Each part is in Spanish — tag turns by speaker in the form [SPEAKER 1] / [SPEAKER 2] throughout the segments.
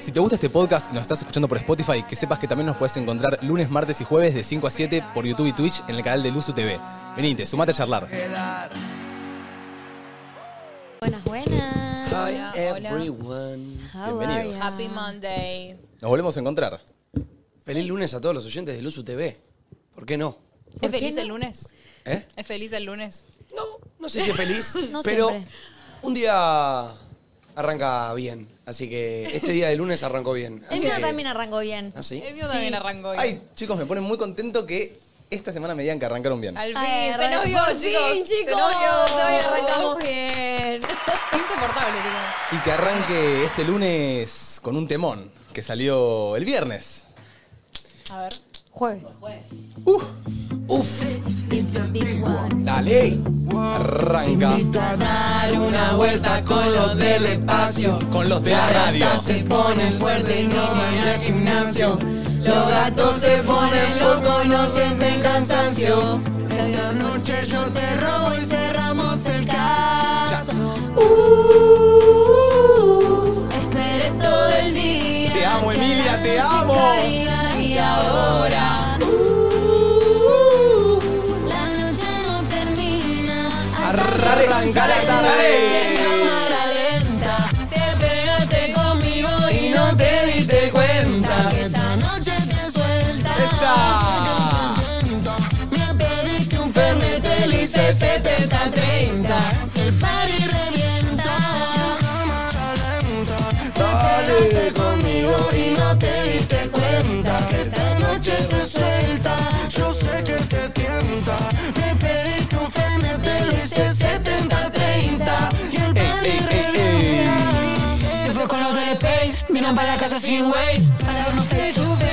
[SPEAKER 1] Si te gusta este podcast y nos estás escuchando por Spotify, que sepas que también nos puedes encontrar lunes, martes y jueves de 5 a 7 por YouTube y Twitch en el canal de Luzu TV. Venite, sumate a charlar.
[SPEAKER 2] Buenas, buenas.
[SPEAKER 3] Hi
[SPEAKER 4] Hola, hola.
[SPEAKER 3] everyone.
[SPEAKER 2] How are
[SPEAKER 1] Bienvenidos.
[SPEAKER 2] ya?
[SPEAKER 4] Happy Monday.
[SPEAKER 1] Nos volvemos a encontrar.
[SPEAKER 3] Feliz lunes a todos los oyentes de Luzu TV. ¿Por qué no?
[SPEAKER 4] ¿Es
[SPEAKER 2] qué
[SPEAKER 4] feliz
[SPEAKER 2] no?
[SPEAKER 4] el lunes?
[SPEAKER 3] ¿Eh?
[SPEAKER 4] ¿Es feliz el lunes?
[SPEAKER 3] No, no sé si es feliz,
[SPEAKER 2] No
[SPEAKER 3] pero
[SPEAKER 2] siempre.
[SPEAKER 3] un día arranca bien. Así que este día de lunes arrancó bien.
[SPEAKER 2] El
[SPEAKER 3] Así
[SPEAKER 2] mío
[SPEAKER 3] que-
[SPEAKER 2] también arrancó bien.
[SPEAKER 3] ¿Ah, sí?
[SPEAKER 4] El mío también arrancó hoy.
[SPEAKER 1] Ay, chicos, me pone muy contento que esta semana me digan que arrancaron bien.
[SPEAKER 4] Al fin,
[SPEAKER 2] Ay,
[SPEAKER 4] se nos
[SPEAKER 2] arran-
[SPEAKER 4] dio,
[SPEAKER 2] por
[SPEAKER 4] chicos.
[SPEAKER 2] fin,
[SPEAKER 4] Se
[SPEAKER 2] chicos.
[SPEAKER 4] nos dio.
[SPEAKER 2] Hoy arrancamos bien.
[SPEAKER 4] Insoportable, digo.
[SPEAKER 1] Y que arranque este lunes con un temón que salió el viernes.
[SPEAKER 4] A ver.
[SPEAKER 2] Jueves.
[SPEAKER 1] Uf,
[SPEAKER 3] Uf,
[SPEAKER 2] It's the big one.
[SPEAKER 3] dale.
[SPEAKER 1] arranca
[SPEAKER 3] a dar una vuelta con los del espacio.
[SPEAKER 1] con los de la radio.
[SPEAKER 3] ponen fuertes y no van al gimnasio. Los gatos se ponen locos, no sienten cansancio.
[SPEAKER 2] Esta
[SPEAKER 3] noche yo te robo y cerramos el
[SPEAKER 2] Esperé todo el día.
[SPEAKER 1] Te amo,
[SPEAKER 2] que la
[SPEAKER 1] Emilia, te
[SPEAKER 2] noche
[SPEAKER 1] amo.
[SPEAKER 2] caiga Y ahora. uh, La noche no termina. hasta que
[SPEAKER 1] Arranca la tarde.
[SPEAKER 2] en cámara lenta. Te pegaste conmigo
[SPEAKER 3] Y no te diste cuenta.
[SPEAKER 2] Esta noche te sueltas.
[SPEAKER 1] Esta.
[SPEAKER 2] Me pediste un fernet, te lo hice 70 30. El party revienta.
[SPEAKER 3] Dale
[SPEAKER 2] conmigo y no te diste cuenta. Que esta noche te suelta.
[SPEAKER 3] Yo sé que te tienta.
[SPEAKER 2] Me pediste un fernet, te lo hice 70 30. Y el
[SPEAKER 1] Ey,
[SPEAKER 2] party
[SPEAKER 1] ey, ey, ey.
[SPEAKER 2] Se fue con los del Space, miran para la casa sin wait. Para vernos face to face.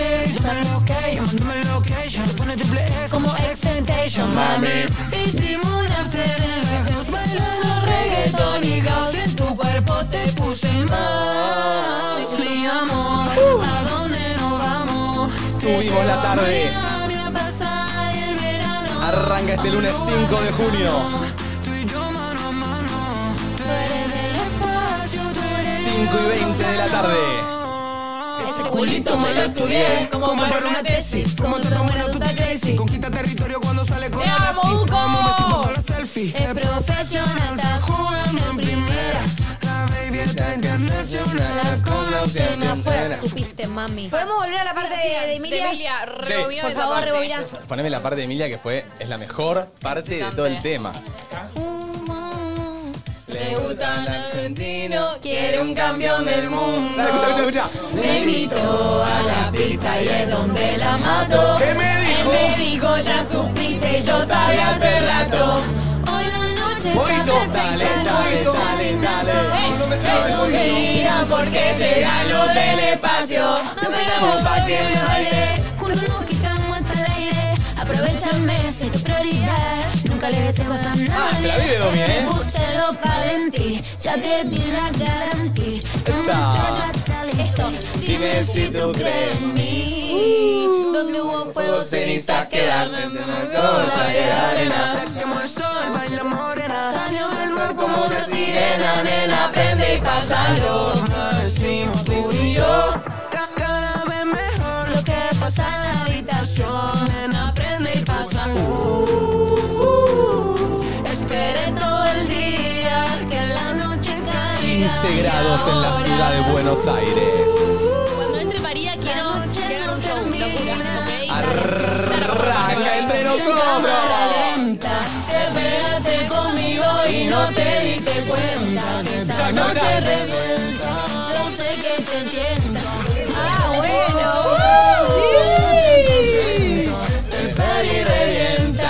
[SPEAKER 2] E Como Extentation, mami. Hicimos un after en la house bailando reggaeton y house. En tu cuerpo te puse más, mi amor. ¿A dónde nos vamos?
[SPEAKER 1] Subimos la tarde.
[SPEAKER 2] Déjame a pasar el verano.
[SPEAKER 1] Arranca este lunes 5 de junio.
[SPEAKER 2] Tú eres del espacio, tú eres
[SPEAKER 1] 5 y 20 de la tarde.
[SPEAKER 2] Ese culito me lo estudié Como para una tesis Como te tomo la tuta crazy
[SPEAKER 5] Conquista territorio cuando sale con
[SPEAKER 4] ¡Te
[SPEAKER 5] la
[SPEAKER 4] amo,
[SPEAKER 5] Nati.
[SPEAKER 4] Uco!
[SPEAKER 5] Como Messi con todas las selfies.
[SPEAKER 2] Es profesional, está jugando en primera
[SPEAKER 5] La baby está internacional.
[SPEAKER 2] La
[SPEAKER 1] Ah,
[SPEAKER 2] conocen afuera Supiste, mami ¿Podemos volver a la parte de, de Emilia?
[SPEAKER 4] De Emilia, rebobina
[SPEAKER 2] Por
[SPEAKER 4] esa
[SPEAKER 2] favor,
[SPEAKER 4] parte.
[SPEAKER 2] rebobina
[SPEAKER 1] Poneme la parte de Emilia que fue es la mejor parte de todo el tema.
[SPEAKER 4] Le gusta un argentino, quiere un campeón del mundo.
[SPEAKER 1] Dale, escucha, escucha, escucha.
[SPEAKER 2] Me invitó a la pista y es donde la mato
[SPEAKER 1] ¿Qué me dijo?
[SPEAKER 2] Él me dijo, ya supiste, yo sabía hace rato Hoy la noche está
[SPEAKER 1] Boito, dale,
[SPEAKER 2] perfecta no
[SPEAKER 1] dale,
[SPEAKER 2] está
[SPEAKER 1] dale, dale.
[SPEAKER 2] Ey,
[SPEAKER 1] No me sabe
[SPEAKER 2] ey,
[SPEAKER 1] muy bien.
[SPEAKER 2] mira porque llegan los del espacio. Nos pegamos pa' que me baile. Juntos nos quitamos hasta el aire. Aprovechame, soy tu prioridad. Nunca le desejo a nadie.
[SPEAKER 1] Ah, se la vive, Domi, ¿eh?
[SPEAKER 2] Púchalo pa' en ti. Ya te di la garantía. Esto. Dime si tú crees en mí.
[SPEAKER 1] Uh.
[SPEAKER 2] Donde hubo fuego, cenizas quedan.
[SPEAKER 1] torta de
[SPEAKER 2] arena.
[SPEAKER 5] Saquemos el sol, baila morena.
[SPEAKER 2] Salió del mar como una sirena, nena, prende y pásalo.
[SPEAKER 5] Decimos tú y yo. Ca- Cada vez mejor.
[SPEAKER 2] Lo que pasa en la habitación, nena, prende y pasa. Uh, Esperé todo el día que la noche caiga.
[SPEAKER 1] 15 grados en la ciudad de Buenos Aires.
[SPEAKER 6] Cuando entre María quiero que hagan un show, locura, ¿ok?
[SPEAKER 1] Arranca entre nosotros.
[SPEAKER 2] lenta, te pegaste conmigo y no te diste cuenta. Que esta
[SPEAKER 1] Cha, cha,
[SPEAKER 2] noche
[SPEAKER 1] cha.
[SPEAKER 2] te suelta, yo sé que te entiendo. Ah, El party revienta.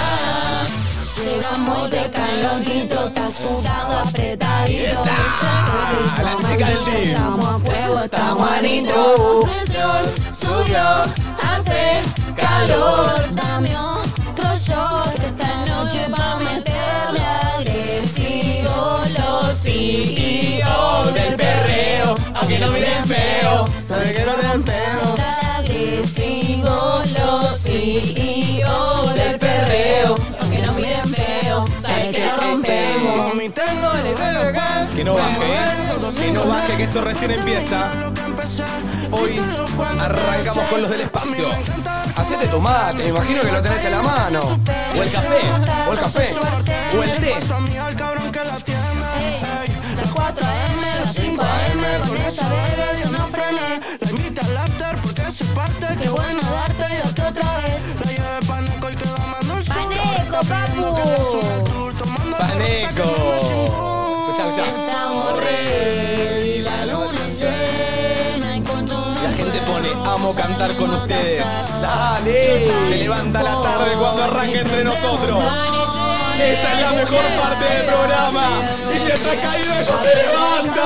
[SPEAKER 2] Llegamos de calorito, está sudado, apretadito.
[SPEAKER 1] Está, la chica del team.
[SPEAKER 2] Estamos a fuego, estamos a
[SPEAKER 1] Juanito.
[SPEAKER 2] nitro. Presión subió, hace calor. Dame otro shot que esta noche va a meterle agresivo los CEOs del perreo. Aunque no miren feo,
[SPEAKER 3] Sabe que no te empeo.
[SPEAKER 2] agresivo los CEOs del perreo. Aunque no miren feo, sabes que lo rompemos.
[SPEAKER 3] Mami, tengo la idea de acá.
[SPEAKER 1] Que no baje, ¿eh?
[SPEAKER 3] Todo
[SPEAKER 1] Que no baje, que esto recién empieza. Hoy arrancamos con los del espacio.
[SPEAKER 3] Hacete tu mate, me imagino que lo tenés en la mano.
[SPEAKER 1] O el café.
[SPEAKER 3] O el café.
[SPEAKER 1] O el té.
[SPEAKER 5] Las 4 AM, las 5 AM, con esa bebé yo no frené.
[SPEAKER 7] La invita al after porque se parte.
[SPEAKER 5] Qué bueno darte y darte otra vez.
[SPEAKER 7] La lleve paneco y queda más dulce.
[SPEAKER 2] Paneco, papu.
[SPEAKER 7] Tomando
[SPEAKER 1] Paneco. Escuchá, escuchá.
[SPEAKER 5] Estamos ready, la luna llena y con tu
[SPEAKER 1] La gente pone amo cantar con ustedes.
[SPEAKER 3] Dale.
[SPEAKER 1] Se levanta la tarde cuando arranca entre nosotros. Esta es la mejor parte del programa. Y si estás caído, yo te levanto.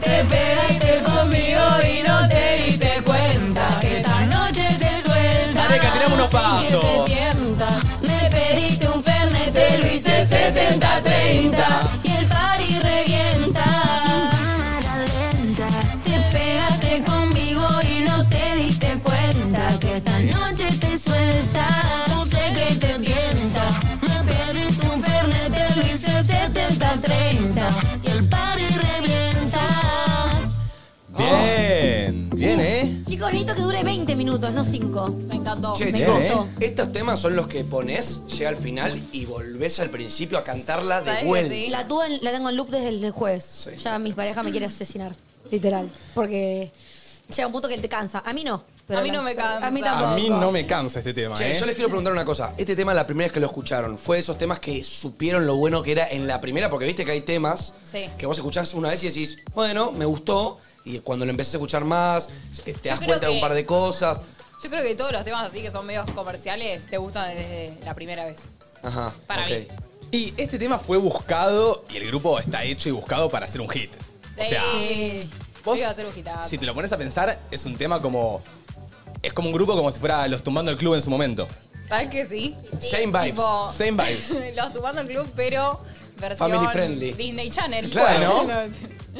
[SPEAKER 8] Te pegaste conmigo y no te diste cuenta que esta noche te suelta.
[SPEAKER 1] Dale, caminamos unos
[SPEAKER 8] Sin que te
[SPEAKER 1] pasos.
[SPEAKER 8] tienta. Me pediste un fernet, te lo hice 70-30 y el party revienta.
[SPEAKER 2] Cámara lenta.
[SPEAKER 8] Te pegaste conmigo y no te diste cuenta que esta noche te suelta. No sé que te tienta. Me pediste un fernet, te lo hice 70-30 y el party revienta.
[SPEAKER 1] Bien.
[SPEAKER 3] Bien, ¿eh?
[SPEAKER 2] Chicos, necesito que dure 20 minutos, no 5.
[SPEAKER 9] Me encantó.
[SPEAKER 3] Che,
[SPEAKER 9] me
[SPEAKER 3] chicos,
[SPEAKER 9] encantó.
[SPEAKER 3] estos temas son los que ponés, llega al final y volvés al principio a cantarla
[SPEAKER 9] ¿Sabés
[SPEAKER 3] de
[SPEAKER 9] que
[SPEAKER 3] vuelta.
[SPEAKER 9] sí?
[SPEAKER 2] La, tuve en- la tengo en loop desde el jueves. Ya mis parejas me quieren asesinar, literal. Porque llega un punto que te cansa. A mí no. Pero
[SPEAKER 9] A mí no
[SPEAKER 2] la-
[SPEAKER 9] me cansa.
[SPEAKER 2] A mí
[SPEAKER 1] A
[SPEAKER 2] tampoco.
[SPEAKER 1] mí no me cansa este tema,
[SPEAKER 3] Che,
[SPEAKER 1] ¿eh?
[SPEAKER 3] yo les quiero preguntar una cosa. Este tema, la primera vez que lo escucharon, fue de esos temas que supieron lo bueno que era en la primera, porque viste que hay temas
[SPEAKER 9] Sí.
[SPEAKER 3] que vos escuchás una vez y decís, bueno, me gustó, y cuando lo empecés a escuchar más, eh, te
[SPEAKER 9] Yo
[SPEAKER 3] das
[SPEAKER 9] creo
[SPEAKER 3] cuenta de un
[SPEAKER 9] que-
[SPEAKER 3] par de cosas.
[SPEAKER 9] Yo creo que todos los temas así que son medios comerciales te gustan desde la primera vez.
[SPEAKER 3] Ajá.
[SPEAKER 9] Para
[SPEAKER 3] ok.
[SPEAKER 9] mí.
[SPEAKER 1] Y este tema fue buscado y el grupo está hecho y buscado para hacer un hit. O sea,
[SPEAKER 9] Sí.
[SPEAKER 1] vos-
[SPEAKER 9] Yo iba a hacer un ah. hitazo.
[SPEAKER 1] si te lo pones a pensar, es un tema como. Es como un grupo como si fuera los tumbando el club en su momento.
[SPEAKER 9] ¿Sabes que sí?
[SPEAKER 3] Same vibes.
[SPEAKER 9] Tipo,
[SPEAKER 1] Same vibes.
[SPEAKER 9] los Tumbando el Club, pero versión
[SPEAKER 3] Family friendly.
[SPEAKER 9] Disney Channel.
[SPEAKER 3] Claro.
[SPEAKER 9] Bueno,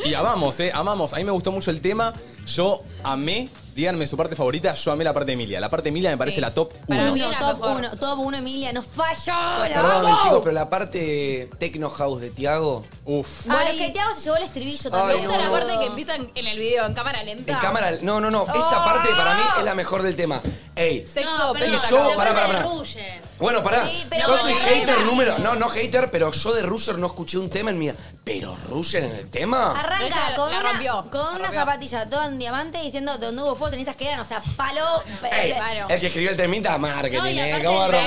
[SPEAKER 1] Y amamos, ¿eh? Amamos. A mí me gustó mucho el tema. Yo amé. Díganme su parte favorita. Yo amé la parte de Emilia. La parte de Emilia me parece
[SPEAKER 9] Sí.
[SPEAKER 1] la top
[SPEAKER 9] Para
[SPEAKER 1] 1.
[SPEAKER 9] mí-
[SPEAKER 2] Uno,
[SPEAKER 9] la
[SPEAKER 2] top
[SPEAKER 9] mejor.
[SPEAKER 2] uno, top uno, Emilia, no fallo. la
[SPEAKER 3] Perdón,
[SPEAKER 2] amo.
[SPEAKER 3] chicos, pero la parte techno house de Tiago,
[SPEAKER 1] Uf.
[SPEAKER 2] Bueno,
[SPEAKER 9] Ay.
[SPEAKER 2] que Tiago se llevó el estribillo
[SPEAKER 3] Ay,
[SPEAKER 9] Me
[SPEAKER 2] también.
[SPEAKER 9] gusta la parte que empiezan en el video en cámara lenta.
[SPEAKER 3] en cámara, no, no, no,
[SPEAKER 9] Oh.
[SPEAKER 3] esa parte para mí es la mejor del tema. Ey,
[SPEAKER 9] Sexo,
[SPEAKER 3] pero-
[SPEAKER 9] pero
[SPEAKER 3] Y yo- pará, pará, pará.
[SPEAKER 2] Ruge.
[SPEAKER 3] Bueno, pará.
[SPEAKER 2] Sí, pero
[SPEAKER 3] yo
[SPEAKER 2] con
[SPEAKER 3] soy
[SPEAKER 2] el
[SPEAKER 3] hater
[SPEAKER 2] tema.
[SPEAKER 3] número. No, no hater, pero yo de Rusher no escuché un tema en mi vida. ¿Pero Rusher en el tema?
[SPEAKER 2] Arranca
[SPEAKER 9] Pero ella la
[SPEAKER 2] con, una,
[SPEAKER 9] rompió,
[SPEAKER 2] con
[SPEAKER 9] la
[SPEAKER 2] una
[SPEAKER 9] rompió.
[SPEAKER 2] zapatilla toda en diamante diciendo donde hubo fuego cenizas quedan, o sea, palo. pe-
[SPEAKER 3] Ey,
[SPEAKER 2] pe-
[SPEAKER 9] claro.
[SPEAKER 3] el que escribió el temita, marketing,
[SPEAKER 2] No, y
[SPEAKER 3] ¿eh?
[SPEAKER 2] aparte
[SPEAKER 3] ¿Cómo
[SPEAKER 2] de-
[SPEAKER 3] ro-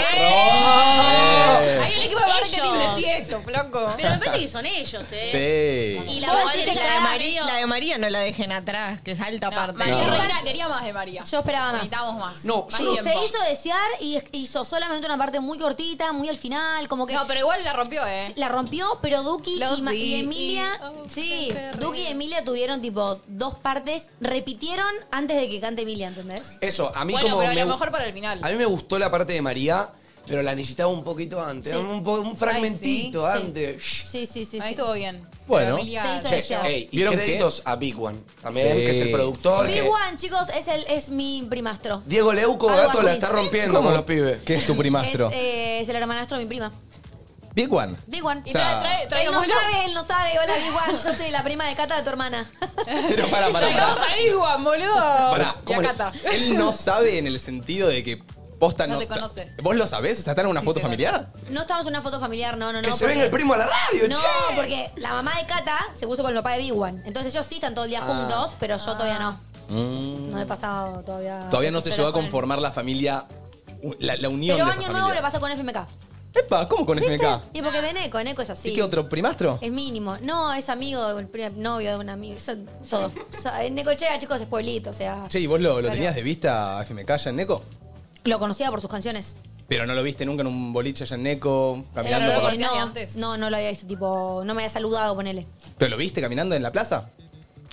[SPEAKER 4] eh.
[SPEAKER 3] ro-
[SPEAKER 9] Hay un equipo de marketing
[SPEAKER 10] Ellos.
[SPEAKER 9] de esto, floco.
[SPEAKER 10] Pero me parece que son ellos, ¿eh?
[SPEAKER 1] Sí.
[SPEAKER 10] Y la
[SPEAKER 2] Vos
[SPEAKER 10] voz
[SPEAKER 2] decís
[SPEAKER 10] de
[SPEAKER 2] que
[SPEAKER 10] la de
[SPEAKER 2] cada
[SPEAKER 10] María.
[SPEAKER 8] La de María no la dejen atrás, que salta
[SPEAKER 9] No,
[SPEAKER 8] aparte.
[SPEAKER 9] María Reina quería más de María.
[SPEAKER 2] Yo esperaba más.
[SPEAKER 9] Necesitamos más.
[SPEAKER 3] No,
[SPEAKER 9] más
[SPEAKER 2] Sí,
[SPEAKER 9] tiempo.
[SPEAKER 2] se hizo desear y es- hizo solamente una parte muy cortita, muy al final, como que
[SPEAKER 9] No, pero igual la rompió, ¿eh?
[SPEAKER 2] la rompió, pero Duki
[SPEAKER 9] Lo
[SPEAKER 2] y, Ma-
[SPEAKER 9] sí,
[SPEAKER 2] y Emilia,
[SPEAKER 9] y- oh,
[SPEAKER 2] sí,
[SPEAKER 9] qué terrible.
[SPEAKER 2] Duki y Emilia tuvieron tipo dos partes, repitieron antes de que cante Emilia, ¿entendés?
[SPEAKER 3] Eso, a mí
[SPEAKER 9] Bueno,
[SPEAKER 3] como.
[SPEAKER 9] pero a
[SPEAKER 3] me
[SPEAKER 9] lo
[SPEAKER 3] gu-
[SPEAKER 9] mejor para el final.
[SPEAKER 3] A mí me gustó la parte de María, pero la necesitaba un poquito antes. Un, po- un fragmentito
[SPEAKER 2] Ay, sí, sí.
[SPEAKER 3] antes.
[SPEAKER 2] Sí, sí, sí.
[SPEAKER 9] Ahí
[SPEAKER 2] sí.
[SPEAKER 9] estuvo bien.
[SPEAKER 1] Bueno.
[SPEAKER 9] Pero Emilia-
[SPEAKER 2] Se hizo
[SPEAKER 3] Che,
[SPEAKER 2] desear.
[SPEAKER 3] ey, y
[SPEAKER 1] ¿Vieron qué?
[SPEAKER 3] créditos a Big One también,
[SPEAKER 1] Sí.
[SPEAKER 3] que es el productor.
[SPEAKER 2] Big
[SPEAKER 3] que-
[SPEAKER 2] One, chicos, es el es mi primastro.
[SPEAKER 3] Diego Leuco
[SPEAKER 2] Algo
[SPEAKER 3] Gato la
[SPEAKER 2] así.
[SPEAKER 3] está rompiendo con los pibes.
[SPEAKER 1] ¿Qué es tu
[SPEAKER 2] Es,
[SPEAKER 1] primastro?
[SPEAKER 2] eh, es el hermanastro de mi prima.
[SPEAKER 9] eh,
[SPEAKER 1] Big One.
[SPEAKER 2] Big One.
[SPEAKER 9] Y
[SPEAKER 1] O sea,
[SPEAKER 9] trae, trae, trae
[SPEAKER 2] él no sabe, él no sabe. Hola, Big One. Yo soy la prima de Cata de tu hermana.
[SPEAKER 1] Pero para, para,
[SPEAKER 9] Traigamos a Iguan, boludo.
[SPEAKER 1] Pará,
[SPEAKER 9] y
[SPEAKER 1] ¿cómo
[SPEAKER 9] acá
[SPEAKER 1] le-
[SPEAKER 9] está.
[SPEAKER 1] Él no sabe en el sentido de que posta no.
[SPEAKER 9] No te
[SPEAKER 1] o sea,
[SPEAKER 9] conoce.
[SPEAKER 1] ¿Vos lo sabés? O sea, ¿están en una
[SPEAKER 9] Sí,
[SPEAKER 1] foto
[SPEAKER 9] sí,
[SPEAKER 1] familiar?
[SPEAKER 2] No estamos en una foto familiar, no, no, no.
[SPEAKER 3] que se venga el primo a la radio,
[SPEAKER 2] No,
[SPEAKER 3] che.
[SPEAKER 2] porque la mamá de Cata se puso con el papá de Big One. Entonces ellos sí están todo el día
[SPEAKER 1] Ah.
[SPEAKER 2] juntos, pero yo todavía no. No he pasado todavía.
[SPEAKER 1] Mm. Todavía no se llegó a
[SPEAKER 2] con
[SPEAKER 1] conformar la familia, u- la, la unión
[SPEAKER 2] Pero
[SPEAKER 1] de esas
[SPEAKER 2] año nuevo lo
[SPEAKER 1] familias.
[SPEAKER 2] pasó con FMK.
[SPEAKER 1] Epa, ¿cómo con FMK?
[SPEAKER 2] Y porque de Neko, Neko es así.
[SPEAKER 1] ¿Y qué otro? ¿Primastro?
[SPEAKER 2] Es mínimo. No, es amigo, el primer novio de un amigo. Son todo. O sea, en Necochea, chicos, es pueblito. O sea,
[SPEAKER 1] Che, ¿y vos lo, lo tenías de vista a FMK allá en Neco?
[SPEAKER 2] lo conocía por sus canciones.
[SPEAKER 1] Pero no lo viste nunca en un boliche allá en Neco, caminando
[SPEAKER 9] Claro,
[SPEAKER 1] por
[SPEAKER 9] no.
[SPEAKER 1] la...
[SPEAKER 9] conocía de
[SPEAKER 2] no,
[SPEAKER 9] antes.
[SPEAKER 2] no, no lo había visto. Tipo, no me había saludado, ponele.
[SPEAKER 1] ¿Pero lo viste caminando en la plaza?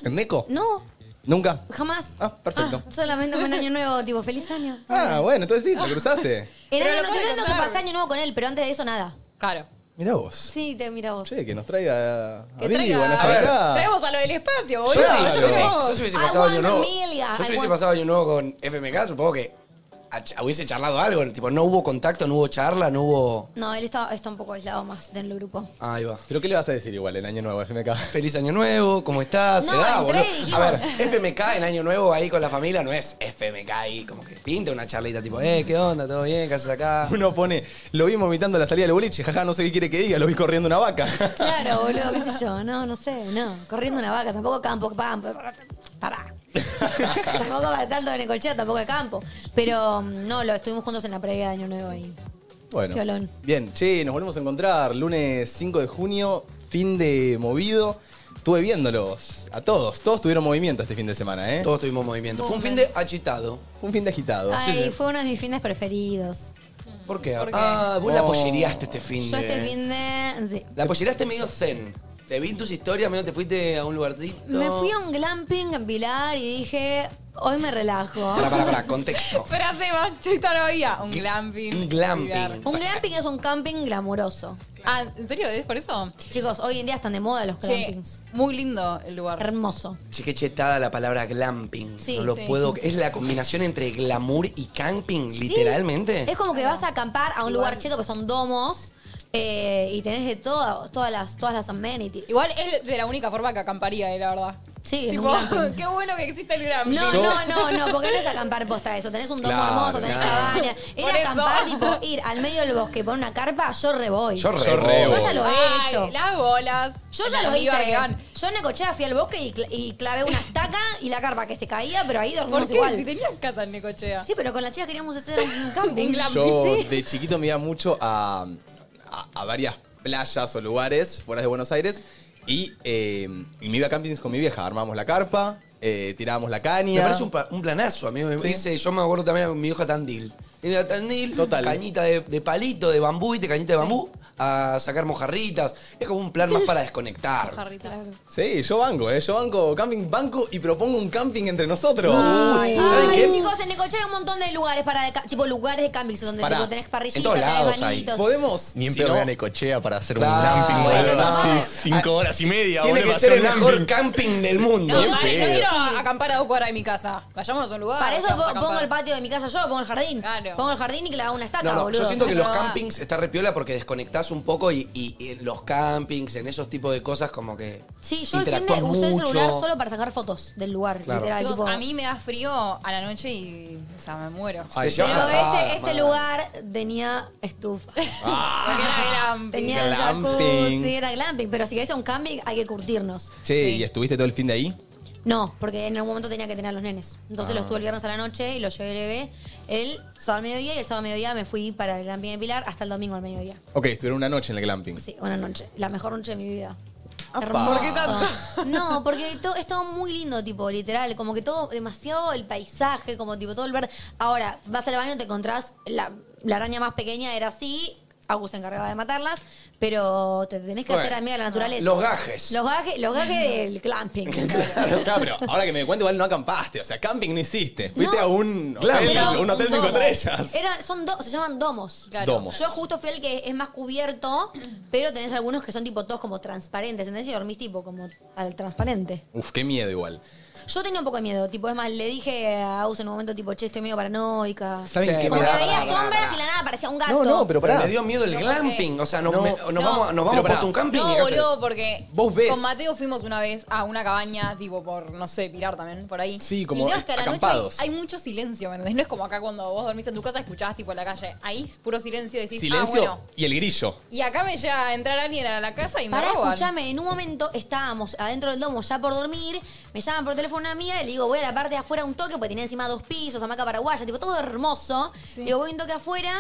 [SPEAKER 1] ¿En Neco?
[SPEAKER 2] No,
[SPEAKER 1] ¿Nunca?
[SPEAKER 2] jamás.
[SPEAKER 1] Ah, perfecto.
[SPEAKER 2] Ah, solamente un año nuevo, tipo, feliz año.
[SPEAKER 1] Ah, bueno, entonces sí, te cruzaste.
[SPEAKER 2] Era
[SPEAKER 9] Pero lo
[SPEAKER 2] yo
[SPEAKER 9] puede
[SPEAKER 2] entiendo que
[SPEAKER 9] contar.
[SPEAKER 2] pasé año nuevo con él, pero antes de eso nada.
[SPEAKER 9] Claro.
[SPEAKER 1] Mirá vos.
[SPEAKER 2] Sí, te mira vos.
[SPEAKER 1] Che, que nos traiga a
[SPEAKER 9] Que
[SPEAKER 1] Vivo,
[SPEAKER 9] traiga-
[SPEAKER 1] a
[SPEAKER 3] A ver,
[SPEAKER 1] FMK.
[SPEAKER 9] Traemos a lo del espacio,
[SPEAKER 3] Ah.
[SPEAKER 9] boludo.
[SPEAKER 3] Yo sí, yo sí.
[SPEAKER 1] Claro.
[SPEAKER 3] Yo sí hubiese
[SPEAKER 2] I
[SPEAKER 3] pasado
[SPEAKER 2] want
[SPEAKER 3] año nuevo.
[SPEAKER 2] Amelia,
[SPEAKER 3] Yo
[SPEAKER 2] I
[SPEAKER 3] sí hubiese
[SPEAKER 2] want-
[SPEAKER 3] pasado año nuevo con FMK, supongo que a ch- hubiese charlado algo. Tipo, no hubo contacto, no hubo charla, no hubo.
[SPEAKER 2] No, él está, está un poco aislado más del grupo.
[SPEAKER 3] Ahí va.
[SPEAKER 1] ¿Pero qué le vas a decir igual en Año Nuevo, FMK?
[SPEAKER 3] Feliz Año Nuevo, ¿cómo estás? Se
[SPEAKER 2] No,
[SPEAKER 3] da,
[SPEAKER 2] entré
[SPEAKER 3] boludo.
[SPEAKER 2] y dijimos-
[SPEAKER 3] A ver, FMK en Año Nuevo ahí con la familia no es FMK ahí, como que pinta una charlita tipo, eh, ¿qué onda? ¿Todo bien? ¿Qué haces acá?
[SPEAKER 1] Uno pone, lo vimos vomitando a la salida del boliche, jaja, no sé qué quiere que diga, lo vi corriendo una vaca.
[SPEAKER 2] Claro, boludo, qué sé yo. No, no sé, no. Corriendo una vaca, tampoco campo, campo. Pará. tampoco para tanto en el colchón, tampoco de campo. Pero mm, no, lo estuvimos juntos en la previa de Año Nuevo ahí.
[SPEAKER 1] Bueno.
[SPEAKER 2] Violón.
[SPEAKER 1] Bien, che, nos volvemos a encontrar lunes 5 de junio, fin de movido. Estuve viéndolos a todos. Todos tuvieron movimiento este fin de semana, ¿eh?
[SPEAKER 3] Todos tuvimos movimiento. Fue un fin de agitado.
[SPEAKER 1] Fue un fin de agitado.
[SPEAKER 2] Ay, fue uno de mis fines preferidos.
[SPEAKER 3] ¿Por qué?
[SPEAKER 2] ¿Por qué?
[SPEAKER 3] Ah, vos la
[SPEAKER 1] Oh.
[SPEAKER 3] pollereaste este fin de.
[SPEAKER 2] Yo este fin de. sí.
[SPEAKER 3] La pollereaste medio zen. Te vi en tus historias, medio te fuiste a un lugarcito.
[SPEAKER 2] Me fui a un glamping en Pilar y dije, hoy me relajo.
[SPEAKER 3] Pará, pará, pará, contexto.
[SPEAKER 9] Frase más chita no había. Un
[SPEAKER 3] Gl-
[SPEAKER 9] glamping.
[SPEAKER 3] un glamping.
[SPEAKER 9] Olvidar.
[SPEAKER 2] Un glamping es un camping glamuroso.
[SPEAKER 9] Ah, ¿en serio? ¿Es por eso?
[SPEAKER 2] Chicos, hoy en día están de moda los
[SPEAKER 9] Che,
[SPEAKER 2] campings.
[SPEAKER 9] muy lindo el lugar.
[SPEAKER 2] Hermoso.
[SPEAKER 3] Che, qué chetada la palabra glamping.
[SPEAKER 2] Sí,
[SPEAKER 3] no lo
[SPEAKER 2] sí.
[SPEAKER 3] puedo. Es la combinación entre glamour y camping, literalmente.
[SPEAKER 2] Es como que vas a acampar a un lugar cheto, que son domos, eh, y tenés de todo, todas las, todas las amenities.
[SPEAKER 9] Igual es de la única forma que acamparía, eh, la verdad.
[SPEAKER 2] Sí, en
[SPEAKER 9] Tipo,
[SPEAKER 2] un glamping.
[SPEAKER 9] qué bueno que existe el glamping.
[SPEAKER 2] No,
[SPEAKER 1] Yo-
[SPEAKER 2] no, no, no, porque no es acampar posta eso. Tenés un domo
[SPEAKER 1] Claro,
[SPEAKER 2] hermoso, tenés
[SPEAKER 1] claro.
[SPEAKER 2] cabaña. Ir
[SPEAKER 9] Por
[SPEAKER 2] a
[SPEAKER 9] eso.
[SPEAKER 2] acampar, tipo, ir al medio del bosque por una carpa, yo re voy.
[SPEAKER 3] Yo re,
[SPEAKER 1] Yo re
[SPEAKER 3] voy.
[SPEAKER 2] Yo ya lo he
[SPEAKER 9] Ay,
[SPEAKER 2] hecho.
[SPEAKER 9] Las bolas.
[SPEAKER 2] Yo ya
[SPEAKER 9] La
[SPEAKER 2] lo
[SPEAKER 9] amiga
[SPEAKER 2] hice.
[SPEAKER 9] que van.
[SPEAKER 2] Yo en Necochea fui al bosque y, cla- y clavé una estaca y la carpa que se caía, pero ahí
[SPEAKER 9] ¿Por
[SPEAKER 2] dormimos
[SPEAKER 9] qué?
[SPEAKER 2] igual.
[SPEAKER 9] Si tenías casa en Necochea.
[SPEAKER 2] Sí, pero con la chica queríamos hacer un camping.
[SPEAKER 9] Un glamping.
[SPEAKER 1] Yo
[SPEAKER 9] Sí.
[SPEAKER 1] de chiquito me iba mucho a, a- a varias playas o lugares fuera de Buenos Aires y, eh, y me iba a campings con mi vieja. Armábamos la carpa, eh, tirábamos la caña.
[SPEAKER 3] Me parece un, pa- un planazo, amigo. Me
[SPEAKER 1] Sí.
[SPEAKER 3] dice, yo me acuerdo también a mi hija Tandil. Iba a Tandil,
[SPEAKER 1] Total.
[SPEAKER 3] cañita de, de palito, de bambú, y te cañita de bambú, a sacar mojarritas. Es como un plan más para desconectar.
[SPEAKER 1] Sí, yo banco, ¿eh? Yo banco camping, banco y propongo un camping entre nosotros.
[SPEAKER 3] Ay,
[SPEAKER 1] Uy, ¿Saben
[SPEAKER 2] Ay,
[SPEAKER 1] qué?
[SPEAKER 2] chicos, en Necochea hay un montón de lugares para de ca- tipo lugares de campings donde
[SPEAKER 1] Pará,
[SPEAKER 2] tipo, tenés
[SPEAKER 3] en
[SPEAKER 2] parrillitos,
[SPEAKER 3] todos
[SPEAKER 2] tenés
[SPEAKER 3] lados hay.
[SPEAKER 2] banitos.
[SPEAKER 1] Podemos.
[SPEAKER 11] Ni en
[SPEAKER 1] si
[SPEAKER 11] pedo
[SPEAKER 1] no-
[SPEAKER 11] voy a Necochea para hacer
[SPEAKER 3] Claro.
[SPEAKER 11] un glamping, boludo.
[SPEAKER 3] Bueno,
[SPEAKER 11] Son
[SPEAKER 3] no.
[SPEAKER 11] cinco horas y media,
[SPEAKER 3] Tiene
[SPEAKER 11] boludo,
[SPEAKER 3] que
[SPEAKER 11] para
[SPEAKER 3] ser el
[SPEAKER 11] hacer un
[SPEAKER 3] mejor
[SPEAKER 11] glamping.
[SPEAKER 3] camping del mundo.
[SPEAKER 9] No,
[SPEAKER 11] Ni en
[SPEAKER 9] dale, no
[SPEAKER 11] pedo.
[SPEAKER 9] quiero acampar a dos cuadras de mi casa. Vayámonos a un lugar.
[SPEAKER 2] Para eso
[SPEAKER 9] vamos a
[SPEAKER 2] po- pongo el
[SPEAKER 9] acampar.
[SPEAKER 2] patio de mi casa yo, pongo el jardín.
[SPEAKER 9] Claro.
[SPEAKER 2] Pongo el jardín y clavo una estaca,
[SPEAKER 3] No, no,
[SPEAKER 2] Ah, boludo.
[SPEAKER 3] yo siento que
[SPEAKER 9] Pero
[SPEAKER 3] los
[SPEAKER 9] va.
[SPEAKER 3] campings está re piola porque desconectás un poco y, y- y en los campings, en esos tipos de cosas, como que.
[SPEAKER 2] Sí, yo el fin de
[SPEAKER 3] interactúas
[SPEAKER 2] usé el
[SPEAKER 3] mucho.
[SPEAKER 2] celular solo para sacar fotos del lugar,
[SPEAKER 3] Claro.
[SPEAKER 2] literal.
[SPEAKER 9] Chicos,
[SPEAKER 2] tipo-
[SPEAKER 9] a mí me da frío a la noche y. O sea, me muero.
[SPEAKER 3] Te
[SPEAKER 1] Ay,
[SPEAKER 3] llevas
[SPEAKER 2] Pero
[SPEAKER 3] casadas,
[SPEAKER 2] este, este
[SPEAKER 3] man.
[SPEAKER 2] lugar tenía estufa.
[SPEAKER 3] Ah,
[SPEAKER 9] Porque era glamping.
[SPEAKER 2] tenía
[SPEAKER 1] glamping.
[SPEAKER 2] jacuzzi, era glamping. Pero si querés ir a un camping, hay que curtirnos.
[SPEAKER 1] Che, ¿y estuviste todo el fin de ahí?
[SPEAKER 2] No, porque en algún momento tenía que tener a los nenes. Entonces
[SPEAKER 3] Ah.
[SPEAKER 2] los tuve el viernes a la noche y los llevé bebé el sábado al mediodía y el sábado al mediodía me fui para el glamping de Pilar hasta el domingo al mediodía.
[SPEAKER 1] Ok, estuvieron una noche en el glamping.
[SPEAKER 2] Sí, una noche. La mejor noche de mi vida.
[SPEAKER 1] Apa.
[SPEAKER 2] Hermoso.
[SPEAKER 1] ¿Por qué
[SPEAKER 9] tanto?
[SPEAKER 2] No, porque to- es todo muy lindo, tipo, literal. Como que todo, demasiado el paisaje, como tipo todo el verde. Ahora, vas al baño, te encontrás, la, la araña más pequeña era así, Agus se encargaba de matarlas, pero te tenés que
[SPEAKER 3] Bueno, ah,
[SPEAKER 2] hacer amiga de la naturaleza.
[SPEAKER 3] Los gajes.
[SPEAKER 2] Los gajes, los gajes del clamping.
[SPEAKER 1] Claro, pero ahora que me doy cuenta, igual no acampaste. O sea, camping no hiciste. Fuiste
[SPEAKER 2] No.
[SPEAKER 1] a un hotel,
[SPEAKER 3] Glamping.
[SPEAKER 1] un hotel cinco estrellas.
[SPEAKER 2] Era- son dos, se llaman domos.
[SPEAKER 9] Claro.
[SPEAKER 1] Domos.
[SPEAKER 2] Yo justo fui el que es más cubierto, pero tenés algunos que son tipo todos como transparentes, ¿entendés? Y dormís tipo como al transparente.
[SPEAKER 1] Uf, qué miedo igual.
[SPEAKER 2] Yo tenía un poco de miedo, tipo, es más, le dije a Aus en un momento, tipo, che, estoy medio paranoica.
[SPEAKER 1] ¿Saben
[SPEAKER 3] Che,
[SPEAKER 1] qué me
[SPEAKER 2] Porque
[SPEAKER 3] pará,
[SPEAKER 1] da?
[SPEAKER 3] pará,
[SPEAKER 2] veía
[SPEAKER 3] pará,
[SPEAKER 2] sombras
[SPEAKER 3] pará.
[SPEAKER 2] y la nada parecía un gato.
[SPEAKER 1] No, no, pero
[SPEAKER 3] Pero
[SPEAKER 1] pará.
[SPEAKER 3] me dio miedo el glamping. O sea, nos,
[SPEAKER 1] No,
[SPEAKER 3] me- nos
[SPEAKER 9] no.
[SPEAKER 3] vamos, nos
[SPEAKER 1] Pero
[SPEAKER 3] vamos por
[SPEAKER 1] pará.
[SPEAKER 3] un camping y
[SPEAKER 9] No,
[SPEAKER 3] ¿qué haces?
[SPEAKER 9] boludo, porque
[SPEAKER 1] Vos ves.
[SPEAKER 9] con Mateo fuimos una vez a una cabaña, tipo por, no sé, pirar también, por ahí.
[SPEAKER 1] Sí, como
[SPEAKER 9] El tema es que a la noche
[SPEAKER 1] acampados.
[SPEAKER 9] hay, hay mucho silencio, ¿me entendés? No es como acá cuando vos dormís en tu casa escuchás tipo en la calle. Ahí es puro silencio, decís,
[SPEAKER 1] Silencio
[SPEAKER 9] ah, bueno.
[SPEAKER 1] y el grillo.
[SPEAKER 9] Y acá me llega a entrar alguien a la casa y me
[SPEAKER 2] Pará,
[SPEAKER 9] roban.
[SPEAKER 2] escúchame, en un momento estábamos adentro del domo ya por dormir, me llaman por teléfono una amiga y le digo, voy a la parte de afuera un toque, porque tenía encima dos pisos, hamaca paraguaya, tipo todo hermoso. Le digo, voy un toque afuera.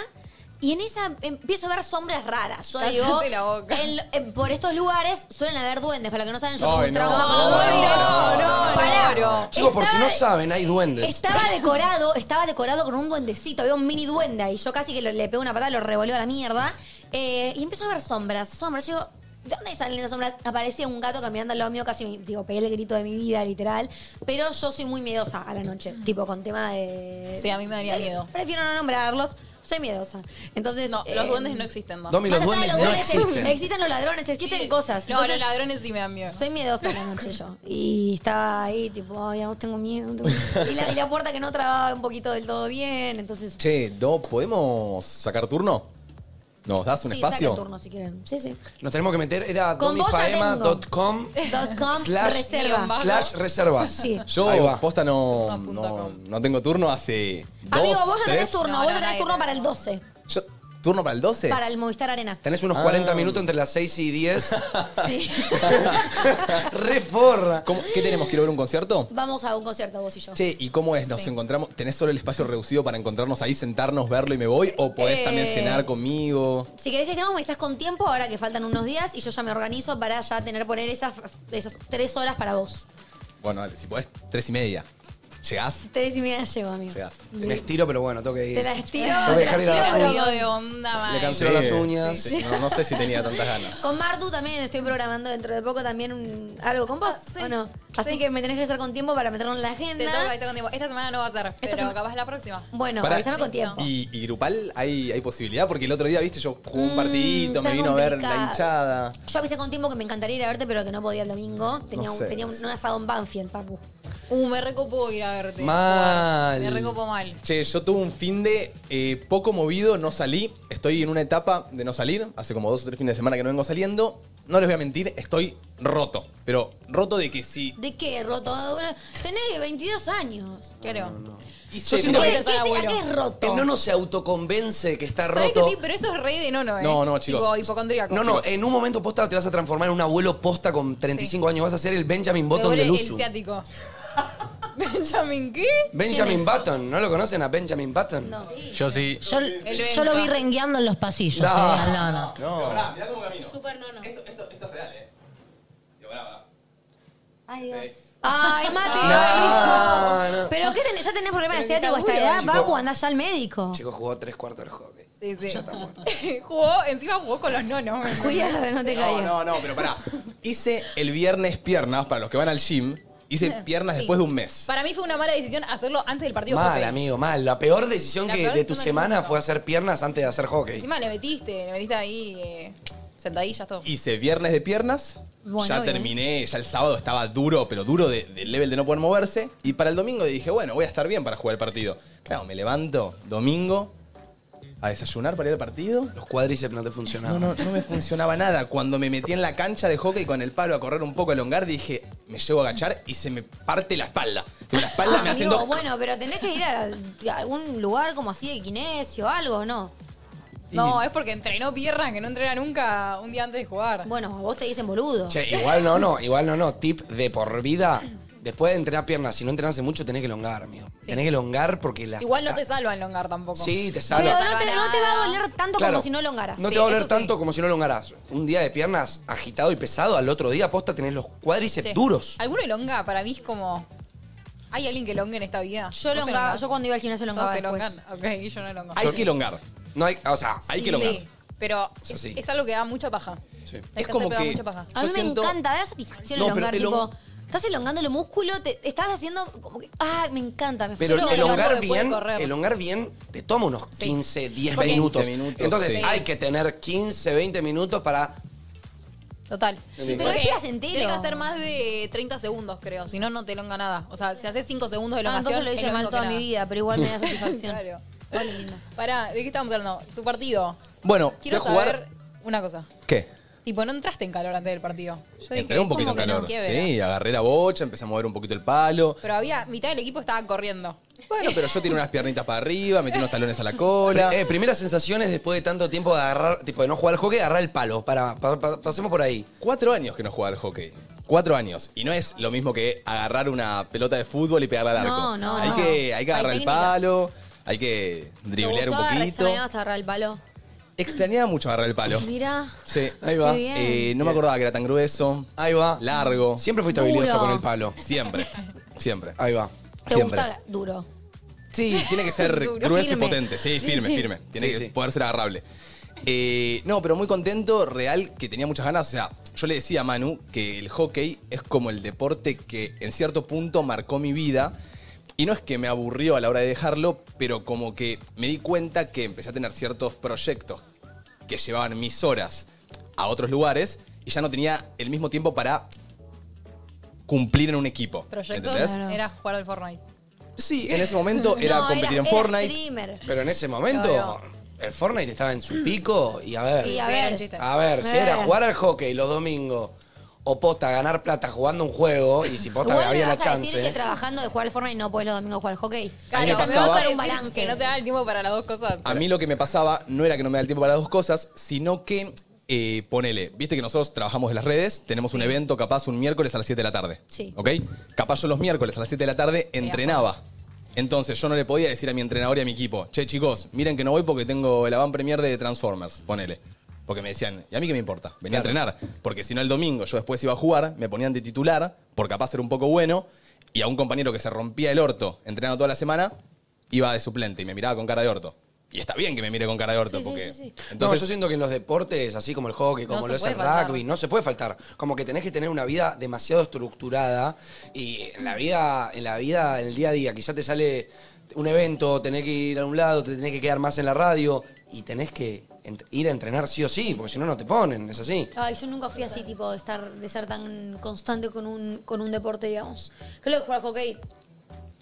[SPEAKER 2] Y en esa empiezo a ver sombras raras. Yo
[SPEAKER 9] Cállate
[SPEAKER 2] digo,
[SPEAKER 9] la boca.
[SPEAKER 2] en- en- por estos lugares suelen haber duendes. Para los que no saben, yo soy
[SPEAKER 1] Ay,
[SPEAKER 2] un
[SPEAKER 1] no,
[SPEAKER 2] trauma.
[SPEAKER 1] no,
[SPEAKER 9] no, no,
[SPEAKER 2] Pará.
[SPEAKER 9] no.
[SPEAKER 3] Chicos, por si
[SPEAKER 2] Estaba-
[SPEAKER 3] no saben, hay duendes.
[SPEAKER 2] Estaba decorado, estaba decorado con un duendecito, había un mini duende ahí. Yo casi que lo- le pego una patada, lo revolvió a la mierda. Eh, y empezó a ver sombras, sombras. Yo digo, ¿de dónde salen esas sombras? Aparecía un gato caminando al lado mío, casi me- digo, pegué el grito de mi vida, literal. Pero yo soy muy miedosa a la noche, tipo con tema de.
[SPEAKER 9] Sí, a mí me daría
[SPEAKER 2] de-
[SPEAKER 9] miedo.
[SPEAKER 2] Prefiero no nombrarlos. soy miedosa. Entonces. eh,
[SPEAKER 4] No, los duendes no existen, no.
[SPEAKER 3] Domi, los
[SPEAKER 2] más allá de
[SPEAKER 3] duendes
[SPEAKER 2] los
[SPEAKER 3] no
[SPEAKER 2] duendes,
[SPEAKER 3] existen.
[SPEAKER 2] existen los ladrones, existen cosas.
[SPEAKER 4] No, los ladrones sí me dan miedo.
[SPEAKER 2] Soy miedosa la noche yo. Y estaba ahí, tipo, ay, aún tengo miedo. tengo miedo. Y, la, y la puerta que no trababa un poquito del todo bien, entonces.
[SPEAKER 1] Che, Do, ¿podemos sacar turno? ¿Nos das un
[SPEAKER 2] sí,
[SPEAKER 1] espacio?
[SPEAKER 2] saquen turno si quieren. Sí, sí.
[SPEAKER 3] Nos tenemos que meter, era
[SPEAKER 2] Con vos ya
[SPEAKER 3] domifaema.com
[SPEAKER 2] Dot com
[SPEAKER 3] slash,
[SPEAKER 2] reserva.
[SPEAKER 3] slash reservas.
[SPEAKER 2] Sí.
[SPEAKER 3] Ahí
[SPEAKER 1] Yo,
[SPEAKER 3] va.
[SPEAKER 1] posta, no, no, no tengo turno hace dos,
[SPEAKER 2] Amigo, vos ya
[SPEAKER 1] tres.
[SPEAKER 2] tenés turno, vos ya tenés turno para el 12.
[SPEAKER 1] Yo- ¿Turno para el 12?
[SPEAKER 2] Para el Movistar Arena.
[SPEAKER 3] Tenés unos
[SPEAKER 1] Ah.
[SPEAKER 3] 40 minutos entre las 6 y 10.
[SPEAKER 2] Sí.
[SPEAKER 1] ¡Reforra! ¿Qué tenemos? ¿Quiero ver un concierto?
[SPEAKER 2] Vamos a un concierto, vos y yo.
[SPEAKER 1] Che, ¿y cómo es? ¿Nos encontramos? ¿Tenés solo el espacio reducido para encontrarnos ahí, sentarnos, verlo y me voy? ¿O podés
[SPEAKER 2] Eh.
[SPEAKER 1] también cenar conmigo?
[SPEAKER 2] Si querés que cenamos, me estás con tiempo ahora que faltan unos días y yo ya me organizo para ya tener poner esas, esas tres horas para vos.
[SPEAKER 1] Bueno, dale, si podés, tres y media. ¿Llegás?
[SPEAKER 2] Tres y media llevo, amigo.
[SPEAKER 1] Llegás.
[SPEAKER 3] Me estiro, pero bueno, tengo que ir.
[SPEAKER 2] Te la estiro.
[SPEAKER 3] Tengo que dejar ir a las
[SPEAKER 4] Qué
[SPEAKER 3] uñas.
[SPEAKER 4] frío de onda, man.
[SPEAKER 3] Le cancelo las uñas.
[SPEAKER 1] Sí, No, no sé si tenía tantas ganas.
[SPEAKER 2] Con Martu también estoy programando dentro de poco también un- algo con vos, ¿o no? Así que me tenés que hacer con tiempo para meterlo en la
[SPEAKER 4] Ah, Te toca
[SPEAKER 2] agenda.
[SPEAKER 4] avisar con tiempo. Esta semana no va a ser, pero
[SPEAKER 2] semana-
[SPEAKER 4] capaz la próxima.
[SPEAKER 2] Bueno,
[SPEAKER 1] Pará,
[SPEAKER 2] avísame con tiempo.
[SPEAKER 1] ¿Y, y grupal hay, hay posibilidad? Porque el otro día, viste, yo jugué un
[SPEAKER 2] Mm,
[SPEAKER 1] partidito, me
[SPEAKER 2] está
[SPEAKER 1] vino a ver la
[SPEAKER 2] complicado.
[SPEAKER 1] hinchada.
[SPEAKER 2] Yo avisé con tiempo que me encantaría ir a verte, pero que no podía el domingo. Tenía,
[SPEAKER 1] No
[SPEAKER 2] un,
[SPEAKER 1] sé,
[SPEAKER 2] tenía
[SPEAKER 1] no
[SPEAKER 2] un,
[SPEAKER 1] sé.
[SPEAKER 2] un asado en Banfield, papu.
[SPEAKER 4] Uh, me recopo ir a verte.
[SPEAKER 1] Mal.
[SPEAKER 4] Me recopo mal.
[SPEAKER 1] Che, yo tuve un fin de eh, poco movido, no salí. Estoy en una etapa de no salir. Hace como dos o tres fines de semana que no vengo saliendo. No les voy a mentir, estoy roto. Pero roto de que sí.
[SPEAKER 2] ¿De qué, roto? Tenés 22 años.
[SPEAKER 4] Creo.
[SPEAKER 1] Y
[SPEAKER 3] Yo
[SPEAKER 1] sé-
[SPEAKER 3] siento
[SPEAKER 2] ¿Qué,
[SPEAKER 3] que
[SPEAKER 4] Pero
[SPEAKER 2] qué
[SPEAKER 4] está
[SPEAKER 2] se- a
[SPEAKER 4] bueno.
[SPEAKER 2] qué es roto?
[SPEAKER 3] el nono se autoconvence que está
[SPEAKER 4] ¿Sabés
[SPEAKER 3] roto.
[SPEAKER 4] que sí? Pero eso es rey de nono, ¿eh?
[SPEAKER 1] No, no, chicos.
[SPEAKER 4] Tipo hipocondríaco.
[SPEAKER 3] No, no, eh,
[SPEAKER 4] Chicos.
[SPEAKER 3] en un momento posta te vas a transformar en un abuelo posta con 35 años. Vas a ser el Benjamin
[SPEAKER 4] Me
[SPEAKER 3] Button
[SPEAKER 4] duele
[SPEAKER 3] de
[SPEAKER 4] el
[SPEAKER 3] Luzu.
[SPEAKER 4] ciático. ¿Benjamin qué?
[SPEAKER 3] Benjamin Button, ¿no lo conocen a Benjamin Button?
[SPEAKER 2] No.
[SPEAKER 11] Yo sí.
[SPEAKER 9] Yo,
[SPEAKER 4] El
[SPEAKER 9] yo lo
[SPEAKER 4] Benja.
[SPEAKER 9] vi rengueando en los pasillos.
[SPEAKER 3] No.
[SPEAKER 9] eh, al nono.
[SPEAKER 1] No. Pará, mirá cómo camino.
[SPEAKER 10] Super nono.
[SPEAKER 1] Esto, esto, esto es real, eh. Digo, pará, pará.
[SPEAKER 2] Ay,
[SPEAKER 1] Ey.
[SPEAKER 2] Ay, Mati.
[SPEAKER 3] No,
[SPEAKER 2] hijo.
[SPEAKER 3] no.
[SPEAKER 2] ¿Pero qué tenés? ¿Ya tenés problemas de
[SPEAKER 4] Pero qué
[SPEAKER 2] ciático a esta
[SPEAKER 4] laburo,
[SPEAKER 2] edad,
[SPEAKER 3] chico.
[SPEAKER 2] papu? Andás ya al médico.
[SPEAKER 3] Chico, jugó tres cuartos del hockey.
[SPEAKER 4] Sí, sí.
[SPEAKER 3] Ya está muerto.
[SPEAKER 4] jugó, encima jugó con los nonos. me acuerdo.
[SPEAKER 2] Cuidado, no te
[SPEAKER 1] No,
[SPEAKER 2] caigas.
[SPEAKER 1] no, no, pero pará. Hice el viernes piernas, para los que van al gym, hice piernas
[SPEAKER 4] Sí.
[SPEAKER 1] después de un mes.
[SPEAKER 4] Para mí fue una mala decisión hacerlo antes del partido.
[SPEAKER 3] Mal,
[SPEAKER 4] porque
[SPEAKER 3] amigo, mal. La peor decisión
[SPEAKER 4] La
[SPEAKER 3] que
[SPEAKER 4] peor
[SPEAKER 3] de tu
[SPEAKER 4] decisión del
[SPEAKER 3] semana
[SPEAKER 4] mundo.
[SPEAKER 3] fue hacer piernas antes de hacer hockey.
[SPEAKER 4] Encima le metiste, le metiste ahí eh, sentadillas, todo.
[SPEAKER 1] Hice viernes de piernas.
[SPEAKER 2] Bueno,
[SPEAKER 1] ya
[SPEAKER 2] bien.
[SPEAKER 1] terminé, ya el sábado estaba duro, pero duro de- del level de no poder moverse. Y para el domingo dije, bueno, voy a estar bien para jugar el partido. Claro, me levanto domingo a desayunar para ir al partido.
[SPEAKER 3] Los cuádriceps no te funcionaban.
[SPEAKER 1] No, no, no me funcionaba nada. Cuando me metí en la cancha de hockey con el palo a correr un poco al hongar, dije, me llevo a agachar y se me parte la espalda. Tipo, la espalda
[SPEAKER 4] Ah,
[SPEAKER 1] me
[SPEAKER 2] Amigo,
[SPEAKER 1] haciendo...
[SPEAKER 2] Ah, bueno, pero tenés que ir a, a algún lugar como así de kinesio, algo, ¿no?
[SPEAKER 4] No, es porque entrenó piernas que no entrena nunca un día antes de jugar.
[SPEAKER 2] Bueno, a vos te dicen boludo.
[SPEAKER 3] Che, igual no, no, igual no, no. Tip de por vida. Después de entrenar piernas, si no entrenaste mucho, tenés que elongar, amigo. Tenés que elongar porque la.
[SPEAKER 4] Igual no te salva el longar tampoco.
[SPEAKER 3] Sí, te
[SPEAKER 2] pero
[SPEAKER 3] salva.
[SPEAKER 4] Claro.
[SPEAKER 2] no te, no te va a doler tanto
[SPEAKER 3] Claro.
[SPEAKER 2] como si no elongaras.
[SPEAKER 3] No
[SPEAKER 4] Sí,
[SPEAKER 3] te va a doler
[SPEAKER 4] eso sí.
[SPEAKER 3] tanto como si no elongaras. Un día de piernas agitado y pesado, al otro día posta tenés los cuádriceps
[SPEAKER 4] Sí.
[SPEAKER 3] duros.
[SPEAKER 4] Alguno elonga para mí es como. ¿Hay alguien que elongue en esta vida?
[SPEAKER 2] Yo
[SPEAKER 4] ¿Vos
[SPEAKER 2] elongaba,
[SPEAKER 4] elongás?
[SPEAKER 2] yo cuando iba al gimnasio elongaba
[SPEAKER 4] Todos
[SPEAKER 2] después.
[SPEAKER 4] elongan. Ok, yo no elongo.
[SPEAKER 1] Hay que elongar.
[SPEAKER 3] No hay, o sea,
[SPEAKER 1] Hay que
[SPEAKER 4] Sí,
[SPEAKER 1] elongar.
[SPEAKER 4] sí, Pero
[SPEAKER 3] Eso
[SPEAKER 4] es,
[SPEAKER 3] sí.
[SPEAKER 4] es algo que da mucha paja.
[SPEAKER 3] sí.
[SPEAKER 4] Hay
[SPEAKER 1] Es
[SPEAKER 4] que
[SPEAKER 1] como
[SPEAKER 4] hacer, pero da
[SPEAKER 1] que
[SPEAKER 4] mucha paja.
[SPEAKER 2] A
[SPEAKER 1] yo
[SPEAKER 2] mí me
[SPEAKER 1] siento-
[SPEAKER 2] encanta, da satisfacción
[SPEAKER 1] No, pero
[SPEAKER 2] elongar,
[SPEAKER 1] el
[SPEAKER 2] tipo...
[SPEAKER 1] hon-
[SPEAKER 2] Estás elongando el músculo, te estás haciendo como que... Ah, me encanta, me
[SPEAKER 3] Pero
[SPEAKER 4] Sí,
[SPEAKER 2] fascina.
[SPEAKER 4] el elongar
[SPEAKER 3] elongar
[SPEAKER 4] porque puede
[SPEAKER 3] bien,
[SPEAKER 4] correr.
[SPEAKER 3] elongar bien te toma unos 15, 10
[SPEAKER 4] Porque-
[SPEAKER 3] minutos.
[SPEAKER 1] 20 minutos,
[SPEAKER 3] Entonces
[SPEAKER 1] sí.
[SPEAKER 3] hay que tener 15, 20 minutos para.
[SPEAKER 4] Total.
[SPEAKER 3] Sí,
[SPEAKER 2] pero
[SPEAKER 4] Porque
[SPEAKER 2] es placentero.
[SPEAKER 4] Tiene que hacer más de 30 segundos, creo. Si no, no te elonga nada. O sea, si haces 5 segundos de
[SPEAKER 2] Ah,
[SPEAKER 4] elongación,
[SPEAKER 2] entonces lo
[SPEAKER 4] es
[SPEAKER 2] hice mal
[SPEAKER 4] mismo que
[SPEAKER 2] toda mi
[SPEAKER 4] nada.
[SPEAKER 2] vida, pero igual me da satisfacción.
[SPEAKER 4] Claro.
[SPEAKER 2] Hola, linda.
[SPEAKER 4] Pará, ¿de qué estamos hablando? Tu partido.
[SPEAKER 1] Bueno, fui
[SPEAKER 4] Quiero
[SPEAKER 1] a jugar...
[SPEAKER 4] saber una cosa.
[SPEAKER 1] ¿Qué?
[SPEAKER 4] Tipo, no entraste en calor antes del partido. Yo
[SPEAKER 1] Entré un
[SPEAKER 4] ¿cómo
[SPEAKER 1] poquito en
[SPEAKER 4] que no?
[SPEAKER 1] calor.
[SPEAKER 4] Qué vera.
[SPEAKER 1] sí, agarré la bocha, empecé a mover un poquito el palo.
[SPEAKER 4] Pero había, mitad del equipo estaba corriendo.
[SPEAKER 1] Bueno, pero yo tiré unas piernitas para arriba, metí unos talones a la cola.
[SPEAKER 3] Eh, primeras sensaciones después de tanto tiempo de agarrar, tipo de no jugar al hockey, agarrar el palo. Para, pa- pa- pasemos por ahí.
[SPEAKER 1] Cuatro años que no jugaba al hockey. Cuatro años. Y no es lo mismo que agarrar una pelota de fútbol y pegarla al arco.
[SPEAKER 2] No, no,
[SPEAKER 1] hay
[SPEAKER 2] no.
[SPEAKER 1] Que, hay que
[SPEAKER 2] Hay
[SPEAKER 1] agarrar el
[SPEAKER 2] técnicas.
[SPEAKER 1] palo, hay que driblear un
[SPEAKER 2] gustaba,
[SPEAKER 1] poquito.
[SPEAKER 2] reaccionabas a agarrar el palo.
[SPEAKER 1] Extrañaba mucho agarrar el palo.
[SPEAKER 2] Mira.
[SPEAKER 1] Sí.
[SPEAKER 3] Ahí va.
[SPEAKER 2] Qué bien.
[SPEAKER 1] Eh, no me acordaba que era tan grueso,
[SPEAKER 3] Ahí va.
[SPEAKER 1] largo.
[SPEAKER 3] Siempre fuiste
[SPEAKER 2] Duro.
[SPEAKER 3] habilidoso con el palo.
[SPEAKER 1] Siempre. Siempre.
[SPEAKER 3] Ahí va.
[SPEAKER 2] Te
[SPEAKER 1] Siempre.
[SPEAKER 2] gusta duro.
[SPEAKER 1] Sí, tiene que ser
[SPEAKER 2] Duro.
[SPEAKER 1] grueso
[SPEAKER 2] Firme.
[SPEAKER 1] y potente. Sí, firme, firme. Tiene
[SPEAKER 3] Sí,
[SPEAKER 1] que
[SPEAKER 3] sí.
[SPEAKER 1] poder ser agarrable. Eh, no, pero muy contento, real, que tenía muchas ganas. O sea, yo le decía a Manu que el hockey es como el deporte que en cierto punto marcó mi vida. Y no es que me aburrió a la hora de dejarlo, pero como que me di cuenta que empecé a tener ciertos proyectos que llevaban mis horas a otros lugares y ya no tenía el mismo tiempo para cumplir en un equipo.
[SPEAKER 4] Proyectos
[SPEAKER 1] ¿entendés?
[SPEAKER 4] era jugar al Fortnite.
[SPEAKER 1] Sí, en ese momento era
[SPEAKER 4] No,
[SPEAKER 1] competir
[SPEAKER 4] era-
[SPEAKER 1] en
[SPEAKER 4] era
[SPEAKER 1] Fortnite.
[SPEAKER 4] streamer.
[SPEAKER 3] Pero en ese momento,
[SPEAKER 4] Claro.
[SPEAKER 3] el Fortnite estaba en su pico y a ver.
[SPEAKER 4] Y a Sí, ver. era un chiste.
[SPEAKER 1] Ah,
[SPEAKER 3] A ver, si
[SPEAKER 4] Eh.
[SPEAKER 3] era jugar al hockey los domingos o posta ganar plata jugando un juego y si posta
[SPEAKER 2] Igual me
[SPEAKER 3] había la
[SPEAKER 2] vas a decir que
[SPEAKER 3] chance.
[SPEAKER 2] trabajando de jugar al Fortnite no podés los domingos jugar al hockey.
[SPEAKER 1] A mí me
[SPEAKER 2] Claro,
[SPEAKER 1] pasaba-
[SPEAKER 2] me gusta un balance.
[SPEAKER 4] Que no te da el tiempo para las dos cosas.
[SPEAKER 1] A mí lo que me pasaba no era que no me da el tiempo para las dos cosas, sino que, eh, ponele, viste que nosotros trabajamos en las redes, tenemos un evento capaz un miércoles a las 7 de la tarde.
[SPEAKER 2] Sí.
[SPEAKER 1] ¿Ok? Capaz yo los miércoles a las 7 de la tarde entrenaba. Entonces yo no le podía decir a mi entrenador y a mi equipo, che chicos, miren que no voy porque tengo el avant premier de Transformers, ponele. Porque me decían, ¿y a mí qué me importa? Venía a entrenar. Porque si no el domingo yo después iba a jugar, me ponían de titular, por capaz era un poco bueno, y a un compañero que se rompía el orto entrenando toda la semana, iba de suplente y me miraba con cara de orto. Y está bien que me mire con cara de orto, porque...
[SPEAKER 3] Entonces, yo siento que en los deportes, así como el hockey, como
[SPEAKER 1] No se
[SPEAKER 3] lo es
[SPEAKER 1] puede
[SPEAKER 3] el
[SPEAKER 1] faltar.
[SPEAKER 3] rugby, no se puede faltar. Como que tenés que tener una vida demasiado estructurada y en la vida, en la vida, en el día a día, quizás te sale un evento, tenés que ir a un lado, te tenés que quedar más en la radio y tenés que ent- ir a entrenar sí o sí, porque si no, no te ponen, es así.
[SPEAKER 2] Ay, yo nunca fui así, tipo, de, estar, de ser tan constante con un, con un deporte, digamos. Creo que jugar al hockey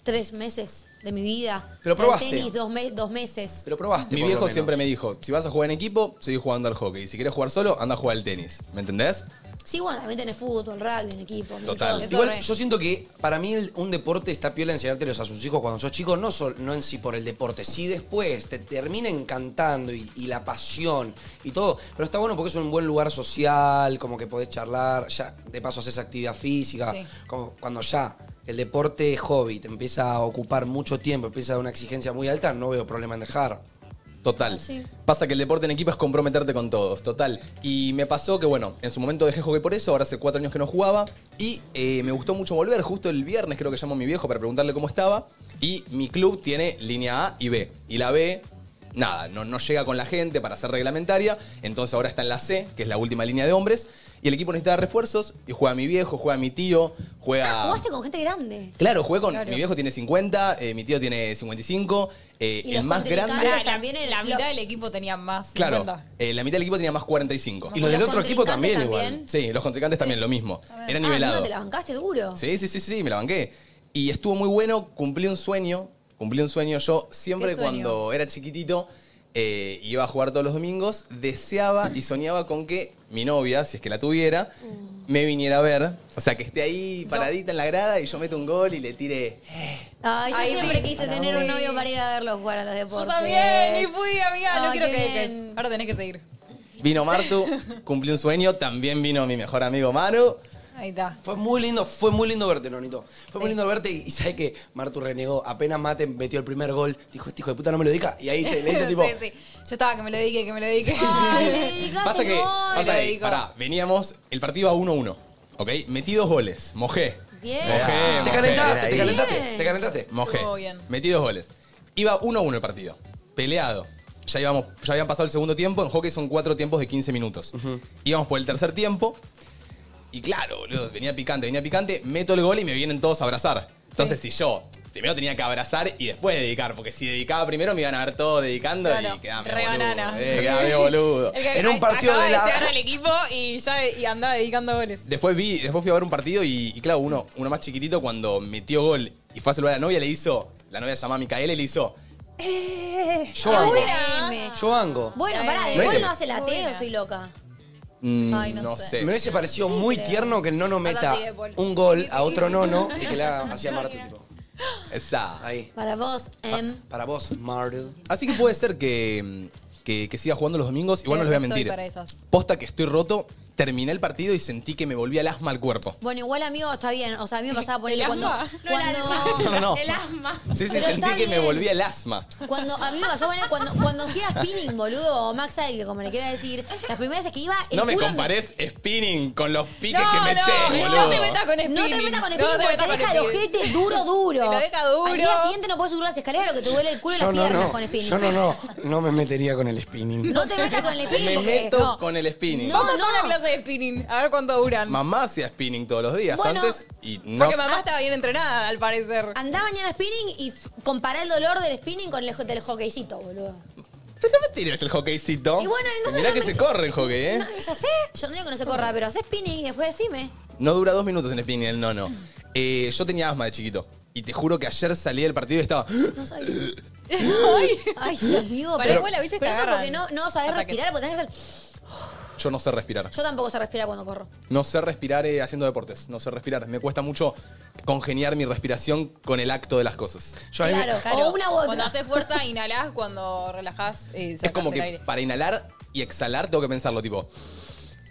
[SPEAKER 2] tres meses de mi vida.
[SPEAKER 1] Pero
[SPEAKER 2] Al
[SPEAKER 1] probaste.
[SPEAKER 2] tenis dos, me- dos meses.
[SPEAKER 3] Pero probaste.
[SPEAKER 1] Mi
[SPEAKER 3] por lo
[SPEAKER 1] viejo
[SPEAKER 3] menos.
[SPEAKER 1] siempre me dijo, si vas a jugar en equipo, seguí jugando al hockey. Y si quieres jugar solo, anda a jugar al tenis. ¿Me entendés?
[SPEAKER 2] Sí, bueno, también tenés fútbol, rugby, en equipo.
[SPEAKER 3] Total.
[SPEAKER 2] todo.
[SPEAKER 3] Igual yo siento que para mí el- un deporte está piola enseñártelos a sus hijos cuando sos chico, no, sol- no en sí por el deporte, sí después te termina encantando y, y la pasión y todo. Pero está bueno porque es un buen lugar social, como que podés charlar, ya de paso haces actividad física,
[SPEAKER 4] Sí.
[SPEAKER 3] como cuando ya el deporte es hobby, te empieza a ocupar mucho tiempo, empieza a dar una exigencia muy alta, no veo problema en dejar.
[SPEAKER 2] Ah,
[SPEAKER 1] Total. Pasa que el deporte en equipo es comprometerte con todos, total. Y me pasó que, bueno, en su momento dejé hockey por eso, ahora hace cuatro años que no jugaba. Y eh, me gustó mucho volver. Justo el viernes creo que llamó a mi viejo para preguntarle cómo estaba. Y mi club tiene línea A y B. Y la B, nada, no, no llega con la gente para ser reglamentaria. Entonces ahora está en la C, que es la última línea de hombres. Y el equipo necesitaba refuerzos. Y juega mi viejo, juega mi tío, juega...
[SPEAKER 2] Ah, Jugaste con gente grande.
[SPEAKER 1] Claro, jugué con.
[SPEAKER 2] Claro.
[SPEAKER 1] Mi viejo tiene 50, eh, mi tío tiene 55. eh,
[SPEAKER 2] Y
[SPEAKER 1] el
[SPEAKER 2] los
[SPEAKER 1] más
[SPEAKER 2] contrincantes
[SPEAKER 1] grande.
[SPEAKER 2] también en
[SPEAKER 4] La
[SPEAKER 2] lo-
[SPEAKER 4] mitad del equipo tenía más.
[SPEAKER 1] Claro,
[SPEAKER 4] 50.
[SPEAKER 1] eh, la mitad del equipo tenía más 45.
[SPEAKER 2] Y los del ¿Los otro equipo también contrincantes igual. también?
[SPEAKER 1] Sí, los contrincantes también, lo mismo. Era
[SPEAKER 2] Ah,
[SPEAKER 1] nivelado.
[SPEAKER 2] no, te la bancaste duro.
[SPEAKER 1] Sí, sí, sí, sí, me la banqué. Y estuvo muy bueno, cumplí un sueño. Cumplí un sueño yo siempre
[SPEAKER 2] ¿Qué sueño?
[SPEAKER 1] cuando era chiquitito. eh, iba a jugar todos los domingos, deseaba y soñaba con que mi novia, si es que la tuviera,
[SPEAKER 2] Uh.
[SPEAKER 1] me viniera a ver. O sea, que esté ahí paradita en la grada y yo meto un gol y le tire.
[SPEAKER 2] Ay, yo
[SPEAKER 4] Ay,
[SPEAKER 2] siempre
[SPEAKER 4] sí.
[SPEAKER 2] quise
[SPEAKER 4] Para
[SPEAKER 2] tener un
[SPEAKER 4] mí.
[SPEAKER 2] novio para ir a verlo jugar a los deportes.
[SPEAKER 4] Yo también, y fui, amiga. no
[SPEAKER 2] Ay,
[SPEAKER 4] quiero
[SPEAKER 2] qué
[SPEAKER 4] que, que-
[SPEAKER 2] bien.
[SPEAKER 4] Ahora tenés que seguir.
[SPEAKER 1] Vino Martu, cumplí un sueño, también vino mi mejor amigo Manu.
[SPEAKER 4] Ahí está.
[SPEAKER 3] Fue muy lindo, fue muy lindo verte, Nonito. Fue muy lindo verte y, y sabe que Martu renegó, apenas Mate metió el primer gol, dijo, este hijo de puta no me lo dedica. Y ahí se le dice tipo,
[SPEAKER 4] Sí, sí. Yo estaba que me lo dedique, que me lo dedique.
[SPEAKER 1] Pasa que, pasa
[SPEAKER 4] Me lo
[SPEAKER 1] que,
[SPEAKER 4] dedico.
[SPEAKER 1] pará, veníamos, el partido iba 1-1, ¿ok? Metí dos goles, mojé.
[SPEAKER 2] Bien.
[SPEAKER 1] Mojé,
[SPEAKER 3] Te
[SPEAKER 1] mojé.
[SPEAKER 3] calentaste, te
[SPEAKER 1] Bien.
[SPEAKER 3] calentaste, te calentaste.
[SPEAKER 1] Mojé.
[SPEAKER 4] Estuvo bien.
[SPEAKER 1] Metí dos goles. Iba 1-1 el partido, peleado. Ya, íbamos, ya habían pasado el segundo tiempo, en hockey son cuatro tiempos de 15 minutos. Íbamos por el tercer tiempo, y claro, boludo, venía picante, venía picante, meto el gol y me vienen todos a abrazar. Entonces, si yo primero tenía que abrazar y después dedicar, porque si dedicaba primero me iban a ver todos dedicando
[SPEAKER 4] Claro,
[SPEAKER 1] y quedame
[SPEAKER 4] re
[SPEAKER 1] boludo.
[SPEAKER 4] banana.
[SPEAKER 1] eh, quedame boludo.
[SPEAKER 4] El que a- acaba de llegar al equipo y ya y andaba dedicando goles.
[SPEAKER 1] Después vi, después fui a ver un partido y, y claro, uno, uno más chiquitito cuando metió gol y fue a saludar a la novia, le hizo, la novia se llama Micaela y le hizo,
[SPEAKER 3] yo
[SPEAKER 2] Qué
[SPEAKER 3] banco,
[SPEAKER 2] buena.
[SPEAKER 3] yo banco.
[SPEAKER 2] Bueno, pará,
[SPEAKER 3] Me
[SPEAKER 2] ¿de gol
[SPEAKER 3] hubiese-
[SPEAKER 2] no hace la T o estoy loca?
[SPEAKER 3] Mm,
[SPEAKER 2] Ay, no
[SPEAKER 3] no
[SPEAKER 2] sé.
[SPEAKER 3] sé. Me hubiese parecido muy
[SPEAKER 2] creo.
[SPEAKER 3] tierno que el nono meta
[SPEAKER 2] Andate, Paul.
[SPEAKER 3] un gol a otro nono y que le haga así a Martu, tipo.
[SPEAKER 1] esa.
[SPEAKER 3] Ahí.
[SPEAKER 2] Para vos, em.
[SPEAKER 3] Para vos, Martu.
[SPEAKER 1] Así que puede ser que, que, que siga jugando los domingos, igual no les voy a
[SPEAKER 2] estoy
[SPEAKER 1] mentir.
[SPEAKER 2] para esas.
[SPEAKER 1] Posta que estoy roto, terminé el partido y sentí que me volvía el asma al cuerpo.
[SPEAKER 2] Bueno, igual, amigo, está bien. O sea, a mí me pasaba por cuando...
[SPEAKER 10] No, el
[SPEAKER 2] cuando-
[SPEAKER 10] alma.
[SPEAKER 1] No, no, no.
[SPEAKER 10] El asma.
[SPEAKER 1] Sí, sí,
[SPEAKER 2] Pero
[SPEAKER 1] sentí
[SPEAKER 2] está
[SPEAKER 1] que me
[SPEAKER 2] bien.
[SPEAKER 1] volvía el asma.
[SPEAKER 2] Cuando, a mí me pasó, bueno, cuando, cuando hacía spinning, boludo, o Max Aile, como le quiera decir, las primeras veces que iba, el
[SPEAKER 1] No me
[SPEAKER 2] culo
[SPEAKER 1] compares spinning con los piques
[SPEAKER 2] No,
[SPEAKER 1] que me
[SPEAKER 2] no,
[SPEAKER 1] eché,
[SPEAKER 2] no
[SPEAKER 1] boludo.
[SPEAKER 2] te metas con spinning. No te metas con spinning porque te deja el ojete duro, duro.
[SPEAKER 4] Te lo deja duro.
[SPEAKER 2] Al día siguiente no puedes subir las escaleras, lo que te duele el culo y
[SPEAKER 3] Yo
[SPEAKER 2] las
[SPEAKER 3] no,
[SPEAKER 2] piernas
[SPEAKER 3] no,
[SPEAKER 2] con spinning.
[SPEAKER 3] yo no, no, no me metería con el spinning.
[SPEAKER 2] No te metas con el spinning
[SPEAKER 1] Me
[SPEAKER 2] porque...
[SPEAKER 1] meto
[SPEAKER 2] no.
[SPEAKER 1] con el spinning.
[SPEAKER 2] No, no,
[SPEAKER 4] una clase de spinning, a ver cuánto duran.
[SPEAKER 1] Mamá hacía spinning todos los días
[SPEAKER 4] Bueno,
[SPEAKER 1] antes y no.
[SPEAKER 4] Porque mamá estaba bien entrenada, al parecer.
[SPEAKER 2] Andá mañana a spinning y f- compará el dolor del spinning con el jo- del hockeycito, boludo.
[SPEAKER 1] Pero no me tires el hockeycito. Pues
[SPEAKER 2] Y bueno, entonces
[SPEAKER 1] Mirá
[SPEAKER 2] no
[SPEAKER 1] que
[SPEAKER 2] me-
[SPEAKER 1] se corre el hockey, ¿eh?
[SPEAKER 2] No, ya sé, yo no digo que no se corra, pero hacé spinning y después decime.
[SPEAKER 1] No dura dos minutos en spinning el nono. Eh, yo tenía asma de chiquito. Y te juro que ayer salí del partido y estaba.
[SPEAKER 2] No sabía. Ay, Dios mío.
[SPEAKER 4] Para igual a veces
[SPEAKER 2] pero
[SPEAKER 4] te
[SPEAKER 2] eso porque
[SPEAKER 4] agarran
[SPEAKER 2] no, no sabés
[SPEAKER 4] ataques.
[SPEAKER 2] respirar, porque tenés que hacer...
[SPEAKER 1] Yo no sé respirar.
[SPEAKER 2] Yo tampoco sé respirar cuando corro.
[SPEAKER 1] No sé respirar eh, haciendo deportes. No sé respirar. Me cuesta mucho congeniar mi respiración con el acto de las cosas.
[SPEAKER 2] o una u otra.
[SPEAKER 4] Cuando haces fuerza, inhalás, cuando relajás, eh, sacás
[SPEAKER 1] Es como
[SPEAKER 4] el
[SPEAKER 1] que
[SPEAKER 4] aire.
[SPEAKER 1] para inhalar y exhalar tengo que pensarlo, tipo.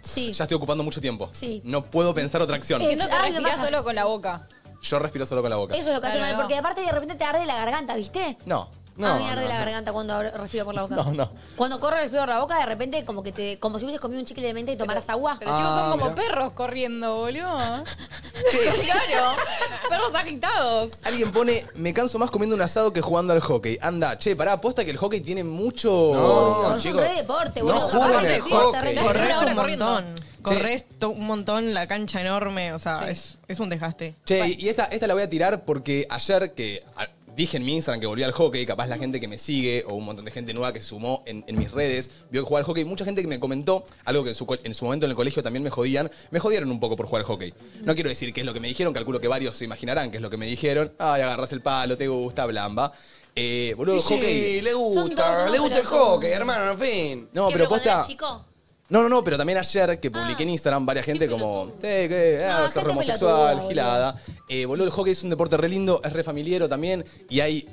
[SPEAKER 2] Sí.
[SPEAKER 1] Ya estoy ocupando mucho tiempo.
[SPEAKER 4] Sí.
[SPEAKER 1] No puedo pensar otra acción.
[SPEAKER 4] Siento que
[SPEAKER 2] Ay, me
[SPEAKER 4] respirás
[SPEAKER 2] pasa.
[SPEAKER 4] solo con la boca.
[SPEAKER 1] Yo respiro solo con la boca.
[SPEAKER 2] Eh. Eso es lo que hace
[SPEAKER 4] Claro,
[SPEAKER 2] mal,
[SPEAKER 4] no.
[SPEAKER 2] porque aparte de repente te arde la garganta, ¿viste?
[SPEAKER 1] No. No.
[SPEAKER 2] a mí me arde
[SPEAKER 1] no, no.
[SPEAKER 2] la garganta cuando abro- respiro por la boca.
[SPEAKER 1] No, no.
[SPEAKER 2] Cuando corro respiro por la boca, de repente como que te, como si hubieses comido un chicle de menta y tomaras agua.
[SPEAKER 4] Pero chicos son
[SPEAKER 1] Ah,
[SPEAKER 4] como
[SPEAKER 1] mirá.
[SPEAKER 4] perros corriendo, boludo. claro. Perros agitados.
[SPEAKER 1] Alguien pone, me canso más comiendo un asado que jugando al hockey. Anda, che, pará, aposta que el hockey tiene mucho...
[SPEAKER 2] No, es un re deporte, boludo.
[SPEAKER 1] no
[SPEAKER 2] Capaz
[SPEAKER 1] juegan
[SPEAKER 2] que
[SPEAKER 1] al
[SPEAKER 2] te despierta,
[SPEAKER 1] hockey.
[SPEAKER 2] re-
[SPEAKER 12] Corres
[SPEAKER 2] Ahora
[SPEAKER 12] un
[SPEAKER 2] corriendo.
[SPEAKER 12] montón. Corres to- un montón, la cancha enorme, o sea, es, es un desgaste.
[SPEAKER 1] Che, y esta, esta la voy a tirar porque ayer que a- dije en mi Instagram que volví al hockey, capaz la gente que me sigue o un montón de gente nueva que se sumó en, en mis redes, vio que jugaba al hockey, mucha gente que me comentó algo que en su, co- en su momento en el colegio también me jodían, me jodieron un poco por jugar al hockey. No quiero decir qué es lo que me dijeron, calculo que varios se imaginarán qué es lo que me dijeron. Ay, agarras el palo, te gusta, blamba. Eh, boludo,
[SPEAKER 3] Y sí,
[SPEAKER 1] hockey.
[SPEAKER 3] le gusta, le gusta el hockey, hermano, en fin.
[SPEAKER 1] No, pero posta.
[SPEAKER 10] chico?
[SPEAKER 1] No, no, no, pero también ayer que publiqué en Instagram varias gente como, "Che, que, ah,
[SPEAKER 10] No,
[SPEAKER 1] sos
[SPEAKER 10] gente
[SPEAKER 1] homosexual,
[SPEAKER 10] pelotuda, boludo".
[SPEAKER 1] gilada. Eh, boludo, el hockey es un deporte re lindo, es re familiero también y hay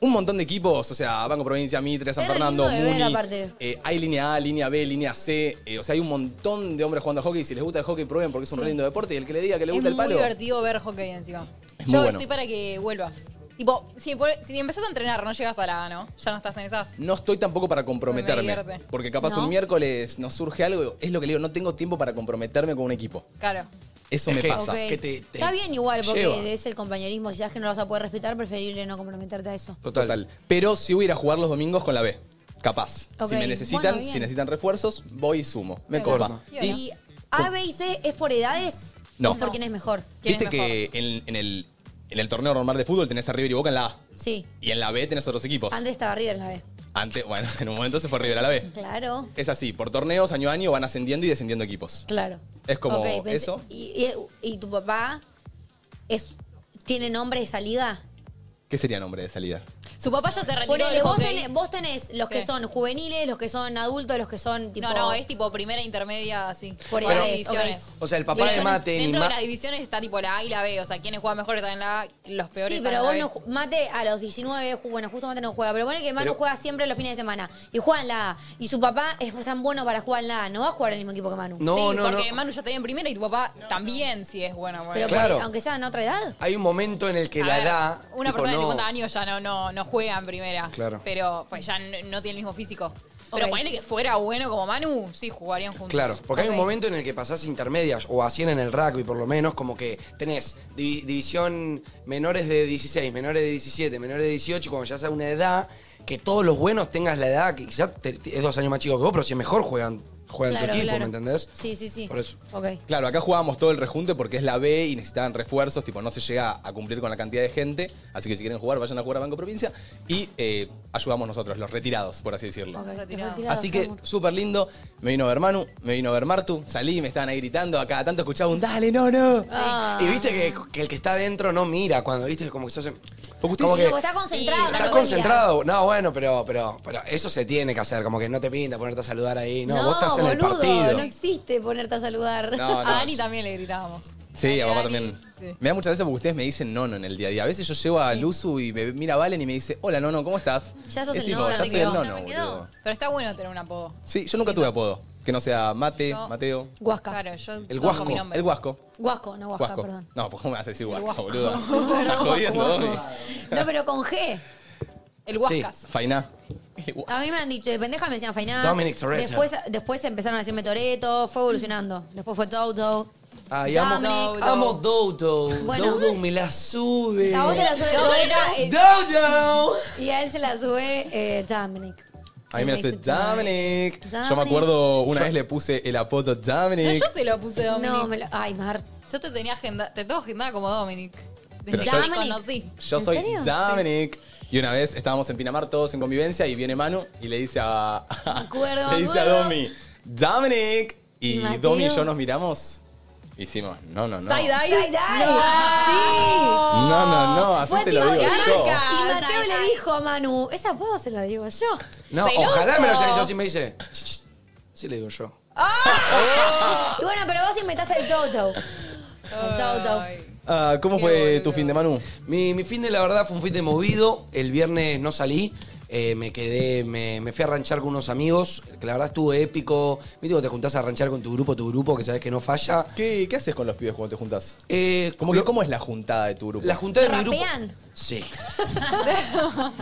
[SPEAKER 1] un montón de equipos, o sea, Banco Provincia, Mitre, San
[SPEAKER 2] Es re
[SPEAKER 1] Fernando,
[SPEAKER 2] lindo de ver,
[SPEAKER 1] Muni.
[SPEAKER 2] aparte.
[SPEAKER 1] eh, hay línea A, línea B, línea C, eh, o sea, hay un montón de hombres jugando al hockey y si les gusta el hockey prueben porque es un
[SPEAKER 4] Sí.
[SPEAKER 1] re lindo deporte y el que le diga que le
[SPEAKER 4] Es
[SPEAKER 1] gusta
[SPEAKER 4] muy
[SPEAKER 1] el palo.
[SPEAKER 4] divertido ver hockey encima.
[SPEAKER 1] Es muy
[SPEAKER 4] Yo
[SPEAKER 1] bueno.
[SPEAKER 4] estoy para que vuelvas. Tipo, si, vol- si empezás a entrenar, no llegas a la A, ¿no? Ya no estás en esas.
[SPEAKER 1] No estoy tampoco para comprometerme,
[SPEAKER 4] divierte.
[SPEAKER 1] porque capaz
[SPEAKER 4] ¿No?
[SPEAKER 1] un miércoles nos surge algo, es lo que le digo, no tengo tiempo para comprometerme con un equipo.
[SPEAKER 4] Claro.
[SPEAKER 1] Eso
[SPEAKER 3] Es
[SPEAKER 1] me
[SPEAKER 3] que-
[SPEAKER 1] pasa.
[SPEAKER 2] Ok.
[SPEAKER 3] que te- te
[SPEAKER 2] Está bien igual, porque
[SPEAKER 1] lleva.
[SPEAKER 2] es el compañerismo. Si sabes que no lo vas a poder respetar, preferible no comprometerte a eso.
[SPEAKER 1] Total. Pero si hubiera a jugar los domingos con la B. Capaz.
[SPEAKER 2] Ok.
[SPEAKER 1] Si me necesitan,
[SPEAKER 2] Bueno, bien.
[SPEAKER 1] si necesitan refuerzos, voy y sumo. Me
[SPEAKER 2] Bueno,
[SPEAKER 1] corta.
[SPEAKER 2] Y A, B y C es por edades.
[SPEAKER 1] Oh. No.
[SPEAKER 2] Es por quién es mejor.
[SPEAKER 1] Viste que en, en el, en el torneo normal de fútbol tenés a River y Boca en la A.
[SPEAKER 2] Sí.
[SPEAKER 1] Y en la B tenés otros equipos.
[SPEAKER 2] Antes estaba River en la B.
[SPEAKER 1] Antes, bueno, en un momento se fue River a la B.
[SPEAKER 2] Claro.
[SPEAKER 1] Es así, por torneos año a año van ascendiendo y descendiendo equipos.
[SPEAKER 2] Claro.
[SPEAKER 1] Es como
[SPEAKER 2] Ok, pensé-
[SPEAKER 1] eso.
[SPEAKER 2] Y, y- y tu papá es, tiene nombre de salida?
[SPEAKER 1] ¿Qué sería nombre de salida?
[SPEAKER 4] Su papá ya se retiró
[SPEAKER 2] Ponele,
[SPEAKER 4] del
[SPEAKER 2] vos,
[SPEAKER 4] hockey.
[SPEAKER 2] tenés, vos tenés los que
[SPEAKER 4] ¿Qué?
[SPEAKER 2] son juveniles, los que son adultos, los que son tipo.
[SPEAKER 4] No, no, es tipo primera intermedia, así.
[SPEAKER 2] Por
[SPEAKER 4] Por las
[SPEAKER 2] edades,
[SPEAKER 4] divisiones.
[SPEAKER 3] O sea, el papá de
[SPEAKER 4] Divisiones.
[SPEAKER 3] Mate, mi
[SPEAKER 4] Dentro de
[SPEAKER 3] ma-
[SPEAKER 4] las divisiones está tipo la A y la B. O sea, quienes juegan mejor están en la A, los peores
[SPEAKER 2] Sí,
[SPEAKER 4] están
[SPEAKER 2] pero
[SPEAKER 4] en
[SPEAKER 2] vos
[SPEAKER 4] la
[SPEAKER 2] no
[SPEAKER 4] B.
[SPEAKER 2] ju- Mate a los 19, ju- bueno, justo Mate no juega, pero pone que Manu
[SPEAKER 3] Pero-
[SPEAKER 2] juega siempre los fines de semana y juega en la A. Y su papá es tan bueno para jugar en la A, no va a jugar en el mismo equipo que Manu.
[SPEAKER 4] sí, porque Manu ya tenía en primera y tu papá también, si es bueno. bueno.
[SPEAKER 2] Pero
[SPEAKER 3] Claro.
[SPEAKER 2] porque- aunque sea en otra edad.
[SPEAKER 3] Hay un momento en el que
[SPEAKER 4] A
[SPEAKER 3] la
[SPEAKER 4] ver,
[SPEAKER 3] edad.
[SPEAKER 4] Una
[SPEAKER 3] tipo,
[SPEAKER 4] persona de
[SPEAKER 3] no.
[SPEAKER 4] 50 años ya no, no, no juega en primera.
[SPEAKER 3] Claro.
[SPEAKER 4] Pero pues ya n- no, tiene el mismo físico. Pero
[SPEAKER 2] Ok.
[SPEAKER 4] ponele que fuera bueno como Manu, sí, jugarían juntos.
[SPEAKER 3] Claro, porque hay
[SPEAKER 4] Ok.
[SPEAKER 3] un momento en el que pasás intermedias, o así en el rugby por lo menos, como que tenés divi- división menores de 16, menores de 17, menores de 18, y cuando ya sea una edad, que todos los buenos tengas la edad, que quizás te- te- es dos años más chico que vos, pero si es mejor juegan, juegan
[SPEAKER 2] Claro,
[SPEAKER 3] tu equipo,
[SPEAKER 2] claro.
[SPEAKER 3] ¿me entendés?
[SPEAKER 2] Sí, sí, sí.
[SPEAKER 3] Por eso.
[SPEAKER 2] Ok.
[SPEAKER 1] Claro, acá jugábamos todo el rejunte porque es la B y necesitaban refuerzos, tipo, no se llega a cumplir con la cantidad de gente. Así que si quieren jugar, vayan a jugar a Banco Provincia y eh, ayudamos nosotros, los retirados, por así decirlo.
[SPEAKER 2] Ok,
[SPEAKER 4] Retirado.
[SPEAKER 2] retirado,
[SPEAKER 1] Así que
[SPEAKER 2] amor.
[SPEAKER 1] súper lindo. Me vino a ver Manu, me vino a ver Martu. Salí, me estaban ahí gritando. A cada tanto escuchaba un dale, no, no.
[SPEAKER 2] Ah.
[SPEAKER 3] Y viste que, que el que está adentro no mira cuando, viste, como que se hace.
[SPEAKER 1] Porque
[SPEAKER 3] como
[SPEAKER 2] Sí,
[SPEAKER 3] que-
[SPEAKER 2] porque está concentrado.
[SPEAKER 3] Estás
[SPEAKER 2] no lo mira.
[SPEAKER 3] concentrado. No, bueno, pero, pero, pero eso se tiene que hacer. Como que no te pinta ponerte a saludar ahí. No, vos estás en el
[SPEAKER 2] boludo,
[SPEAKER 3] partido.
[SPEAKER 2] No existe ponerte a saludar.
[SPEAKER 1] No, no.
[SPEAKER 4] A Dani también le gritábamos.
[SPEAKER 1] Sí, a papá también.
[SPEAKER 4] Sí.
[SPEAKER 1] Me da mucha gracia porque ustedes me dicen nono en el día a día. A veces yo llego a Luzu y me mira Valen y me dice, hola nono, ¿cómo estás?
[SPEAKER 2] Ya sos
[SPEAKER 1] Es
[SPEAKER 2] el
[SPEAKER 1] tipo,
[SPEAKER 2] nono,
[SPEAKER 1] Ya
[SPEAKER 2] te
[SPEAKER 1] soy el
[SPEAKER 2] quedó.
[SPEAKER 1] nono,
[SPEAKER 2] Ya me
[SPEAKER 1] boludo.
[SPEAKER 4] Pero está bueno tener un apodo.
[SPEAKER 1] Sí, yo nunca tuve apodo. Que no sea Mate,
[SPEAKER 4] No.
[SPEAKER 1] Mateo.
[SPEAKER 2] Guasca.
[SPEAKER 4] Claro, yo
[SPEAKER 1] El
[SPEAKER 4] toco
[SPEAKER 1] guasco.
[SPEAKER 4] mi nombre.
[SPEAKER 1] El guasco.
[SPEAKER 2] Guasco, no guasca,
[SPEAKER 1] Guasco.
[SPEAKER 2] perdón.
[SPEAKER 1] No, ¿cómo me vas a decir guasca,
[SPEAKER 4] guasco.
[SPEAKER 1] boludo?
[SPEAKER 2] Perdón,
[SPEAKER 1] Estás
[SPEAKER 2] guasco,
[SPEAKER 1] jodiendo,
[SPEAKER 2] guasco.
[SPEAKER 1] Domi.
[SPEAKER 2] No, pero con G.
[SPEAKER 4] El
[SPEAKER 1] Sí,
[SPEAKER 4] guascas.
[SPEAKER 1] Fainá.
[SPEAKER 2] A mí me han dicho, de pendeja me decían Fainá.
[SPEAKER 1] Dominic Toretto.
[SPEAKER 2] Después, después empezaron a decirme Toreto, fue evolucionando. Después fue Toto.
[SPEAKER 3] Ay, amo,
[SPEAKER 2] Dominic.
[SPEAKER 3] amo Dodo.
[SPEAKER 2] Bueno.
[SPEAKER 3] Dodo me la sube.
[SPEAKER 2] A vos te la sube
[SPEAKER 4] No,
[SPEAKER 2] Toretto
[SPEAKER 4] pero-
[SPEAKER 2] y-
[SPEAKER 3] Dodo.
[SPEAKER 2] y a él se la sube eh, Dominic.
[SPEAKER 1] A mí me lo hace Dominic. Yo me
[SPEAKER 4] Dominic.
[SPEAKER 1] acuerdo una vez le puse el apodo
[SPEAKER 4] No,
[SPEAKER 1] Dominic.
[SPEAKER 4] yo se lo puse Dominic.
[SPEAKER 2] No, me lo- Ay, Mar.
[SPEAKER 4] Yo te tenía agenda, te tengo agendada como Dominic. Desde
[SPEAKER 1] Pero
[SPEAKER 4] que
[SPEAKER 1] yo-
[SPEAKER 4] te conocí.
[SPEAKER 1] Yo soy Dominic. Y una vez estábamos en Pinamar todos en convivencia y viene Manu y le dice a.
[SPEAKER 2] acuerdo,
[SPEAKER 1] le
[SPEAKER 2] me
[SPEAKER 1] dice a
[SPEAKER 2] acuerdo.
[SPEAKER 1] Domi, Dominic.
[SPEAKER 2] ¿Y
[SPEAKER 1] Y
[SPEAKER 2] Mateo?
[SPEAKER 1] Domi y yo nos miramos. Hicimos, no, no, no.
[SPEAKER 4] Side-eye.
[SPEAKER 2] Side-eye.
[SPEAKER 4] No.
[SPEAKER 1] No, no, no,
[SPEAKER 3] Ah,
[SPEAKER 1] así
[SPEAKER 2] Fue
[SPEAKER 1] se lo
[SPEAKER 2] tipo
[SPEAKER 1] digo
[SPEAKER 2] de
[SPEAKER 1] yo.
[SPEAKER 2] arca. Y Mateo le dijo a Manu, esa apodo se la digo yo.
[SPEAKER 3] No, ojalá me lo haya dicho así. Me dice, "Ch, ch". sí le digo yo.
[SPEAKER 2] Y bueno, pero vos inventaste el Toto. El Toto.
[SPEAKER 1] Ah, ¿Cómo fue tu fin de Manu?
[SPEAKER 3] Mi, mi fin de la verdad fue un fin de movido. El viernes no salí. eh, me quedé, me, me fui a ranchar con unos amigos. Que la verdad estuvo épico. Viste cuando te juntás a ranchar con tu grupo, tu grupo, que sabes que no falla.
[SPEAKER 1] ¿Qué, qué haces con los pibes cuando te juntás?
[SPEAKER 3] ¿Cómo,
[SPEAKER 1] es la juntada de tu grupo?
[SPEAKER 3] La juntada de mi grupo.
[SPEAKER 2] Rapean.
[SPEAKER 3] Sí,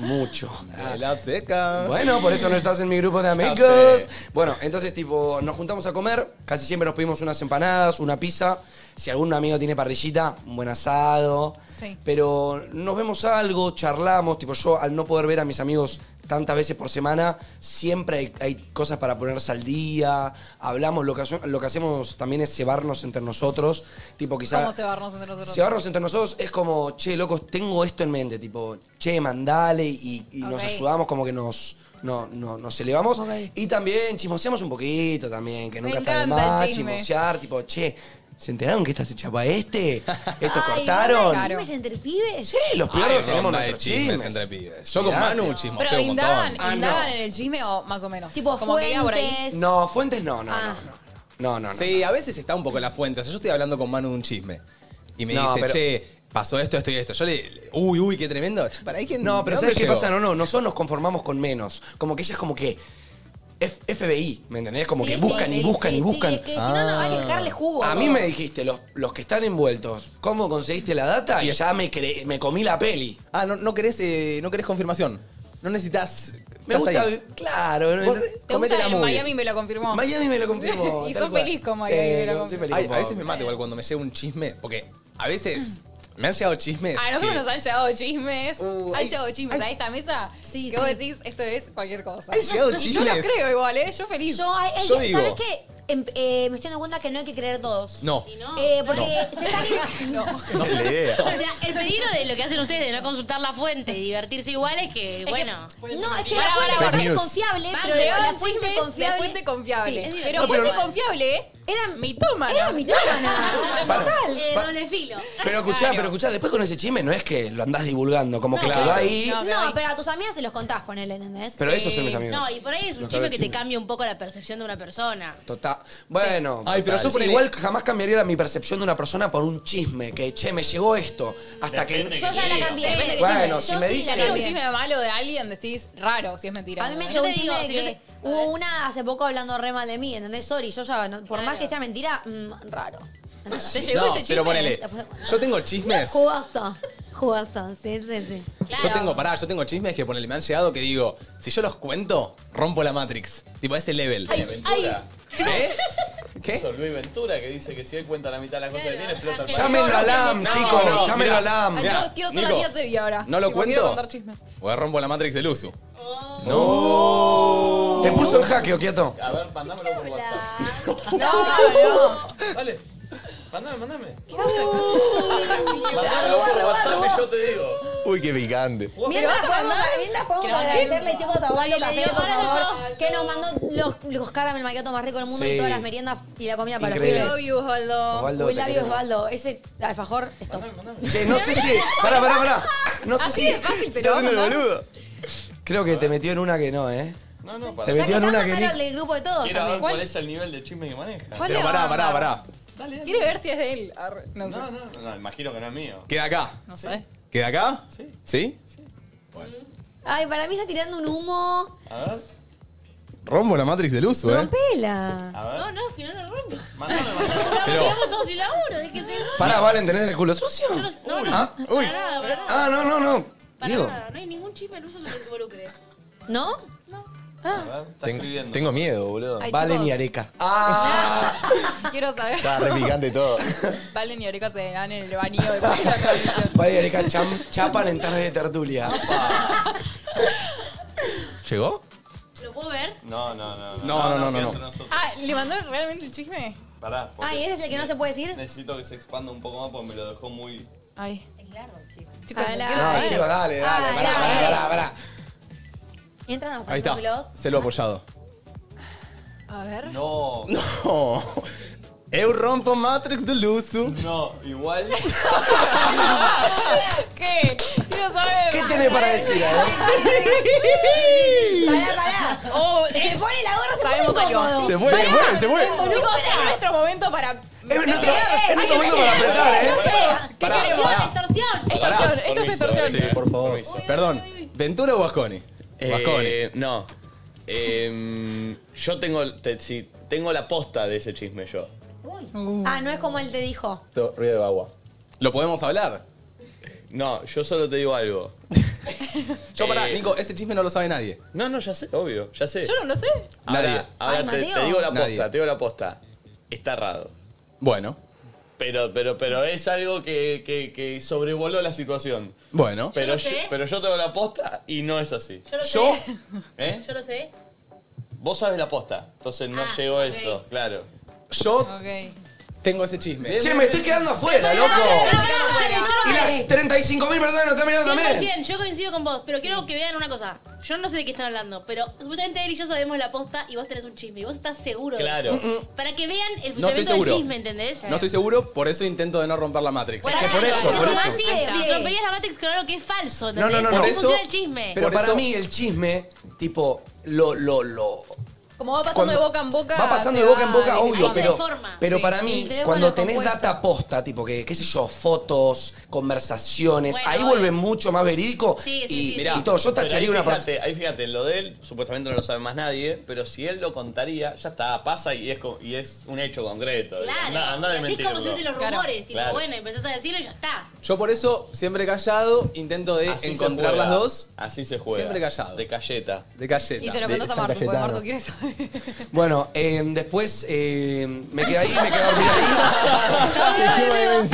[SPEAKER 3] mucho.
[SPEAKER 1] Ah. La seca.
[SPEAKER 3] Bueno, por eso no estás en mi grupo de
[SPEAKER 1] Ya
[SPEAKER 3] amigos.
[SPEAKER 1] sé.
[SPEAKER 3] Bueno, entonces, tipo, nos juntamos a comer. Casi siempre nos pedimos unas empanadas, una pizza. Si algún amigo tiene parrillita, un buen asado.
[SPEAKER 4] Sí.
[SPEAKER 3] Pero nos vemos algo, charlamos. Tipo, yo al no poder ver a mis amigos tantas veces por semana, siempre hay, hay cosas para ponerse al día. Hablamos, lo que, hace- lo que hacemos también es cebarnos entre nosotros. Tipo, quizás.
[SPEAKER 4] ¿Cómo cebarnos entre nosotros?
[SPEAKER 3] Cebarnos entre nosotros es como, che, locos, tengo esto en mente, tipo, che, mandale y, y nos
[SPEAKER 4] Ok.
[SPEAKER 3] ayudamos, como que nos, no, no- nos elevamos. Y también chismoseamos un poquito también, que
[SPEAKER 4] Me
[SPEAKER 3] nunca está de
[SPEAKER 4] encanta el
[SPEAKER 3] más
[SPEAKER 4] chisme.
[SPEAKER 3] chismosear, tipo, che, ¿se enteraron que esta se chapa este? ¿Esto
[SPEAKER 2] Ay,
[SPEAKER 3] cortaron?
[SPEAKER 2] ¿no ¿Chismes entre pibes? Sí,
[SPEAKER 3] los peores
[SPEAKER 1] Ay,
[SPEAKER 3] tenemos
[SPEAKER 1] ronda de
[SPEAKER 3] nuestros
[SPEAKER 1] chismes
[SPEAKER 3] chismes.
[SPEAKER 1] entre pibes. Yo con
[SPEAKER 3] Mirá.
[SPEAKER 1] Manu chismoseo
[SPEAKER 4] Pero
[SPEAKER 1] un montón.
[SPEAKER 4] indagan,
[SPEAKER 3] Ah, no.
[SPEAKER 4] indagan en el chisme o más o menos.
[SPEAKER 2] Tipo
[SPEAKER 4] Como que iba por ahí.
[SPEAKER 2] fuentes.
[SPEAKER 3] No, fuentes no, no,
[SPEAKER 2] Ah.
[SPEAKER 3] no, no, no.
[SPEAKER 1] Sí, a veces está un poco la fuente. O sea, yo estoy hablando con Manu de un chisme. Y me
[SPEAKER 3] No,
[SPEAKER 1] dice,
[SPEAKER 3] pero-
[SPEAKER 1] che, pasó esto, esto y esto. Yo le. Uy, uy, qué tremendo. Che, ¿Para ahí quién?
[SPEAKER 3] No, pero
[SPEAKER 1] ¿de dónde
[SPEAKER 3] ¿sabes qué
[SPEAKER 1] llegó?
[SPEAKER 3] pasa? No, no, nosotros nos conformamos con menos. Como que ella es como que. F- FBI, ¿me entendés? Como
[SPEAKER 2] Sí,
[SPEAKER 3] que
[SPEAKER 2] sí,
[SPEAKER 3] buscan
[SPEAKER 2] sí,
[SPEAKER 3] y buscan
[SPEAKER 2] sí,
[SPEAKER 3] y
[SPEAKER 2] sí,
[SPEAKER 3] buscan. Ah.
[SPEAKER 2] es que si no, no, hay que sacarle jugo a
[SPEAKER 3] A mí
[SPEAKER 2] todo.
[SPEAKER 3] me dijiste, los, los que están envueltos, ¿cómo conseguiste la data? Y ya me, cre- me comí la peli.
[SPEAKER 1] Ah, no, no, querés, eh, no querés confirmación. No necesitas.
[SPEAKER 3] Me
[SPEAKER 1] estás
[SPEAKER 3] gusta,
[SPEAKER 1] ahí.
[SPEAKER 3] claro. ¿no?
[SPEAKER 1] Vos-
[SPEAKER 4] ¿Te
[SPEAKER 1] comete
[SPEAKER 4] gusta
[SPEAKER 1] la
[SPEAKER 4] el
[SPEAKER 1] movie.
[SPEAKER 4] Miami me lo confirmó?
[SPEAKER 3] Miami me lo confirmó.
[SPEAKER 4] y
[SPEAKER 3] tal
[SPEAKER 4] sos
[SPEAKER 3] cual.
[SPEAKER 4] feliz con
[SPEAKER 3] Sí,
[SPEAKER 4] Miami me lo
[SPEAKER 3] no, soy
[SPEAKER 4] confirmó.
[SPEAKER 3] feliz
[SPEAKER 1] Ay,
[SPEAKER 3] con
[SPEAKER 1] a
[SPEAKER 3] vos.
[SPEAKER 1] veces me mata igual cuando me llega un chisme, porque a veces me han llegado chismes.
[SPEAKER 4] A nosotros
[SPEAKER 1] que-
[SPEAKER 4] nos han llegado chismes. han
[SPEAKER 1] Uh, ay,
[SPEAKER 4] llegado chismes a esta mesa. que vos decís, esto es cualquier cosa.
[SPEAKER 1] Han llegado
[SPEAKER 4] Y yo lo
[SPEAKER 1] chismes.
[SPEAKER 4] creo igual, ¿eh? Yo feliz.
[SPEAKER 2] Yo, ay, ay,
[SPEAKER 1] Yo
[SPEAKER 2] ¿sabes
[SPEAKER 1] digo-
[SPEAKER 2] qué? Em- eh, me estoy dando cuenta que no hay que creer todos.
[SPEAKER 1] No.
[SPEAKER 2] Eh, porque se está librando.
[SPEAKER 1] No es la idea.
[SPEAKER 10] O sea, el peligro de lo que hacen ustedes, de no consultar la fuente y divertirse igual, es que, bueno.
[SPEAKER 2] No, es que
[SPEAKER 10] Pará,
[SPEAKER 2] la fuente
[SPEAKER 10] pará,
[SPEAKER 2] capaz
[SPEAKER 10] pará.
[SPEAKER 2] es confiable,
[SPEAKER 4] Van
[SPEAKER 2] pero
[SPEAKER 4] llegaban
[SPEAKER 2] la fuente
[SPEAKER 4] chismes
[SPEAKER 2] confiable.
[SPEAKER 4] de fuente confiable.
[SPEAKER 2] Sí.
[SPEAKER 4] pero
[SPEAKER 2] No, pero-
[SPEAKER 4] fuente confiable, ¿eh?
[SPEAKER 2] Era
[SPEAKER 4] mitómana.
[SPEAKER 2] Era mitómana.
[SPEAKER 3] Para.
[SPEAKER 2] Total.
[SPEAKER 10] Eh,
[SPEAKER 3] Pa-
[SPEAKER 10] doble filo.
[SPEAKER 3] Pero escuchá, pero escuchá, después con ese chisme no es que lo andás divulgando, como que
[SPEAKER 1] Claro.
[SPEAKER 3] quedó ahí.
[SPEAKER 4] No, pero
[SPEAKER 2] No,
[SPEAKER 4] ahí-
[SPEAKER 2] pero a tus amigas se los contás, ponele, ¿entendés?
[SPEAKER 3] Pero esos son mis amigos.
[SPEAKER 10] No, y por ahí es un
[SPEAKER 3] Los
[SPEAKER 10] chisme que te
[SPEAKER 3] chismes.
[SPEAKER 10] cambia un poco la percepción de una persona.
[SPEAKER 3] Total. Tota, Bueno,
[SPEAKER 1] Ay, pero
[SPEAKER 3] total.
[SPEAKER 1] yo
[SPEAKER 3] Sí,
[SPEAKER 1] ponele-
[SPEAKER 3] igual jamás cambiaría la- mi percepción de una persona por un chisme, que che, me llegó esto, hasta que...
[SPEAKER 2] Yo ya la cambié.
[SPEAKER 4] Depende de qué
[SPEAKER 3] Bueno,
[SPEAKER 4] chisme.
[SPEAKER 3] si
[SPEAKER 2] Yo
[SPEAKER 3] me
[SPEAKER 2] sí
[SPEAKER 3] dice-
[SPEAKER 2] la
[SPEAKER 4] Si era un
[SPEAKER 2] cambié.
[SPEAKER 4] chisme malo de alguien, decís raro si es mentira.
[SPEAKER 2] A mí me
[SPEAKER 4] ¿no?
[SPEAKER 2] llegó un
[SPEAKER 10] te digo,
[SPEAKER 2] chisme de
[SPEAKER 10] si yo
[SPEAKER 2] que hubo una hace poco hablando re mal de mí, ¿entendés? Sorry, yo ya, no- por más que sea mentira, mm, raro.
[SPEAKER 4] ¿Te llegó
[SPEAKER 1] no,
[SPEAKER 4] ese chisme?
[SPEAKER 1] pero ponele. Yo tengo chismes.
[SPEAKER 2] Jugoso, jugoso, sí, sí, sí.
[SPEAKER 1] Yo tengo, pará, yo tengo chismes que ponele, me han llegado que digo, si yo los cuento, rompo la Matrix. Tipo, a ese level.
[SPEAKER 10] Ay,
[SPEAKER 1] ¿Eh? ¿Qué?
[SPEAKER 13] Eso, Luis Ventura, que dice que si él cuenta la mitad de las cosas que tiene, explota el
[SPEAKER 3] Llámenlo a LAM,
[SPEAKER 1] No,
[SPEAKER 3] chicos,
[SPEAKER 1] no,
[SPEAKER 3] llámenlo
[SPEAKER 1] mirá.
[SPEAKER 3] a LAM.
[SPEAKER 4] Ah,
[SPEAKER 1] Mirá,
[SPEAKER 4] yo quiero ser la
[SPEAKER 1] Nico,
[SPEAKER 4] tía Sevilla ahora.
[SPEAKER 1] ¿no lo
[SPEAKER 4] Tipo, quiero
[SPEAKER 1] cuento?
[SPEAKER 4] contar chismes.
[SPEAKER 1] O rompo la Matrix del uso.
[SPEAKER 3] Te puso el hackeo, quieto.
[SPEAKER 13] A ver, mandámelo por WhatsApp.
[SPEAKER 4] No, no.
[SPEAKER 13] Dale. Mandame, mandame.
[SPEAKER 4] ¿Qué vas a
[SPEAKER 13] Mandámelo por WhatsApp y yo te digo.
[SPEAKER 11] Uy, qué picante.
[SPEAKER 2] Mientras
[SPEAKER 4] Pero vas a
[SPEAKER 2] podemos,
[SPEAKER 4] mandar-
[SPEAKER 2] mientras podemos
[SPEAKER 4] ¿Quiero mandar?
[SPEAKER 2] agradecerle, chicos, a Waldo
[SPEAKER 10] Ay, le
[SPEAKER 2] Café,
[SPEAKER 10] dio
[SPEAKER 2] por
[SPEAKER 10] algo.
[SPEAKER 2] favor, que nos mandó los, los caramel macchiato más rico del mundo
[SPEAKER 3] Sí.
[SPEAKER 2] y todas las meriendas y la comida para
[SPEAKER 3] Increíble.
[SPEAKER 2] los
[SPEAKER 4] Love you, Osvaldo.
[SPEAKER 2] pibes.
[SPEAKER 3] Osvaldo,
[SPEAKER 2] Uy,
[SPEAKER 3] te
[SPEAKER 2] labio
[SPEAKER 3] queremos.
[SPEAKER 2] Osvaldo, ese alfajor, esto.
[SPEAKER 3] Che, no sé si... Pará, pará, pará. No sé
[SPEAKER 4] Así
[SPEAKER 3] si...
[SPEAKER 4] de fácil, pero vamos.
[SPEAKER 11] boludo.
[SPEAKER 3] Creo que te metió en una que no, ¿eh?
[SPEAKER 13] No, no, para.
[SPEAKER 3] Te
[SPEAKER 2] Ya que
[SPEAKER 3] metió en
[SPEAKER 2] estás,
[SPEAKER 3] una que
[SPEAKER 2] mandalo
[SPEAKER 3] ni...
[SPEAKER 2] al del grupo de todos
[SPEAKER 13] Quiero ver
[SPEAKER 2] también.
[SPEAKER 13] cuál
[SPEAKER 4] ¿Cuál?
[SPEAKER 13] es el nivel de chisme que maneja.
[SPEAKER 4] ¿Cuál
[SPEAKER 1] Pero
[SPEAKER 4] le
[SPEAKER 1] pará,
[SPEAKER 4] va a
[SPEAKER 1] pará,
[SPEAKER 4] mandar?
[SPEAKER 1] pará.
[SPEAKER 13] Dale, dale.
[SPEAKER 4] Quiere ver si es él. Arre, No, sé.
[SPEAKER 13] No, no, no, imagino que no es mío.
[SPEAKER 1] Queda acá.
[SPEAKER 4] no sé.
[SPEAKER 1] ¿Queda acá?
[SPEAKER 13] Sí.
[SPEAKER 1] ¿Sí?
[SPEAKER 2] Ay, para mí está tirando un humo.
[SPEAKER 13] A ver,
[SPEAKER 1] Rompo la Matrix del uso, ¿eh?
[SPEAKER 2] Rompela.
[SPEAKER 13] a ver.
[SPEAKER 10] No, no, que no lo rompo.
[SPEAKER 13] Mandame, mandame.
[SPEAKER 1] Pero-
[SPEAKER 10] Estamos como si la uno, es que te.
[SPEAKER 3] Pará, Valen, ¿tenés el culo sucio?
[SPEAKER 10] No, no,
[SPEAKER 3] Ah,
[SPEAKER 10] para nada, para nada.
[SPEAKER 3] ah, no, no, no.
[SPEAKER 10] Para
[SPEAKER 3] Digo,
[SPEAKER 10] nada, no hay ningún chisme al uso que te involucre.
[SPEAKER 2] ¿No?
[SPEAKER 13] A
[SPEAKER 14] Ah.
[SPEAKER 13] ver, está
[SPEAKER 11] Tengo,
[SPEAKER 13] escribiendo.
[SPEAKER 11] tengo miedo, boludo.
[SPEAKER 2] Ay,
[SPEAKER 3] Valen
[SPEAKER 2] chicos.
[SPEAKER 3] y Areca. Ah,
[SPEAKER 4] Quiero saber.
[SPEAKER 11] Estaba re picante todo.
[SPEAKER 4] Valen y Areca se dan en el baño después de la televisión.
[SPEAKER 3] Valen y Areca cham- chapan en tarde de tertulia.
[SPEAKER 11] ¿Llegó?
[SPEAKER 10] Lo puedo ver?
[SPEAKER 13] No, no, no.
[SPEAKER 1] No, no, no, no, no.
[SPEAKER 13] entre nosotros.
[SPEAKER 4] Ah, ¿le mandó realmente el chisme?
[SPEAKER 13] Pará. porque
[SPEAKER 4] Ay, ¿ese es el que no se puede decir?
[SPEAKER 13] Necesito que se expanda un poco más porque me lo dejó muy.
[SPEAKER 4] Ay.
[SPEAKER 2] Chicos,
[SPEAKER 4] Hola.
[SPEAKER 2] quiero saber.
[SPEAKER 13] chicos, dale, dale,
[SPEAKER 2] Ah,
[SPEAKER 13] pará,
[SPEAKER 2] dale.
[SPEAKER 13] pará, pará, pará.
[SPEAKER 2] Entran a los
[SPEAKER 1] Ahí está.
[SPEAKER 2] capítulos.
[SPEAKER 1] Se lo ha apoyado.
[SPEAKER 4] A ver.
[SPEAKER 13] No.
[SPEAKER 1] No. Eu rompo Matrix de Luzu.
[SPEAKER 13] No, igual.
[SPEAKER 4] ¿Qué? Quiero saber.
[SPEAKER 3] ¿Qué tenés para decir? eh?
[SPEAKER 2] Pará, pará.
[SPEAKER 4] Oh, eh,
[SPEAKER 2] se pone la gorra, se pone
[SPEAKER 4] Sabemos algo.
[SPEAKER 2] incómodo.
[SPEAKER 1] Se fue, se fue, se fue.
[SPEAKER 4] Chicos, es nuestro momento para.
[SPEAKER 3] Es
[SPEAKER 4] nuestro,
[SPEAKER 3] momento para apretar, ¿eh?
[SPEAKER 4] ¿Qué
[SPEAKER 1] Pará,
[SPEAKER 4] queremos?
[SPEAKER 1] pará.
[SPEAKER 4] Extorsión.
[SPEAKER 1] Pará,
[SPEAKER 4] Extorsión. Esto es extorsión.
[SPEAKER 1] Sí, por favor. Perdón, ¿Ventura o Vasconi?
[SPEAKER 13] Vasconi.
[SPEAKER 14] Eh, No. Em, yo tengo, te- sí, tengo la posta de ese chisme yo.
[SPEAKER 2] Ah, no es como él te dijo.
[SPEAKER 14] Ruido de agua.
[SPEAKER 1] ¿Lo podemos hablar?
[SPEAKER 14] No, yo solo te digo algo.
[SPEAKER 1] Yo pará,
[SPEAKER 13] Eh.
[SPEAKER 1] Nico, ese chisme no lo sabe nadie.
[SPEAKER 14] No, no, ya sé, obvio, ya sé.
[SPEAKER 4] Yo no lo sé.
[SPEAKER 14] Ahora-
[SPEAKER 1] Nadie.
[SPEAKER 14] Ahora
[SPEAKER 4] Ay,
[SPEAKER 14] te, te
[SPEAKER 4] Mateo.
[SPEAKER 14] digo la posta,
[SPEAKER 1] Nadie.
[SPEAKER 14] te digo la posta. Está raro.
[SPEAKER 1] Bueno,
[SPEAKER 14] Pero, pero, pero es algo que, que- que sobrevoló la situación.
[SPEAKER 1] bueno.
[SPEAKER 14] Pero
[SPEAKER 10] sé.
[SPEAKER 14] yo, pero yo tengo la posta y no es así.
[SPEAKER 10] Yo lo sé.
[SPEAKER 14] ¿Eh?
[SPEAKER 10] Yo Ah, lo sé.
[SPEAKER 14] Vos sabes la posta, entonces no llegó eso, claro.
[SPEAKER 1] Yo
[SPEAKER 4] Ok.
[SPEAKER 1] tengo ese chisme.
[SPEAKER 3] Che, me estoy quedando afuera,
[SPEAKER 10] No, no, no, no,
[SPEAKER 3] loco.
[SPEAKER 10] no, yo
[SPEAKER 3] Y
[SPEAKER 10] no
[SPEAKER 3] las
[SPEAKER 10] sé.
[SPEAKER 3] 35.000 personas nos están mirando también.
[SPEAKER 10] 100%, yo coincido con vos, pero quiero que vean una cosa. Yo no sé de qué están hablando, pero supuestamente él y yo sabemos la posta y vos tenés un chisme y vos estás seguro
[SPEAKER 1] Claro.
[SPEAKER 10] de eso. Para que vean el
[SPEAKER 1] No estoy
[SPEAKER 10] funcionamiento del
[SPEAKER 1] seguro.
[SPEAKER 10] chisme, ¿entendés?
[SPEAKER 1] No estoy seguro, por eso intento de no romper la Matrix.
[SPEAKER 10] Bueno,
[SPEAKER 3] por eso, por
[SPEAKER 10] Si
[SPEAKER 3] eso.
[SPEAKER 10] vas
[SPEAKER 3] Ahí está.
[SPEAKER 10] y romperías la Matrix con algo que es falso,
[SPEAKER 3] No,
[SPEAKER 10] ¿entendés?
[SPEAKER 3] no, no, no.
[SPEAKER 10] Así
[SPEAKER 3] Por
[SPEAKER 10] funciona
[SPEAKER 3] eso-
[SPEAKER 10] el chisme.
[SPEAKER 3] Pero para mí el chisme, tipo, lo, lo, lo.
[SPEAKER 4] Como va pasando
[SPEAKER 3] Cuando-
[SPEAKER 4] de boca en boca.
[SPEAKER 3] Va pasando de
[SPEAKER 4] se
[SPEAKER 3] boca en boca,
[SPEAKER 4] va
[SPEAKER 3] obvio, pero,
[SPEAKER 4] verificando.
[SPEAKER 3] pero
[SPEAKER 4] Sí.
[SPEAKER 3] para
[SPEAKER 4] Y el
[SPEAKER 3] mí,
[SPEAKER 4] teléfono
[SPEAKER 3] cuando
[SPEAKER 4] lo
[SPEAKER 3] tenés
[SPEAKER 4] compuesto.
[SPEAKER 3] data posta, tipo que, qué sé yo, fotos, conversaciones,
[SPEAKER 14] Bueno,
[SPEAKER 3] ahí
[SPEAKER 14] obvio.
[SPEAKER 3] vuelve mucho más verídico y, y todo. Yo
[SPEAKER 14] pero
[SPEAKER 3] tacharía
[SPEAKER 14] ahí
[SPEAKER 3] una persona.
[SPEAKER 14] fíjate, Ahí fíjate, lo de él supuestamente no lo sabe más nadie, pero si él lo contaría, ya está, pasa y es, co- y es un hecho concreto.
[SPEAKER 10] Claro.
[SPEAKER 14] Andá, andá de
[SPEAKER 10] y así es como se
[SPEAKER 14] mentirlo.
[SPEAKER 10] dicen los
[SPEAKER 14] Claro.
[SPEAKER 10] rumores. Tipo,
[SPEAKER 14] Claro.
[SPEAKER 10] bueno, empezás a decirlo y ya está.
[SPEAKER 1] Yo por eso, siempre callado, intento de
[SPEAKER 14] Así se
[SPEAKER 1] encontrar
[SPEAKER 14] juega,
[SPEAKER 1] las dos.
[SPEAKER 14] Así se juega.
[SPEAKER 1] Siempre callado.
[SPEAKER 14] De calleta.
[SPEAKER 1] De galleta.
[SPEAKER 4] Y se lo contás a Martu, porque Martu quiere saber.
[SPEAKER 3] Bueno, eh, después eh, me quedé ahí, me quedé dormido ahí.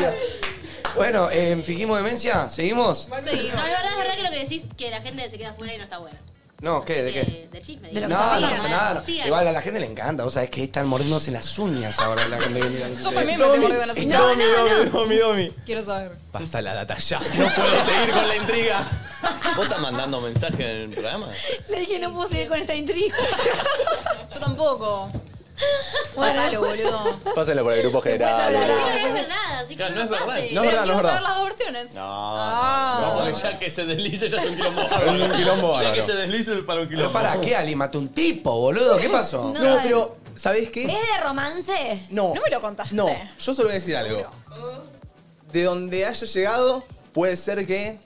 [SPEAKER 3] Bueno, eh, fingimos demencia, ¿seguimos?
[SPEAKER 10] Sí, no, es verdad, es verdad que lo que decís que la gente se queda afuera y no está buena.
[SPEAKER 3] No, ¿qué? ¿De qué?
[SPEAKER 10] De chisme.
[SPEAKER 3] No,
[SPEAKER 10] digo.
[SPEAKER 3] no
[SPEAKER 10] Sigan,
[SPEAKER 3] pasa nada. no.
[SPEAKER 10] sigan.
[SPEAKER 3] Igual a la gente le encanta, vos sabés que están mordiéndose las uñas ahora la gente que mira.
[SPEAKER 4] Yo también me estoy mordiendo las uñas. No, no, no.
[SPEAKER 1] Domi, Domi.
[SPEAKER 4] Quiero saber.
[SPEAKER 1] Pasa la data ya. No puedo seguir con la intriga.
[SPEAKER 14] ¿Vos estás mandando mensajes en el programa?
[SPEAKER 2] Le dije, no puedo seguir con esta intriga.
[SPEAKER 4] Yo tampoco.
[SPEAKER 2] Bueno.
[SPEAKER 4] Pásalo, boludo.
[SPEAKER 11] Pásenlo por el grupo general.
[SPEAKER 10] No es verdad, así que
[SPEAKER 14] Claro, no
[SPEAKER 10] no lo
[SPEAKER 14] es verdad.
[SPEAKER 10] pases.
[SPEAKER 11] No es
[SPEAKER 4] Pero
[SPEAKER 11] verdad,
[SPEAKER 4] quiero
[SPEAKER 11] no es verdad.
[SPEAKER 4] saber las dos versiones.
[SPEAKER 14] No.
[SPEAKER 4] Ah.
[SPEAKER 14] No, porque ya que se deslice ya es un quilombo.
[SPEAKER 3] Es un quilombo
[SPEAKER 14] Ya que
[SPEAKER 3] bárbaro.
[SPEAKER 14] se deslice es para un quilombo.
[SPEAKER 3] Pero para, ¿qué? Ali mató un tipo, boludo. ¿Qué pasó?
[SPEAKER 1] No, pero, ¿sabés qué?
[SPEAKER 2] ¿Es de romance?
[SPEAKER 1] No.
[SPEAKER 4] ¿Eh? No me lo contaste.
[SPEAKER 1] No, yo solo voy a decir algo. De donde haya llegado, puede ser que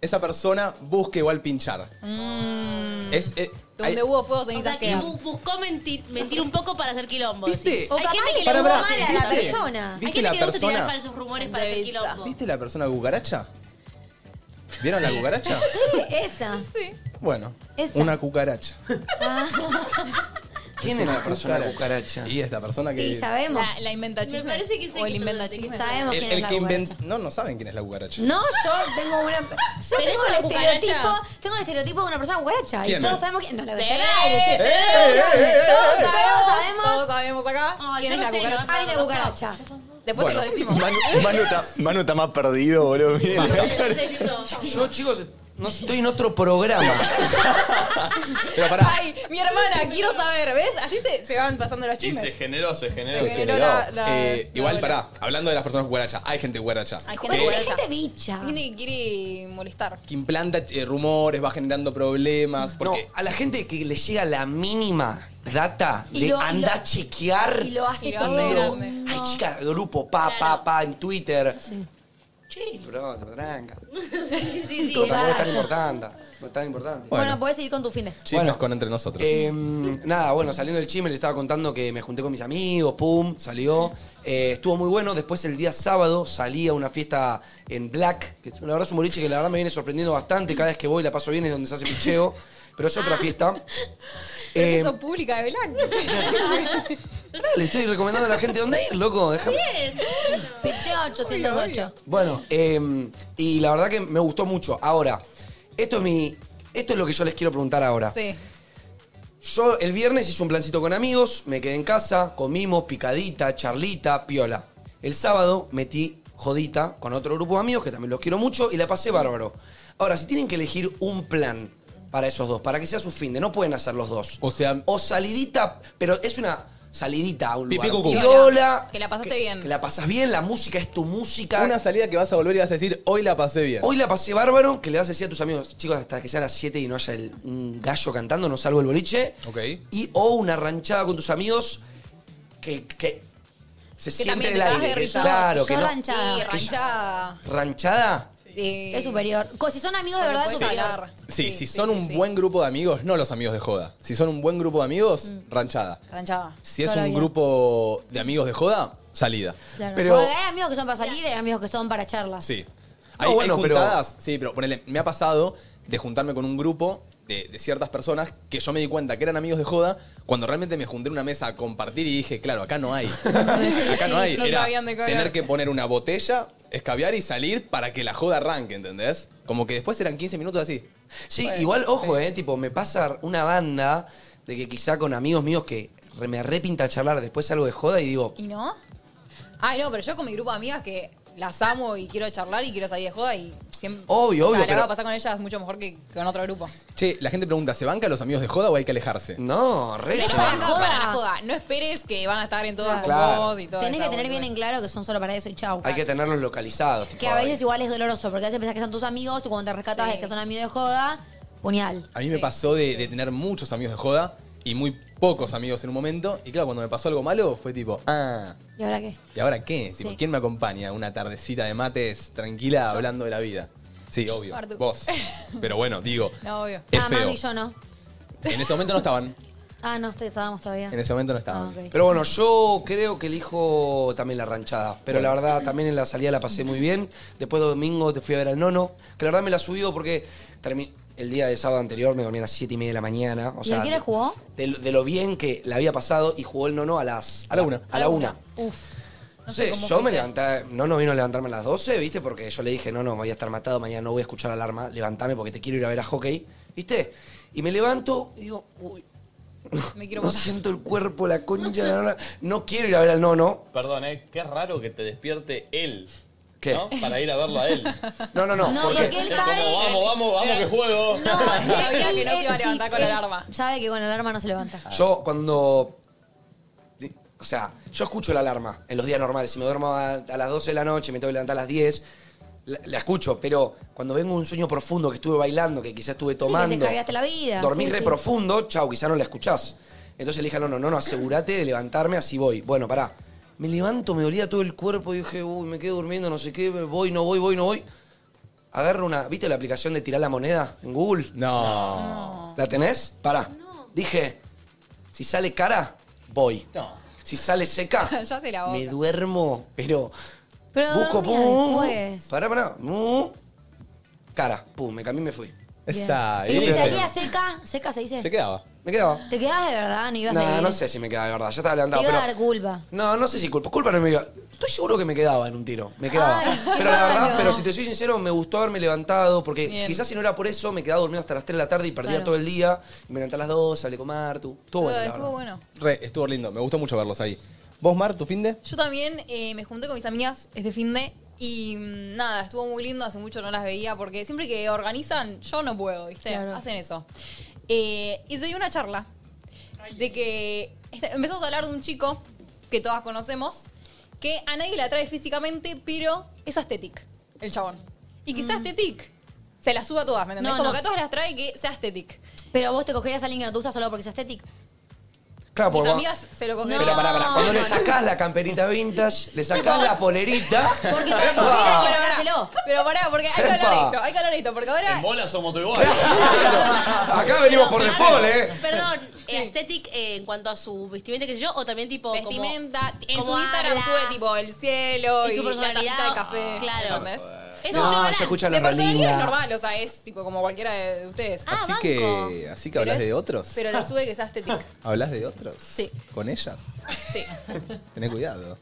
[SPEAKER 1] esa persona busque igual pinchar.
[SPEAKER 4] Mm,
[SPEAKER 1] Es, eh,
[SPEAKER 4] donde
[SPEAKER 1] hay-
[SPEAKER 4] hubo fuego,
[SPEAKER 10] O
[SPEAKER 4] cenizas
[SPEAKER 10] sea, que
[SPEAKER 4] quedan.
[SPEAKER 10] bu- buscó mentir, mentir un poco para hacer quilombo.
[SPEAKER 1] ¿Viste?
[SPEAKER 10] decís.
[SPEAKER 1] O
[SPEAKER 10] Hay
[SPEAKER 1] capaz
[SPEAKER 10] gente que
[SPEAKER 1] que
[SPEAKER 10] le
[SPEAKER 1] pará,
[SPEAKER 10] gusta
[SPEAKER 1] pará,
[SPEAKER 10] mal a
[SPEAKER 1] ¿viste?
[SPEAKER 10] la persona.
[SPEAKER 1] ¿Viste
[SPEAKER 10] Hay gente
[SPEAKER 1] la
[SPEAKER 10] que le gusta tirar
[SPEAKER 1] persona?
[SPEAKER 10] falsos rumores para hacer quilombo.
[SPEAKER 1] ¿Viste la persona cucaracha? ¿Vieron la cucaracha?
[SPEAKER 2] Esa. Ah. Sí.
[SPEAKER 1] Bueno,
[SPEAKER 2] Esa.
[SPEAKER 1] una cucaracha.
[SPEAKER 3] ¿Quién es la persona cucaracha?
[SPEAKER 1] Y esta persona que.
[SPEAKER 2] Y sabemos.
[SPEAKER 4] La, la inventa chisme.
[SPEAKER 10] parece que sé
[SPEAKER 4] O el
[SPEAKER 10] que todo
[SPEAKER 4] inventa
[SPEAKER 10] lo que
[SPEAKER 4] chisme.
[SPEAKER 2] Sabemos
[SPEAKER 1] El,
[SPEAKER 2] quién
[SPEAKER 1] el
[SPEAKER 2] es la
[SPEAKER 1] que
[SPEAKER 2] cucaracha.
[SPEAKER 1] inventó. No, no saben quién es la cucaracha.
[SPEAKER 2] No, yo tengo una. Yo
[SPEAKER 4] ¿Tenés
[SPEAKER 2] tengo
[SPEAKER 4] una
[SPEAKER 2] el estereotipo.
[SPEAKER 4] cucaracha?
[SPEAKER 2] Tengo el estereotipo de una persona cucaracha.
[SPEAKER 1] ¿Quién
[SPEAKER 2] y todos
[SPEAKER 1] es?
[SPEAKER 2] sabemos quién. No, la
[SPEAKER 4] Sí.
[SPEAKER 2] besé al aire, che.
[SPEAKER 4] Eh,
[SPEAKER 2] Todos sabemos, todos
[SPEAKER 4] Todos
[SPEAKER 2] sabemos.
[SPEAKER 4] sabemos. Ah, Todos sabemos acá.
[SPEAKER 10] Ay,
[SPEAKER 4] ¿Quién
[SPEAKER 10] yo
[SPEAKER 4] es
[SPEAKER 10] no
[SPEAKER 4] la
[SPEAKER 10] sé,
[SPEAKER 4] cucaracha?
[SPEAKER 10] no,
[SPEAKER 2] Hay una cucaracha.
[SPEAKER 4] Después te lo decimos.
[SPEAKER 11] Manu, Manu está, Manu está más perdido, boludo. Miren la cara.
[SPEAKER 3] Yo, chicos, no estoy en otro programa.
[SPEAKER 1] Pero pará.
[SPEAKER 4] Ay, mi hermana, quiero saber, ¿ves? Así se, se van pasando los
[SPEAKER 14] Y
[SPEAKER 4] chismes.
[SPEAKER 14] se generó, se generó.
[SPEAKER 4] Se generó la- la-
[SPEAKER 1] Eh, igual, pará. Hablando de las personas cucaracha, hay gente cucaracha.
[SPEAKER 4] Hay
[SPEAKER 1] que-
[SPEAKER 4] gente
[SPEAKER 2] Hay
[SPEAKER 4] cucaracha.
[SPEAKER 2] gente bicha.
[SPEAKER 4] Gente que quiere molestar.
[SPEAKER 1] que implanta eh, rumores, va generando problemas.
[SPEAKER 3] No,
[SPEAKER 1] Porque
[SPEAKER 3] a la gente que le llega la mínima data
[SPEAKER 2] Y
[SPEAKER 3] de
[SPEAKER 2] lo- y
[SPEAKER 3] anda
[SPEAKER 2] lo-
[SPEAKER 3] a chequear.
[SPEAKER 2] Y lo hace
[SPEAKER 4] Y lo
[SPEAKER 2] todo.
[SPEAKER 4] hace grande.
[SPEAKER 3] Ay, chica, grupo, pa, pa, pa, en Twitter. Chill, bro, tranca.
[SPEAKER 10] Sí, sí, sí.
[SPEAKER 3] No tampoco es tan
[SPEAKER 2] Cucarachas.
[SPEAKER 3] importante. No es tan importante.
[SPEAKER 2] Bueno, podés seguir con tu fin de.
[SPEAKER 1] chismes
[SPEAKER 3] bueno.
[SPEAKER 1] con entre nosotros.
[SPEAKER 3] Eh, nada, bueno, saliendo del chisme le estaba contando que me junté con mis amigos, pum, salió. Eh, estuvo muy bueno. Después el día sábado salí a una fiesta en Black, que es- la verdad es un boliche que la verdad me viene sorprendiendo bastante. Cada vez que voy la paso bien, es donde se hace picheo. Pero es otra fiesta.
[SPEAKER 4] Pero que
[SPEAKER 3] Eh,
[SPEAKER 4] eso pública de Belán.
[SPEAKER 3] le estoy recomendando a la gente dónde ir, loco. Déjame.
[SPEAKER 2] Picheo 808.
[SPEAKER 3] Bueno, eh, y la verdad que me gustó mucho. Ahora, esto es mi. Esto es lo que yo les quiero preguntar ahora.
[SPEAKER 4] Sí.
[SPEAKER 3] Yo el viernes hice un plancito con amigos, me quedé en casa, comimos picadita, charlita, piola. El sábado metí jodita con otro grupo de amigos que también los quiero mucho y la pasé bárbaro. Ahora, si tienen que elegir un plan para esos dos, para que sea su fin de, no pueden hacer los dos. O sea, o salidita, pero es una salidita a un lugar.
[SPEAKER 1] cucú.
[SPEAKER 3] Piola,
[SPEAKER 4] Que la pasaste bien.
[SPEAKER 3] que la pasas bien, la música es tu música.
[SPEAKER 1] Una salida que vas a volver y vas a decir, hoy la pasé bien.
[SPEAKER 3] Hoy la pasé bárbaro, que le vas a decir a tus amigos, chicos, hasta que sean las 7 y no haya el- un gallo cantando, no salgo el boliche.
[SPEAKER 1] Ok.
[SPEAKER 3] Y o una ranchada con tus amigos que, que se
[SPEAKER 4] Que
[SPEAKER 3] siente
[SPEAKER 4] también
[SPEAKER 3] el
[SPEAKER 4] te cagas
[SPEAKER 3] aire.
[SPEAKER 4] de risa.
[SPEAKER 3] claro, que no.
[SPEAKER 4] Sí,
[SPEAKER 2] ranchada.
[SPEAKER 4] ranchada.
[SPEAKER 3] ¿Ranchada?
[SPEAKER 2] Es superior. Co- Si son amigos de
[SPEAKER 4] Porque
[SPEAKER 2] verdad, es
[SPEAKER 4] puedes
[SPEAKER 2] superior.
[SPEAKER 4] hablar.
[SPEAKER 1] Sí, si son un buen grupo de amigos, no los amigos de joda. Si son un buen grupo de amigos, ranchada.
[SPEAKER 4] Ranchada.
[SPEAKER 1] Si es un grupo de amigos de joda, salida.
[SPEAKER 2] Pero... Porque hay amigos que son para salir y hay amigos que son para charlas.
[SPEAKER 1] Sí.
[SPEAKER 3] No,
[SPEAKER 1] hay, hay
[SPEAKER 3] bueno, pero-
[SPEAKER 1] juntadas, sí, pero ponele, me ha pasado de juntarme con un grupo de, de ciertas personas que yo me di cuenta que eran amigos de joda cuando realmente me junté en una mesa a compartir y dije, claro, acá no hay. acá no
[SPEAKER 4] Sí,
[SPEAKER 1] hay.
[SPEAKER 4] no
[SPEAKER 1] Era
[SPEAKER 4] sabían de qué hablar.
[SPEAKER 1] tener que poner una botella, escabiar y salir para que la joda arranque, ¿entendés? Como que después eran 15 minutos así.
[SPEAKER 3] Sí, igual, ojo, eh, tipo, me pasa una banda de que quizá con amigos míos que re- me repinta charlar después algo de joda y digo,
[SPEAKER 4] ¿Y no? Ay, no, pero yo con mi grupo de amigas que las amo y quiero charlar y quiero salir de joda y siempre.
[SPEAKER 1] Obvio,
[SPEAKER 4] o sea,
[SPEAKER 1] obvio,
[SPEAKER 4] La
[SPEAKER 1] pero-
[SPEAKER 4] verdad, pasar con ellas es mucho mejor que con otro grupo.
[SPEAKER 1] Che, la gente pregunta, ¿se banca los amigos de joda o hay que alejarse?
[SPEAKER 3] No,
[SPEAKER 4] Se banca para la joda. No esperes que van a estar en todas
[SPEAKER 1] Claro.
[SPEAKER 4] con vos y todo.
[SPEAKER 2] Tenés
[SPEAKER 4] esa
[SPEAKER 2] que tener bien
[SPEAKER 4] boludez.
[SPEAKER 2] en claro que son solo para eso y chau.
[SPEAKER 3] hay que tenerlos localizados. tipo,
[SPEAKER 2] Que a
[SPEAKER 3] ay.
[SPEAKER 2] veces igual es doloroso, porque a veces pensás que son tus amigos y cuando te rescatas de que son amigos de joda, puñal.
[SPEAKER 1] A mí me pasó de, de tener muchos amigos de joda y muy pocos amigos en un momento. Y claro, cuando me pasó algo malo fue tipo, ah,
[SPEAKER 2] ¿Y ahora qué?
[SPEAKER 1] ¿y ahora qué? Tipo,
[SPEAKER 2] Sí.
[SPEAKER 1] ¿Quién me acompaña? Una tardecita de mates tranquila hablando de la vida. Sí, obvio.
[SPEAKER 2] Bardu.
[SPEAKER 1] Vos. Pero bueno, digo,
[SPEAKER 4] No, obvio.
[SPEAKER 3] Eh,
[SPEAKER 1] Es
[SPEAKER 2] ah,
[SPEAKER 1] feo.
[SPEAKER 2] mami, yo no.
[SPEAKER 1] en ese momento no estaban.
[SPEAKER 2] Ah, no, estoy- estábamos todavía. Ah,
[SPEAKER 1] En ese momento no estaban.
[SPEAKER 4] Ah,
[SPEAKER 3] Pero bueno, yo creo que elijo también la ranchada. Pero la verdad, también en la salida la pasé muy bien. Después de domingo te fui a ver al nono. Que la verdad me la subió porque termi- el día de sábado anterior me dormí a las 7 y media de la mañana. O
[SPEAKER 2] ¿Y a
[SPEAKER 3] sea,
[SPEAKER 2] qué hora
[SPEAKER 3] de,
[SPEAKER 2] jugó?
[SPEAKER 3] de lo- de lo bien que la había pasado y jugó el nono a las. A la una. A la una.
[SPEAKER 4] Uf.
[SPEAKER 3] No sé, yo me levanté, no, no vino a levantarme a las 12, ¿viste? Porque yo le dije, no, no, voy a estar matado, mañana no voy a escuchar alarma, levantame porque te quiero ir a ver a hockey, ¿viste? Y me levanto y digo, uy,
[SPEAKER 4] me
[SPEAKER 3] quiero no siento el cuerpo, la concha de la lora, no quiero ir a ver al nono.
[SPEAKER 13] Perdón, ¿eh? Qué raro que te despierte él.
[SPEAKER 3] ¿Qué?
[SPEAKER 13] ¿no? Para ir a verlo a él.
[SPEAKER 3] No, no, no.
[SPEAKER 2] No,
[SPEAKER 13] porque-
[SPEAKER 2] porque él
[SPEAKER 13] Es como,
[SPEAKER 2] sabe-
[SPEAKER 13] vamos, vamos, vamos, que juego.
[SPEAKER 4] Sabía que no se iba a
[SPEAKER 2] Sí,
[SPEAKER 4] levantar con la
[SPEAKER 2] él
[SPEAKER 4] alarma.
[SPEAKER 2] Sabe que con la alarma no se levanta.
[SPEAKER 3] Yo cuando... O sea, yo escucho la alarma en los días normales. Si me duermo a, a las 12 de la noche, me tengo que levantar a las 10, la, la escucho. Pero cuando vengo de un sueño profundo, que estuve bailando, que quizás estuve tomando...
[SPEAKER 2] Sí, que te cambiaste la vida.
[SPEAKER 3] Dormís
[SPEAKER 2] sí,
[SPEAKER 3] re
[SPEAKER 2] sí.
[SPEAKER 3] profundo, chau, quizá no la escuchás. Entonces le dije, "Ah, no, no, no, no, asegúrate de levantarme, así voy. Bueno, pará. Me levanto, me dolía todo el cuerpo y dije, uy, me quedo durmiendo, no sé qué, voy, no voy, voy, no voy. Agarro una, ¿viste la aplicación de tirar la moneda en Google?
[SPEAKER 1] No.
[SPEAKER 3] ¿La tenés? Pará. Dije, si sale cara, voy. Si sale seca,
[SPEAKER 4] ya te la boca.
[SPEAKER 3] me duermo, pero
[SPEAKER 2] Pero
[SPEAKER 3] busco,
[SPEAKER 2] dormía
[SPEAKER 3] pum,
[SPEAKER 2] después.
[SPEAKER 3] pará, pará, mm, cara, pum, me cambié y me fui.
[SPEAKER 1] Esa,
[SPEAKER 2] Y salía seca, seca se dice.
[SPEAKER 1] quedaba.
[SPEAKER 3] Me quedaba.
[SPEAKER 2] ¿Te quedabas de verdad? No ibas a
[SPEAKER 3] No,
[SPEAKER 2] ir.
[SPEAKER 3] no sé si me quedaba de verdad, ya estaba
[SPEAKER 2] Te
[SPEAKER 3] levantado,
[SPEAKER 2] iba a
[SPEAKER 3] pero...
[SPEAKER 2] dar culpa.
[SPEAKER 3] No, no sé si culpa. Culpa no me iba. Estoy seguro que me quedaba en un tiro. Me quedaba.
[SPEAKER 2] Ay,
[SPEAKER 3] pero la verdad,
[SPEAKER 2] claro.
[SPEAKER 3] pero si te soy sincero, me gustó haberme levantado. Porque
[SPEAKER 2] Bien.
[SPEAKER 3] quizás si no era por eso, me quedaba dormido hasta las 3 de la tarde y perdía
[SPEAKER 4] Claro.
[SPEAKER 3] todo el día. Y me levanté a las 2, hablé con Martu. Todo bueno, la
[SPEAKER 4] Estuvo
[SPEAKER 3] verdad.
[SPEAKER 4] bueno.
[SPEAKER 1] Re, estuvo lindo. Me gustó mucho verlos ahí. ¿Vos, Mar, tu fin de?
[SPEAKER 4] Yo también eh, me junté con mis amigas este fin de y mm, nada, estuvo muy lindo, hace mucho no las veía porque siempre que organizan yo no puedo, ¿viste?
[SPEAKER 2] Claro.
[SPEAKER 4] Hacen eso. Eh, y se dio una charla de que este, empezamos a hablar de un chico que todas conocemos que a nadie le atrae físicamente, pero es aesthetic, el chabón. Y que sea aesthetic se las suba a todas, ¿me entendés?
[SPEAKER 2] Mm. No,
[SPEAKER 4] Como
[SPEAKER 2] no.
[SPEAKER 4] que a todas las trae que sea aesthetic.
[SPEAKER 3] Ah,
[SPEAKER 2] Pero vos te cogerías a alguien que no te gusta solo porque es estético.
[SPEAKER 3] Claro,
[SPEAKER 4] Mis
[SPEAKER 3] porque vos-
[SPEAKER 4] amigas se lo cogieron.
[SPEAKER 3] Pero pará, pará. Cuando le sacás la camperita vintage, le sacás la polerita.
[SPEAKER 4] Porque
[SPEAKER 3] ¡epa!
[SPEAKER 4] Pero pará, pero pará, porque hay que hablar de esto, hay que hablar de esto, porque ahora.
[SPEAKER 13] En bola somos todo igual.
[SPEAKER 3] Acá venimos por default, ¿eh?
[SPEAKER 10] Perdón, aesthetic eh, en cuanto a su vestimenta, qué sé yo, o también tipo. como-
[SPEAKER 4] Vestimenta, en
[SPEAKER 10] como
[SPEAKER 4] su Instagram
[SPEAKER 10] habla.
[SPEAKER 4] sube tipo el cielo
[SPEAKER 10] Y
[SPEAKER 4] y,
[SPEAKER 10] su
[SPEAKER 4] la
[SPEAKER 10] personalidad,
[SPEAKER 4] tacita de café.
[SPEAKER 10] claro.
[SPEAKER 4] ¿entendés? Eso
[SPEAKER 3] No,
[SPEAKER 4] es normal.
[SPEAKER 3] ya escuchan la
[SPEAKER 4] De personalidad
[SPEAKER 3] ranita.
[SPEAKER 4] es normal, o sea, es tipo como cualquiera de de ustedes.
[SPEAKER 2] Ah.
[SPEAKER 1] así que, así que
[SPEAKER 4] Ah, Pero
[SPEAKER 1] hablas
[SPEAKER 4] es-
[SPEAKER 1] de otros.
[SPEAKER 4] Pero lo sube que es
[SPEAKER 3] Ah.
[SPEAKER 4] estético.
[SPEAKER 1] ¿Hablas de otros?
[SPEAKER 4] Sí.
[SPEAKER 1] ¿Con ellas?
[SPEAKER 4] Sí.
[SPEAKER 1] Tené cuidado.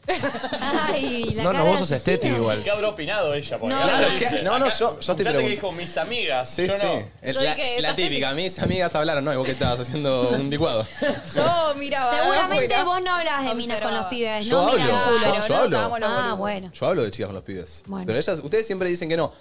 [SPEAKER 2] Ay, la
[SPEAKER 1] No, no,
[SPEAKER 2] cara
[SPEAKER 1] vos
[SPEAKER 2] de
[SPEAKER 1] sos estético igual.
[SPEAKER 13] ¿Qué habrá opinado ella? Porque
[SPEAKER 1] No.
[SPEAKER 13] acá
[SPEAKER 1] Claro,
[SPEAKER 13] dice-
[SPEAKER 1] que- no, no,
[SPEAKER 13] acá-
[SPEAKER 1] yo- yo estoy
[SPEAKER 13] fíjate que
[SPEAKER 1] pregun-
[SPEAKER 13] dijo mis amigas,
[SPEAKER 1] Sí,
[SPEAKER 13] yo
[SPEAKER 1] sí.
[SPEAKER 13] no.
[SPEAKER 1] Es
[SPEAKER 4] Yo
[SPEAKER 1] la,
[SPEAKER 4] dije, es
[SPEAKER 1] la típica, mis amigas hablaron, ¿no? Y vos que estabas haciendo un licuado.
[SPEAKER 4] Yo miraba.
[SPEAKER 2] Seguramente
[SPEAKER 4] afuera.
[SPEAKER 2] vos no hablas de minas con los pibes,
[SPEAKER 1] Yo
[SPEAKER 2] ¿no?
[SPEAKER 1] hablo,
[SPEAKER 2] Miran el culo.
[SPEAKER 1] yo- yo hablo.
[SPEAKER 2] Ah, bueno.
[SPEAKER 1] Yo hablo de chicas con los pibes.
[SPEAKER 2] Bueno.
[SPEAKER 1] Pero ellas, ustedes siempre dicen que no.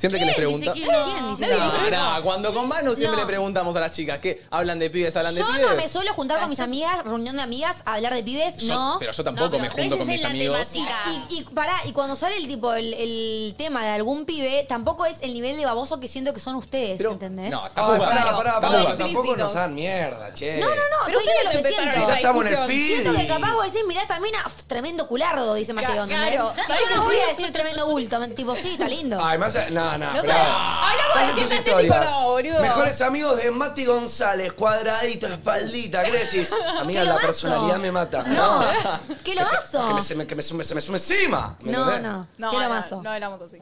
[SPEAKER 1] Siempre que les preguntan.
[SPEAKER 2] ¿Quién dice que
[SPEAKER 1] No,
[SPEAKER 2] no?
[SPEAKER 1] no, cuando con Manu siempre
[SPEAKER 2] No.
[SPEAKER 1] le preguntamos a las chicas que hablan de pibes, hablan de
[SPEAKER 2] Yo
[SPEAKER 1] pibes.
[SPEAKER 2] no me suelo juntar con mis amigas, reunión de amigas, a hablar de pibes,
[SPEAKER 1] Yo-
[SPEAKER 2] no.
[SPEAKER 1] pero yo tampoco me junto con mis amigos.
[SPEAKER 2] Y, y pará, y cuando sale el tipo el, el tema de algún pibe, tampoco es el nivel de baboso que siento que son ustedes, ¿entendés?
[SPEAKER 1] No,
[SPEAKER 3] Ay,
[SPEAKER 1] jugando.
[SPEAKER 3] Ah, pará, pará,
[SPEAKER 1] Está
[SPEAKER 3] pará,
[SPEAKER 1] jugando.
[SPEAKER 3] tampoco nos dan mierda, che.
[SPEAKER 2] No, no, no,
[SPEAKER 4] Pero
[SPEAKER 2] estoy diciendo
[SPEAKER 4] ustedes
[SPEAKER 2] lo que
[SPEAKER 4] empezaron
[SPEAKER 2] siento.
[SPEAKER 3] esa Quizá estamos en el discusión. feed.
[SPEAKER 2] Siento que capaz vos decís, mirá esta mina, uf, tremendo culardo, dice Mateo,
[SPEAKER 4] Ca-
[SPEAKER 2] ¿entendés?
[SPEAKER 4] claro.
[SPEAKER 2] Y yo no voy a decir tremendo bulto, tipo, sí, está lindo.
[SPEAKER 3] Ay, más. No, no,
[SPEAKER 2] No
[SPEAKER 3] pará.
[SPEAKER 2] sé.
[SPEAKER 4] Hablamos
[SPEAKER 3] Estás
[SPEAKER 4] de
[SPEAKER 3] en
[SPEAKER 4] que
[SPEAKER 3] tus
[SPEAKER 4] es estético,
[SPEAKER 3] historias.
[SPEAKER 4] no, boludo.
[SPEAKER 3] Mejores amigos de Mati González, cuadradito, espaldita. ¿Qué decís? Amiga,
[SPEAKER 2] Que lo
[SPEAKER 3] la
[SPEAKER 2] mazo.
[SPEAKER 3] personalidad me mata.
[SPEAKER 2] No.
[SPEAKER 3] No.
[SPEAKER 2] ¿Qué lo
[SPEAKER 3] Que me,
[SPEAKER 2] hago?
[SPEAKER 3] se, me, que me sume, se me sume encima. ¿me
[SPEAKER 2] No,
[SPEAKER 3] entendés?
[SPEAKER 2] no.
[SPEAKER 4] No,
[SPEAKER 2] ¿Qué lo
[SPEAKER 4] no,
[SPEAKER 2] mazo?
[SPEAKER 4] no hablamos así.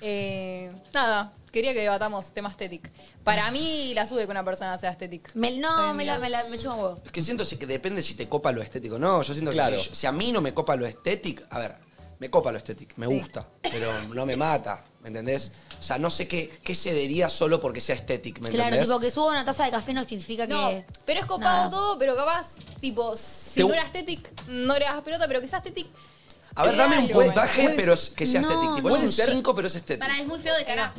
[SPEAKER 4] Eh, nada, quería que debatamos tema estético. Para mí la sube que una persona sea estética.
[SPEAKER 2] Me- no, me la, me la me chupa un huevo.
[SPEAKER 3] Es que siento si- que depende si te copa lo estético. No, yo siento
[SPEAKER 1] Claro.
[SPEAKER 3] que si, si a mí no me copa lo estético, a ver, me copa lo estético, me gusta, pero no me mata, ¿me entendés? O sea, no sé qué, qué cedería solo porque sea estético, ¿me
[SPEAKER 2] Claro,
[SPEAKER 3] entendés?
[SPEAKER 2] tipo que suba una taza de café no significa
[SPEAKER 4] No,
[SPEAKER 2] que.
[SPEAKER 4] pero es copado
[SPEAKER 2] Nada.
[SPEAKER 4] todo, pero capaz, tipo, si
[SPEAKER 3] Te
[SPEAKER 4] no
[SPEAKER 3] gu-
[SPEAKER 4] era estético, no le hagas pelota, pero que sea estético.
[SPEAKER 3] A ver, dame un
[SPEAKER 4] Claro.
[SPEAKER 3] puntaje,
[SPEAKER 4] Puede-
[SPEAKER 3] pero que sea
[SPEAKER 4] no,
[SPEAKER 3] estético. Tipo, es
[SPEAKER 4] puede
[SPEAKER 3] un
[SPEAKER 4] ser-
[SPEAKER 3] 5, pero es estético.
[SPEAKER 10] Para, es muy feo de cara.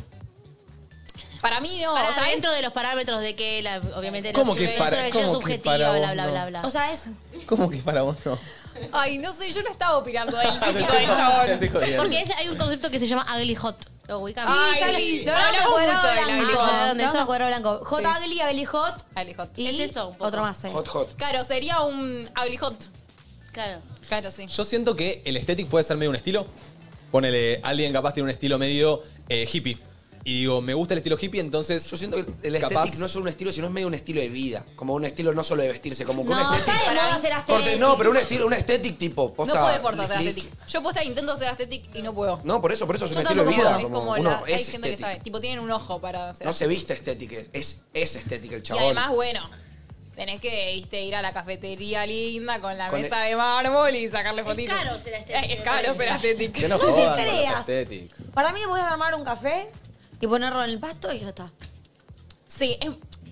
[SPEAKER 4] Para mí no,
[SPEAKER 10] Para
[SPEAKER 4] o sea,
[SPEAKER 10] dentro de los parámetros de que la, obviamente
[SPEAKER 1] ¿Cómo
[SPEAKER 10] la
[SPEAKER 1] que
[SPEAKER 10] sub-
[SPEAKER 1] para-
[SPEAKER 10] la selección
[SPEAKER 1] cómo que
[SPEAKER 10] subjetiva,
[SPEAKER 1] para
[SPEAKER 10] bla,
[SPEAKER 1] vos
[SPEAKER 10] bla,
[SPEAKER 1] no?
[SPEAKER 10] bla, bla.
[SPEAKER 2] O sea, es.
[SPEAKER 1] ¿Cómo que para vos no?
[SPEAKER 4] Ay, no sé, yo no estaba opinando del
[SPEAKER 1] Te
[SPEAKER 4] físico
[SPEAKER 1] estoy-
[SPEAKER 4] del
[SPEAKER 1] te estoy
[SPEAKER 4] chabón.
[SPEAKER 1] jodiendo.
[SPEAKER 10] Porque ese- hay un concepto que se llama ugly hot. Lo ubicamos.
[SPEAKER 4] Sí,
[SPEAKER 2] ya lo-
[SPEAKER 4] sí.
[SPEAKER 2] lo hablamos de
[SPEAKER 4] Hablamos
[SPEAKER 2] cuadrado
[SPEAKER 4] mucho de la
[SPEAKER 2] blanco.
[SPEAKER 4] Agli Hot.
[SPEAKER 2] Lo hablamos de cuadrado blanco. Hot
[SPEAKER 4] Sí.
[SPEAKER 2] Agli, Agli Hot.
[SPEAKER 4] Agli hot.
[SPEAKER 2] Y otro más. eh.
[SPEAKER 3] Hot, hot.
[SPEAKER 4] Claro, sería un ugly hot.
[SPEAKER 10] Claro.
[SPEAKER 4] Claro, sí.
[SPEAKER 1] Yo siento que el estético puede ser medio un estilo. Ponele, alguien capaz tiene un estilo medio eh, hippie. Y digo, me gusta el estilo hippie, entonces. Yo
[SPEAKER 3] siento que El estético no es solo un estilo, sino es medio un estilo de vida. Como un estilo no solo de vestirse, como que un
[SPEAKER 4] No,
[SPEAKER 3] estético.
[SPEAKER 4] está de moda ser
[SPEAKER 3] Corte,
[SPEAKER 4] aesthetic.
[SPEAKER 3] no, pero un estilo, un estético tipo.
[SPEAKER 4] No
[SPEAKER 3] posta,
[SPEAKER 4] puedo forzar ser
[SPEAKER 3] li-
[SPEAKER 4] estético. Yo posta intento ser estético y no puedo.
[SPEAKER 3] No, por eso, por eso es
[SPEAKER 4] Yo
[SPEAKER 3] un estilo de
[SPEAKER 4] tampoco
[SPEAKER 3] vida.
[SPEAKER 4] puedo.
[SPEAKER 3] como
[SPEAKER 4] Es como
[SPEAKER 3] uno
[SPEAKER 4] la, hay
[SPEAKER 3] es
[SPEAKER 4] gente que
[SPEAKER 3] estético.
[SPEAKER 4] sabe. Tipo, tienen un ojo para hacer
[SPEAKER 3] No
[SPEAKER 4] así.
[SPEAKER 3] se viste estética, es, es estética el
[SPEAKER 4] Y
[SPEAKER 3] chabón.
[SPEAKER 4] además, bueno, tenés que viste, ir a la cafetería linda con la
[SPEAKER 3] Con
[SPEAKER 4] mesa de mármol y sacarle fotitos.
[SPEAKER 10] caro ser estético.
[SPEAKER 4] Es caro ser estético.
[SPEAKER 1] Que no
[SPEAKER 2] No te
[SPEAKER 1] jodan con los
[SPEAKER 2] creas.
[SPEAKER 1] estéticos.
[SPEAKER 2] Para mí voy a armar un café y ponerlo en el pasto y ya está.
[SPEAKER 4] Sí, es-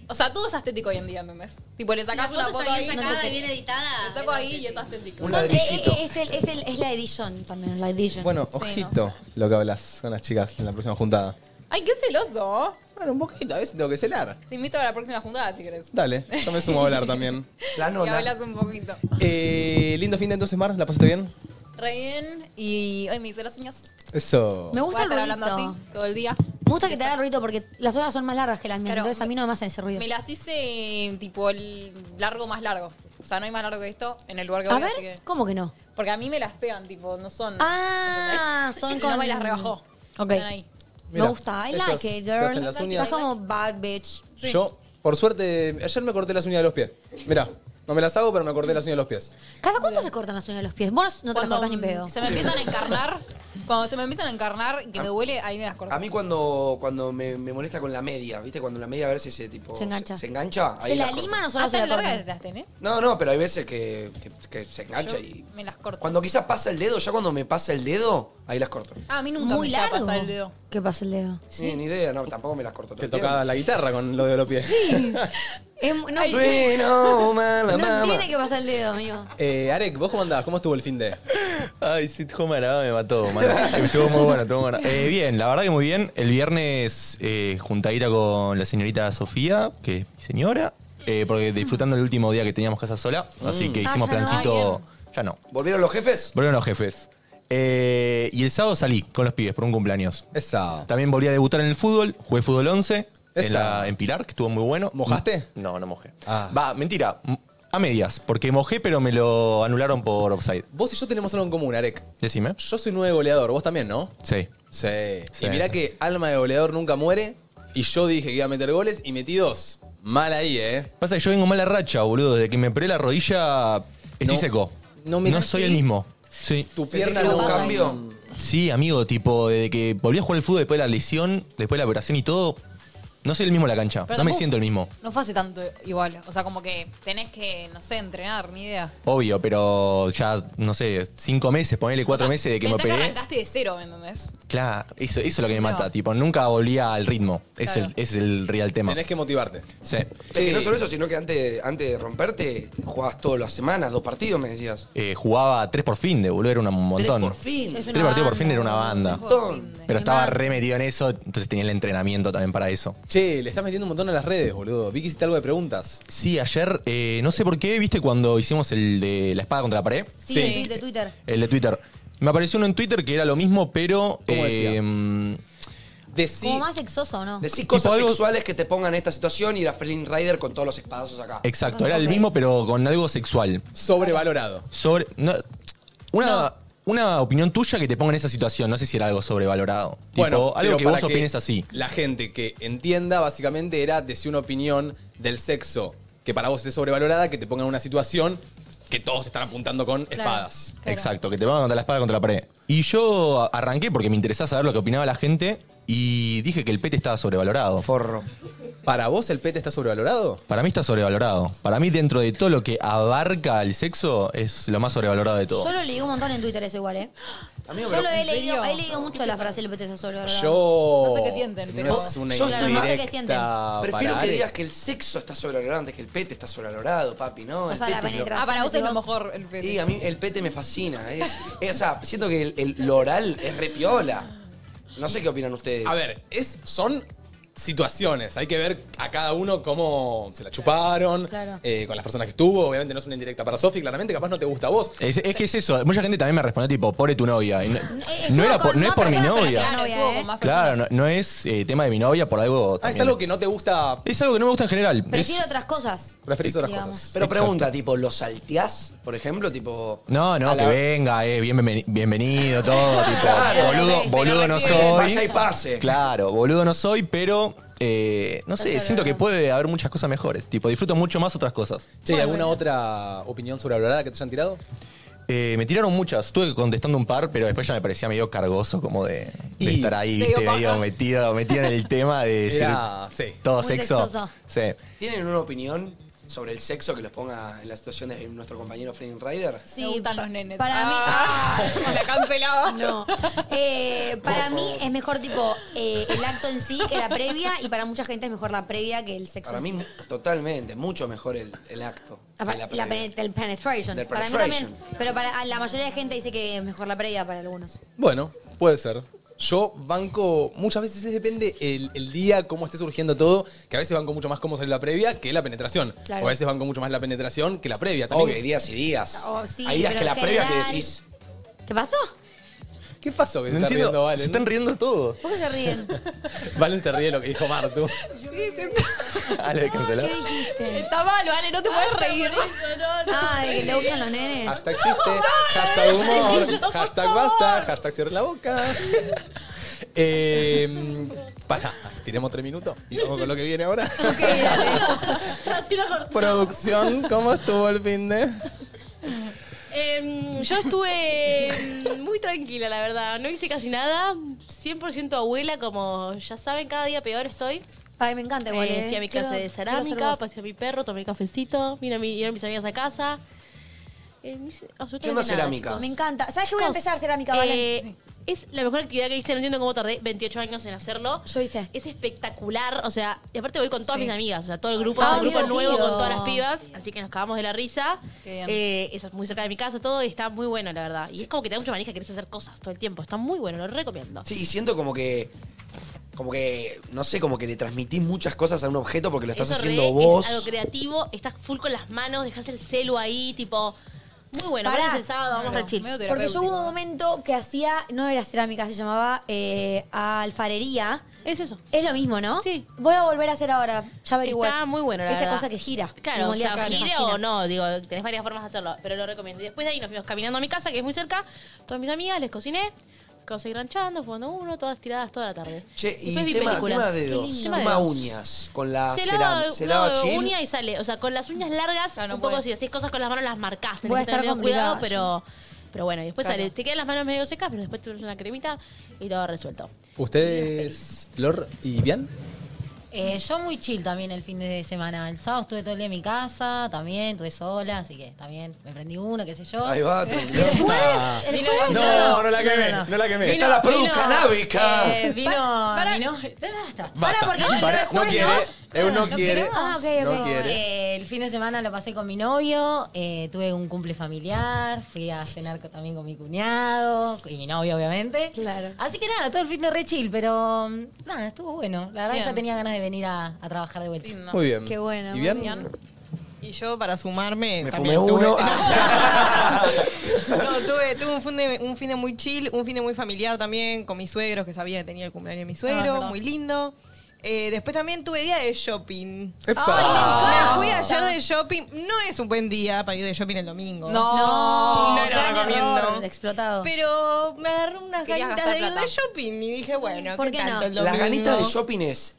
[SPEAKER 4] o sea, todo es estético hoy en día, ¿entendés? Tipo, le sacás
[SPEAKER 10] Si la
[SPEAKER 4] una
[SPEAKER 10] foto
[SPEAKER 4] foto
[SPEAKER 10] está
[SPEAKER 4] ahí.
[SPEAKER 10] bien
[SPEAKER 4] no
[SPEAKER 10] sacada
[SPEAKER 4] te-
[SPEAKER 10] y bien editada,
[SPEAKER 4] Le saco ahí y es estético.
[SPEAKER 2] Son-
[SPEAKER 3] Un ladrillito.
[SPEAKER 2] eh, eh, Es, el, es, el, es la edición también, la edición.
[SPEAKER 1] Bueno, ojito lo que hablas con las chicas en la próxima juntada.
[SPEAKER 4] Ay, qué celoso.
[SPEAKER 1] Bueno, un poquito, a veces tengo que celar.
[SPEAKER 4] Te invito a la próxima juntada si querés.
[SPEAKER 1] Dale, yo me sumo a hablar también. La
[SPEAKER 4] Y hablas un poquito.
[SPEAKER 1] Eh, lindo fin de entonces, Mar, ¿la pasaste bien?
[SPEAKER 4] Re bien. Y hoy me hice las uñas.
[SPEAKER 1] Eso.
[SPEAKER 2] Me gusta el
[SPEAKER 4] Voy a estar
[SPEAKER 2] ruido.
[SPEAKER 4] hablando así todo el día.
[SPEAKER 2] Me gusta que te haga ruido porque las horas son más largas que las mías, entonces a mí no me hacen ese ruido.
[SPEAKER 4] Me las hice tipo el largo más largo. O sea, no hay más largo que esto en el lugar que
[SPEAKER 2] A
[SPEAKER 4] voy,
[SPEAKER 2] ver,
[SPEAKER 4] así que. Mm.
[SPEAKER 2] ¿cómo que no?
[SPEAKER 4] Porque a mí me las pegan, tipo, no son.
[SPEAKER 2] Ah,
[SPEAKER 4] ¿entendés?
[SPEAKER 2] son
[SPEAKER 4] Y
[SPEAKER 2] con...
[SPEAKER 4] No me las rebajó.
[SPEAKER 2] Ok.
[SPEAKER 4] Están ahí.
[SPEAKER 1] Mira,
[SPEAKER 2] me gusta, I
[SPEAKER 1] ellas
[SPEAKER 2] like it,
[SPEAKER 1] se
[SPEAKER 2] girl.
[SPEAKER 1] hacen las uñas.
[SPEAKER 2] Estás como bad bitch.
[SPEAKER 1] Yo, por suerte, ayer me corté las uñas de los pies. Mirá, no me las hago, pero me corté las uñas de los pies.
[SPEAKER 2] ¿Cada cuánto se cortan las uñas de los pies? Vos no te las
[SPEAKER 4] Cuando
[SPEAKER 2] cortás ni en pedo.
[SPEAKER 4] se me empiezan a encarnar, cuando se me empiezan a encarnar,
[SPEAKER 11] Ah.
[SPEAKER 4] que me duele, ahí me las corto.
[SPEAKER 3] A mí cuando, cuando me, me molesta con la media, ¿viste? Cuando la media a veces se tipo.
[SPEAKER 4] Se engancha.
[SPEAKER 3] Se, engancha. ahí
[SPEAKER 4] ¿Se la
[SPEAKER 3] las corto.
[SPEAKER 4] liman o solo
[SPEAKER 2] Ah,
[SPEAKER 4] se la
[SPEAKER 2] tan largas
[SPEAKER 4] cortan? las tenés?
[SPEAKER 3] No, no, pero hay veces que, que- que se engancha y.
[SPEAKER 4] Me las corto.
[SPEAKER 3] Cuando quizás pasa el dedo, ya cuando me pasa el dedo, ahí las corto.
[SPEAKER 4] Ah, a mí nunca
[SPEAKER 2] Muy
[SPEAKER 4] me llega a
[SPEAKER 2] largo.
[SPEAKER 4] pasar el dedo.
[SPEAKER 2] ¿Qué pasa el dedo?
[SPEAKER 3] Ni, ni idea, no, tampoco me las corto.
[SPEAKER 1] Te tocaba la guitarra con lo de los pies.
[SPEAKER 2] Es mu- no,
[SPEAKER 3] Sueno, mala
[SPEAKER 2] no
[SPEAKER 1] mama.
[SPEAKER 2] tiene que pasar el dedo, amigo.
[SPEAKER 1] Eh, Arek, ¿vos cómo andás? ¿Cómo estuvo el fin de?
[SPEAKER 11] Ay, Sweet Home Alabama me mató, mano. Estuvo muy bueno, estuvo muy bueno. Eh, bien, la verdad que muy bien. El viernes eh, juntadita con la señorita Sofía, que es mi señora, eh, porque disfrutando el último día que teníamos casa sola, así que
[SPEAKER 3] Mm.
[SPEAKER 11] hicimos
[SPEAKER 3] Ah, ya no.
[SPEAKER 11] plancito. Ya no.
[SPEAKER 3] ¿Volvieron los jefes?
[SPEAKER 11] Volvieron los jefes. Eh, y el sábado salí con los pibes por un cumpleaños.
[SPEAKER 1] Esa.
[SPEAKER 11] También volví a debutar en el fútbol, jugué fútbol 11 en,
[SPEAKER 1] Esa.
[SPEAKER 11] la- en Pilar, que estuvo muy bueno. Mm,
[SPEAKER 1] ¿Mojaste? Ah.
[SPEAKER 11] No, no mojé. Va, mentira, m- a medias, porque mojé pero me lo anularon por offside.
[SPEAKER 1] Vos y yo tenemos algo en común, Arek.
[SPEAKER 11] Decime.
[SPEAKER 1] Yo soy nueve goleador, vos también, ¿no?
[SPEAKER 11] Sí.
[SPEAKER 1] Sí.
[SPEAKER 11] Sí.
[SPEAKER 1] Y mirá que alma de goleador nunca muere. Y yo dije que iba a meter goles y metí dos. Mal ahí, ¿eh?
[SPEAKER 11] Pasa que yo vengo mala racha, boludo. Desde que me operé la rodilla, estoy
[SPEAKER 1] No.
[SPEAKER 11] seco.
[SPEAKER 1] No
[SPEAKER 11] No,
[SPEAKER 1] me da
[SPEAKER 11] soy
[SPEAKER 1] así.
[SPEAKER 11] el mismo. Sí.
[SPEAKER 1] Tu
[SPEAKER 3] Sentí
[SPEAKER 1] pierna
[SPEAKER 3] que
[SPEAKER 1] no
[SPEAKER 3] hubo un
[SPEAKER 1] cambio.
[SPEAKER 3] cambio.
[SPEAKER 11] Sí, amigo, tipo, desde que volví a jugar al fútbol después de la lesión, después de la operación y todo, no soy el mismo en la cancha.
[SPEAKER 4] Pero
[SPEAKER 11] no me
[SPEAKER 4] tampoco-
[SPEAKER 11] siento el mismo.
[SPEAKER 4] No fue hace tanto igual. O sea, como que tenés que, no sé, entrenar, ni idea.
[SPEAKER 11] Obvio, pero ya, no sé, cinco meses, ponele cuatro meses de que me
[SPEAKER 4] Pensá que
[SPEAKER 11] operé.
[SPEAKER 4] arrancaste de cero, ¿me entendés?
[SPEAKER 11] Claro, eso, eso es lo que me
[SPEAKER 4] un tema.
[SPEAKER 11] mata, tipo, nunca volvía al ritmo. Es,
[SPEAKER 4] Claro.
[SPEAKER 11] el, es el real tema.
[SPEAKER 1] Tenés que motivarte.
[SPEAKER 11] Sí.
[SPEAKER 3] Es que no solo eso, sino que antes, antes de romperte, jugabas todas las semanas, dos partidos, me decías.
[SPEAKER 11] Eh, jugaba tres por fin de boludo, era un montón.
[SPEAKER 3] por fin. Es
[SPEAKER 11] Tres
[SPEAKER 3] una
[SPEAKER 11] partidos por
[SPEAKER 3] banda,
[SPEAKER 11] fin era una banda. Pero estaba re metido en eso, entonces tenía el entrenamiento también para eso.
[SPEAKER 1] Che, le estás metiendo un montón a las redes, boludo. Vi que hiciste algo de preguntas.
[SPEAKER 11] Sí, ayer, eh, no sé por qué, ¿viste cuando hicimos el de la espada contra la pared?
[SPEAKER 2] Sí, el tweet de Twitter.
[SPEAKER 11] El de Twitter. Me apareció uno en Twitter que era lo mismo, pero. eh,
[SPEAKER 3] ¿Cómo decía?
[SPEAKER 2] Como más sexoso, ¿o ¿no?
[SPEAKER 3] Decís cosas
[SPEAKER 11] Tipo algo-
[SPEAKER 3] sexuales que te pongan en esta situación y la Flynn Rider con todos los espadazos acá.
[SPEAKER 11] Exacto, era el mismo, pero con algo sexual.
[SPEAKER 1] Sobrevalorado.
[SPEAKER 11] Sobre. no, una. Una opinión tuya que te ponga en esa situación, no sé si era algo sobrevalorado. tipo, algo
[SPEAKER 1] pero
[SPEAKER 11] que
[SPEAKER 1] para
[SPEAKER 11] vos opines así.
[SPEAKER 1] La gente que entienda, básicamente, era decir una opinión del sexo que para vos es sobrevalorada, que te pongan en una situación que todos están apuntando con espadas.
[SPEAKER 11] Exacto, que te van a contra la espada contra la pared. Y yo a- arranqué porque me interesaba saber lo que opinaba la gente y dije que el pete estaba sobrevalorado.
[SPEAKER 3] Forro.
[SPEAKER 1] ¿Para vos el pete está sobrevalorado?
[SPEAKER 11] Para mí está sobrevalorado. Para mí, dentro de todo lo que abarca el sexo, es lo más sobrevalorado de todo.
[SPEAKER 2] Yo lo leí un montón en Twitter eso igual, ¿eh? yo
[SPEAKER 3] pero-
[SPEAKER 2] lo he
[SPEAKER 3] ¿en serio?
[SPEAKER 2] leído, he leído mucho la frase del pete solo, ¿verdad?
[SPEAKER 1] Yo-
[SPEAKER 2] No sé qué sienten, pero...
[SPEAKER 1] No es una
[SPEAKER 3] Yo estoy más-
[SPEAKER 2] No sé qué sienten.
[SPEAKER 11] Ah,
[SPEAKER 3] Prefiero
[SPEAKER 1] para
[SPEAKER 3] que
[SPEAKER 1] Ale.
[SPEAKER 3] digas que el sexo está sobrevalorado antes que el pete está sobrevalorado, papi, ¿no? el pete es lo-
[SPEAKER 4] Ah, para vos es lo mejor el pete.
[SPEAKER 3] Sí, a mí el pete me fascina. Es, es- o sea, siento que el, el- lo oral es repiola. No sé qué opinan ustedes.
[SPEAKER 1] A ver, es, son situaciones. Hay que ver a cada uno cómo se la chuparon,
[SPEAKER 2] Claro.
[SPEAKER 1] eh, con las personas que estuvo. Obviamente no es una indirecta para Sofi, claramente capaz no te gusta a vos.
[SPEAKER 11] Es, es que es eso. Mucha gente también me respondió, tipo, pobre tu novia. Y no,
[SPEAKER 2] Eh,
[SPEAKER 1] estuvo
[SPEAKER 11] no era
[SPEAKER 1] con
[SPEAKER 11] por, no es
[SPEAKER 1] más
[SPEAKER 11] por mi
[SPEAKER 1] personas que la
[SPEAKER 11] novia.
[SPEAKER 1] novia,
[SPEAKER 2] estuvo con
[SPEAKER 1] más
[SPEAKER 11] Claro, no, no es eh, tema de mi novia por algo.
[SPEAKER 1] Ah, es
[SPEAKER 11] también.
[SPEAKER 1] algo que no te gusta.
[SPEAKER 11] Es algo que no me gusta en general.
[SPEAKER 2] Prefiero
[SPEAKER 11] Es-
[SPEAKER 2] otras cosas.
[SPEAKER 1] Preferís
[SPEAKER 2] otras Digamos. cosas.
[SPEAKER 3] Pero
[SPEAKER 11] Exacto.
[SPEAKER 3] pregunta, tipo, ¿lo salteás, por ejemplo? Tipo.
[SPEAKER 11] No,
[SPEAKER 3] A
[SPEAKER 11] no, que
[SPEAKER 3] la-
[SPEAKER 11] venga, eh, bienveni- bienvenido, todo, tipo,
[SPEAKER 3] Claro,
[SPEAKER 11] boludo,
[SPEAKER 3] ok,
[SPEAKER 11] boludo
[SPEAKER 3] pero
[SPEAKER 11] no
[SPEAKER 3] recibe,
[SPEAKER 11] soy.
[SPEAKER 3] vaya y pase.
[SPEAKER 11] Claro, boludo no soy, pero eh, no sé, siento que puede haber muchas cosas mejores. Tipo, disfruto mucho más otras cosas.
[SPEAKER 1] Che, ¿y ¿alguna otra opinión sobrevalorada que te hayan tirado?
[SPEAKER 11] Eh, me tiraron muchas, estuve contestando un par, pero después ya me parecía medio cargoso como de, de
[SPEAKER 1] Y-
[SPEAKER 11] estar ahí,
[SPEAKER 1] Te
[SPEAKER 11] viste,
[SPEAKER 1] dio paja.
[SPEAKER 11] medio metido, metido en el tema de decir
[SPEAKER 1] Era- sí.
[SPEAKER 11] todo
[SPEAKER 3] Muy
[SPEAKER 11] sexo.
[SPEAKER 3] sexoso.
[SPEAKER 11] Sí.
[SPEAKER 3] ¿Tienen una opinión sobre el sexo que los ponga en la situación de nuestro compañero Flynn Rider?
[SPEAKER 4] Sí, gustan los nenes. Ah,
[SPEAKER 2] Para mí...
[SPEAKER 4] la cancelada.
[SPEAKER 2] No. Eh, para mí es mejor tipo eh, el acto en sí que la previa y para mucha gente es mejor la previa que el sexo.
[SPEAKER 3] Para
[SPEAKER 2] en
[SPEAKER 3] mí,
[SPEAKER 2] sí.
[SPEAKER 3] totalmente, mucho mejor el, el acto.
[SPEAKER 2] Ah, pa-
[SPEAKER 3] que
[SPEAKER 2] la
[SPEAKER 3] previa.
[SPEAKER 2] penet- el penetration.
[SPEAKER 3] Del
[SPEAKER 2] Para mí
[SPEAKER 3] penetration.
[SPEAKER 2] también. Pero para ah, la mayoría de gente dice que es mejor la previa para algunos.
[SPEAKER 1] Bueno, puede ser. Yo banco, muchas veces es depende el, el día, cómo esté surgiendo todo, que a veces banco mucho más cómo sale la previa que la penetración.
[SPEAKER 2] Claro.
[SPEAKER 1] O a veces banco mucho más la penetración que la previa.
[SPEAKER 3] Obvio, hay días y días.
[SPEAKER 2] Oh, sí,
[SPEAKER 3] hay días
[SPEAKER 2] pero
[SPEAKER 3] que la
[SPEAKER 2] en
[SPEAKER 3] previa que
[SPEAKER 2] general-
[SPEAKER 3] decís.
[SPEAKER 2] ¿Qué pasó?
[SPEAKER 1] ¿Qué pasó? Que
[SPEAKER 11] No
[SPEAKER 1] está
[SPEAKER 11] entiendo,
[SPEAKER 1] riendo Valen.
[SPEAKER 11] se están riendo todos.
[SPEAKER 2] ¿Por qué se ríen?
[SPEAKER 1] Valen se ríe de lo que dijo Martu. Ah, le canceló.
[SPEAKER 2] dijiste?
[SPEAKER 4] Está mal, vale, no te puedes reír.
[SPEAKER 2] Ah, de que le gustan los nenes.
[SPEAKER 3] Ah.
[SPEAKER 1] Hashtag chiste, hashtag humor, hashtag basta, hashtag cierre la boca. eh, para, tiremos tres minutos y vamos con lo que viene ahora.
[SPEAKER 10] Así lo corté.
[SPEAKER 1] Producción, ¿cómo estuvo el fin de?
[SPEAKER 10] Em, yo estuve em, muy tranquila, la verdad. No hice casi nada. 100% abuela, como ya saben, cada día peor estoy.
[SPEAKER 2] Ay, me encanta igual, eh.
[SPEAKER 10] fui a mi
[SPEAKER 2] Quiero-
[SPEAKER 10] clase de
[SPEAKER 2] quiero ser
[SPEAKER 10] cerámica, pues,
[SPEAKER 2] vos.
[SPEAKER 10] pasé a mi perro, tomé cafecito, vine a mi, vieron mis amigas a casa. Eh, no hice absolutamente
[SPEAKER 3] ¿Qué onda
[SPEAKER 10] nada,
[SPEAKER 3] cerámica?
[SPEAKER 10] chicos.
[SPEAKER 2] Me encanta. ¿Sabes qué voy a
[SPEAKER 10] Chicos,
[SPEAKER 2] empezar cerámica, Vale?
[SPEAKER 10] eh, es la mejor actividad que hice, no entiendo cómo tardé 28 años en hacerlo. Yo hice. Es espectacular, o sea, y aparte voy con todas
[SPEAKER 4] Sí.
[SPEAKER 10] mis amigas, o sea, todo el grupo,
[SPEAKER 4] Ah,
[SPEAKER 10] es un grupo
[SPEAKER 4] divertido.
[SPEAKER 10] nuevo con todas las pibas, así que nos cagamos de la risa.
[SPEAKER 4] Qué bien.
[SPEAKER 10] Eh, es muy cerca de mi casa todo y está muy bueno, la verdad. Y es como que te da mucha manija, querés hacer cosas todo el tiempo, está muy bueno, lo recomiendo.
[SPEAKER 3] Sí, y siento como que. Como que. No sé, como que le transmitís muchas cosas a un objeto porque lo estás
[SPEAKER 10] Eso re
[SPEAKER 3] haciendo
[SPEAKER 10] Es algo
[SPEAKER 3] vos.
[SPEAKER 10] creativo, estás full con las manos, dejas el celu ahí, tipo. Muy bueno,
[SPEAKER 2] Pará.
[SPEAKER 10] parece el sábado, vamos re chill.
[SPEAKER 2] Porque yo hubo un momento que hacía, no era cerámica, se llamaba eh, alfarería.
[SPEAKER 10] Es eso.
[SPEAKER 2] Es lo mismo, ¿no? Sí. Voy a volver a hacer ahora, ya averigué.
[SPEAKER 10] Está muy bueno, la
[SPEAKER 2] Esa
[SPEAKER 10] verdad.
[SPEAKER 2] cosa que gira. Y
[SPEAKER 10] Claro, o
[SPEAKER 2] moldeas
[SPEAKER 10] sea,
[SPEAKER 2] así, me
[SPEAKER 10] gire
[SPEAKER 2] fascina.
[SPEAKER 10] o no, digo, tenés varias formas de hacerlo, pero lo recomiendo. Y después de ahí nos fuimos caminando a mi casa, que es muy cerca, todas mis amigas, les cociné, cosas ranchando, fumando uno, todas tiradas toda la tarde.
[SPEAKER 3] Che, y
[SPEAKER 10] Después vi
[SPEAKER 3] tema,
[SPEAKER 10] películas.
[SPEAKER 3] tema
[SPEAKER 10] Qué
[SPEAKER 3] dedos,
[SPEAKER 10] lindo.
[SPEAKER 3] tema,
[SPEAKER 10] Tema dedos.
[SPEAKER 3] uñas. Con la
[SPEAKER 10] Se
[SPEAKER 3] ceram-
[SPEAKER 10] lava,
[SPEAKER 3] se lava
[SPEAKER 10] uno
[SPEAKER 3] chill.
[SPEAKER 10] uña y sale. O sea, con las uñas largas, un poco si hacés cosas con las manos las marcás. Tenés
[SPEAKER 2] Voy a
[SPEAKER 10] que tener
[SPEAKER 2] estar
[SPEAKER 10] medio cuidado,
[SPEAKER 2] complicada,
[SPEAKER 10] pero Pero bueno, y después
[SPEAKER 12] Claro.
[SPEAKER 10] sale- te quedan las manos medio secas, pero después te pones una cremita y todo resuelto.
[SPEAKER 1] ¿Ustedes, Flor y Bian?
[SPEAKER 15] Eh, yo muy chill también el fin de semana. El sábado estuve todo el día en mi casa, también, estuve sola, así que también me prendí uno, qué sé yo.
[SPEAKER 3] Ahí va,
[SPEAKER 15] Y el jueves, el
[SPEAKER 3] Vino-
[SPEAKER 15] jueves-
[SPEAKER 3] Ah. No, no la quemé, no la quemé. Está la produ canábica.
[SPEAKER 15] eh, vino,
[SPEAKER 4] Para-
[SPEAKER 15] vino- basta.
[SPEAKER 3] Basta.
[SPEAKER 15] Para, porque
[SPEAKER 3] Para,
[SPEAKER 15] vino el
[SPEAKER 3] no
[SPEAKER 15] jueves,
[SPEAKER 3] quiere, Eu no quiere,
[SPEAKER 15] queremos. Ah, ok,
[SPEAKER 3] no
[SPEAKER 15] ok.
[SPEAKER 3] quiere.
[SPEAKER 15] Eh, el fin de semana lo pasé con mi novio, eh, tuve un cumple familiar, fui a cenar co- también con mi cuñado y mi novio, obviamente. Claro. Así que nada, todo el fin de re chill, pero mm, nada, estuvo bueno. La verdad que
[SPEAKER 12] Bien.
[SPEAKER 15] ya tenía ganas de venir a, a trabajar de vuelta.
[SPEAKER 1] Muy
[SPEAKER 3] Mm.
[SPEAKER 1] bien.
[SPEAKER 12] Qué bueno,
[SPEAKER 1] ¿Y Bian?
[SPEAKER 12] muy bien. Y yo, para sumarme.
[SPEAKER 1] Me
[SPEAKER 12] también
[SPEAKER 1] fumé
[SPEAKER 12] tuve-
[SPEAKER 1] uno.
[SPEAKER 3] Ah,
[SPEAKER 12] No, tuve, tuve un, fin de, un fin de muy chill, un fin de muy familiar también con mis suegros, que sabía que tenía el cumpleaños de mi
[SPEAKER 4] Ah, es
[SPEAKER 12] suegro,
[SPEAKER 4] verdad.
[SPEAKER 12] muy lindo. Eh, después también tuve día de shopping.
[SPEAKER 4] ¡Epa!
[SPEAKER 3] Ah.
[SPEAKER 4] ¡Ay, me
[SPEAKER 12] Me fui
[SPEAKER 4] encanta!
[SPEAKER 12] ayer de shopping. No es un buen día para ir de shopping el domingo.
[SPEAKER 4] No.
[SPEAKER 12] no,
[SPEAKER 4] No,
[SPEAKER 12] lo
[SPEAKER 4] gran
[SPEAKER 12] recomiendo.
[SPEAKER 4] error,
[SPEAKER 2] explotado.
[SPEAKER 12] Pero me agarré unas
[SPEAKER 4] Querías
[SPEAKER 12] ganitas
[SPEAKER 4] gastar
[SPEAKER 12] de ir
[SPEAKER 4] plata.
[SPEAKER 12] de shopping y dije, bueno,
[SPEAKER 4] ¿Por
[SPEAKER 12] ¿qué,
[SPEAKER 4] qué no?
[SPEAKER 12] tanto el
[SPEAKER 3] Las
[SPEAKER 12] domingo?
[SPEAKER 3] ganitas de shopping es.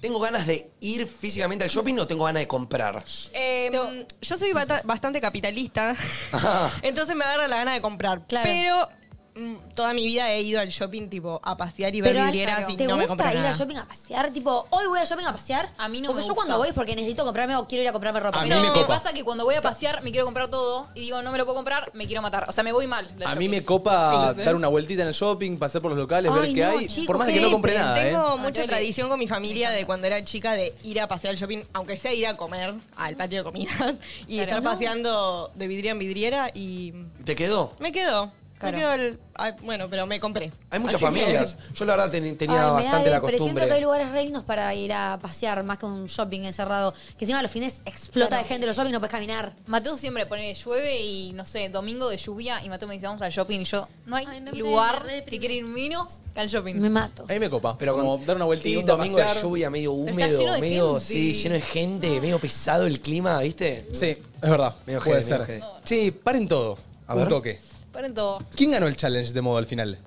[SPEAKER 3] ¿Tengo ganas de ir físicamente al shopping o tengo ganas de comprar?
[SPEAKER 12] Eh, yo soy bata- bastante capitalista.
[SPEAKER 3] Ajá.
[SPEAKER 12] Entonces me agarra la gana de comprar. Pero mm, toda mi vida he ido al shopping tipo a pasear y ver
[SPEAKER 2] Pero,
[SPEAKER 12] vidrieras
[SPEAKER 2] Álvaro,
[SPEAKER 12] y
[SPEAKER 2] ¿te
[SPEAKER 12] no me
[SPEAKER 2] gusta
[SPEAKER 12] compré
[SPEAKER 2] ir
[SPEAKER 12] nada.
[SPEAKER 2] al shopping a pasear? Tipo, hoy voy al shopping a pasear. A mí
[SPEAKER 4] no
[SPEAKER 2] Porque
[SPEAKER 4] me
[SPEAKER 2] yo
[SPEAKER 4] gusta.
[SPEAKER 2] cuando voy es porque necesito comprarme o quiero ir a comprarme ropa.
[SPEAKER 1] A mí
[SPEAKER 4] no,
[SPEAKER 1] me
[SPEAKER 4] me,
[SPEAKER 1] copa.
[SPEAKER 4] pasa que cuando voy a pasear me quiero comprar todo y digo, no me lo puedo comprar, me quiero matar. O sea, me voy mal. del
[SPEAKER 1] A mí
[SPEAKER 4] shopping.
[SPEAKER 1] me copa
[SPEAKER 4] Sí.
[SPEAKER 1] dar una vueltita en el shopping, pasar por los locales, ver
[SPEAKER 4] Ay,
[SPEAKER 1] qué
[SPEAKER 4] no,
[SPEAKER 1] hay.
[SPEAKER 4] chicos,
[SPEAKER 1] por más de que no compré
[SPEAKER 12] Siempre.
[SPEAKER 1] nada,
[SPEAKER 12] Tengo
[SPEAKER 1] ¿eh?
[SPEAKER 12] mucha
[SPEAKER 4] Ay, yo le-
[SPEAKER 12] tradición con mi familia de cuando era chica de ir a pasear al shopping, aunque sea ir a comer al patio de comidas y estar
[SPEAKER 4] No.
[SPEAKER 12] paseando de vidriera en vidriera y
[SPEAKER 3] ¿Te quedó?
[SPEAKER 12] me quedo.
[SPEAKER 3] Claro.
[SPEAKER 12] Me quedo el, ay, bueno, pero me compré.
[SPEAKER 3] Hay muchas
[SPEAKER 12] Así que-
[SPEAKER 3] familias. Yo la verdad ten- tenía
[SPEAKER 2] Ay, me da
[SPEAKER 3] bastante la
[SPEAKER 2] depre, siento
[SPEAKER 3] costumbre.
[SPEAKER 2] que hay lugares re lindos para ir a pasear, más que un shopping encerrado. Que encima los fines explota de gente los shopping, no puedes caminar.
[SPEAKER 4] Mateo siempre pone llueve y no sé, domingo de lluvia y Mateo me dice, vamos al shopping y yo, no hay lugar que quiera ir menos que al shopping.
[SPEAKER 2] Me mato.
[SPEAKER 1] A
[SPEAKER 3] Eh.
[SPEAKER 1] mí me copa.
[SPEAKER 3] Pero
[SPEAKER 1] como dar una
[SPEAKER 3] Y
[SPEAKER 1] vueltita,
[SPEAKER 3] un domingo de
[SPEAKER 1] pasear.
[SPEAKER 3] lluvia, medio
[SPEAKER 4] está
[SPEAKER 3] húmedo,
[SPEAKER 4] lleno de
[SPEAKER 3] medio.
[SPEAKER 4] gente.
[SPEAKER 3] Sí, lleno de gente, medio pesado el clima, ¿viste?
[SPEAKER 1] Sí, es verdad.
[SPEAKER 3] Medio
[SPEAKER 1] Puede
[SPEAKER 3] heavy,
[SPEAKER 1] ser.
[SPEAKER 3] medio
[SPEAKER 1] Che, paren todo.
[SPEAKER 3] A
[SPEAKER 1] un
[SPEAKER 3] ver.
[SPEAKER 1] toque.
[SPEAKER 4] Paren todo.
[SPEAKER 1] ¿Quién ganó el challenge de modo al final?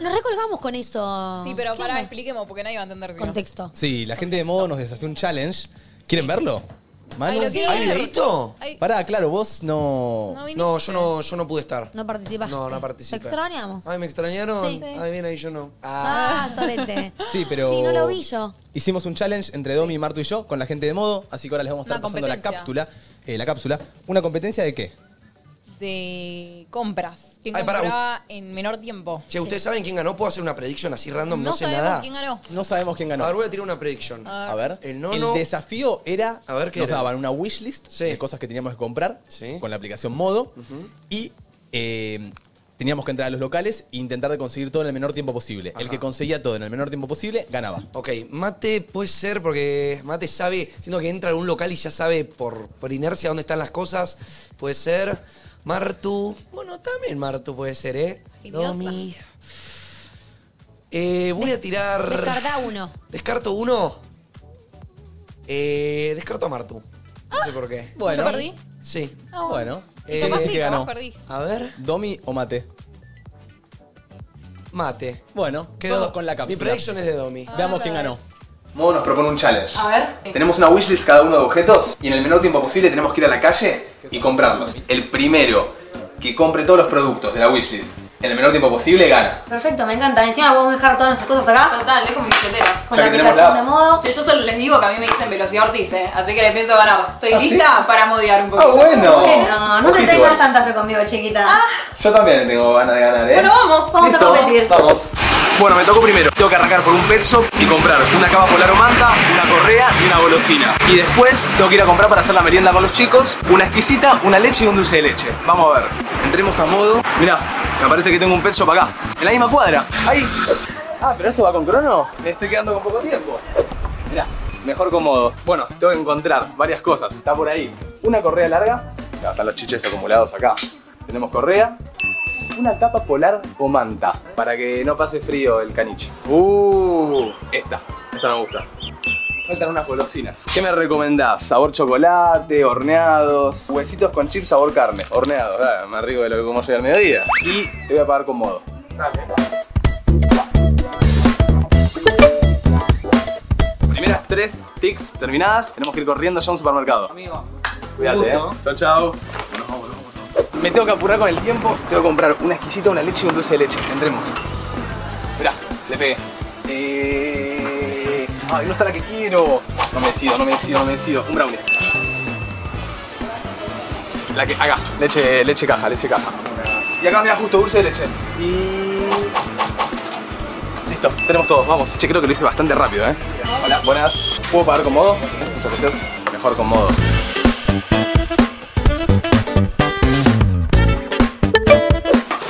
[SPEAKER 2] Nos recolgamos con eso.
[SPEAKER 4] Sí, pero
[SPEAKER 2] ¿Qué
[SPEAKER 4] pará,
[SPEAKER 2] onda?
[SPEAKER 4] expliquemos porque nadie va a entender. si no.
[SPEAKER 2] Contexto.
[SPEAKER 1] Sí, la gente de modo nos desafió un challenge. ¿Quieren verlo?
[SPEAKER 3] Ay, lo quiero ¿Hay ver. videíto?
[SPEAKER 4] Ay.
[SPEAKER 1] Pará, claro, vos no.
[SPEAKER 2] No viniste.
[SPEAKER 3] No, yo no, yo no pude estar.
[SPEAKER 2] No participaste.
[SPEAKER 3] No, no participé. Ah.
[SPEAKER 2] Te extrañamos.
[SPEAKER 3] Ay, ¿me extrañaron?
[SPEAKER 2] Sí.
[SPEAKER 3] Ay, bien, ahí yo no.
[SPEAKER 2] Ah, sorete.
[SPEAKER 1] Sí, pero.
[SPEAKER 2] Sí, no lo vi yo.
[SPEAKER 1] Hicimos un challenge entre Domi, Martu y yo con la gente de modo, así que ahora les vamos a estar
[SPEAKER 4] Una
[SPEAKER 1] pasando la
[SPEAKER 4] competencia.
[SPEAKER 1] cápsula. eh, la cápsula. ¿Una competencia de qué?
[SPEAKER 4] De compras. ¿Quién
[SPEAKER 3] Ay, pará,
[SPEAKER 4] compraba en menor tiempo?
[SPEAKER 3] Che, ¿ustedes saben quién ganó? ¿Puedo hacer una predicción así random? No,
[SPEAKER 4] No
[SPEAKER 3] sé
[SPEAKER 4] sabemos
[SPEAKER 3] nada.
[SPEAKER 4] quién ganó.
[SPEAKER 1] No sabemos quién ganó.
[SPEAKER 3] Ahora voy a tirar una prediction.
[SPEAKER 1] A ver,
[SPEAKER 3] El
[SPEAKER 1] el,
[SPEAKER 3] nono.
[SPEAKER 1] desafío era,
[SPEAKER 3] A ver, ¿qué
[SPEAKER 1] nos
[SPEAKER 3] era?
[SPEAKER 1] daban una wishlist de cosas que teníamos que comprar con la aplicación Modo y eh, teníamos que entrar a los locales e intentar de conseguir todo en el menor tiempo posible. El que conseguía todo en el menor tiempo posible ganaba.
[SPEAKER 3] Ok, Mate puede ser porque Mate sabe, siento que entra a un local y ya sabe por, por inercia dónde están las cosas. Puede ser. Martu. Bueno, también Martu puede ser, ¿eh? Domi. Eh, voy a tirar.
[SPEAKER 2] Descartá uno.
[SPEAKER 3] Descarto uno. Eh, descarto a Martu. No sé por qué.
[SPEAKER 1] Bueno. ¿Yo perdí?
[SPEAKER 3] Sí.
[SPEAKER 4] Ah,
[SPEAKER 1] bueno.
[SPEAKER 3] Y
[SPEAKER 1] Eh, ¿quién
[SPEAKER 3] capaz sí,
[SPEAKER 1] es que
[SPEAKER 3] capaz
[SPEAKER 1] ganó?
[SPEAKER 4] perdí.
[SPEAKER 3] A ver.
[SPEAKER 1] ¿Domi o Mate?
[SPEAKER 3] Mate.
[SPEAKER 1] Bueno,
[SPEAKER 3] Quedó.
[SPEAKER 1] quedó con la cápsula.
[SPEAKER 3] Mi prediction es de Domi.
[SPEAKER 1] Veamos quién ganó. Modo nos propone un challenge.
[SPEAKER 4] A ver. eh.
[SPEAKER 1] Tenemos una wishlist cada uno de objetos y en el menor tiempo posible tenemos que ir a la calle y comprarlos. El primero que compre todos los productos de la wishlist en el menor tiempo posible gana.
[SPEAKER 2] Perfecto, me encanta. Encima podemos dejar todas nuestras cosas acá.
[SPEAKER 4] Total, es como billetera.
[SPEAKER 2] Con
[SPEAKER 1] Ya
[SPEAKER 2] la
[SPEAKER 1] que tenemos
[SPEAKER 2] aplicación
[SPEAKER 1] la-
[SPEAKER 2] de modo.
[SPEAKER 4] Yo, yo solo les digo que a mí me dicen velocidad Ortiz, ¿eh? Así que les pienso ganar. Estoy
[SPEAKER 1] ¿Ah, sí?
[SPEAKER 4] lista para modiar un poco.
[SPEAKER 1] Ah, bueno.
[SPEAKER 2] Bueno, no te
[SPEAKER 1] Ojito,
[SPEAKER 2] tengas
[SPEAKER 1] eh.
[SPEAKER 2] tanta fe conmigo, chiquita.
[SPEAKER 1] Yo también tengo ganas de ganar,
[SPEAKER 2] ¿eh? Ah, Bueno, vamos, vamos a ¿Listo? competir.
[SPEAKER 1] Vamos. Bueno, me tocó primero. Tengo que arrancar por un pet shop y comprar una cama polar o manta, una correa y una golosina. Y después tengo que ir a comprar para hacer la merienda con los chicos una exquisita, una leche y un dulce de leche. Vamos a ver. Entremos a modo. Mirá, me parece que tengo un pet shop acá. En la misma cuadra. Ahí. Ah, pero esto va con crono. Me estoy quedando con poco tiempo. Mirá, mejor con modo. Bueno, tengo que encontrar varias cosas. Está por ahí. Una correa larga. Acá están los chiches acumulados acá. Tenemos correa una capa polar o manta para que no pase frío el caniche. Uh, esta, esta me gusta. Me Faltan unas golosinas. ¿Qué me recomendás? ¿Sabor chocolate, horneados, huesitos con chips, sabor carne? Horneados, ah, me rico de lo que como yo al mediodía. Y te voy a pagar con modo. Primeras tres tics terminadas, tenemos que ir corriendo ya a un supermercado. Amigo. Cuídate, eh. Chao, chao. Me tengo que apurar con el tiempo. Tengo que comprar una exquisita, una leche y un dulce de leche. Entremos. Mirá, le pegué. Eh... Ay, no está la que quiero. No me decido, no me decido, no me decido. Un brownie. La que, acá, leche, leche caja, leche caja. Y acá me da justo dulce de leche. Y... Listo, tenemos todos, vamos. Che, creo que lo hice bastante rápido, ¿eh? Hola, buenas. ¿Puedo pagar con modo? Muchas gracias. Mejor con modo.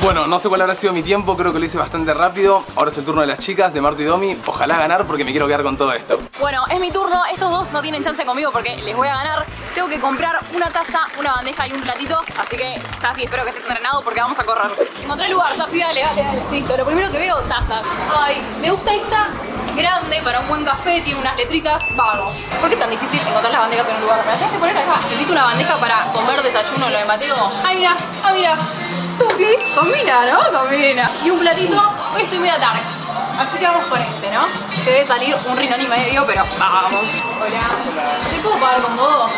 [SPEAKER 1] Bueno, no sé cuál habrá sido mi tiempo, creo que lo hice bastante rápido. Ahora es el turno de las chicas, de Marto y Domi. Ojalá ganar porque me quiero quedar con todo esto.
[SPEAKER 4] Bueno, es mi turno. Estos dos no tienen chance conmigo porque les voy a ganar. Tengo que comprar una taza, una bandeja y un platito. Así que, Safi, espero que estés entrenado porque vamos a correr. Encontré el lugar, Safi, dale, dale, dale. Listo, lo primero que veo, tazas. Ay, me gusta esta grande para un buen café, tiene unas letritas. Vamos. ¿Por qué es tan difícil encontrar las bandejas en un lugar? ¿Me las tenés que poner acá? Necesito una bandeja para comer desayuno, lo de Mateo. Ay, mira, ah, mira. Tuki, combina, ¿no? Combina. Y un platito, hoy estoy media darks. Así que vamos con este, ¿no? Debe salir un rinón y medio, pero vamos. Hola. ¿Te puedo pagar con vos?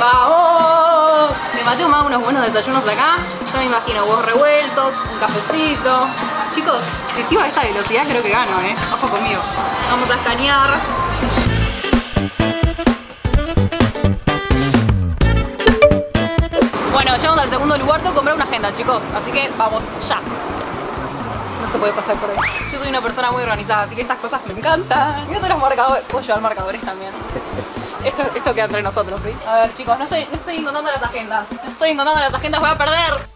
[SPEAKER 4] ¡Vamos! Me Mateo me da unos buenos desayunos acá. Yo me imagino huevos revueltos, un cafecito. Chicos, si sigo a esta velocidad creo que gano, ¿eh? Ojo conmigo. Vamos a escanear. Bueno, llegamos al segundo lugar, tengo que comprar una agenda, chicos. Así que vamos ya. No se puede pasar por ahí. Yo soy una persona muy organizada, así que estas cosas me encantan. Mira todos los marcadores. Puedo llevar marcadores también. Esto, esto queda entre nosotros, ¿sí? A ver, chicos, no estoy, no estoy encontrando las agendas. No estoy encontrando las agendas, voy a perder.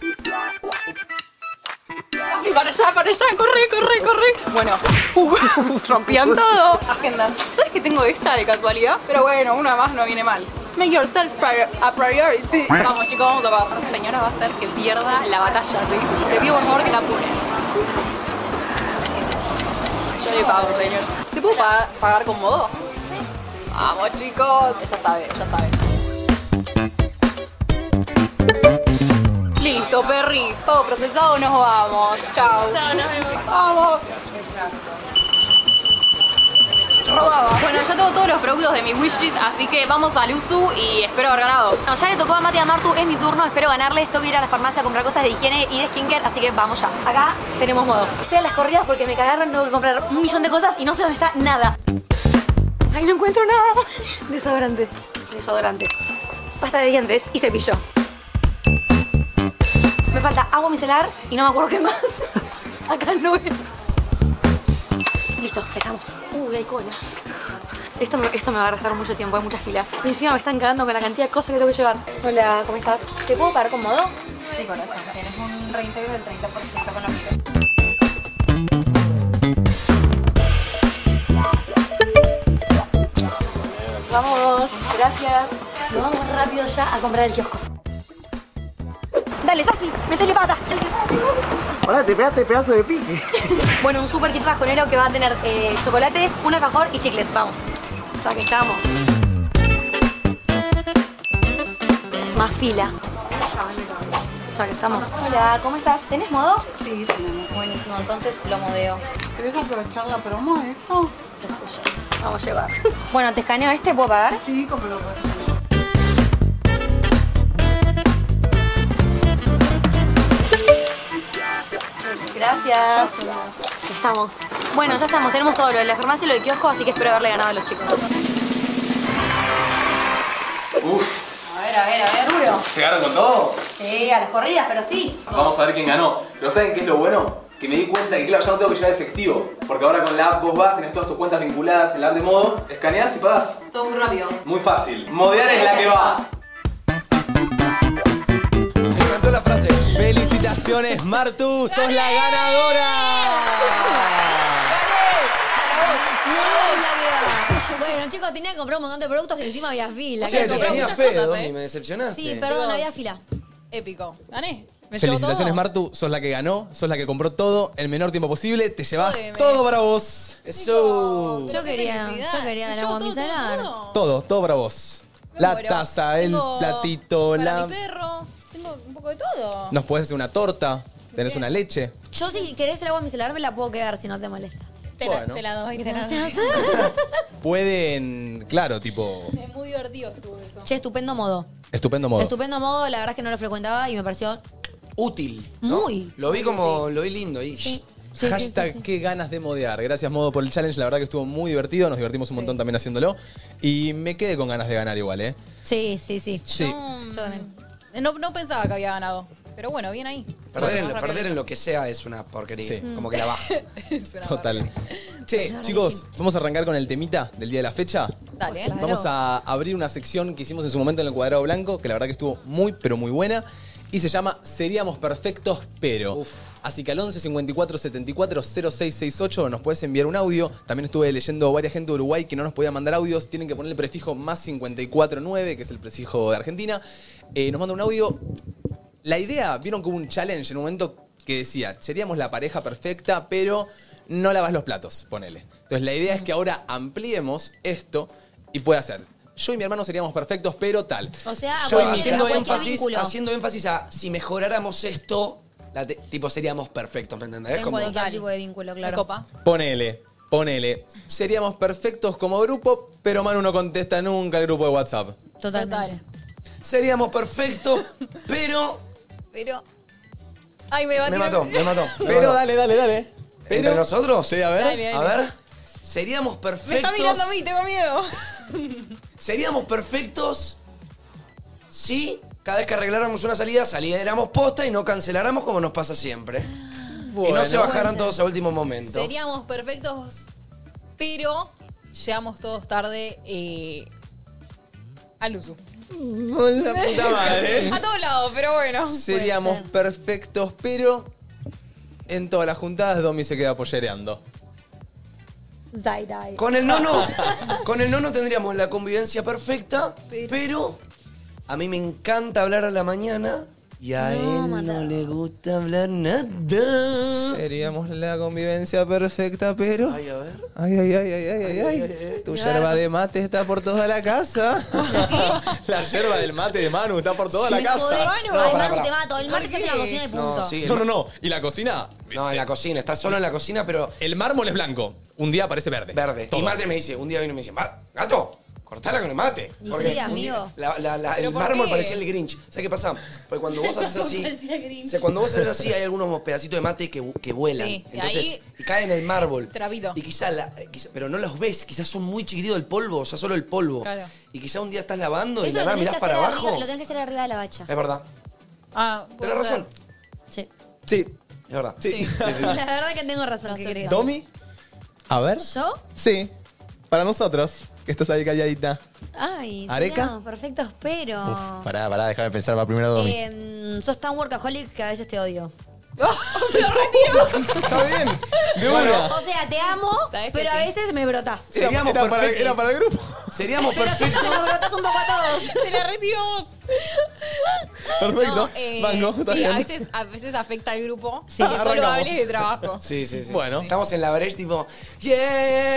[SPEAKER 4] Ay, para allá, para allá, corre, corre, corre. Bueno, uh, rompían todo. Agendas. ¿Sabes que tengo esta de casualidad? Pero bueno, una más no viene mal. Make yourself prior- a priority. Vamos, chicos, vamos a pagar. Señora, va a ser que pierda la batalla, ¿sí? Te pido por favor que la apure. Yo le pago, señor. ¿Te puedo pa- pagar con modo? Sí. Vamos, chicos. Ella sabe, ella sabe. Listo, perri. Pago procesado, nos vamos. Chao. Chao, nos vemos. Vamos. Robaba. Bueno, ya tengo todos los productos de mi wishlist, así que vamos al Usu y espero haber ganado.
[SPEAKER 2] No, ya le tocó a Mati y a Martu, es mi turno, espero ganarle. Tengo que ir a la farmacia a comprar cosas de higiene y de skincare, así que vamos ya. Acá tenemos modo. Estoy a las corridas porque me cagaron, tengo que comprar un millón de cosas y no sé dónde está nada. Ay, no encuentro nada. Desodorante. Desodorante. Pasta de dientes y cepillo. Me falta agua micelar y no me acuerdo qué más. Acá no es. Listo, estamos. Uy, hay cola. Esto me, esto me va a gastar mucho tiempo, hay mucha fila. Y encima me están cagando con la cantidad de cosas que tengo que llevar. Hola, ¿cómo estás? ¿Te puedo pagar con modo?
[SPEAKER 4] Sí, corazón. Tienes un reintegro del 30% con la mira.
[SPEAKER 2] Vamos, gracias. Nos vamos rápido ya a comprar el kiosco. Dale, Safi, metele pata.
[SPEAKER 16] Hola, te pegaste pedazo de pique.
[SPEAKER 2] Bueno, un super kit bajonero que va a tener eh, chocolates, un alfajor y chicles. Vamos. Ya que estamos. Más fila. Ya que estamos. Hola, ¿cómo estás? ¿Tenés modo? Sí, Buenísimo, entonces lo modeo. ¿Querés aprovechar la promo de esto? No sé yo. Vamos a llevar. Bueno, ¿te escaneo este? ¿Puedo pagar? Sí, cómpralo. Gracias. Estamos. Bueno, ya estamos. Tenemos todo lo de la farmacia y lo de kiosco, así que espero haberle ganado a los chicos.
[SPEAKER 1] Uf,
[SPEAKER 2] A ver, a ver, a ver, duro.
[SPEAKER 1] ¿llegaron con todo?
[SPEAKER 2] Sí, a las corridas, pero sí.
[SPEAKER 1] Vamos a ver quién ganó. Pero ¿saben qué es lo bueno? Que me di cuenta que, claro, ya no tengo que llevar efectivo. Porque ahora con la app vos vas, tenés todas tus cuentas vinculadas en la app de modo, escaneás y pagás.
[SPEAKER 4] Todo muy rápido.
[SPEAKER 1] Muy fácil. Modear es la que va. Me encantó la frase. Felicitaciones, Martu, sos la ganadora.
[SPEAKER 2] Bueno, chicos, tenía que comprar un montón de productos y encima había fila.
[SPEAKER 3] Che,
[SPEAKER 2] Había
[SPEAKER 3] te
[SPEAKER 2] comprado
[SPEAKER 3] tenía
[SPEAKER 2] muchas
[SPEAKER 3] fe,
[SPEAKER 2] cosas,
[SPEAKER 3] Domi,
[SPEAKER 2] ¿eh?
[SPEAKER 3] me decepcionaste.
[SPEAKER 2] Sí, perdón, había fila.
[SPEAKER 4] Épico. Gané. Me llevo todo.
[SPEAKER 1] Felicitaciones, Martu, sos la que ganó, sos la que compró todo en el menor tiempo posible, te llevás
[SPEAKER 4] Jodeme.
[SPEAKER 1] todo para vos. Eso.
[SPEAKER 2] Yo quería, yo quería la bomba micelar.
[SPEAKER 1] Todo, todo para vos. La
[SPEAKER 4] muero.
[SPEAKER 1] taza, el
[SPEAKER 4] Tengo
[SPEAKER 1] platito,
[SPEAKER 4] Para
[SPEAKER 1] la.
[SPEAKER 4] mi perro. Tengo un poco de todo.
[SPEAKER 1] Nos podés hacer una torta, tenés una leche.
[SPEAKER 2] Yo si querés el agua micelar me la puedo quedar si no te molesta.
[SPEAKER 4] Te,
[SPEAKER 1] Bueno.
[SPEAKER 4] la, te la doy, te la doy.
[SPEAKER 2] Gracias.
[SPEAKER 1] Pueden, claro, tipo,
[SPEAKER 4] Es muy divertido estuvo eso.
[SPEAKER 2] Che, estupendo modo.
[SPEAKER 1] estupendo modo.
[SPEAKER 2] Estupendo modo, la verdad es que no lo frecuentaba y me pareció
[SPEAKER 3] útil.
[SPEAKER 2] Muy.
[SPEAKER 3] Lo vi como, lo vi lindo ahí.
[SPEAKER 2] sí,
[SPEAKER 1] Hashtag
[SPEAKER 2] sí, sí.
[SPEAKER 1] qué ganas de modear. Gracias, Modo, por el challenge. La verdad que estuvo muy divertido. Nos divertimos un montón también haciéndolo. Y me quedé con ganas de ganar igual, ¿eh?
[SPEAKER 2] Sí, sí, sí.
[SPEAKER 1] Sí.
[SPEAKER 4] Yo también. No, no pensaba que había ganado. Pero bueno, bien ahí.
[SPEAKER 3] Perder, en,
[SPEAKER 4] Vamos
[SPEAKER 3] perder
[SPEAKER 4] rápido.
[SPEAKER 3] en lo que sea es una porquería.
[SPEAKER 1] Sí.
[SPEAKER 3] Como que la baja.
[SPEAKER 4] Es una
[SPEAKER 1] Total. Che, chicos, vamos a arrancar con el temita del día de la fecha.
[SPEAKER 4] Dale, ¿eh?
[SPEAKER 1] Vamos a abrir una sección que hicimos en su momento en el cuadrado blanco, que la verdad que estuvo muy, pero muy buena. Y se llama Seríamos Perfectos, pero. Así que al 11 54 74 0668 nos puedes enviar un audio. También estuve leyendo varias gente de Uruguay que no nos podía mandar audios. Tienen que poner el prefijo más 549, que es el prefijo de Argentina. Eh, nos manda un audio la idea, vieron como un challenge en un momento que decía, seríamos la pareja perfecta, pero no lavas los platos, ponele. Entonces la idea es que ahora ampliemos esto y pueda ser. Yo y mi hermano seríamos perfectos, pero tal.
[SPEAKER 2] O sea, a
[SPEAKER 3] Yo
[SPEAKER 2] cualquier, a
[SPEAKER 3] haciendo
[SPEAKER 2] cualquier
[SPEAKER 3] énfasis,
[SPEAKER 2] vínculo.
[SPEAKER 3] haciendo énfasis a si mejoráramos esto, la te- tipo seríamos perfectos, ¿me entendés?
[SPEAKER 2] En
[SPEAKER 3] Como-
[SPEAKER 2] cualquier tipo de vínculo, claro. copa.
[SPEAKER 1] Ponele, ponele. Seríamos perfectos como grupo, pero Manu no contesta nunca el grupo de WhatsApp.
[SPEAKER 2] Total.
[SPEAKER 3] Seríamos perfectos, pero.
[SPEAKER 4] Pero. Ay, me va
[SPEAKER 3] Me mató, me mató.
[SPEAKER 1] Pero dale, dale, dale.
[SPEAKER 3] ¿Entre nosotros?
[SPEAKER 1] Sí, a ver.
[SPEAKER 4] Dale,
[SPEAKER 3] A
[SPEAKER 4] dale.
[SPEAKER 3] ver. Seríamos perfectos.
[SPEAKER 4] Me está mirando a mí, tengo miedo.
[SPEAKER 3] Seríamos perfectos si cada vez que arregláramos una salida, saliéramos posta y no canceláramos como nos pasa siempre. y no
[SPEAKER 1] Bueno.
[SPEAKER 3] se bajaran
[SPEAKER 1] Puede ser.
[SPEAKER 3] todos a último momento.
[SPEAKER 4] Seríamos perfectos, pero llegamos todos tarde eh, al uso.
[SPEAKER 1] La puta madre.
[SPEAKER 4] a todos lados, pero
[SPEAKER 2] Ah,
[SPEAKER 4] bueno.
[SPEAKER 1] Seríamos perfectos, pero en todas las juntadas Domi se queda pollereando.
[SPEAKER 2] Zairai.
[SPEAKER 3] Con el nono, con el nono tendríamos la convivencia perfecta, pero, a mí me encanta hablar a la mañana y a él no le gusta hablar nada.
[SPEAKER 1] Seríamos la convivencia perfecta, pero.
[SPEAKER 3] Ay, a ver.
[SPEAKER 1] Ay, ay, ay, ay, ay, ay, ay. Tu yerba de mate está por toda la casa. la yerba del mate de Manu está por toda
[SPEAKER 2] Sí,
[SPEAKER 1] la casa.
[SPEAKER 2] joder, Manu. Ay, Manu, te mato.
[SPEAKER 4] Ah,
[SPEAKER 2] El
[SPEAKER 1] ¿Por
[SPEAKER 2] martes se hace la
[SPEAKER 1] qué?
[SPEAKER 2] cocina de punto.
[SPEAKER 1] No, no, no. ¿Y la cocina?
[SPEAKER 3] No, en la cocina, está solo en la cocina, pero.
[SPEAKER 1] El mármol es blanco. Un día aparece verde.
[SPEAKER 3] Verde. Y Marte me dice, un día vino y me dice, "Ma- gato, cortala con el mate.
[SPEAKER 2] Y
[SPEAKER 3] Porque
[SPEAKER 2] sí,
[SPEAKER 3] un día-
[SPEAKER 2] amigo.
[SPEAKER 3] la- la- la-
[SPEAKER 2] ¿Pero
[SPEAKER 3] el
[SPEAKER 2] por
[SPEAKER 3] mármol
[SPEAKER 2] qué?
[SPEAKER 3] parecía el Grinch. ¿Sabes qué pasa? Porque cuando vos haces así.
[SPEAKER 10] Parecía Grinch.
[SPEAKER 3] O sea, cuando vos haces así, hay algunos pedacitos de mate que, que vuelan.
[SPEAKER 4] Sí, y
[SPEAKER 3] Entonces,
[SPEAKER 4] ahí-
[SPEAKER 3] y caen en el mármol.
[SPEAKER 4] Trabido.
[SPEAKER 3] Y quizás, pero no los ves, quizás son muy chiquititos el polvo, o sea, solo el polvo.
[SPEAKER 4] Claro.
[SPEAKER 3] Y quizás un día estás lavando y
[SPEAKER 2] Eso
[SPEAKER 3] de la
[SPEAKER 2] lo
[SPEAKER 3] nada
[SPEAKER 2] tenés que
[SPEAKER 3] mirás
[SPEAKER 2] hacer
[SPEAKER 3] para
[SPEAKER 2] arriba,
[SPEAKER 3] abajo. Eh,
[SPEAKER 2] lo tenés que hacer arriba de la bacha.
[SPEAKER 3] Es verdad.
[SPEAKER 4] Ah,
[SPEAKER 3] Tenés razón.
[SPEAKER 2] Sí.
[SPEAKER 1] Sí.
[SPEAKER 3] Es verdad.
[SPEAKER 1] Sí.
[SPEAKER 2] La verdad que tengo razón, ¿qué querés?
[SPEAKER 1] ¿Domi? A ver.
[SPEAKER 2] ¿Yo?
[SPEAKER 1] Sí. Para nosotros, que estás ahí calladita.
[SPEAKER 2] Ay,
[SPEAKER 11] ¿Areca?
[SPEAKER 2] seríamos perfectos, pero...
[SPEAKER 4] Ah.
[SPEAKER 11] Pará, pará, déjame pensar, va primero Domi.
[SPEAKER 2] Eh, sos tan workaholic que a veces te odio.
[SPEAKER 1] Está bien. De una.
[SPEAKER 2] O sea, te amo, pero a veces me brotás.
[SPEAKER 1] Seríamos Era para- perfectos. era para el grupo.
[SPEAKER 3] Seríamos
[SPEAKER 2] Pero siento que nos brotás un poco a todos.
[SPEAKER 4] Se la retiró.
[SPEAKER 1] Perfecto.
[SPEAKER 4] No, eh,
[SPEAKER 1] Banco, está
[SPEAKER 4] sí,
[SPEAKER 1] bien.
[SPEAKER 4] a veces, a veces afecta al grupo.
[SPEAKER 1] Sí.
[SPEAKER 4] Sí, que solo
[SPEAKER 1] Arrancamos.
[SPEAKER 4] hables de trabajo.
[SPEAKER 3] Sí, sí, sí.
[SPEAKER 1] Bueno.
[SPEAKER 3] Estamos en la brecha, tipo, ¡yeah!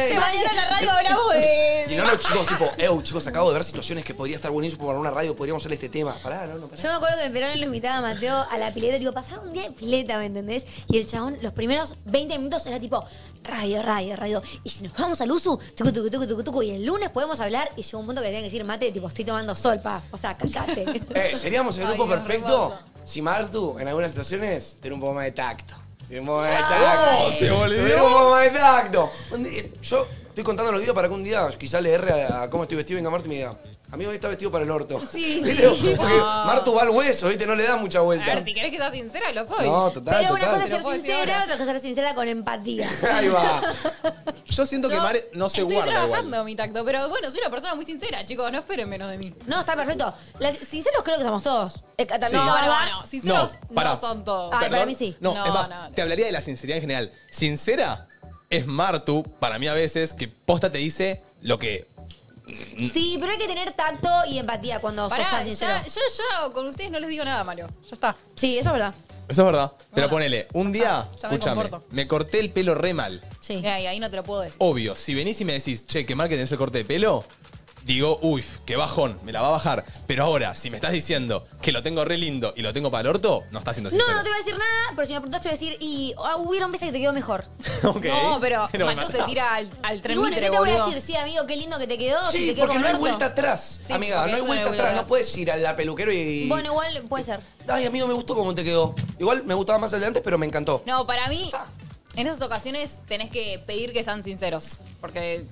[SPEAKER 4] Che, mañana en la radio hablamos de.
[SPEAKER 3] Y no, no, chicos, tipo, eu, chicos, acabo de ver situaciones que podría estar buenísimo para una radio, podríamos hacer este tema. Pará, no, no, pará.
[SPEAKER 2] Yo me acuerdo que en Perón lo invitaba a Mateo a la pileta, tipo, pasar un día de pileta, ¿me entendés? Y el chabón, los primeros 20 minutos era tipo, radio, radio, radio. Y si nos vamos al uso, tucu, tucu, tucu, tucu, tucu, y el lunes podemos hablar, y llegó un punto que tenían que decir, mate, tipo, estoy tomando sol, pa. O sea, callate.
[SPEAKER 3] Eh, ¿seríamos el grupo perfecto? Si Martu, en algunas situaciones, tiene un poco más de tacto. Tiene un poco más de tacto.
[SPEAKER 1] Oh, se volvió.
[SPEAKER 3] Tiene un poco más de tacto. Un día- Yo estoy contando los días para que un día quizá le erre a, a cómo estoy vestido y venga Martu y me diga, amigo, hoy está vestido para el orto.
[SPEAKER 4] Sí,
[SPEAKER 3] ¿Viste?
[SPEAKER 4] sí.
[SPEAKER 3] Porque
[SPEAKER 4] Ah.
[SPEAKER 3] Martu va al hueso, ¿viste? No le da mucha
[SPEAKER 4] A ver,
[SPEAKER 3] vuelta.
[SPEAKER 4] si querés que sea sincera, lo soy.
[SPEAKER 3] No, total,
[SPEAKER 2] Pero una
[SPEAKER 3] total.
[SPEAKER 2] cosa es
[SPEAKER 3] Te lo
[SPEAKER 2] ser
[SPEAKER 4] puedo decir
[SPEAKER 2] sincera,
[SPEAKER 4] ahora.
[SPEAKER 2] otra cosa es ser sincera con empatía.
[SPEAKER 3] Ahí va.
[SPEAKER 1] Yo siento que
[SPEAKER 4] Yo
[SPEAKER 1] Mare no se
[SPEAKER 4] Estoy
[SPEAKER 1] guarda
[SPEAKER 4] trabajando
[SPEAKER 1] igual.
[SPEAKER 4] mi tacto, pero bueno, soy una persona muy sincera, chicos, no esperen menos de mí.
[SPEAKER 2] No, está perfecto. Las- sinceros creo que somos todos. Eh,
[SPEAKER 4] No,
[SPEAKER 2] también
[SPEAKER 4] no,
[SPEAKER 2] la verdad-
[SPEAKER 4] no, sinceros no,
[SPEAKER 1] pará.
[SPEAKER 4] son todos.
[SPEAKER 2] Ay, para
[SPEAKER 1] Perdón.
[SPEAKER 2] mí sí.
[SPEAKER 1] No,
[SPEAKER 4] No,
[SPEAKER 1] es más,
[SPEAKER 4] no, no.
[SPEAKER 1] te hablaría de la sinceridad en general. Sincera es Martu, para mí a veces, que posta te dice lo que.
[SPEAKER 2] Sí, pero hay que tener tacto y empatía cuando
[SPEAKER 4] Pará,
[SPEAKER 2] sos tan sincero.
[SPEAKER 4] ya, yo, yo con ustedes no les digo nada malo. Ya está.
[SPEAKER 2] Sí, eso es verdad.
[SPEAKER 1] Eso es verdad. Pero ponele, un
[SPEAKER 12] Ah,
[SPEAKER 1] día,
[SPEAKER 4] ya me
[SPEAKER 1] escúchame,
[SPEAKER 4] comporto.
[SPEAKER 1] me corté el pelo re mal.
[SPEAKER 2] Sí.
[SPEAKER 4] Eh, Ahí, ahí no te lo puedo decir.
[SPEAKER 1] Obvio, si venís y me decís, che, que mal que tenés el corte de pelo, digo, uy, qué bajón, me la va a bajar. Pero ahora, si me estás diciendo que lo tengo re lindo y lo tengo para el orto, no estás siendo
[SPEAKER 2] No,
[SPEAKER 1] sincero.
[SPEAKER 2] no te voy a decir nada, pero si me preguntás te voy a decir, y ah, hubieron veces que te quedó mejor.
[SPEAKER 1] Ok.
[SPEAKER 12] No, pero,
[SPEAKER 1] Pero me
[SPEAKER 12] Mató se
[SPEAKER 1] matás.
[SPEAKER 12] tira al, al tren
[SPEAKER 2] y bueno, ¿qué
[SPEAKER 12] buitre,
[SPEAKER 2] te voy a
[SPEAKER 12] boludo.
[SPEAKER 2] decir? Sí, amigo, qué lindo que te quedó. si
[SPEAKER 3] Sí,
[SPEAKER 2] te quedó
[SPEAKER 3] porque
[SPEAKER 2] como
[SPEAKER 3] no
[SPEAKER 2] el
[SPEAKER 3] hay vuelta
[SPEAKER 2] orto.
[SPEAKER 3] atrás,
[SPEAKER 2] Sí, porque
[SPEAKER 3] amiga. No hay
[SPEAKER 2] eso
[SPEAKER 3] vuelta
[SPEAKER 2] vuelta
[SPEAKER 3] atrás.
[SPEAKER 2] atrás.
[SPEAKER 3] No puedes ir al la peluquero y.
[SPEAKER 2] Bueno, igual puede ser.
[SPEAKER 3] Ay, amigo, me gustó cómo te quedó. Igual me gustaba más el de antes, pero me encantó. Ah,
[SPEAKER 12] No, para mí, en esas ocasiones tenés que pedir que sean sinceros. Porque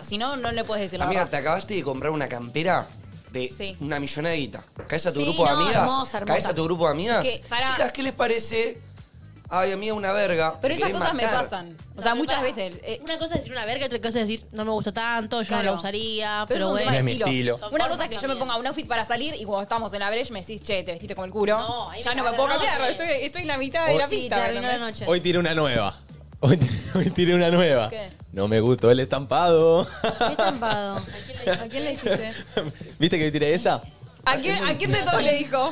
[SPEAKER 12] si no, no le puedes decir la
[SPEAKER 3] Amiga,
[SPEAKER 12] verdad.
[SPEAKER 3] te acabaste de comprar una campera de
[SPEAKER 12] Sí.
[SPEAKER 3] una millonada de guita. ¿Caes a tu
[SPEAKER 12] Sí,
[SPEAKER 3] grupo de
[SPEAKER 12] no,
[SPEAKER 3] amigas?
[SPEAKER 12] hermosa, hermosa.
[SPEAKER 3] ¿Caes a tu grupo de amigas?
[SPEAKER 12] Que, pará.
[SPEAKER 3] Chicas, ¿qué les parece? Ay, amiga, una verga.
[SPEAKER 12] Pero
[SPEAKER 3] Me
[SPEAKER 12] esas
[SPEAKER 3] querés
[SPEAKER 12] cosas me
[SPEAKER 3] matar.
[SPEAKER 12] pasan. O sea, muchas veces.
[SPEAKER 17] eh,
[SPEAKER 12] eh,
[SPEAKER 17] una cosa es decir una verga, otra cosa es decir no me gusta tanto, yo no
[SPEAKER 12] Claro.
[SPEAKER 17] la usaría,
[SPEAKER 12] Pero
[SPEAKER 17] pero,
[SPEAKER 12] es un
[SPEAKER 17] bueno.
[SPEAKER 12] tema de No es mi estilos. estilo. Una cosa es que yo me ponga un outfit para salir y cuando estamos en la brecha me decís, che, te vestiste como el culo.
[SPEAKER 17] No, ahí
[SPEAKER 12] ya
[SPEAKER 17] me
[SPEAKER 12] no me
[SPEAKER 17] cagaron,
[SPEAKER 12] puedo cambiar,
[SPEAKER 17] sí.
[SPEAKER 12] estoy, estoy en la mitad de
[SPEAKER 1] Oh,
[SPEAKER 12] la
[SPEAKER 1] sí,
[SPEAKER 12] pista.
[SPEAKER 17] te arruinó
[SPEAKER 12] ¿entendés?
[SPEAKER 17] la noche.
[SPEAKER 1] Hoy tiré una nueva. Hoy, hoy tiré una nueva.
[SPEAKER 12] ¿Qué?
[SPEAKER 1] No me gustó el estampado.
[SPEAKER 2] estampado?
[SPEAKER 12] ¿A quién le dijiste?
[SPEAKER 1] ¿Viste que tiré esa?
[SPEAKER 12] ¿A quién, a quién de todos le dijo?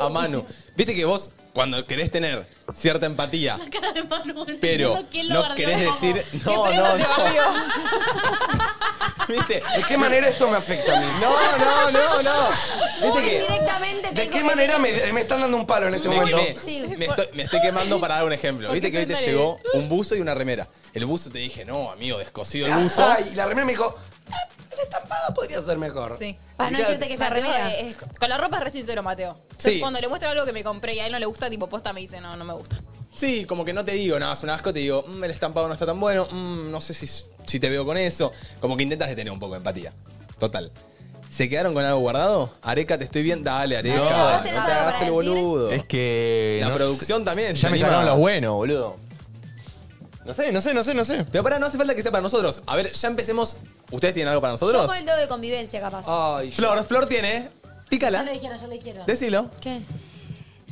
[SPEAKER 1] A Manu. ¿Viste que vos, cuando querés tener cierta empatía,
[SPEAKER 17] La cara de Manuel.
[SPEAKER 1] pero no querés decir. No, no, no. ¿Viste?
[SPEAKER 3] ¿De qué manera esto me afecta a mí?
[SPEAKER 1] No, no, no, no. ¿Viste que-
[SPEAKER 2] Directamente te
[SPEAKER 3] ¿De
[SPEAKER 2] digo
[SPEAKER 3] qué
[SPEAKER 2] que
[SPEAKER 3] manera
[SPEAKER 2] te-
[SPEAKER 3] me, me están dando un palo en este
[SPEAKER 1] Me
[SPEAKER 3] momento?
[SPEAKER 1] quemé.
[SPEAKER 2] Sí.
[SPEAKER 1] Me estoy, me estoy quemando para dar un ejemplo.
[SPEAKER 3] ¿Por
[SPEAKER 1] Viste
[SPEAKER 3] qué
[SPEAKER 1] que hoy te
[SPEAKER 3] tanta
[SPEAKER 1] llegó un buzo y una remera. El buzo te dije, no, amigo, descosido el buzo.
[SPEAKER 3] Ay, y la remera me dijo, Ah, podría ser mejor.
[SPEAKER 12] Sí.
[SPEAKER 1] Para no Mirá. decirte
[SPEAKER 2] Ah, que es la
[SPEAKER 12] Mateo
[SPEAKER 2] remera.
[SPEAKER 12] es- con la ropa es re sincero, Mateo. Entonces,
[SPEAKER 1] Sí.
[SPEAKER 12] cuando le muestro algo que me compré y a él no le gusta, tipo posta me dice, no, no me gusta.
[SPEAKER 1] Sí, como que no te digo, no, es un asco, te digo, "Mm, el estampado no está tan bueno, mm, no sé si, si te veo con eso. Como que intentas de tener un poco de empatía. Total. ¿Se quedaron con algo guardado? Areca, te estoy viendo. Dale, Areca.
[SPEAKER 11] No.
[SPEAKER 1] No,
[SPEAKER 11] ¿Vos
[SPEAKER 1] te
[SPEAKER 11] tenés
[SPEAKER 2] algo
[SPEAKER 1] hagas
[SPEAKER 2] para
[SPEAKER 1] el boludo.
[SPEAKER 11] Es que.
[SPEAKER 1] La
[SPEAKER 11] no
[SPEAKER 1] producción
[SPEAKER 11] sé.
[SPEAKER 1] también.
[SPEAKER 11] Ya
[SPEAKER 1] se
[SPEAKER 11] me
[SPEAKER 1] anima.
[SPEAKER 11] sacaron los buenos, boludo. No sé, no sé, no sé, no sé.
[SPEAKER 1] Pero pará, no hace falta que sea para nosotros. A ver, ya empecemos. ¿Ustedes tienen algo para nosotros?
[SPEAKER 2] Yo con el dedo de convivencia, capaz.
[SPEAKER 1] Ay, Flor, Flor tiene.
[SPEAKER 10] Yo
[SPEAKER 1] Pícala.
[SPEAKER 10] lo dijeron, yo lo dijeron.
[SPEAKER 1] Decilo.
[SPEAKER 2] ¿Qué?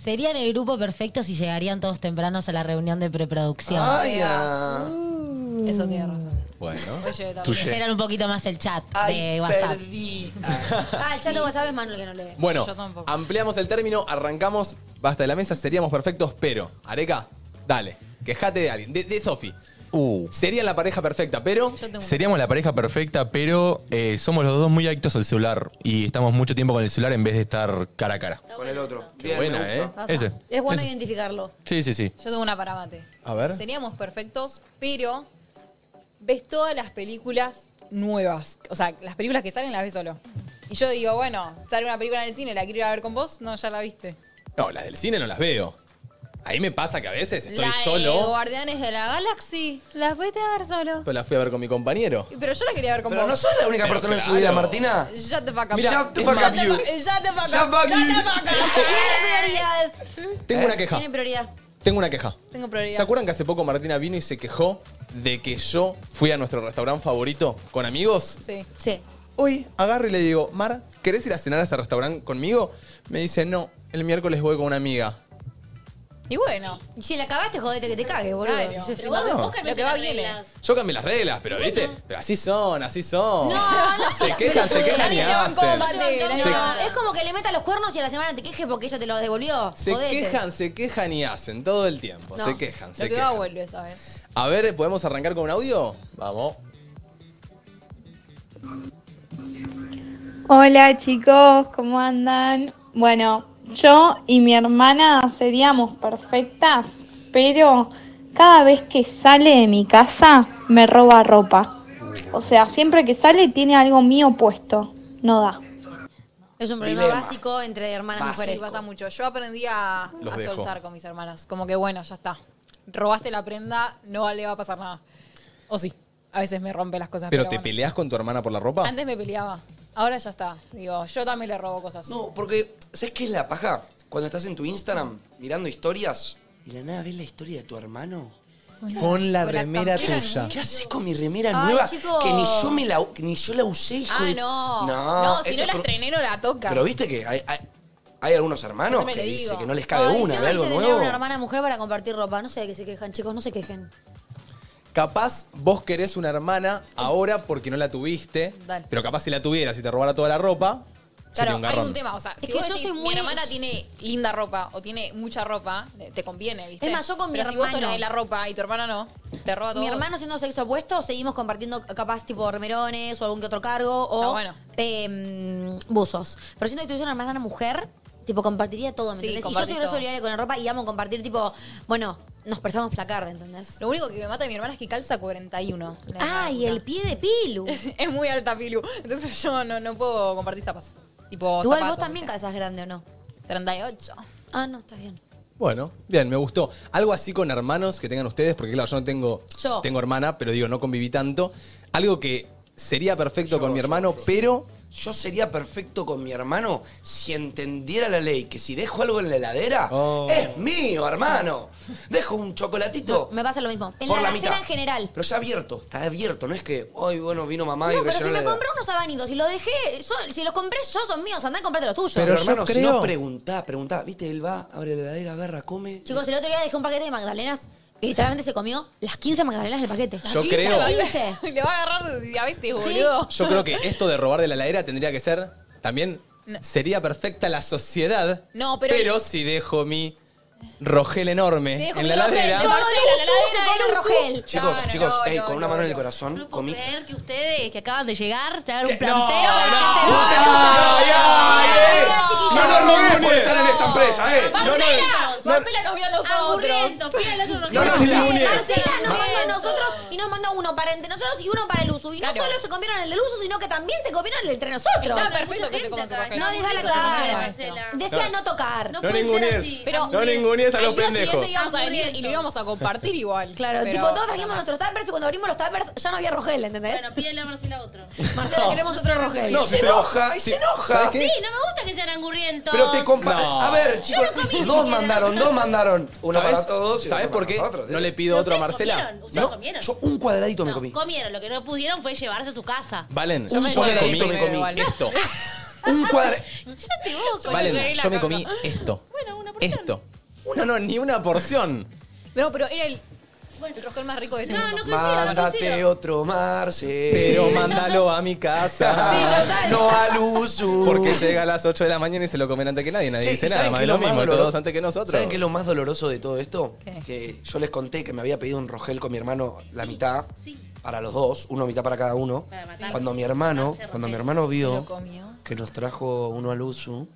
[SPEAKER 10] Serían el grupo perfecto si llegarían todos tempranos a la reunión de preproducción.
[SPEAKER 3] Ay, ah.
[SPEAKER 10] Mm.
[SPEAKER 12] Eso tiene razón.
[SPEAKER 1] Bueno.
[SPEAKER 12] Oye,
[SPEAKER 10] Que Leyeran un poquito más el chat de WhatsApp.
[SPEAKER 3] Perdí.
[SPEAKER 2] Ah, el chat de WhatsApp es Manuel que no lee.
[SPEAKER 1] Bueno, ah,
[SPEAKER 2] Yo tampoco.
[SPEAKER 1] ampliamos el término, arrancamos, basta de la mesa, seríamos perfectos, pero, Areca, dale, quejate de alguien, de, de Sofi. Serían la pareja perfecta, pero.
[SPEAKER 11] Uh. Seríamos la pareja perfecta, pero eh, somos los dos muy adictos al celular y estamos mucho tiempo con el celular en vez de estar cara a cara.
[SPEAKER 3] Con el otro.
[SPEAKER 11] Qué buena, ¿eh?
[SPEAKER 2] Pasa.
[SPEAKER 11] Ese.
[SPEAKER 2] Es bueno
[SPEAKER 11] Ese.
[SPEAKER 2] identificarlo.
[SPEAKER 11] Sí, sí, sí.
[SPEAKER 12] Yo tengo una para mate.
[SPEAKER 11] A ver.
[SPEAKER 12] Seríamos perfectos, pero ves todas las películas nuevas. O sea, las películas que salen las ves solo. Y yo digo, bueno, sale una película en el cine, la quiero ir a ver con vos. No, ya la viste.
[SPEAKER 1] No, las del cine no las veo. Ahí me pasa que a veces estoy
[SPEAKER 12] la de
[SPEAKER 1] solo,
[SPEAKER 12] Guardianes de la Galaxy. La fuiste a ver solo.
[SPEAKER 1] pero la fui a ver con mi compañero.
[SPEAKER 12] Pero yo la quería ver con
[SPEAKER 1] Pero
[SPEAKER 12] vos.
[SPEAKER 1] no sos la única persona en su vida, Martina.
[SPEAKER 12] Ya te fuck up.
[SPEAKER 1] Mira,
[SPEAKER 12] Ya te
[SPEAKER 1] es
[SPEAKER 12] fuck
[SPEAKER 1] más-
[SPEAKER 12] up.
[SPEAKER 1] you.
[SPEAKER 12] Ya te fuck up.
[SPEAKER 1] Ya fuck you.
[SPEAKER 12] Ya te fuck up.
[SPEAKER 2] Prioridad.
[SPEAKER 1] Tengo una queja.
[SPEAKER 2] Tiene prioridad.
[SPEAKER 1] Tengo una queja.
[SPEAKER 12] Tengo prioridad.
[SPEAKER 1] ¿Se acuerdan que hace poco Martina vino y se quejó de que yo fui a nuestro restaurante favorito con amigos?
[SPEAKER 12] Sí.
[SPEAKER 2] Sí.
[SPEAKER 1] Hoy agarro y le digo, Mar, ¿querés ir a cenar a ese restaurante conmigo? Me dice, no, el miércoles voy con una amiga.
[SPEAKER 12] Y bueno.
[SPEAKER 2] Y si la cagaste, jodete que te cague, boludo.
[SPEAKER 12] Claro.
[SPEAKER 2] Sí, sí,
[SPEAKER 12] Pero
[SPEAKER 1] vos-
[SPEAKER 2] sí.
[SPEAKER 1] vos
[SPEAKER 2] No.
[SPEAKER 12] Lo que va viene.
[SPEAKER 2] eh.
[SPEAKER 1] Yo cambié las reglas, pero viste, pero así son, así son.
[SPEAKER 2] No, no,
[SPEAKER 1] se
[SPEAKER 2] no,
[SPEAKER 1] quejan, se
[SPEAKER 2] pero-
[SPEAKER 1] quejan y
[SPEAKER 2] Dale, no,
[SPEAKER 1] hacen.
[SPEAKER 2] combate,
[SPEAKER 1] Se-
[SPEAKER 2] no. Es como que le metas los cuernos y a la semana te queje porque ella te los devolvió.
[SPEAKER 1] Se
[SPEAKER 2] Jodete.
[SPEAKER 1] quejan, se quejan y hacen todo el tiempo.
[SPEAKER 2] No.
[SPEAKER 1] Se quejan,
[SPEAKER 12] Lo
[SPEAKER 1] se
[SPEAKER 12] que va
[SPEAKER 1] quejan.
[SPEAKER 12] vuelve, ¿sabes?
[SPEAKER 1] A ver, ¿podemos arrancar con un audio? Vamos.
[SPEAKER 18] Hola chicos, ¿cómo andan? Bueno, yo y mi hermana seríamos perfectas, pero cada vez que sale de mi casa me roba ropa. O sea, siempre que sale tiene algo mío puesto. No da.
[SPEAKER 2] Es un problema
[SPEAKER 18] Dilema.
[SPEAKER 2] básico entre hermanas
[SPEAKER 12] Básico.
[SPEAKER 2] mujeres.
[SPEAKER 12] Sí, pasa mucho. Yo aprendí a,
[SPEAKER 2] Los
[SPEAKER 12] a
[SPEAKER 2] dejo.
[SPEAKER 12] soltar con mis hermanas. Como que bueno, ya está. Robaste la prenda, no le va a pasar nada. O sí, a veces me rompe las cosas. Pero,
[SPEAKER 1] ¿Pero te
[SPEAKER 12] bueno.
[SPEAKER 1] peleas con tu hermana por la ropa?
[SPEAKER 12] Antes me peleaba. Ahora ya está. Digo, yo también le robo cosas.
[SPEAKER 3] No, porque, ¿sabes qué es la paja? Cuando estás en tu Instagram mirando historias y de la nada ves la historia de tu hermano.
[SPEAKER 1] Con la remera tuya.
[SPEAKER 3] ¿Qué haces con mi remera
[SPEAKER 12] Ay,
[SPEAKER 3] nueva?
[SPEAKER 12] chicos.
[SPEAKER 3] Que ni yo, me la, ni yo la usé, hijo
[SPEAKER 12] Ah,
[SPEAKER 3] de-
[SPEAKER 12] no.
[SPEAKER 3] No,
[SPEAKER 12] si
[SPEAKER 3] eso
[SPEAKER 12] no
[SPEAKER 3] es
[SPEAKER 12] la
[SPEAKER 3] cru-
[SPEAKER 12] estrené, no la toca.
[SPEAKER 3] Pero viste que hay, hay- hay algunos hermanos
[SPEAKER 2] Siempre le
[SPEAKER 3] que dicen
[SPEAKER 2] digo.
[SPEAKER 3] que no les cabe
[SPEAKER 2] Ay,
[SPEAKER 3] una,
[SPEAKER 2] si
[SPEAKER 3] de algo
[SPEAKER 2] hubiese tenido
[SPEAKER 3] nuevo.
[SPEAKER 2] una hermana mujer para compartir ropa. No sé de qué se quejan, chicos, no se quejen.
[SPEAKER 1] Capaz vos querés una hermana ahora porque no la tuviste,
[SPEAKER 2] Dale.
[SPEAKER 1] pero capaz si la tuvieras y te robara toda la ropa, Sería un
[SPEAKER 4] Claro, hay
[SPEAKER 1] garrón.
[SPEAKER 4] un tema, o sea,
[SPEAKER 2] Es
[SPEAKER 4] si
[SPEAKER 2] que
[SPEAKER 4] vos
[SPEAKER 2] yo
[SPEAKER 4] decís,
[SPEAKER 2] soy
[SPEAKER 4] mi
[SPEAKER 2] muy-
[SPEAKER 4] hermana tiene linda ropa o tiene mucha ropa, te conviene, ¿viste?
[SPEAKER 2] Es más, yo con mi
[SPEAKER 4] Pero si vos sos la
[SPEAKER 2] hermano-
[SPEAKER 4] de la ropa y tu hermana no, te roba todo.
[SPEAKER 2] Mi hermano siendo sexo opuesto, seguimos compartiendo capaz tipo remerones o algún que otro cargo o
[SPEAKER 4] Está bueno.
[SPEAKER 2] em, buzos. Pero siento que tuviese una hermana mujer, tipo compartiría todo, ¿me
[SPEAKER 4] Sí,
[SPEAKER 2] entendés? Y yo
[SPEAKER 4] compartís
[SPEAKER 2] soy re
[SPEAKER 4] todo.
[SPEAKER 2] solidaria con la ropa y amo compartir tipo, bueno, nos prestamos placard, ¿entendés?
[SPEAKER 4] Lo único que me mata de mi hermana es que calza 41.
[SPEAKER 2] Ah, y el pie de Pilu.
[SPEAKER 4] Es, es muy alta Pilu. Entonces yo no, no puedo compartir zapas. Tipo,
[SPEAKER 2] Igual
[SPEAKER 4] zapatos,
[SPEAKER 2] vos también calzas grande o no.
[SPEAKER 4] 38.
[SPEAKER 2] Ah, no, está bien.
[SPEAKER 1] Bueno, bien, me gustó. Algo así con hermanos que tengan ustedes, porque claro, yo no tengo,
[SPEAKER 2] Yo.
[SPEAKER 1] tengo hermana, pero digo, no conviví tanto. Algo que sería perfecto con mi hermano, pero...
[SPEAKER 3] Yo sería perfecto con mi hermano si entendiera la ley que si dejo algo en la heladera,
[SPEAKER 1] Oh.
[SPEAKER 3] es mío, hermano. Dejo un chocolatito,
[SPEAKER 2] Me pasa lo mismo. En
[SPEAKER 3] Por
[SPEAKER 2] la
[SPEAKER 3] la
[SPEAKER 2] alacena
[SPEAKER 3] mitad.
[SPEAKER 2] en general.
[SPEAKER 3] pero ya abierto, está abierto, no es que, hoy bueno, vino mamá y
[SPEAKER 2] No, pero si
[SPEAKER 3] rellenó la
[SPEAKER 2] me
[SPEAKER 3] heladera.
[SPEAKER 2] compré unos abanitos y los dejé, yo- si los compré yo son míos, andá a comprarte los tuyos.
[SPEAKER 3] Pero, hermano, si no preguntá, preguntá, viste, él va, abre la heladera, agarra, come.
[SPEAKER 2] Chicos, el otro día dejé un paquete de magdalenas y literalmente se comió las 15 magdalenas del paquete.
[SPEAKER 1] Yo creo-
[SPEAKER 2] Las 15.
[SPEAKER 4] Le va a agarrar diabetes,
[SPEAKER 2] Sí.
[SPEAKER 4] boludo.
[SPEAKER 1] Yo creo que esto de robar de la heladera tendría que ser también.
[SPEAKER 4] No.
[SPEAKER 1] Sería perfecta la sociedad.
[SPEAKER 4] No, pero-
[SPEAKER 1] si dejo mi rogel enorme
[SPEAKER 4] Si dejo
[SPEAKER 1] en
[SPEAKER 4] mi
[SPEAKER 1] la
[SPEAKER 4] rogel,
[SPEAKER 1] heladera.
[SPEAKER 4] todo
[SPEAKER 10] Marcela, la
[SPEAKER 4] Luzu,
[SPEAKER 10] heladera
[SPEAKER 4] con
[SPEAKER 10] era
[SPEAKER 4] Luzu.
[SPEAKER 10] Rogel.
[SPEAKER 3] Chicos,
[SPEAKER 4] Claro,
[SPEAKER 3] chicos,
[SPEAKER 4] no,
[SPEAKER 3] ey,
[SPEAKER 4] no,
[SPEAKER 3] con una
[SPEAKER 4] no,
[SPEAKER 3] mano en el
[SPEAKER 4] no.
[SPEAKER 3] corazón, comí.
[SPEAKER 10] Creer que ustedes que acaban de llegar te hagan un planteo.
[SPEAKER 3] No,
[SPEAKER 10] para que te-
[SPEAKER 3] Yo no rogué por estar en esta empresa, ¿eh? No, no,
[SPEAKER 4] Marcela nos vio a nosotros.
[SPEAKER 3] No, no,
[SPEAKER 2] Marcela,
[SPEAKER 3] sí, Núñez.
[SPEAKER 2] Marcela nos
[SPEAKER 3] Mar-
[SPEAKER 2] manda a nosotros y nos manda uno para entre nosotros y uno para el uso. Y no solo se comieron el del uso, sino que también se comieron el entre nosotros.
[SPEAKER 4] Está perfecto que se coman su papel.
[SPEAKER 2] No les da la
[SPEAKER 4] Pero se comen
[SPEAKER 2] cara.
[SPEAKER 4] esto.
[SPEAKER 2] Decía no tocar.
[SPEAKER 1] No ningunees. No ningunees a los pendejos.
[SPEAKER 4] siguiente íbamos a venir y lo íbamos a compartir igual.
[SPEAKER 2] Claro,
[SPEAKER 4] Pero-
[SPEAKER 2] tipo, todos trajimos nuestros tuppers y cuando abrimos los tuppers ya no había Rogel, ¿entendés? Bueno,
[SPEAKER 10] pídele a Marcela otro.
[SPEAKER 2] Marcela, queremos otro Rogel.
[SPEAKER 3] No, se enoja, y se enoja.
[SPEAKER 10] Sí, no me gusta que sean angurrientos.
[SPEAKER 3] Pero te compa...
[SPEAKER 1] No.
[SPEAKER 3] A ver,
[SPEAKER 10] Yo
[SPEAKER 3] chicos,
[SPEAKER 10] no comí
[SPEAKER 3] dos
[SPEAKER 10] ni
[SPEAKER 3] mandaron, dos mandaron. Una
[SPEAKER 1] ¿Sabes?
[SPEAKER 3] para todos. y
[SPEAKER 1] ¿Sabes
[SPEAKER 3] otra para
[SPEAKER 1] por qué?
[SPEAKER 3] nosotros,
[SPEAKER 1] No
[SPEAKER 3] ¿eh?
[SPEAKER 1] le pido otro a Marcela.
[SPEAKER 10] comieron? ¿Ustedes
[SPEAKER 1] No,
[SPEAKER 10] comieron?
[SPEAKER 1] yo
[SPEAKER 3] un cuadradito me comí.
[SPEAKER 10] Comieron, lo que no pudieron fue llevarse a su casa.
[SPEAKER 1] Valen,
[SPEAKER 3] Yo me
[SPEAKER 1] yo me
[SPEAKER 3] llevé
[SPEAKER 1] comí,
[SPEAKER 3] esto, me comí.
[SPEAKER 1] esto.
[SPEAKER 3] Un
[SPEAKER 2] Ah,
[SPEAKER 3] cuadra...
[SPEAKER 10] te vos,
[SPEAKER 1] Valen, yo me comí esto. Esto. No, no, ni una porción.
[SPEAKER 4] No, pero era el, el rogel más rico de ese mundo.
[SPEAKER 3] Mándate otro Marce.
[SPEAKER 1] Pero mándalo a mi casa.
[SPEAKER 3] No al uso.
[SPEAKER 1] Porque llega a las 8 de la mañana y se lo comen antes que nadie. Nadie
[SPEAKER 3] Che,
[SPEAKER 1] dice
[SPEAKER 3] ¿y
[SPEAKER 1] nada,
[SPEAKER 3] saben
[SPEAKER 1] más
[SPEAKER 3] qué
[SPEAKER 1] de
[SPEAKER 3] es
[SPEAKER 1] lo mismo,
[SPEAKER 3] doloroso?
[SPEAKER 1] todos antes que nosotros.
[SPEAKER 3] ¿Saben qué es lo más doloroso de todo esto? Que yo les conté que me había pedido un rogel con mi hermano la mitad para los dos, uno mitad para cada uno.
[SPEAKER 10] Para matarlos.
[SPEAKER 3] Cuando mi hermano, cuando mi hermano
[SPEAKER 4] ¿Lo
[SPEAKER 3] vio
[SPEAKER 4] comió?
[SPEAKER 3] que nos trajo uno al uso,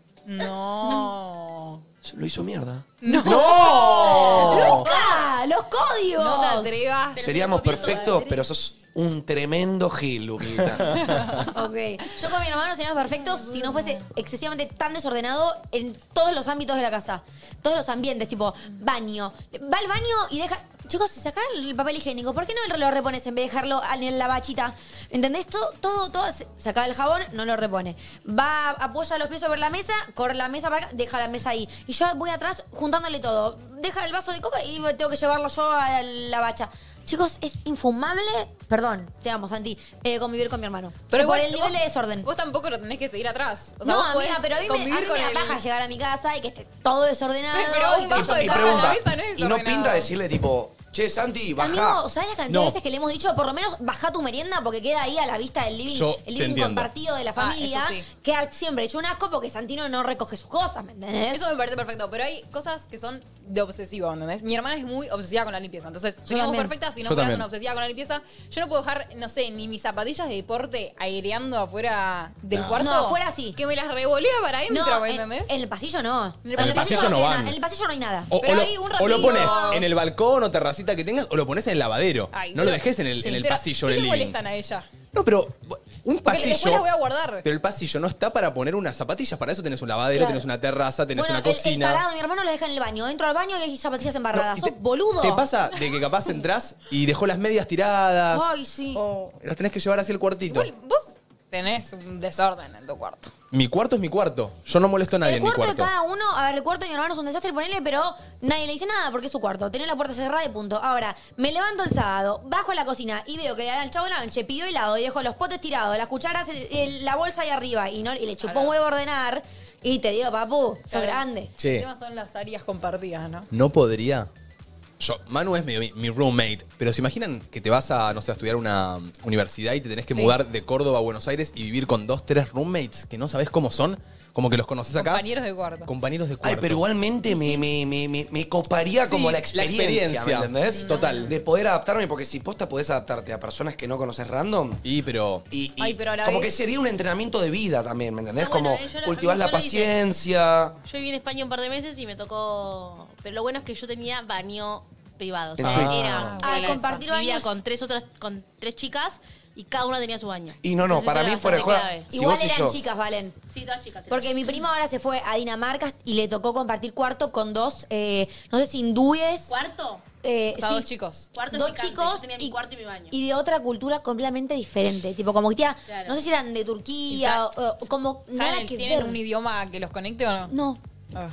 [SPEAKER 4] No.
[SPEAKER 3] lo hizo mierda.
[SPEAKER 4] ¡No!
[SPEAKER 1] Oh.
[SPEAKER 2] ¡Luca! ¡Los códigos!
[SPEAKER 4] No te atrevas.
[SPEAKER 3] Seríamos perfectos, pero sos un tremendo gil, Luquita.
[SPEAKER 2] Ok. Yo con mi hermano seríamos perfectos si no fuese excesivamente tan desordenado en todos los ámbitos de la casa. Todos los ambientes, tipo baño. Va al baño y deja. Chicos, si sacás el papel higiénico, ¿por qué no lo repones en vez de dejarlo en la bachita? ¿Entendés? Todo, todo, todo. Saca el jabón, no lo repone. Va, apoya los pies sobre la mesa, corre la mesa para acá, deja la mesa ahí. Y yo voy atrás juntándole todo. Deja el vaso de coca y tengo que llevarlo yo a la bacha. Chicos, es infumable. Perdón, te amo, Santi. eh, convivir con mi hermano. Pero por
[SPEAKER 4] igual
[SPEAKER 2] el nivel
[SPEAKER 4] vos-
[SPEAKER 2] de desorden.
[SPEAKER 4] Vos tampoco lo tenés que seguir atrás. O sea,
[SPEAKER 2] no,
[SPEAKER 4] vos podés
[SPEAKER 2] amiga, pero a mí me, a
[SPEAKER 4] convivir
[SPEAKER 2] mí
[SPEAKER 4] con
[SPEAKER 2] me da
[SPEAKER 4] el-
[SPEAKER 2] paja llegar a mi casa y que esté todo desordenado.
[SPEAKER 4] Pero un
[SPEAKER 2] y que-
[SPEAKER 4] vaso de
[SPEAKER 3] y
[SPEAKER 4] coca en la
[SPEAKER 3] pregunta,
[SPEAKER 4] mesa no es
[SPEAKER 3] y no
[SPEAKER 4] desordenado.
[SPEAKER 3] pinta decirle tipo, che, Santi, bajá.
[SPEAKER 2] Amigo, ¿sabes la cantidad
[SPEAKER 3] No.
[SPEAKER 2] de veces que le hemos dicho? Por lo menos baja tu merienda porque queda ahí a la vista del living,
[SPEAKER 3] Yo
[SPEAKER 2] el
[SPEAKER 3] te
[SPEAKER 2] living
[SPEAKER 3] entiendo.
[SPEAKER 2] compartido de la
[SPEAKER 4] Ah,
[SPEAKER 2] familia.
[SPEAKER 4] eso sí.
[SPEAKER 2] Queda siempre hecho un asco porque Santino no recoge sus cosas, ¿me entendés?
[SPEAKER 4] Eso me parece perfecto, pero hay cosas que son de obsesivo, ¿entendés? Mi hermana es muy obsesiva con la limpieza, entonces seríamos
[SPEAKER 2] también.
[SPEAKER 4] perfectas si no
[SPEAKER 2] Yo
[SPEAKER 4] fueras
[SPEAKER 2] también.
[SPEAKER 4] una obsesiva con la limpieza. Yo no puedo dejar, no sé, ni mis zapatillas de deporte aireando afuera del
[SPEAKER 2] No.
[SPEAKER 4] cuarto. eh,
[SPEAKER 2] No, afuera sí.
[SPEAKER 4] Que me las revolea para adentro,
[SPEAKER 2] No, en,
[SPEAKER 4] ¿entendés?
[SPEAKER 2] en el pasillo no.
[SPEAKER 4] En
[SPEAKER 1] el pasillo no
[SPEAKER 2] tiene
[SPEAKER 1] van.
[SPEAKER 2] nada, En el pasillo no hay nada.
[SPEAKER 1] O, o lo, o lo pones en el balcón o terracita que tengas, o lo pones en el lavadero.
[SPEAKER 4] Ay,
[SPEAKER 1] no lo
[SPEAKER 4] pero-
[SPEAKER 1] dejes en el,
[SPEAKER 4] Sí,
[SPEAKER 1] en el
[SPEAKER 4] eh, pero
[SPEAKER 1] pasillo, en
[SPEAKER 4] ¿qué
[SPEAKER 1] el
[SPEAKER 4] le
[SPEAKER 1] living.
[SPEAKER 4] molestan a ella?
[SPEAKER 1] No, pero un
[SPEAKER 4] Porque después
[SPEAKER 1] pasillo.
[SPEAKER 4] las voy a guardar.
[SPEAKER 1] Pero el pasillo no está para poner unas zapatillas. Para eso tenés un lavadero,
[SPEAKER 2] Claro.
[SPEAKER 1] tenés una terraza, tenés
[SPEAKER 2] bueno,
[SPEAKER 1] una
[SPEAKER 2] el- El,
[SPEAKER 1] cocina.
[SPEAKER 2] tarado de mi hermano lo deja en el baño. Entro al baño y hay zapatillas embarradas.
[SPEAKER 1] No, y te-
[SPEAKER 2] ¡Sos boludo!
[SPEAKER 1] ¿Te pasa de que capaz entras y dejó las medias tiradas?
[SPEAKER 2] Ay, sí.
[SPEAKER 1] Las tenés que llevar hacia el cuartito.
[SPEAKER 4] Vos tenés un desorden en tu cuarto.
[SPEAKER 1] Mi cuarto es mi cuarto. Yo no molesto a nadie
[SPEAKER 2] El
[SPEAKER 1] en mi
[SPEAKER 2] cuarto,
[SPEAKER 1] cuarto.
[SPEAKER 2] de cada uno, a ver, el cuarto de mi hermano es un desastre, ponele, pero nadie le dice nada porque es su cuarto. Tenés la puerta cerrada y punto. Ahora, me levanto el sábado, bajo a la cocina y veo que al chavo de la noche pidió helado y dejó los potes tirados, las cucharas, el- el- la bolsa ahí arriba y, no, y le chupó un huevo a ordenar. Y te digo, papu, sos
[SPEAKER 4] Claro.
[SPEAKER 2] grande.
[SPEAKER 1] Che.
[SPEAKER 4] El tema son las áreas compartidas, ¿no?
[SPEAKER 1] No podría. Yo, Manu es mi, mi- mi roommate, pero ¿se imaginan que te vas a, no sé, a estudiar una universidad y te tenés que
[SPEAKER 14] Sí.
[SPEAKER 1] mudar de Córdoba a Buenos Aires y vivir con dos, tres roommates que no sabés cómo son? Como que los conoces acá.
[SPEAKER 4] Compañeros de cuarto.
[SPEAKER 1] Compañeros de cuarto.
[SPEAKER 3] Ay, pero igualmente me, me, me, me, me coparía
[SPEAKER 1] Sí,
[SPEAKER 3] como la
[SPEAKER 1] la
[SPEAKER 3] experiencia,
[SPEAKER 1] experiencia.
[SPEAKER 3] ¿me entendés? Total. De poder adaptarme, porque si posta podés adaptarte a personas que no conoces random.
[SPEAKER 1] Y pero.
[SPEAKER 3] Y,
[SPEAKER 12] Ay, pero a la
[SPEAKER 3] como
[SPEAKER 12] vez-
[SPEAKER 3] que sería un entrenamiento de vida también, ¿me entendés?
[SPEAKER 10] No, bueno,
[SPEAKER 3] como
[SPEAKER 10] eh, yo la-
[SPEAKER 3] cultivás la
[SPEAKER 10] yo lo hice.
[SPEAKER 3] paciencia.
[SPEAKER 10] Yo viví en España un par de meses y me tocó. Pero lo bueno es que yo tenía baño privado. o
[SPEAKER 3] En
[SPEAKER 10] sea,
[SPEAKER 3] suite.
[SPEAKER 10] Era
[SPEAKER 3] Ah.
[SPEAKER 10] era
[SPEAKER 2] Ah,
[SPEAKER 10] eso.
[SPEAKER 2] compartir
[SPEAKER 10] Vivía
[SPEAKER 2] baños.
[SPEAKER 10] con tres otras, con tres chicas y cada una tenía su baño.
[SPEAKER 3] Y no, no,
[SPEAKER 10] Entonces
[SPEAKER 3] para
[SPEAKER 10] eso
[SPEAKER 3] mí
[SPEAKER 10] era
[SPEAKER 3] fuera de
[SPEAKER 10] bastante
[SPEAKER 3] joda,
[SPEAKER 10] clave.
[SPEAKER 3] si
[SPEAKER 2] Igual
[SPEAKER 3] vos y
[SPEAKER 2] eran
[SPEAKER 3] yo.
[SPEAKER 2] chicas, Valen.
[SPEAKER 10] Sí, todas chicas. eran.
[SPEAKER 2] Porque mi primo ahora se fue a Dinamarca y le tocó compartir cuarto con dos, eh, no sé si hindúes.
[SPEAKER 10] ¿Cuarto?
[SPEAKER 2] Eh,
[SPEAKER 4] O sea,
[SPEAKER 2] sí.
[SPEAKER 4] dos chicos.
[SPEAKER 10] Cuarto
[SPEAKER 2] Dos
[SPEAKER 10] picante,
[SPEAKER 2] chicos
[SPEAKER 10] yo tenía mi
[SPEAKER 2] y-
[SPEAKER 10] cuarto y mi baño.
[SPEAKER 2] Y de otra cultura completamente diferente. Tipo, como que tía,
[SPEAKER 4] Claro.
[SPEAKER 2] no sé si eran de Turquía o, o como
[SPEAKER 4] ¿Saben
[SPEAKER 2] nada
[SPEAKER 4] el-
[SPEAKER 2] que
[SPEAKER 4] ¿Tienen
[SPEAKER 2] ver.
[SPEAKER 4] un idioma que los conecte o no?
[SPEAKER 2] No.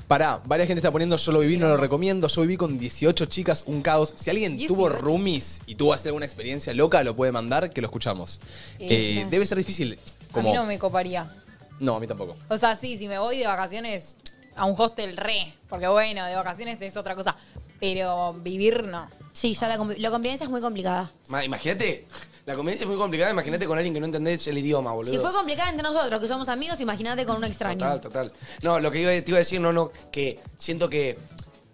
[SPEAKER 1] Pará, varias gente está poniendo, yo lo viví, no lo recomiendo. Yo viví con 18 chicas, un caos. Si alguien tuvo
[SPEAKER 4] 18.
[SPEAKER 1] roomies y tuvo hacer alguna experiencia loca, lo puede mandar, que lo escuchamos.
[SPEAKER 4] Eh,
[SPEAKER 1] Eh, debe ser difícil.
[SPEAKER 4] A
[SPEAKER 1] Como,
[SPEAKER 4] mí no me coparía.
[SPEAKER 1] no, a mí tampoco.
[SPEAKER 4] O sea, sí, si me voy de vacaciones a un hostel re, porque bueno, de vacaciones es otra cosa, pero vivir no.
[SPEAKER 2] Sí, ya la, convi- la convivencia es muy complicada.
[SPEAKER 3] Ma- Imagínate, la convivencia es muy complicada, imagínate con alguien que no entendés el idioma, boludo.
[SPEAKER 2] Si fue complicada entre nosotros, que somos amigos, imagínate con un extraño.
[SPEAKER 3] Total, total. No, lo que iba- te iba a decir, no, no, que siento que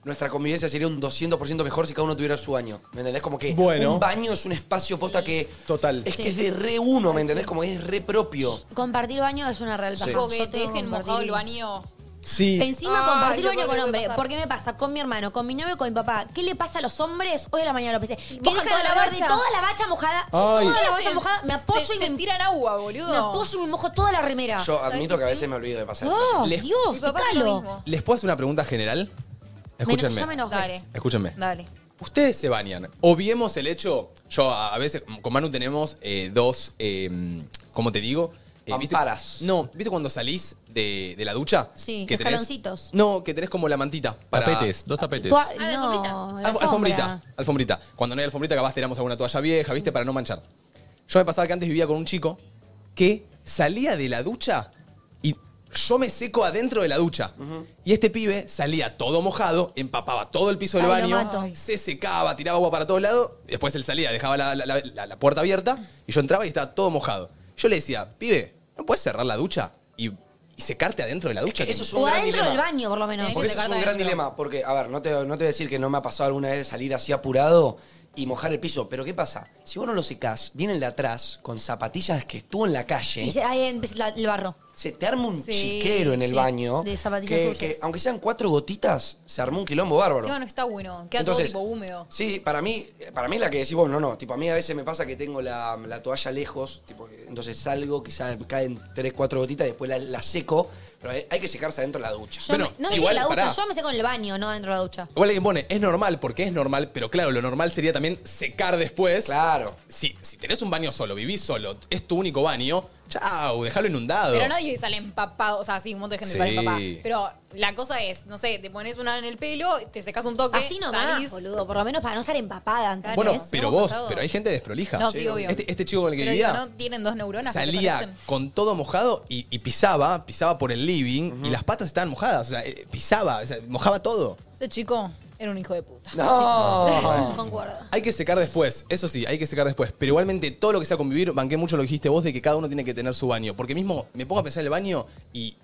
[SPEAKER 3] nuestra convivencia sería un 200% mejor si cada uno tuviera su baño. ¿Me entendés? Como que
[SPEAKER 1] Bueno.
[SPEAKER 3] un baño es un espacio posta que.
[SPEAKER 1] Total.
[SPEAKER 3] Es que es de re uno, ¿me entendés? Como que es re propio.
[SPEAKER 2] Compartir baño es una real
[SPEAKER 3] Sí.
[SPEAKER 2] paja.
[SPEAKER 3] Como
[SPEAKER 4] que
[SPEAKER 2] Yo
[SPEAKER 4] te
[SPEAKER 2] tengo
[SPEAKER 4] dejen
[SPEAKER 2] compartir-
[SPEAKER 4] mojado el baño.
[SPEAKER 1] Sí.
[SPEAKER 2] Encima
[SPEAKER 4] Ay,
[SPEAKER 2] compartir
[SPEAKER 4] lo
[SPEAKER 2] baño con
[SPEAKER 4] peor que puede
[SPEAKER 2] hombre.
[SPEAKER 4] pasar.
[SPEAKER 2] Porque me pasa con mi hermano, con mi novio, con mi papá. ¿Qué le pasa a los hombres? Hoy a la mañana lo pensé. Que dejan
[SPEAKER 4] Mojan toda
[SPEAKER 2] de
[SPEAKER 4] la
[SPEAKER 2] lavar de
[SPEAKER 4] bacha.
[SPEAKER 2] toda la bacha mojada. Yo
[SPEAKER 3] Ay.
[SPEAKER 2] toda la bacha
[SPEAKER 4] Se-
[SPEAKER 2] mojada. Me apoyo y me
[SPEAKER 4] tiran agua, boludo.
[SPEAKER 2] Me apoyo y me mojo toda la remera.
[SPEAKER 3] Yo admito que a veces me olvido de pasar.
[SPEAKER 2] Oh,
[SPEAKER 1] Les-
[SPEAKER 2] Dios,
[SPEAKER 4] Mi papá hace lo
[SPEAKER 2] sacalo.
[SPEAKER 4] mismo.
[SPEAKER 1] ¿Les puedo hacer una pregunta general?
[SPEAKER 2] Me, ya me
[SPEAKER 1] Escúchenme.
[SPEAKER 2] enojé.
[SPEAKER 1] Escúchenme.
[SPEAKER 4] Dale.
[SPEAKER 1] Ustedes se bañan. Obviemos el hecho. Yo a a veces con Manu tenemos eh, dos. Eh, ¿Cómo te digo? Eh, ¿viste- No, ¿viste cuando salís de, de la ducha?
[SPEAKER 2] Sí,
[SPEAKER 1] Que tenés-
[SPEAKER 2] escaloncitos.
[SPEAKER 1] No, que tenés como la mantita. para-
[SPEAKER 11] Tapetes, dos tapetes.
[SPEAKER 2] Tua- no, la
[SPEAKER 1] Alf- Alfombrita. Alfombrita. Cuando no hay alfombrita, capaz tiramos alguna toalla vieja, ¿viste? Para no manchar. Yo me pasaba que antes vivía con un chico que salía de la ducha y yo me seco adentro de la ducha. Y este pibe salía todo mojado, empapaba todo el piso del
[SPEAKER 2] Ay,
[SPEAKER 1] baño,
[SPEAKER 2] lo mato.
[SPEAKER 1] se secaba, tiraba agua para todos lados. Después él salía, dejaba la, la- la- la- la puerta abierta y yo entraba y estaba todo mojado. Yo le decía, pibe, ¿no puedes cerrar la ducha y, y secarte adentro de la ducha?
[SPEAKER 3] eso es un
[SPEAKER 2] O
[SPEAKER 3] gran
[SPEAKER 2] adentro
[SPEAKER 3] dilema.
[SPEAKER 2] del baño, por lo menos.
[SPEAKER 3] Porque eso es un gran dilema. Porque, a ver, no te, no te voy a decir que no me ha pasado alguna vez salir así apurado y mojar el piso. Pero ¿qué pasa? Si vos no lo secás, viene el de atrás con zapatillas que estuvo en la calle.
[SPEAKER 2] Y se- ahí empieza la- el barro.
[SPEAKER 3] Se te arma un
[SPEAKER 2] Sí,
[SPEAKER 3] chiquero en el
[SPEAKER 2] sí,
[SPEAKER 3] baño.
[SPEAKER 2] de zapatillas
[SPEAKER 3] que,
[SPEAKER 2] sucias.
[SPEAKER 3] que aunque sean cuatro gotitas, se armó un quilombo bárbaro.
[SPEAKER 4] Encima no está bueno. Queda
[SPEAKER 3] Entonces,
[SPEAKER 4] todo tipo húmedo.
[SPEAKER 3] Sí, para mí, para mí la que decís vos, no, no. Tipo, a mí a veces me pasa que tengo la, la toalla lejos, tipo, entonces salgo, quizás caen tres, cuatro gotitas, después la, la seco, pero hay, hay que secarse adentro de la ducha.
[SPEAKER 2] Yo me- no sé en la ducha, yo me seco en el baño, no dentro de la ducha.
[SPEAKER 1] Igual alguien pone, es normal, porque es normal, pero claro, lo normal sería también secar después.
[SPEAKER 3] Claro.
[SPEAKER 1] Si, si tenés un baño solo, vivís solo, es tu único baño, chao, dejalo inundado.
[SPEAKER 4] Pero nadie sale empapado. O sea, sí, un montón de gente
[SPEAKER 1] Sí.
[SPEAKER 4] sale empapada. Pero la cosa es, no sé, te pones una en el pelo, te secas un toque.
[SPEAKER 2] Así nomás,
[SPEAKER 4] salís.
[SPEAKER 2] boludo. Por lo menos para no estar empapada. ¿entendés?
[SPEAKER 1] bueno, pero
[SPEAKER 4] no,
[SPEAKER 1] vos,
[SPEAKER 4] pasado.
[SPEAKER 1] pero hay gente desprolija.
[SPEAKER 4] No, sí, obvio.
[SPEAKER 1] Este, este chico con el que
[SPEAKER 4] Pero digo,
[SPEAKER 1] vivía
[SPEAKER 4] no tienen dos neuronas. que se
[SPEAKER 1] salía
[SPEAKER 4] conecten?
[SPEAKER 1] con todo mojado y, y pisaba, pisaba por el living y las patas estaban mojadas, o sea, eh, pisaba, o sea, mojaba todo.
[SPEAKER 4] Ese chico era un hijo de puta.
[SPEAKER 1] No.
[SPEAKER 4] Concuerdo.
[SPEAKER 1] Hay que secar después, eso sí, hay que secar después. Pero igualmente todo lo que sea convivir, banqué mucho lo que dijiste vos de que cada uno tiene que tener su baño. Porque mismo me pongo a pensar en el baño y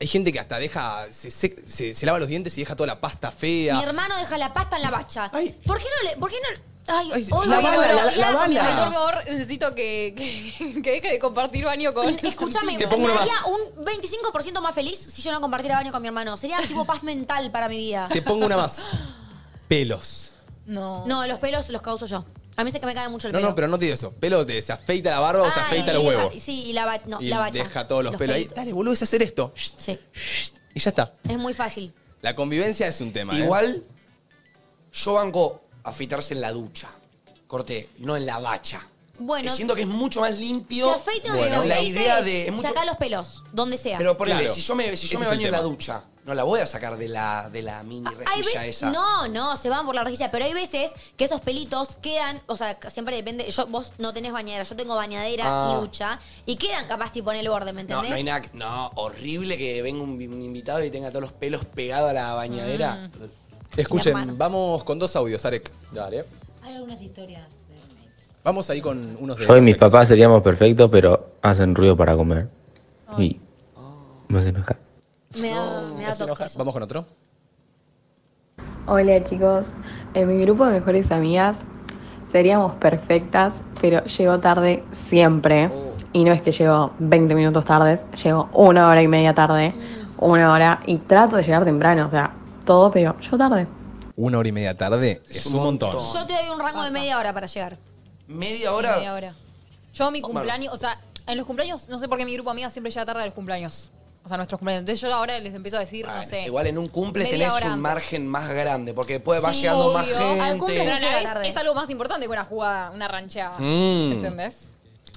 [SPEAKER 1] hay gente que hasta deja, se, se- se- se lava los dientes y deja toda la pasta fea.
[SPEAKER 2] Mi hermano deja la pasta en la bacha. ¿Por qué no le.? ¿Por qué no.? Ay,
[SPEAKER 1] Ay,
[SPEAKER 2] hoy
[SPEAKER 1] la
[SPEAKER 2] voy a
[SPEAKER 1] bala,
[SPEAKER 2] volver a
[SPEAKER 1] la- la
[SPEAKER 2] odiar con mi
[SPEAKER 1] bala.
[SPEAKER 2] hermano.
[SPEAKER 4] Por favor, necesito que, que, que deje de compartir baño con.
[SPEAKER 2] Escúchame,
[SPEAKER 1] Te pongo
[SPEAKER 2] me
[SPEAKER 1] uno
[SPEAKER 2] haría un 25% más feliz si yo no compartiera baño con mi hermano. Sería tipo paz mental para mi vida.
[SPEAKER 1] Te pongo una más. Pelos.
[SPEAKER 4] No.
[SPEAKER 2] No, los pelos los causo yo. A mí se que me cae mucho el
[SPEAKER 1] No,
[SPEAKER 2] pelo.
[SPEAKER 1] no, pero no te digo eso. Pelos de se afeita la barba o se
[SPEAKER 2] Ay,
[SPEAKER 1] afeita los huevos.
[SPEAKER 2] Sí, y la, ba- no,
[SPEAKER 1] y
[SPEAKER 2] la bacha.
[SPEAKER 1] deja todos los,
[SPEAKER 2] Los
[SPEAKER 1] pelos ahí.
[SPEAKER 2] pelitos.
[SPEAKER 1] Dale, boludo, es hacer esto.
[SPEAKER 2] Sí.
[SPEAKER 1] Y ya está.
[SPEAKER 2] Es muy fácil.
[SPEAKER 1] La convivencia es un tema. ¿eh?
[SPEAKER 3] Igual, yo banco afeitarse en la ducha. Corte, no en la bacha.
[SPEAKER 2] Bueno.
[SPEAKER 3] Siento que es mucho más limpio.
[SPEAKER 2] Te afeito en el
[SPEAKER 3] Bueno, la
[SPEAKER 2] aceite,
[SPEAKER 3] idea de. es mucho-
[SPEAKER 2] Saca los pelos, donde sea.
[SPEAKER 3] pero por
[SPEAKER 1] Claro.
[SPEAKER 3] si yo me, si
[SPEAKER 1] Ese
[SPEAKER 3] yo me
[SPEAKER 1] es el
[SPEAKER 3] baño en la
[SPEAKER 1] tema.
[SPEAKER 3] ducha, no la voy a sacar de la, de la mini
[SPEAKER 2] Ah,
[SPEAKER 12] Ah,
[SPEAKER 2] Hay
[SPEAKER 3] rejilla
[SPEAKER 2] ve-
[SPEAKER 3] esa.
[SPEAKER 2] No, no, se van por la rejilla, pero hay veces que esos pelitos quedan, o sea, siempre depende, yo, vos no tenés bañadera, yo tengo bañadera
[SPEAKER 3] Ah.
[SPEAKER 2] y ducha, y quedan capaz tipo en el borde, ¿me
[SPEAKER 3] No,
[SPEAKER 2] entendés?
[SPEAKER 3] no hay nada. que-
[SPEAKER 12] Mm.
[SPEAKER 3] No, horrible que venga un, un invitado y tenga todos los pelos pegados a la bañadera.
[SPEAKER 1] Escuchen, vamos con dos audios, Arek. Dale.
[SPEAKER 19] Hay algunas historias.
[SPEAKER 1] Vamos ahí con unos de.
[SPEAKER 11] Yo y mis papás seríamos perfectos, pero hacen ruido para comer. Y me hacen enojar.
[SPEAKER 2] Me da, me da toque.
[SPEAKER 1] Vamos con otro.
[SPEAKER 20] Hola chicos, en mi grupo de mejores amigas seríamos perfectas, pero llego tarde siempre. Y no es que llego 20 minutos tardes, llego una hora y media tarde, una hora, y trato de llegar temprano, o sea, todo, pero yo tarde.
[SPEAKER 1] Una hora y media tarde es, un montón.
[SPEAKER 2] Yo te doy un rango de media hora para llegar.
[SPEAKER 3] ¿Media
[SPEAKER 12] hora? media hora. Yo mi
[SPEAKER 2] Bueno.
[SPEAKER 12] cumpleaños, o sea, en los cumpleaños, no sé por qué mi grupo de amigas siempre llega tarde a los cumpleaños. O sea, nuestros cumpleaños. Entonces yo ahora les empiezo a decir, no sé.
[SPEAKER 3] Igual en un cumple
[SPEAKER 12] media
[SPEAKER 3] tenés
[SPEAKER 12] hora
[SPEAKER 3] un
[SPEAKER 12] antes.
[SPEAKER 3] margen más grande, porque después va
[SPEAKER 12] Sí,
[SPEAKER 3] llegando más
[SPEAKER 12] obvio.
[SPEAKER 3] gente.
[SPEAKER 12] Al cumple pero a la vez es algo más importante que una jugada, una rancheada.
[SPEAKER 3] Mm.
[SPEAKER 12] ¿Entendés?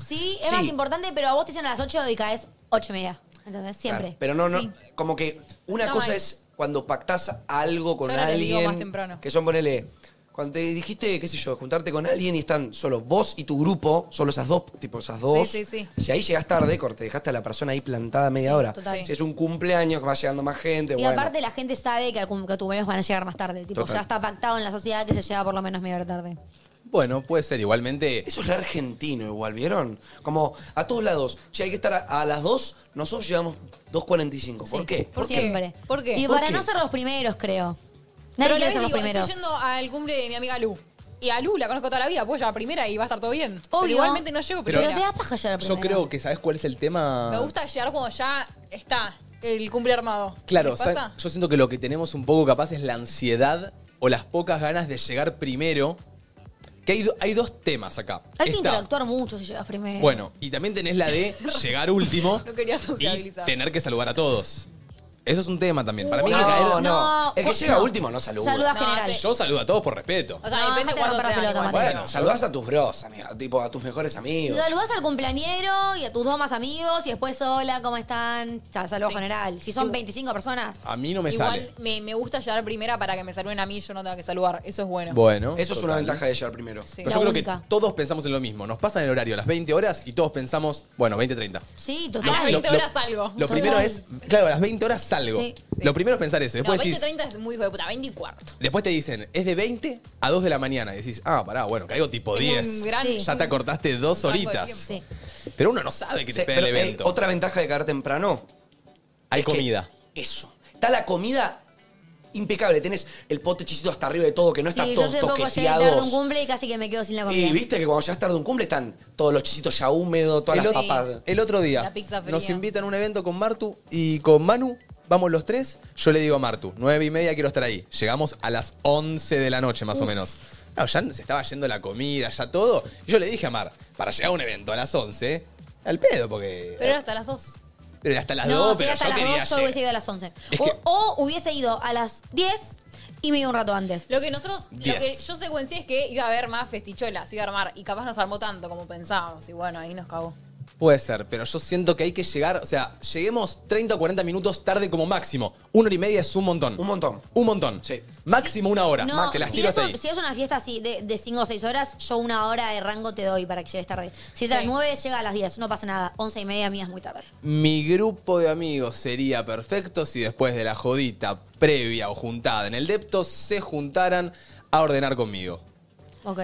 [SPEAKER 2] Sí, es más importante, pero a vos te dicen a las 8 y caes 8 y media. ¿Entendés? Siempre.
[SPEAKER 3] Claro, Pero no, no, como que una
[SPEAKER 2] No,
[SPEAKER 3] cosa
[SPEAKER 2] mal.
[SPEAKER 3] es cuando pactás algo con
[SPEAKER 2] Yo ahora te digo más
[SPEAKER 3] alguien.
[SPEAKER 2] temprano.
[SPEAKER 3] Que son, ponele. Cuando te dijiste, qué sé yo, juntarte con alguien y están solo vos y tu grupo, solo esas dos, tipo esas dos.
[SPEAKER 12] Sí, sí,
[SPEAKER 3] Si ahí llegás tarde, corte, dejaste a la persona ahí plantada media
[SPEAKER 2] Sí,
[SPEAKER 3] hora.
[SPEAKER 2] total.
[SPEAKER 3] Si es un cumpleaños que va llegando más gente,
[SPEAKER 2] Y
[SPEAKER 3] bueno.
[SPEAKER 2] aparte la gente sabe que, al cum- que a tu cumpleaños van a llegar más tarde. Tipo,
[SPEAKER 1] Total.
[SPEAKER 2] ya está pactado en la sociedad que se llega por lo menos media hora tarde.
[SPEAKER 1] Bueno, puede ser igualmente.
[SPEAKER 3] Eso es re argentino igual, ¿vieron? Como a todos lados. Che, hay que estar a, a las dos, nosotros llegamos 2.45. ¿Por qué?
[SPEAKER 2] Por, siempre.
[SPEAKER 12] ¿Por qué?
[SPEAKER 2] Y
[SPEAKER 12] ¿Por
[SPEAKER 2] para
[SPEAKER 12] qué?
[SPEAKER 2] no ser los primeros, creo. Nadie
[SPEAKER 12] Pero
[SPEAKER 2] quiere
[SPEAKER 12] les
[SPEAKER 2] ser los
[SPEAKER 12] digo,
[SPEAKER 2] primeros.
[SPEAKER 12] estoy yendo al cumple de mi amiga Lu. Y a Lu la conozco toda la vida, pues yo a la primera y va a estar todo bien. Pero
[SPEAKER 2] Obvio.
[SPEAKER 12] igualmente no llego
[SPEAKER 1] Pero-
[SPEAKER 12] primera.
[SPEAKER 1] Pero te da
[SPEAKER 2] paja llegar
[SPEAKER 1] Yo creo que, ¿sabes cuál es el tema?
[SPEAKER 12] Me gusta llegar cuando ya está el cumple armado.
[SPEAKER 1] Claro,
[SPEAKER 12] ¿Les pasa?
[SPEAKER 1] sa- yo siento que lo que tenemos un poco capaz es la ansiedad o las pocas ganas de llegar primero. Que hay, do- hay dos temas acá.
[SPEAKER 2] Hay que
[SPEAKER 1] Está,
[SPEAKER 2] interactuar mucho si llegas primero.
[SPEAKER 1] bueno, y también tenés la de llegar último,
[SPEAKER 2] No quería
[SPEAKER 1] sociabilizar. tener que saludar a todos. Eso es un tema también. Para mí
[SPEAKER 3] No,
[SPEAKER 1] hay que caer-
[SPEAKER 3] no. El que No, llega no. último no saluda. Saluda general.
[SPEAKER 1] Yo saludo a todos por respeto.
[SPEAKER 12] O sea,
[SPEAKER 2] No,
[SPEAKER 12] depende
[SPEAKER 2] dejate
[SPEAKER 12] cuándo
[SPEAKER 2] romper la
[SPEAKER 12] sea,
[SPEAKER 2] pelota,
[SPEAKER 12] igual.
[SPEAKER 2] Mateo.
[SPEAKER 3] Bueno, saludás a tus bros, amiga, tipo a tus mejores amigos.
[SPEAKER 2] Saludás al cumpleañero y a tus dos más amigos y después, hola, ¿cómo están? Ya, Saludo general. Si son 25 personas.
[SPEAKER 1] A mí no me
[SPEAKER 12] Igual
[SPEAKER 1] sale.
[SPEAKER 12] Me, me gusta llegar primera para que me saluden a mí y yo no tenga que saludar. Eso es bueno.
[SPEAKER 1] Bueno.
[SPEAKER 3] Eso es una ventaja de llegar primero.
[SPEAKER 1] Pero
[SPEAKER 12] La
[SPEAKER 1] yo creo
[SPEAKER 12] única.
[SPEAKER 1] que todos pensamos en lo mismo. Nos pasan el horario a las 20 horas y todos pensamos, bueno, 20, 30.
[SPEAKER 2] Sí,
[SPEAKER 12] total. A las 20 horas salgo.
[SPEAKER 1] Lo
[SPEAKER 12] Total.
[SPEAKER 1] primero es, claro, a las 20 horas salgo.
[SPEAKER 12] Sí.
[SPEAKER 1] Lo primero es pensar eso. Después
[SPEAKER 12] no, 20,
[SPEAKER 1] decís,
[SPEAKER 12] 30 es muy hijo de puta. 20 y cuarto.
[SPEAKER 1] Después te dicen, es de 20 a 2 de la mañana. Y decís, ah, pará, bueno, caigo tipo
[SPEAKER 12] Tengo un
[SPEAKER 1] 10.
[SPEAKER 12] gran- Sí.
[SPEAKER 1] Ya te acortaste dos
[SPEAKER 12] rango de
[SPEAKER 1] horitas. Pero uno no sabe que te
[SPEAKER 3] Sí,
[SPEAKER 1] espera el
[SPEAKER 3] pero, eh,
[SPEAKER 1] evento.
[SPEAKER 3] otra ventaja de caer temprano.
[SPEAKER 1] Hay
[SPEAKER 3] es que
[SPEAKER 1] comida.
[SPEAKER 3] Eso. Está la comida impecable. Tenés el pote chisito hasta arriba de todo, que no está
[SPEAKER 2] sí, yo
[SPEAKER 3] todo
[SPEAKER 2] hace poco llegué tarde a un
[SPEAKER 3] toqueteado.
[SPEAKER 2] cumple y casi que me quedo sin la comida.
[SPEAKER 3] Y viste que cuando ya es tarde un cumple están todos los chisitos ya húmedos, todas
[SPEAKER 1] El
[SPEAKER 3] las
[SPEAKER 1] otro-
[SPEAKER 3] papas.
[SPEAKER 1] El otro día
[SPEAKER 3] La pizza fría.
[SPEAKER 1] nos invitan a un evento con Martu y con Manu. Vamos los tres. Yo le digo a Martu, 9 y media quiero estar ahí. Llegamos a las 11 de la noche más o
[SPEAKER 3] Uf.
[SPEAKER 1] menos. No, ya se estaba yendo la comida, ya todo. Yo le dije a Mar, para llegar a un evento a las 11, al pedo, porque...
[SPEAKER 12] Pero era hasta las 2.
[SPEAKER 1] Pero hasta las
[SPEAKER 2] no,
[SPEAKER 1] 2,
[SPEAKER 2] si
[SPEAKER 1] pero
[SPEAKER 2] hasta
[SPEAKER 1] yo
[SPEAKER 2] las
[SPEAKER 1] quería
[SPEAKER 2] 2 yo
[SPEAKER 1] llegar.
[SPEAKER 2] hubiese ido a las 11.
[SPEAKER 1] Es
[SPEAKER 2] o,
[SPEAKER 1] que-
[SPEAKER 2] o hubiese ido a las 10 y me iba un rato antes.
[SPEAKER 12] Lo que nosotros, lo
[SPEAKER 2] Diez.
[SPEAKER 12] que yo secuencié es que iba a haber más festicholas, iba a armar. Y capaz nos armó tanto como pensábamos. Y bueno, ahí nos cagó.
[SPEAKER 1] Puede ser, pero yo siento que hay que llegar, o sea, lleguemos 30 o 40 minutos tarde como máximo. Una hora y media es un montón. Un
[SPEAKER 3] montón.
[SPEAKER 1] Un montón. Máximo una hora.
[SPEAKER 2] No,
[SPEAKER 1] Max, te las
[SPEAKER 2] si
[SPEAKER 1] tiro
[SPEAKER 2] es,
[SPEAKER 1] hasta
[SPEAKER 2] un-
[SPEAKER 1] ahí.
[SPEAKER 2] si es una fiesta así de 5 o 6 horas, yo una hora de rango te doy para que llegues tarde. Si es a las 9, llega a las 10, no pasa nada. 11 y media mía es muy tarde.
[SPEAKER 1] Mi grupo de amigos sería perfecto si después de la jodita previa o juntada en el depto se juntaran a ordenar conmigo.
[SPEAKER 2] Ok.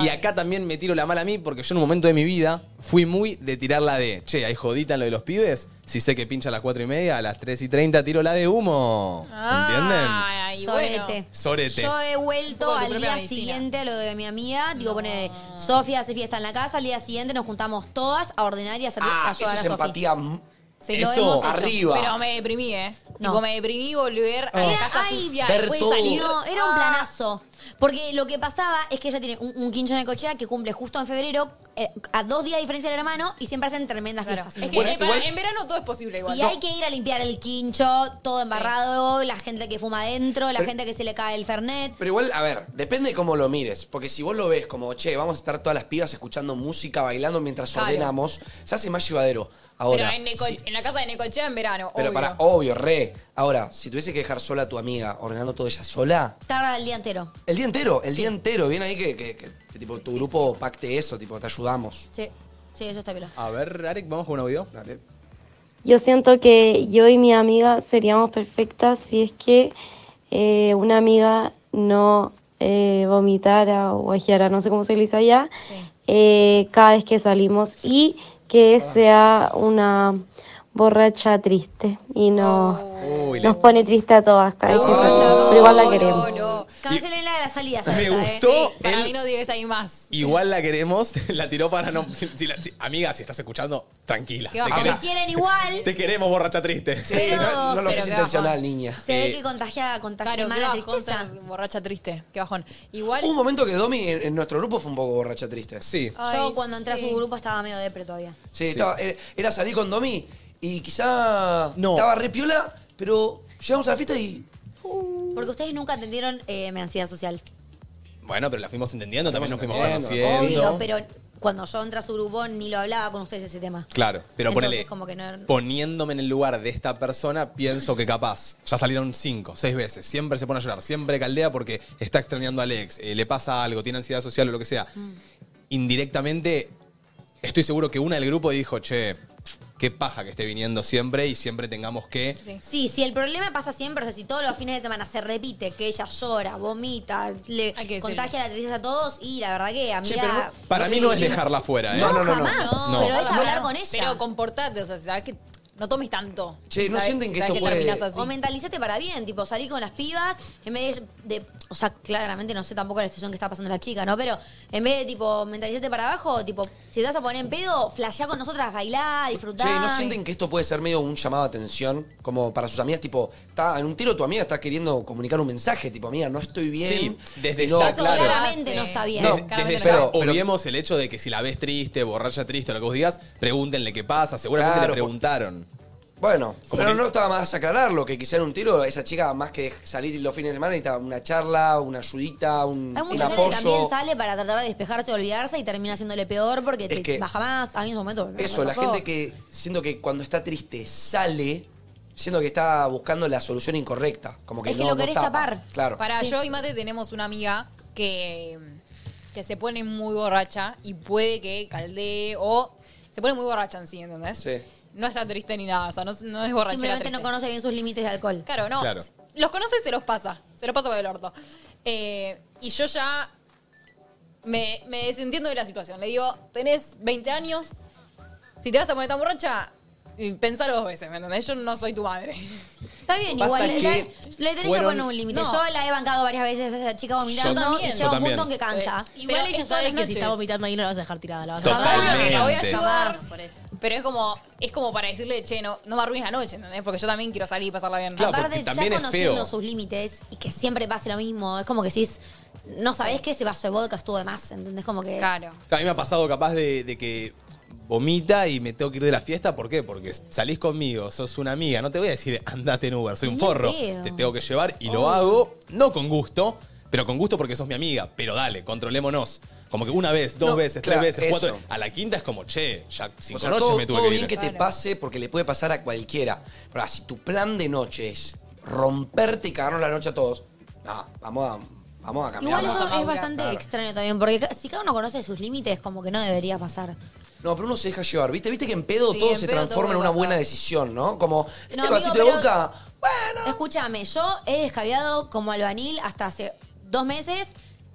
[SPEAKER 1] Y acá también me tiro la mala a mí porque yo en un momento de mi vida fui muy de tirar la de, che, hay jodita en lo de los pibes. Si sé que pincha a las 4 y media, a las 3 y 30 tiro la de humo. ¿Entienden?
[SPEAKER 12] Ay,
[SPEAKER 2] Sorete.
[SPEAKER 1] Sorete.
[SPEAKER 2] Yo he vuelto
[SPEAKER 12] Un poco tu
[SPEAKER 2] al
[SPEAKER 12] propia
[SPEAKER 2] día
[SPEAKER 12] medicina.
[SPEAKER 2] siguiente a lo de mi amiga. Digo, poner Sofía hace fiesta en la casa. Al día siguiente nos juntamos todas a ordenar y a salir a
[SPEAKER 3] Ah, eso
[SPEAKER 2] ayudar
[SPEAKER 3] es
[SPEAKER 2] a Sofía.
[SPEAKER 3] empatía. mm, eso, arriba.
[SPEAKER 12] Pero me deprimí, ¿eh?
[SPEAKER 2] No.
[SPEAKER 12] Tipo, me deprimí volver
[SPEAKER 1] Oh.
[SPEAKER 12] a
[SPEAKER 2] Era-
[SPEAKER 12] la casa
[SPEAKER 2] ay,
[SPEAKER 12] sucia.
[SPEAKER 2] ver
[SPEAKER 12] después
[SPEAKER 2] todo.
[SPEAKER 12] salir.
[SPEAKER 2] No, era un
[SPEAKER 12] Ah.
[SPEAKER 2] planazo. Porque lo que pasaba es que ella tiene un, un quincho en el cochea que cumple justo en febrero, eh, a dos días de diferencia del hermano, y siempre hacen tremendas fiestas.
[SPEAKER 12] Es que
[SPEAKER 2] Bueno,
[SPEAKER 12] eh, para-
[SPEAKER 2] igual-
[SPEAKER 12] en verano todo es posible igual.
[SPEAKER 2] y hay que ir a limpiar el quincho, todo embarrado, la gente que fuma adentro, la gente que se le cae el fernet.
[SPEAKER 3] Pero igual, a ver, depende de cómo lo mires. Porque si vos lo ves como, che, vamos a estar todas las pibas escuchando música, bailando mientras
[SPEAKER 12] Claro.
[SPEAKER 3] ordenamos, se hace más llevadero. Ahora,
[SPEAKER 12] pero en, Neco- en la casa de Necochea en verano,
[SPEAKER 3] Pero
[SPEAKER 12] obvio.
[SPEAKER 3] para, obvio, re. Ahora, si tuviese que dejar sola a tu amiga, ordenando todo ella sola,
[SPEAKER 2] Tarda el día entero.
[SPEAKER 3] el día entero, el día entero, viene ahí que, que- que- que, tipo, tu grupo pacte eso, tipo, te ayudamos.
[SPEAKER 2] Sí, sí, eso está bien.
[SPEAKER 1] A ver, Arek, vamos con un audio.
[SPEAKER 10] Yo siento que yo y mi amiga seríamos perfectas si es que eh, una amiga no eh, vomitara o guajeara, no sé cómo se le dice allá, eh, cada vez que salimos y que sea una borracha triste y no nos pone triste a todas cada vez que salimos, pero igual la
[SPEAKER 12] Oh,
[SPEAKER 10] queremos.
[SPEAKER 2] Cancelen la de las salidas.
[SPEAKER 1] Em, Me
[SPEAKER 2] esa, ¿eh?
[SPEAKER 1] gustó
[SPEAKER 2] Sí.
[SPEAKER 1] el-
[SPEAKER 12] Y no digas ahí más.
[SPEAKER 1] Igual la queremos, la tiró para no. si- si la- si- amiga, si estás escuchando, tranquila.
[SPEAKER 2] Que bajo.
[SPEAKER 1] te,
[SPEAKER 2] Si
[SPEAKER 1] queremos,
[SPEAKER 2] quieren igual,
[SPEAKER 1] te queremos, borracha triste.
[SPEAKER 2] Sí, Pero- no- no lo pero haces qué intencional, bajón.
[SPEAKER 1] niña.
[SPEAKER 2] se ve que contagia, contagia
[SPEAKER 12] Claro,
[SPEAKER 2] mala
[SPEAKER 12] qué bajón
[SPEAKER 2] tristeza.
[SPEAKER 12] Borracha triste, qué bajón. Igual
[SPEAKER 3] Un momento que Domi en, en nuestro grupo fue un poco borracha triste.
[SPEAKER 1] Sí.
[SPEAKER 12] Ah.
[SPEAKER 2] Yo cuando entré a su grupo estaba medio depre todavía.
[SPEAKER 3] Sí, estaba- era, era salir con Domi y quizá estaba re piola, pero llegamos a la fiesta y.
[SPEAKER 2] Porque ustedes nunca entendieron eh, mi ansiedad social.
[SPEAKER 1] Bueno, pero la fuimos entendiendo, también nos fuimos
[SPEAKER 3] entendiendo.
[SPEAKER 1] conociendo.
[SPEAKER 2] Obvio, pero cuando yo entré a su grupo ni lo hablaba con ustedes ese tema.
[SPEAKER 1] Claro, pero
[SPEAKER 2] Entonces,
[SPEAKER 1] ponele,
[SPEAKER 2] como que no-
[SPEAKER 1] poniéndome en el lugar de esta persona, pienso que capaz, ya salieron cinco, seis veces, siempre se pone a llorar, siempre caldea porque está extrañando a Alex, eh, le pasa algo, tiene ansiedad social o lo que sea.
[SPEAKER 2] Mm.
[SPEAKER 1] Indirectamente, estoy seguro que una del grupo dijo, che, qué paja que esté viniendo siempre y siempre tengamos que...
[SPEAKER 2] Sí, si el problema pasa siempre, o sea, si todos los fines de semana se repite que ella llora, vomita, le contagia la tristeza a todos, y la verdad que, amiga,
[SPEAKER 1] Para mí no es dejarla fuera, ¿eh?
[SPEAKER 3] No, no, no, no.
[SPEAKER 2] jamás.
[SPEAKER 1] No.
[SPEAKER 2] Pero es hablar con ella.
[SPEAKER 12] Pero comportate, o sea, sabes que no tomes tanto.
[SPEAKER 3] Che, ¿no
[SPEAKER 12] Sabes-
[SPEAKER 3] sienten que
[SPEAKER 12] sabes
[SPEAKER 3] esto puede-
[SPEAKER 12] terminás así.
[SPEAKER 2] O mentalízate para bien, tipo, salí con las pibas, en vez de, de- O sea, claramente no sé tampoco la situación que está pasando la chica, ¿no? Pero en vez de, tipo, mentalízate para abajo, tipo, si te vas a poner en pedo, flashea con nosotras, bailá, disfrutá.
[SPEAKER 3] Che, ¿no sienten que esto puede ser medio un llamado de atención? Como para sus amigas, tipo, está en un tiro tu amiga está queriendo comunicar un mensaje, tipo, amiga, no estoy bien.
[SPEAKER 1] Sí, desde
[SPEAKER 3] no,
[SPEAKER 1] ya, claro.
[SPEAKER 2] Claramente no está bien.
[SPEAKER 1] No,
[SPEAKER 2] Claramente
[SPEAKER 1] desde
[SPEAKER 2] no
[SPEAKER 1] ya
[SPEAKER 2] está bien.
[SPEAKER 1] obviemos el hecho de que si la ves triste, borracha triste, lo que vos digas, pregúntenle qué pasa, seguramente
[SPEAKER 3] Claro,
[SPEAKER 1] le preguntaron.
[SPEAKER 3] Bueno,
[SPEAKER 1] Como
[SPEAKER 3] pero
[SPEAKER 1] que-
[SPEAKER 3] no estaba más aclararlo, que quizá en un tiro esa chica, más que salir los fines de semana, necesitaba una charla, una ayudita, un,
[SPEAKER 2] Hay
[SPEAKER 3] un
[SPEAKER 2] mucha gente que también
[SPEAKER 3] apoyo.
[SPEAKER 2] sale para tratar de despejarse o olvidarse y termina haciéndole peor porque te
[SPEAKER 3] que-
[SPEAKER 2] baja más. A mí en su momento. me
[SPEAKER 3] Eso, la
[SPEAKER 2] pasó.
[SPEAKER 3] gente que siento que cuando está triste sale, siento que está buscando la solución incorrecta. Como que
[SPEAKER 2] Es que
[SPEAKER 3] no,
[SPEAKER 2] lo
[SPEAKER 3] no
[SPEAKER 2] querés
[SPEAKER 3] tapa.
[SPEAKER 2] tapar.
[SPEAKER 3] Claro.
[SPEAKER 12] Para yo y Mate tenemos una amiga que, que se pone muy borracha y puede que caldee o se pone muy borracha en sí, ¿entendés?
[SPEAKER 3] Sí.
[SPEAKER 12] No está triste ni nada, o sea, no, no es borracha.
[SPEAKER 2] Simplemente no conoce bien sus límites de alcohol.
[SPEAKER 12] Claro, no.
[SPEAKER 2] Claro.
[SPEAKER 12] Los conoce y se los pasa. Se los pasa por el orto. Eh, y yo ya me, me desentiendo de la situación. Le digo, tenés 20 años, si te vas a poner tan borracha, pensalo dos veces, ¿me entendés? Yo no soy tu madre.
[SPEAKER 2] Está bien,
[SPEAKER 12] Pasa
[SPEAKER 2] igual.
[SPEAKER 12] que
[SPEAKER 2] Le, le tenés
[SPEAKER 12] fueron-
[SPEAKER 2] que poner un límite.
[SPEAKER 12] No.
[SPEAKER 2] Yo la he bancado varias veces a esa chica vomitando.
[SPEAKER 12] Yo también.
[SPEAKER 2] Y
[SPEAKER 12] Yo
[SPEAKER 2] llega un
[SPEAKER 12] también.
[SPEAKER 2] punto en que cansa.
[SPEAKER 12] Eh, Igual pero ella es todas sabe las que si noches. está vomitando
[SPEAKER 2] ahí no la vas a dejar tirada. La
[SPEAKER 12] vas
[SPEAKER 2] a
[SPEAKER 12] Obvio que la voy a
[SPEAKER 2] Totalmente.
[SPEAKER 12] ayudar.
[SPEAKER 2] Por
[SPEAKER 12] Pero es como, es como para decirle, che, no, no me arruines la noche, ¿entendés? Porque yo también quiero salir y pasarla bien.
[SPEAKER 2] Aparte, ya conociendo sus límites y que siempre pase lo mismo, es como que decís, no sabés que ese vaso de vodka estuvo de más, ¿entendés? Como que.
[SPEAKER 12] Claro.
[SPEAKER 1] O sea, A mí me ha pasado capaz de, de que vomita y me tengo que ir de la fiesta. ¿Por qué? Porque salís conmigo, sos una amiga. No te voy a decir, andate en Uber, soy un
[SPEAKER 2] Ni
[SPEAKER 1] forro.
[SPEAKER 2] pedo.
[SPEAKER 1] Te tengo que llevar y lo hago, no con gusto, pero con gusto porque sos mi amiga. Pero dale, controlémonos. Como que una vez, dos
[SPEAKER 3] No,
[SPEAKER 1] veces,
[SPEAKER 3] claro,
[SPEAKER 1] tres veces, cuatro.
[SPEAKER 3] eso.
[SPEAKER 1] A la quinta es como, che, ya cinco
[SPEAKER 3] O sea,
[SPEAKER 1] noches
[SPEAKER 3] todo,
[SPEAKER 1] me tuve
[SPEAKER 3] todo
[SPEAKER 1] que
[SPEAKER 3] bien
[SPEAKER 1] ir.
[SPEAKER 3] que te pase porque le puede pasar a cualquiera. Pero ahora, si tu plan de noche es romperte y cagarnos la noche a todos, no, vamos a, vamos a cambiar.
[SPEAKER 2] Igual eso
[SPEAKER 3] Vamos a
[SPEAKER 2] es
[SPEAKER 3] madurar.
[SPEAKER 2] bastante
[SPEAKER 3] Claro.
[SPEAKER 2] extraño también, porque ca- si cada uno conoce sus límites, como que no debería pasar.
[SPEAKER 3] No, pero uno se deja llevar, ¿viste? Viste que en pedo
[SPEAKER 2] Sí,
[SPEAKER 3] todo
[SPEAKER 2] en
[SPEAKER 3] se
[SPEAKER 2] pedo
[SPEAKER 3] transforma
[SPEAKER 2] todo
[SPEAKER 3] en una
[SPEAKER 2] pasa.
[SPEAKER 3] buena decisión, ¿no? Como, este
[SPEAKER 2] No, amigo,
[SPEAKER 3] vasito de
[SPEAKER 2] pero-
[SPEAKER 3] boca,
[SPEAKER 2] Escúchame, yo he descabiado como albanil hasta hace dos meses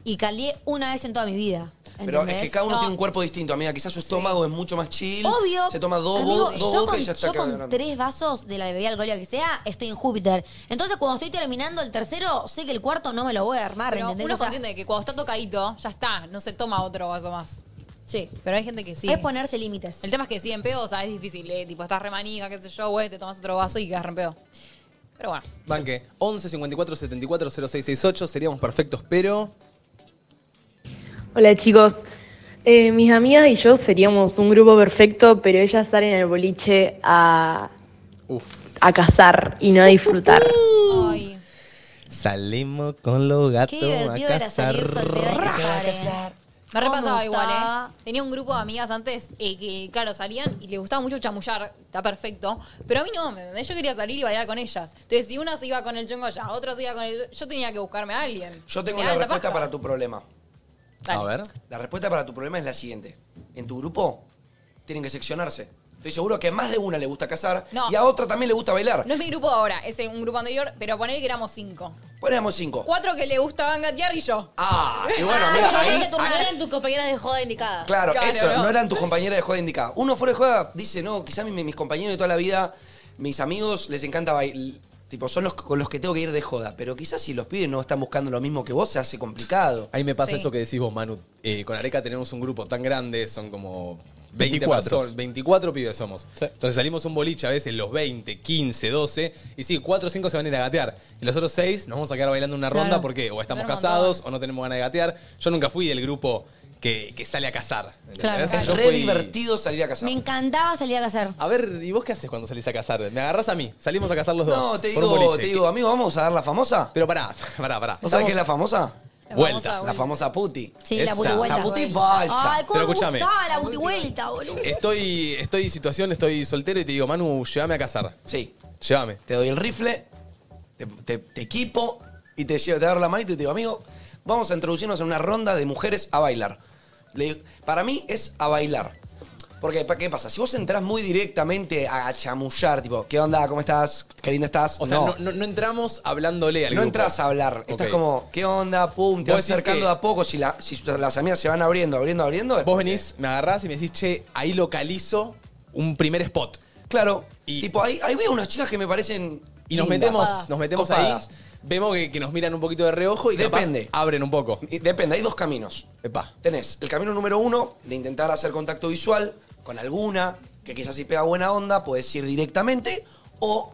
[SPEAKER 2] y caldeé una vez en toda mi vida.
[SPEAKER 3] Pero
[SPEAKER 2] ¿entendés?
[SPEAKER 3] es que cada uno
[SPEAKER 2] No.
[SPEAKER 3] tiene un cuerpo distinto, amiga. Quizás su estómago es mucho más chill.
[SPEAKER 2] Obvio.
[SPEAKER 3] Se toma dos,
[SPEAKER 2] Amigo,
[SPEAKER 3] bo- dos
[SPEAKER 2] yo
[SPEAKER 3] bocas
[SPEAKER 2] con,
[SPEAKER 3] y ya está
[SPEAKER 2] Yo con
[SPEAKER 3] cagando.
[SPEAKER 2] tres vasos de la bebida alcohólica que sea, estoy en Júpiter. Entonces, cuando estoy terminando el tercero, sé que el cuarto no me lo voy a armar,
[SPEAKER 12] Pero
[SPEAKER 2] ¿entendés?
[SPEAKER 12] uno
[SPEAKER 2] O sea,
[SPEAKER 12] consciente de que cuando está tocadito, ya está, no se toma otro vaso más.
[SPEAKER 2] Sí.
[SPEAKER 12] Pero hay gente que sí.
[SPEAKER 2] Es ponerse límites.
[SPEAKER 12] El tema es que sí, en pedo, o sea, es difícil, ¿eh? Tipo, estás remaniga, qué sé yo, güey, te tomas otro vaso y quedas re en pedo. Pero bueno.
[SPEAKER 1] Banque, 11 54 74 0668. Seríamos perfectos, pero.
[SPEAKER 21] Hola chicos, Eh, mis amigas y yo seríamos un grupo perfecto, pero ellas salen al boliche a, a cazar y no a disfrutar.
[SPEAKER 1] Salimos con los gatos a cazar.
[SPEAKER 2] eh.
[SPEAKER 12] Me
[SPEAKER 2] ¿Cómo
[SPEAKER 12] repasaba
[SPEAKER 2] me gustaba?
[SPEAKER 12] igual, ¿eh? Tenía un grupo de amigas antes eh, que, claro, salían y les gustaba mucho chamullar, está perfecto. Pero a mí no, ¿me entendés? Yo quería salir y bailar con ellas. Entonces, si una se iba con el chongo allá, otra se iba con el. Yo tenía que buscarme a alguien.
[SPEAKER 3] Yo tengo
[SPEAKER 12] Me
[SPEAKER 3] una
[SPEAKER 12] da la
[SPEAKER 3] respuesta
[SPEAKER 12] paja.
[SPEAKER 3] para tu problema.
[SPEAKER 12] Dale.
[SPEAKER 1] A ver.
[SPEAKER 3] La respuesta para tu problema es la siguiente. En tu grupo tienen que seccionarse. Estoy seguro que a más de una le gusta cazar
[SPEAKER 4] No.
[SPEAKER 3] y a otra también le gusta bailar.
[SPEAKER 4] No es mi grupo ahora, es un grupo anterior, pero poner que éramos cinco.
[SPEAKER 3] Ponemos cinco.
[SPEAKER 4] Cuatro que le gustaban gatear y yo.
[SPEAKER 3] Ah, y bueno, mira, ahí-
[SPEAKER 10] No eran tus compañeras de joda indicadas.
[SPEAKER 3] Claro, eso, no. eran tus compañeras de joda indicadas. Uno fuera de joda dice, no, quizás mis, mis compañeros de toda la vida, mis amigos, les encanta bailar. Tipo, son los con los que tengo que ir de joda. Pero quizás si los pibes no están buscando lo mismo que vos, se hace complicado.
[SPEAKER 1] Ahí me pasa
[SPEAKER 3] Sí.
[SPEAKER 1] eso que decís vos, Manu. Eh, con Areca tenemos un grupo tan grande, son como 20
[SPEAKER 11] 24.
[SPEAKER 1] personas, 24 pibes somos. Entonces salimos un boliche a veces los 20, 15, 12, y sí, 4 o 5 se van a ir a gatear. Y los otros 6 nos vamos a quedar bailando una
[SPEAKER 11] Claro.
[SPEAKER 1] ronda porque o estamos
[SPEAKER 11] Claro,
[SPEAKER 1] casados o no tenemos ganas de gatear. Yo nunca fui del grupo que, que sale a cazar. ¿entendés?
[SPEAKER 2] Claro.
[SPEAKER 1] Yo
[SPEAKER 3] Es re
[SPEAKER 1] fui-
[SPEAKER 3] divertido salir a cazar.
[SPEAKER 2] Me encantaba salir a cazar.
[SPEAKER 1] A ver, ¿y vos qué haces cuando salís a cazar? Me agarrás a mí, salimos a cazar los dos.
[SPEAKER 3] No, te
[SPEAKER 1] por un
[SPEAKER 3] digo,
[SPEAKER 1] boliche.
[SPEAKER 3] te digo, amigo, vamos a dar la famosa.
[SPEAKER 1] Pero pará, pará, pará.
[SPEAKER 3] ¿Vos sabés qué es la famosa?
[SPEAKER 1] La Vuelta. famosa
[SPEAKER 3] La famosa puti.
[SPEAKER 2] Sí, la
[SPEAKER 1] Esa.
[SPEAKER 2] puti vuelta.
[SPEAKER 1] La puti
[SPEAKER 3] vuelta.
[SPEAKER 2] Ay, cómo
[SPEAKER 1] Pero
[SPEAKER 2] me
[SPEAKER 1] escúchame.
[SPEAKER 2] gustaba la puti vuelta, boludo.
[SPEAKER 1] Estoy, estoy situación, estoy soltero y te digo, Manu, llévame a cazar.
[SPEAKER 3] Sí.
[SPEAKER 1] Llévame.
[SPEAKER 3] Te doy el rifle, te, te- te equipo y te llevo, te agarro la manito y te digo, amigo, vamos a introducirnos en una ronda de mujeres a bailar. Le digo, para mí es a bailar. Porque, ¿pa- ¿qué pasa? Si vos entrás muy directamente a chamullar, tipo, ¿qué onda? ¿Cómo estás? ¿Qué linda estás?
[SPEAKER 1] O sea, no, no- no entramos hablándole al
[SPEAKER 3] No
[SPEAKER 1] grupo.
[SPEAKER 3] entras a hablar. Estás
[SPEAKER 1] Ok.
[SPEAKER 3] como, ¿qué onda? Pum, te
[SPEAKER 1] Vos
[SPEAKER 3] vas
[SPEAKER 1] decís
[SPEAKER 3] acercando
[SPEAKER 1] que-
[SPEAKER 3] de a poco. Si, la- si las amigas se van abriendo, abriendo, abriendo.
[SPEAKER 1] Vos venís, me agarrás y me decís, che, ahí localizo un primer spot.
[SPEAKER 3] Claro. Y tipo, ahí, ahí veo unas chicas que me parecen.
[SPEAKER 1] Y nos
[SPEAKER 3] lindas,
[SPEAKER 1] metemos, nos metemos ahí.
[SPEAKER 3] copadas.
[SPEAKER 1] Vemos que, que nos miran un poquito de reojo y capaz
[SPEAKER 3] Depende.
[SPEAKER 1] abren un poco.
[SPEAKER 3] Y Depende, hay dos caminos. Tenés el camino número uno de intentar hacer contacto visual con alguna, que quizás si pega buena onda, puedes ir directamente, o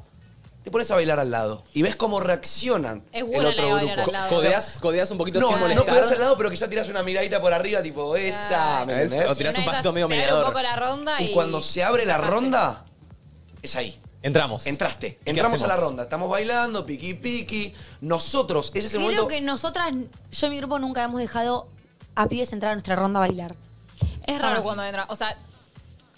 [SPEAKER 3] te pones a bailar al lado y ves cómo reaccionan el
[SPEAKER 4] Es buena la de
[SPEAKER 3] otro
[SPEAKER 4] bailar
[SPEAKER 3] grupo.
[SPEAKER 4] al lado.
[SPEAKER 1] Codeás, codeás un poquito
[SPEAKER 3] No,
[SPEAKER 1] sin
[SPEAKER 3] no
[SPEAKER 1] molestar.
[SPEAKER 3] podés al lado, pero quizás tirás una miradita por arriba, tipo
[SPEAKER 4] Ah,
[SPEAKER 3] esa, ¿me
[SPEAKER 1] ¿Ves?
[SPEAKER 3] entendés?
[SPEAKER 1] O tirás un pasito medio
[SPEAKER 4] Se abre un
[SPEAKER 1] mediador.
[SPEAKER 4] poco la ronda y.
[SPEAKER 3] Y cuando se abre la ronda, es ahí.
[SPEAKER 1] Entramos.
[SPEAKER 3] Entraste.
[SPEAKER 1] qué
[SPEAKER 3] Entramos a la
[SPEAKER 1] hacemos?
[SPEAKER 3] ronda. Estamos bailando, piqui piqui. Nosotros, ese es el
[SPEAKER 2] Creo
[SPEAKER 3] momento.
[SPEAKER 2] que nosotras, yo y mi grupo nunca hemos dejado a pibes entrar a nuestra ronda a bailar.
[SPEAKER 4] Es raro cuando entra. O sea,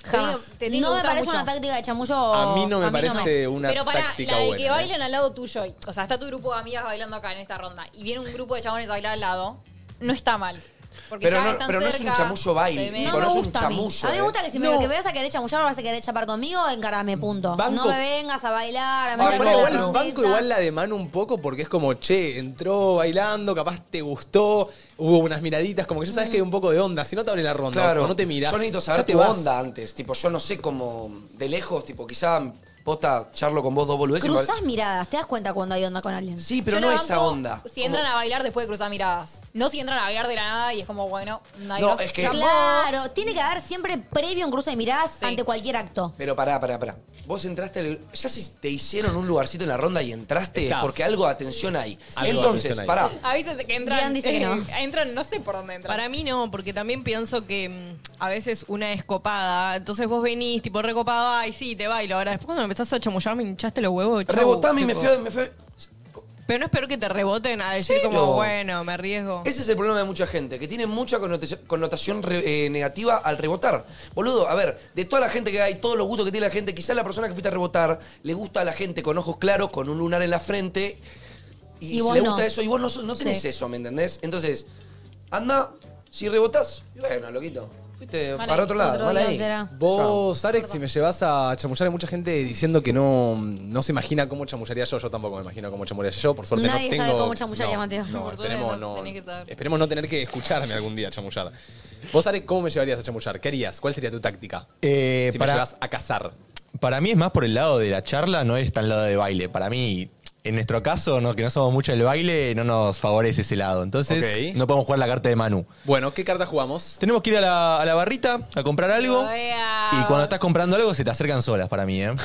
[SPEAKER 2] Jamás.
[SPEAKER 4] te digo, te tiene
[SPEAKER 2] no
[SPEAKER 4] que
[SPEAKER 2] me
[SPEAKER 4] gustar
[SPEAKER 2] parece
[SPEAKER 4] mucho.
[SPEAKER 2] una táctica de chamullo.
[SPEAKER 1] A mí no me parece una
[SPEAKER 4] Pero pará,
[SPEAKER 1] táctica
[SPEAKER 4] la de
[SPEAKER 1] buena,
[SPEAKER 4] que
[SPEAKER 1] ¿eh?
[SPEAKER 4] bailan al lado tuyo. y- O sea, está tu grupo de amigas bailando acá en esta ronda. Y viene un grupo de chabones a bailar al lado. No está mal. Porque
[SPEAKER 3] Pero
[SPEAKER 4] ya
[SPEAKER 3] no-
[SPEAKER 4] están
[SPEAKER 3] pero no es un
[SPEAKER 4] cerca,
[SPEAKER 3] chamullo baile,
[SPEAKER 4] se ven.
[SPEAKER 3] tipo, no es un chamullo,
[SPEAKER 2] A mí me
[SPEAKER 3] eh.
[SPEAKER 2] gusta que si
[SPEAKER 3] No.
[SPEAKER 2] me que me vas a querer chamullar o vas a querer chapar conmigo, encarame, punto.
[SPEAKER 1] Banco.
[SPEAKER 2] No me vengas a bailar, a
[SPEAKER 1] Banco,
[SPEAKER 2] meterme en la
[SPEAKER 1] igual,
[SPEAKER 2] rondita.
[SPEAKER 1] banco igual la de Manu un poco porque es como, che, entró bailando, capaz te gustó, hubo unas miraditas, como que ya sabes
[SPEAKER 2] Mm.
[SPEAKER 1] que hay un poco de onda, si no te abre la ronda,
[SPEAKER 3] Claro.
[SPEAKER 1] o no te miras.
[SPEAKER 3] Yo necesito saber tu onda antes. Tipo, yo no sé cómo. De lejos, tipo, quizá posta charlo con vos dos boludeces. y
[SPEAKER 2] Cruzás miradas, te das cuenta cuando hay onda con alguien.
[SPEAKER 3] Sí, pero
[SPEAKER 4] Yo
[SPEAKER 3] no
[SPEAKER 4] la
[SPEAKER 3] esa
[SPEAKER 4] banco
[SPEAKER 3] onda.
[SPEAKER 4] Si entran a bailar después de cruzar miradas. No si entran a bailar de la nada y es como, bueno, nadie
[SPEAKER 3] No,
[SPEAKER 4] los
[SPEAKER 3] es que-
[SPEAKER 4] llamó.
[SPEAKER 2] Claro, tiene que haber siempre previo un cruce de miradas ante cualquier acto.
[SPEAKER 3] Pero pará, pará, pará. Vos entraste al- Ya si te hicieron un lugarcito en la ronda y entraste, es
[SPEAKER 1] Estás.
[SPEAKER 3] porque algo de atención hay.
[SPEAKER 1] Algo de
[SPEAKER 3] Entonces,
[SPEAKER 1] atención hay.
[SPEAKER 3] pará.
[SPEAKER 4] A veces que entran. eh,
[SPEAKER 12] Bien, dice que no.
[SPEAKER 4] Entran, no sé por dónde entran.
[SPEAKER 12] Para mí no, porque también pienso que mm, a veces una es copada. Entonces vos venís, tipo, recopada, ay, sí, te bailo. Ahora, después cuando me empezás a chamullar, me hinchaste los huevos. chau,
[SPEAKER 3] Rebotame y me
[SPEAKER 12] tipo.
[SPEAKER 3] fui. a- Me fui a-
[SPEAKER 12] Pero no es peor que te reboten a decir
[SPEAKER 3] Sí,
[SPEAKER 12] como,
[SPEAKER 3] no.
[SPEAKER 12] bueno, me arriesgo.
[SPEAKER 3] Ese es el problema de mucha gente, que tiene mucha connotación, connotación re- eh, negativa al rebotar. Boludo, a ver, de toda la gente que hay, todos los gustos que tiene la gente, quizás la persona que fuiste a rebotar le gusta a la gente con ojos claros, con un lunar en la frente, y,
[SPEAKER 2] Y
[SPEAKER 3] si
[SPEAKER 2] vos
[SPEAKER 3] le
[SPEAKER 2] no.
[SPEAKER 3] gusta eso, y vos no, so- no tenés
[SPEAKER 2] Sí.
[SPEAKER 3] eso, ¿me entendés? Entonces, anda, si rebotás, y bueno, loquito, fuiste
[SPEAKER 2] Mal
[SPEAKER 3] para
[SPEAKER 2] ahí,
[SPEAKER 3] otro lado,
[SPEAKER 2] otro
[SPEAKER 3] mal
[SPEAKER 2] día
[SPEAKER 3] ahí.
[SPEAKER 2] será.
[SPEAKER 1] Vos, Arex, si me llevas a chamullar, hay mucha gente diciendo que no, no se imagina cómo chamullaría yo. Yo tampoco me imagino cómo chamullaría yo. Por suerte
[SPEAKER 2] Nadie
[SPEAKER 1] no tengo.
[SPEAKER 2] sabe cómo chamullaría,
[SPEAKER 1] no,
[SPEAKER 2] Mateo.
[SPEAKER 1] no,
[SPEAKER 2] Por suerte
[SPEAKER 1] esperemos,
[SPEAKER 2] no
[SPEAKER 1] no-
[SPEAKER 2] tenés que saber.
[SPEAKER 1] esperemos no tener que escucharme algún día chamullar. Vos, Arex, ¿cómo me llevarías a chamullar? ¿Qué harías? ¿Cuál sería tu táctica?
[SPEAKER 11] Eh,
[SPEAKER 1] si
[SPEAKER 11] para-
[SPEAKER 1] me llevas a cazar.
[SPEAKER 11] Para mí es más por el lado de la charla, no es tan lado de baile. Para mí, en nuestro caso, no, que no somos mucho del baile, no nos favorece ese lado. Entonces,
[SPEAKER 1] Ok.
[SPEAKER 11] no podemos jugar la carta de Manu.
[SPEAKER 1] Bueno, ¿qué carta jugamos?
[SPEAKER 11] Tenemos que ir a la, a la barrita a comprar algo. Y cuando estás comprando algo, se te acercan solas para mí, ¿eh?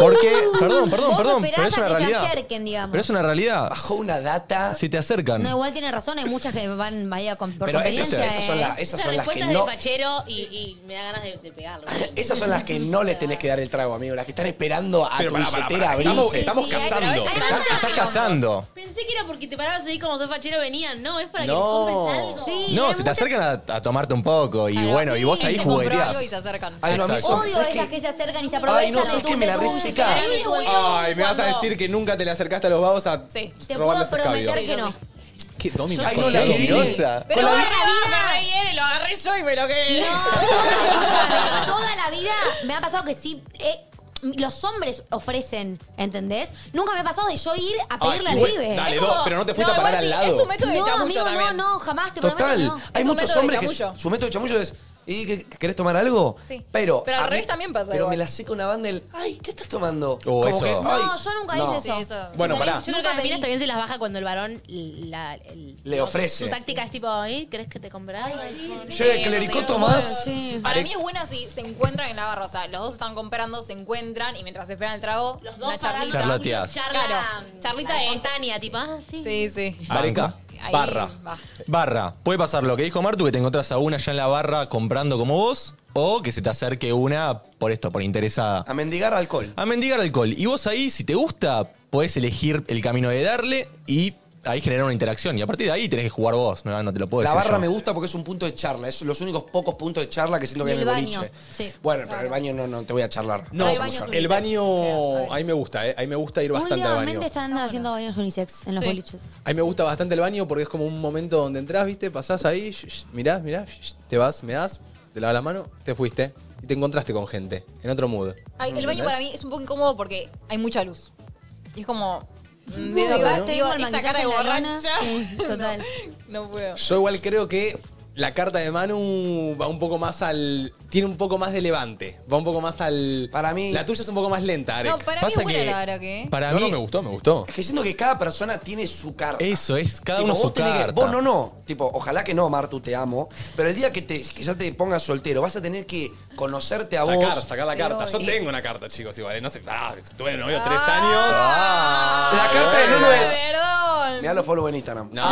[SPEAKER 11] Porque, perdón, perdón,
[SPEAKER 2] Vos
[SPEAKER 11] perdón,
[SPEAKER 2] esperás
[SPEAKER 11] pero es
[SPEAKER 2] a
[SPEAKER 11] una
[SPEAKER 2] que
[SPEAKER 11] realidad.
[SPEAKER 2] se acerquen, digamos.
[SPEAKER 11] Pero es una realidad.
[SPEAKER 3] Bajo una data.
[SPEAKER 11] Se te acercan.
[SPEAKER 2] No, igual tiene razón, hay muchas que van ahí a comp- por
[SPEAKER 11] Pero esas-
[SPEAKER 2] conveniencia.
[SPEAKER 11] esas son
[SPEAKER 2] eh.
[SPEAKER 11] las- esas
[SPEAKER 10] Esa
[SPEAKER 3] son las
[SPEAKER 10] respuesta
[SPEAKER 3] que
[SPEAKER 10] es
[SPEAKER 3] no- Ah, eh.
[SPEAKER 10] de fachero y, y me da ganas de, de pegarlo.
[SPEAKER 3] Esas son las que no les tenés que dar el trago, amigo. Las que están esperando a
[SPEAKER 11] Pero
[SPEAKER 3] tu
[SPEAKER 11] pará, pará,
[SPEAKER 3] billetera
[SPEAKER 11] pará. Estamos-
[SPEAKER 3] abrirse.
[SPEAKER 11] estamos Sí, sí, cazando. hay- hay Estás- muchas estás que no. cazando.
[SPEAKER 10] Pensé que era porque te parabas ahí como sos fachero, venían. No, es para que
[SPEAKER 11] No.
[SPEAKER 10] les compres algo. Sí,
[SPEAKER 11] No, se te acercan a, a tomarte un poco. Y bueno, y vos ahí juguerías.
[SPEAKER 4] acercan.
[SPEAKER 11] Ay, no, a mí son-
[SPEAKER 2] Odio
[SPEAKER 11] ¿sabes
[SPEAKER 2] esas que se acercan y se aprovechan
[SPEAKER 11] Ay, no,
[SPEAKER 2] de
[SPEAKER 11] ¿sabes
[SPEAKER 2] tu-
[SPEAKER 11] qué? Me
[SPEAKER 2] de
[SPEAKER 11] la
[SPEAKER 2] tu-
[SPEAKER 11] reseca.
[SPEAKER 2] de tu- de tu-
[SPEAKER 1] Ay, me vas a
[SPEAKER 2] cuando-
[SPEAKER 1] decir que nunca te le acercaste a los babos a
[SPEAKER 2] Te
[SPEAKER 1] robarles
[SPEAKER 2] puedo prometer
[SPEAKER 1] escabio.
[SPEAKER 2] que no.
[SPEAKER 1] ¿Qué, Domi?
[SPEAKER 3] Ay,
[SPEAKER 1] ¿Qué
[SPEAKER 3] no, la
[SPEAKER 1] cosa?
[SPEAKER 3] divina.
[SPEAKER 1] Cosa.
[SPEAKER 4] Pero
[SPEAKER 1] Con la-
[SPEAKER 4] ahora me viene, lo agarré yo y me lo quedé.
[SPEAKER 2] Toda la vida mentira, me ha pasado que sí. eh, los hombres ofrecen, ¿entendés? Nunca me ha pasado de yo ir a pedirle
[SPEAKER 1] Ay,
[SPEAKER 2] al
[SPEAKER 1] igual-
[SPEAKER 2] pibe.
[SPEAKER 1] dale, no, pero no te fuiste a parar al lado.
[SPEAKER 2] no, amigo, no, no, jamás. Te prometo que
[SPEAKER 3] Total.
[SPEAKER 2] no.
[SPEAKER 3] Hay muchos hombres que su, su método de chamullo es. ¿Y qué, qué- querés tomar algo?
[SPEAKER 2] Sí.
[SPEAKER 3] Pero.
[SPEAKER 2] Pero al
[SPEAKER 3] a mí-
[SPEAKER 2] revés también pasa
[SPEAKER 3] Pero
[SPEAKER 2] igual.
[SPEAKER 3] me la seca una banda el. ¡Ay, qué estás tomando!
[SPEAKER 1] Oh,
[SPEAKER 3] Como
[SPEAKER 1] eso.
[SPEAKER 3] que,
[SPEAKER 1] No,
[SPEAKER 3] "Ay,
[SPEAKER 2] yo nunca
[SPEAKER 3] no".
[SPEAKER 2] hice eso.
[SPEAKER 1] Bueno, pará.
[SPEAKER 10] Yo creo que las minas también se las baja cuando el varón la- el-
[SPEAKER 3] Le ofrece.
[SPEAKER 10] Su táctica es tipo, ¿eh? ¿Crees que te compré algo?
[SPEAKER 3] Che, clericó más.
[SPEAKER 4] Para mí es buena si se encuentran en la barra. O sea, los dos están comprando, se encuentran y mientras esperan el trago, una charlita.
[SPEAKER 11] Charlateas.
[SPEAKER 10] Charla-
[SPEAKER 4] Claro, charlita de
[SPEAKER 10] espontánea, tipo, ah, sí.
[SPEAKER 4] Sí, sí.
[SPEAKER 11] Areca.
[SPEAKER 4] Ahí
[SPEAKER 11] Barra.
[SPEAKER 4] va.
[SPEAKER 11] Barra. Puede pasar lo que dijo Martu, que te encontrás a una ya en la barra comprando como vos, o que se te acerque una por esto, por interesada.
[SPEAKER 3] A mendigar alcohol.
[SPEAKER 11] A mendigar alcohol. Y vos ahí, si te gusta, podés elegir el camino de darle y ahí generar una interacción. Y a partir de ahí tenés que jugar vos, no, no te lo puedo
[SPEAKER 3] La
[SPEAKER 11] decir
[SPEAKER 3] barra
[SPEAKER 11] yo.
[SPEAKER 3] me gusta porque es un punto de charla. Es los únicos pocos puntos de charla que siento
[SPEAKER 2] Y
[SPEAKER 3] que hay
[SPEAKER 2] el
[SPEAKER 3] en el
[SPEAKER 2] baño,
[SPEAKER 3] boliche.
[SPEAKER 2] sí.
[SPEAKER 3] Bueno, pero el baño no, no te voy a charlar.
[SPEAKER 1] No,
[SPEAKER 3] Vamos a charlar.
[SPEAKER 1] el baño. Ahí me gusta, eh. Ahí me gusta ir bastante al baño.
[SPEAKER 2] Últimamente están haciendo baños unisex en los boliches.
[SPEAKER 1] Ahí me gusta bastante el baño porque es como un momento donde entras, viste, pasás ahí, sh- sh- mirás, mirás, sh- sh- te vas, me das, te lavas la mano, te fuiste y te encontraste con gente, en otro mood.
[SPEAKER 4] Ay, el baño
[SPEAKER 1] ¿Entendés?
[SPEAKER 4] para mí es un poco incómodo porque hay mucha luz. Y es como. mm,
[SPEAKER 2] Capaz
[SPEAKER 4] digo,
[SPEAKER 2] te digo,
[SPEAKER 4] digo,
[SPEAKER 2] el
[SPEAKER 4] esta
[SPEAKER 2] maquillaje
[SPEAKER 4] cara de
[SPEAKER 2] en la
[SPEAKER 4] borracha.
[SPEAKER 2] lana. Sí, total.
[SPEAKER 4] no, puedo.
[SPEAKER 1] Yo igual creo que la carta de Manu va un poco más al. Tiene un poco más de levante. Va un poco más al. Para mí. La tuya es un poco más lenta, Arek.
[SPEAKER 4] No, para mí es buena la hora que. ¿eh?
[SPEAKER 11] Para
[SPEAKER 1] no,
[SPEAKER 11] mí-
[SPEAKER 1] no, me gustó, me gustó.
[SPEAKER 3] Es que siento que cada persona tiene su carta.
[SPEAKER 11] Eso es, cada
[SPEAKER 3] Tipo,
[SPEAKER 11] uno
[SPEAKER 3] vos
[SPEAKER 11] su
[SPEAKER 3] tenés que-
[SPEAKER 11] carta.
[SPEAKER 3] vos no, no. Tipo, ojalá que no, Martu, te amo. Pero el día que, te, que ya te pongas soltero, vas a tener que conocerte a
[SPEAKER 1] Sacar,
[SPEAKER 3] vos.
[SPEAKER 1] sacar la carta. Yo tengo una carta, chicos, igual. eh. No sé, ah, tuve de novio tres años.
[SPEAKER 3] La carta de Nono es-
[SPEAKER 4] Perdón.
[SPEAKER 3] Me da los follow en Instagram.
[SPEAKER 1] No.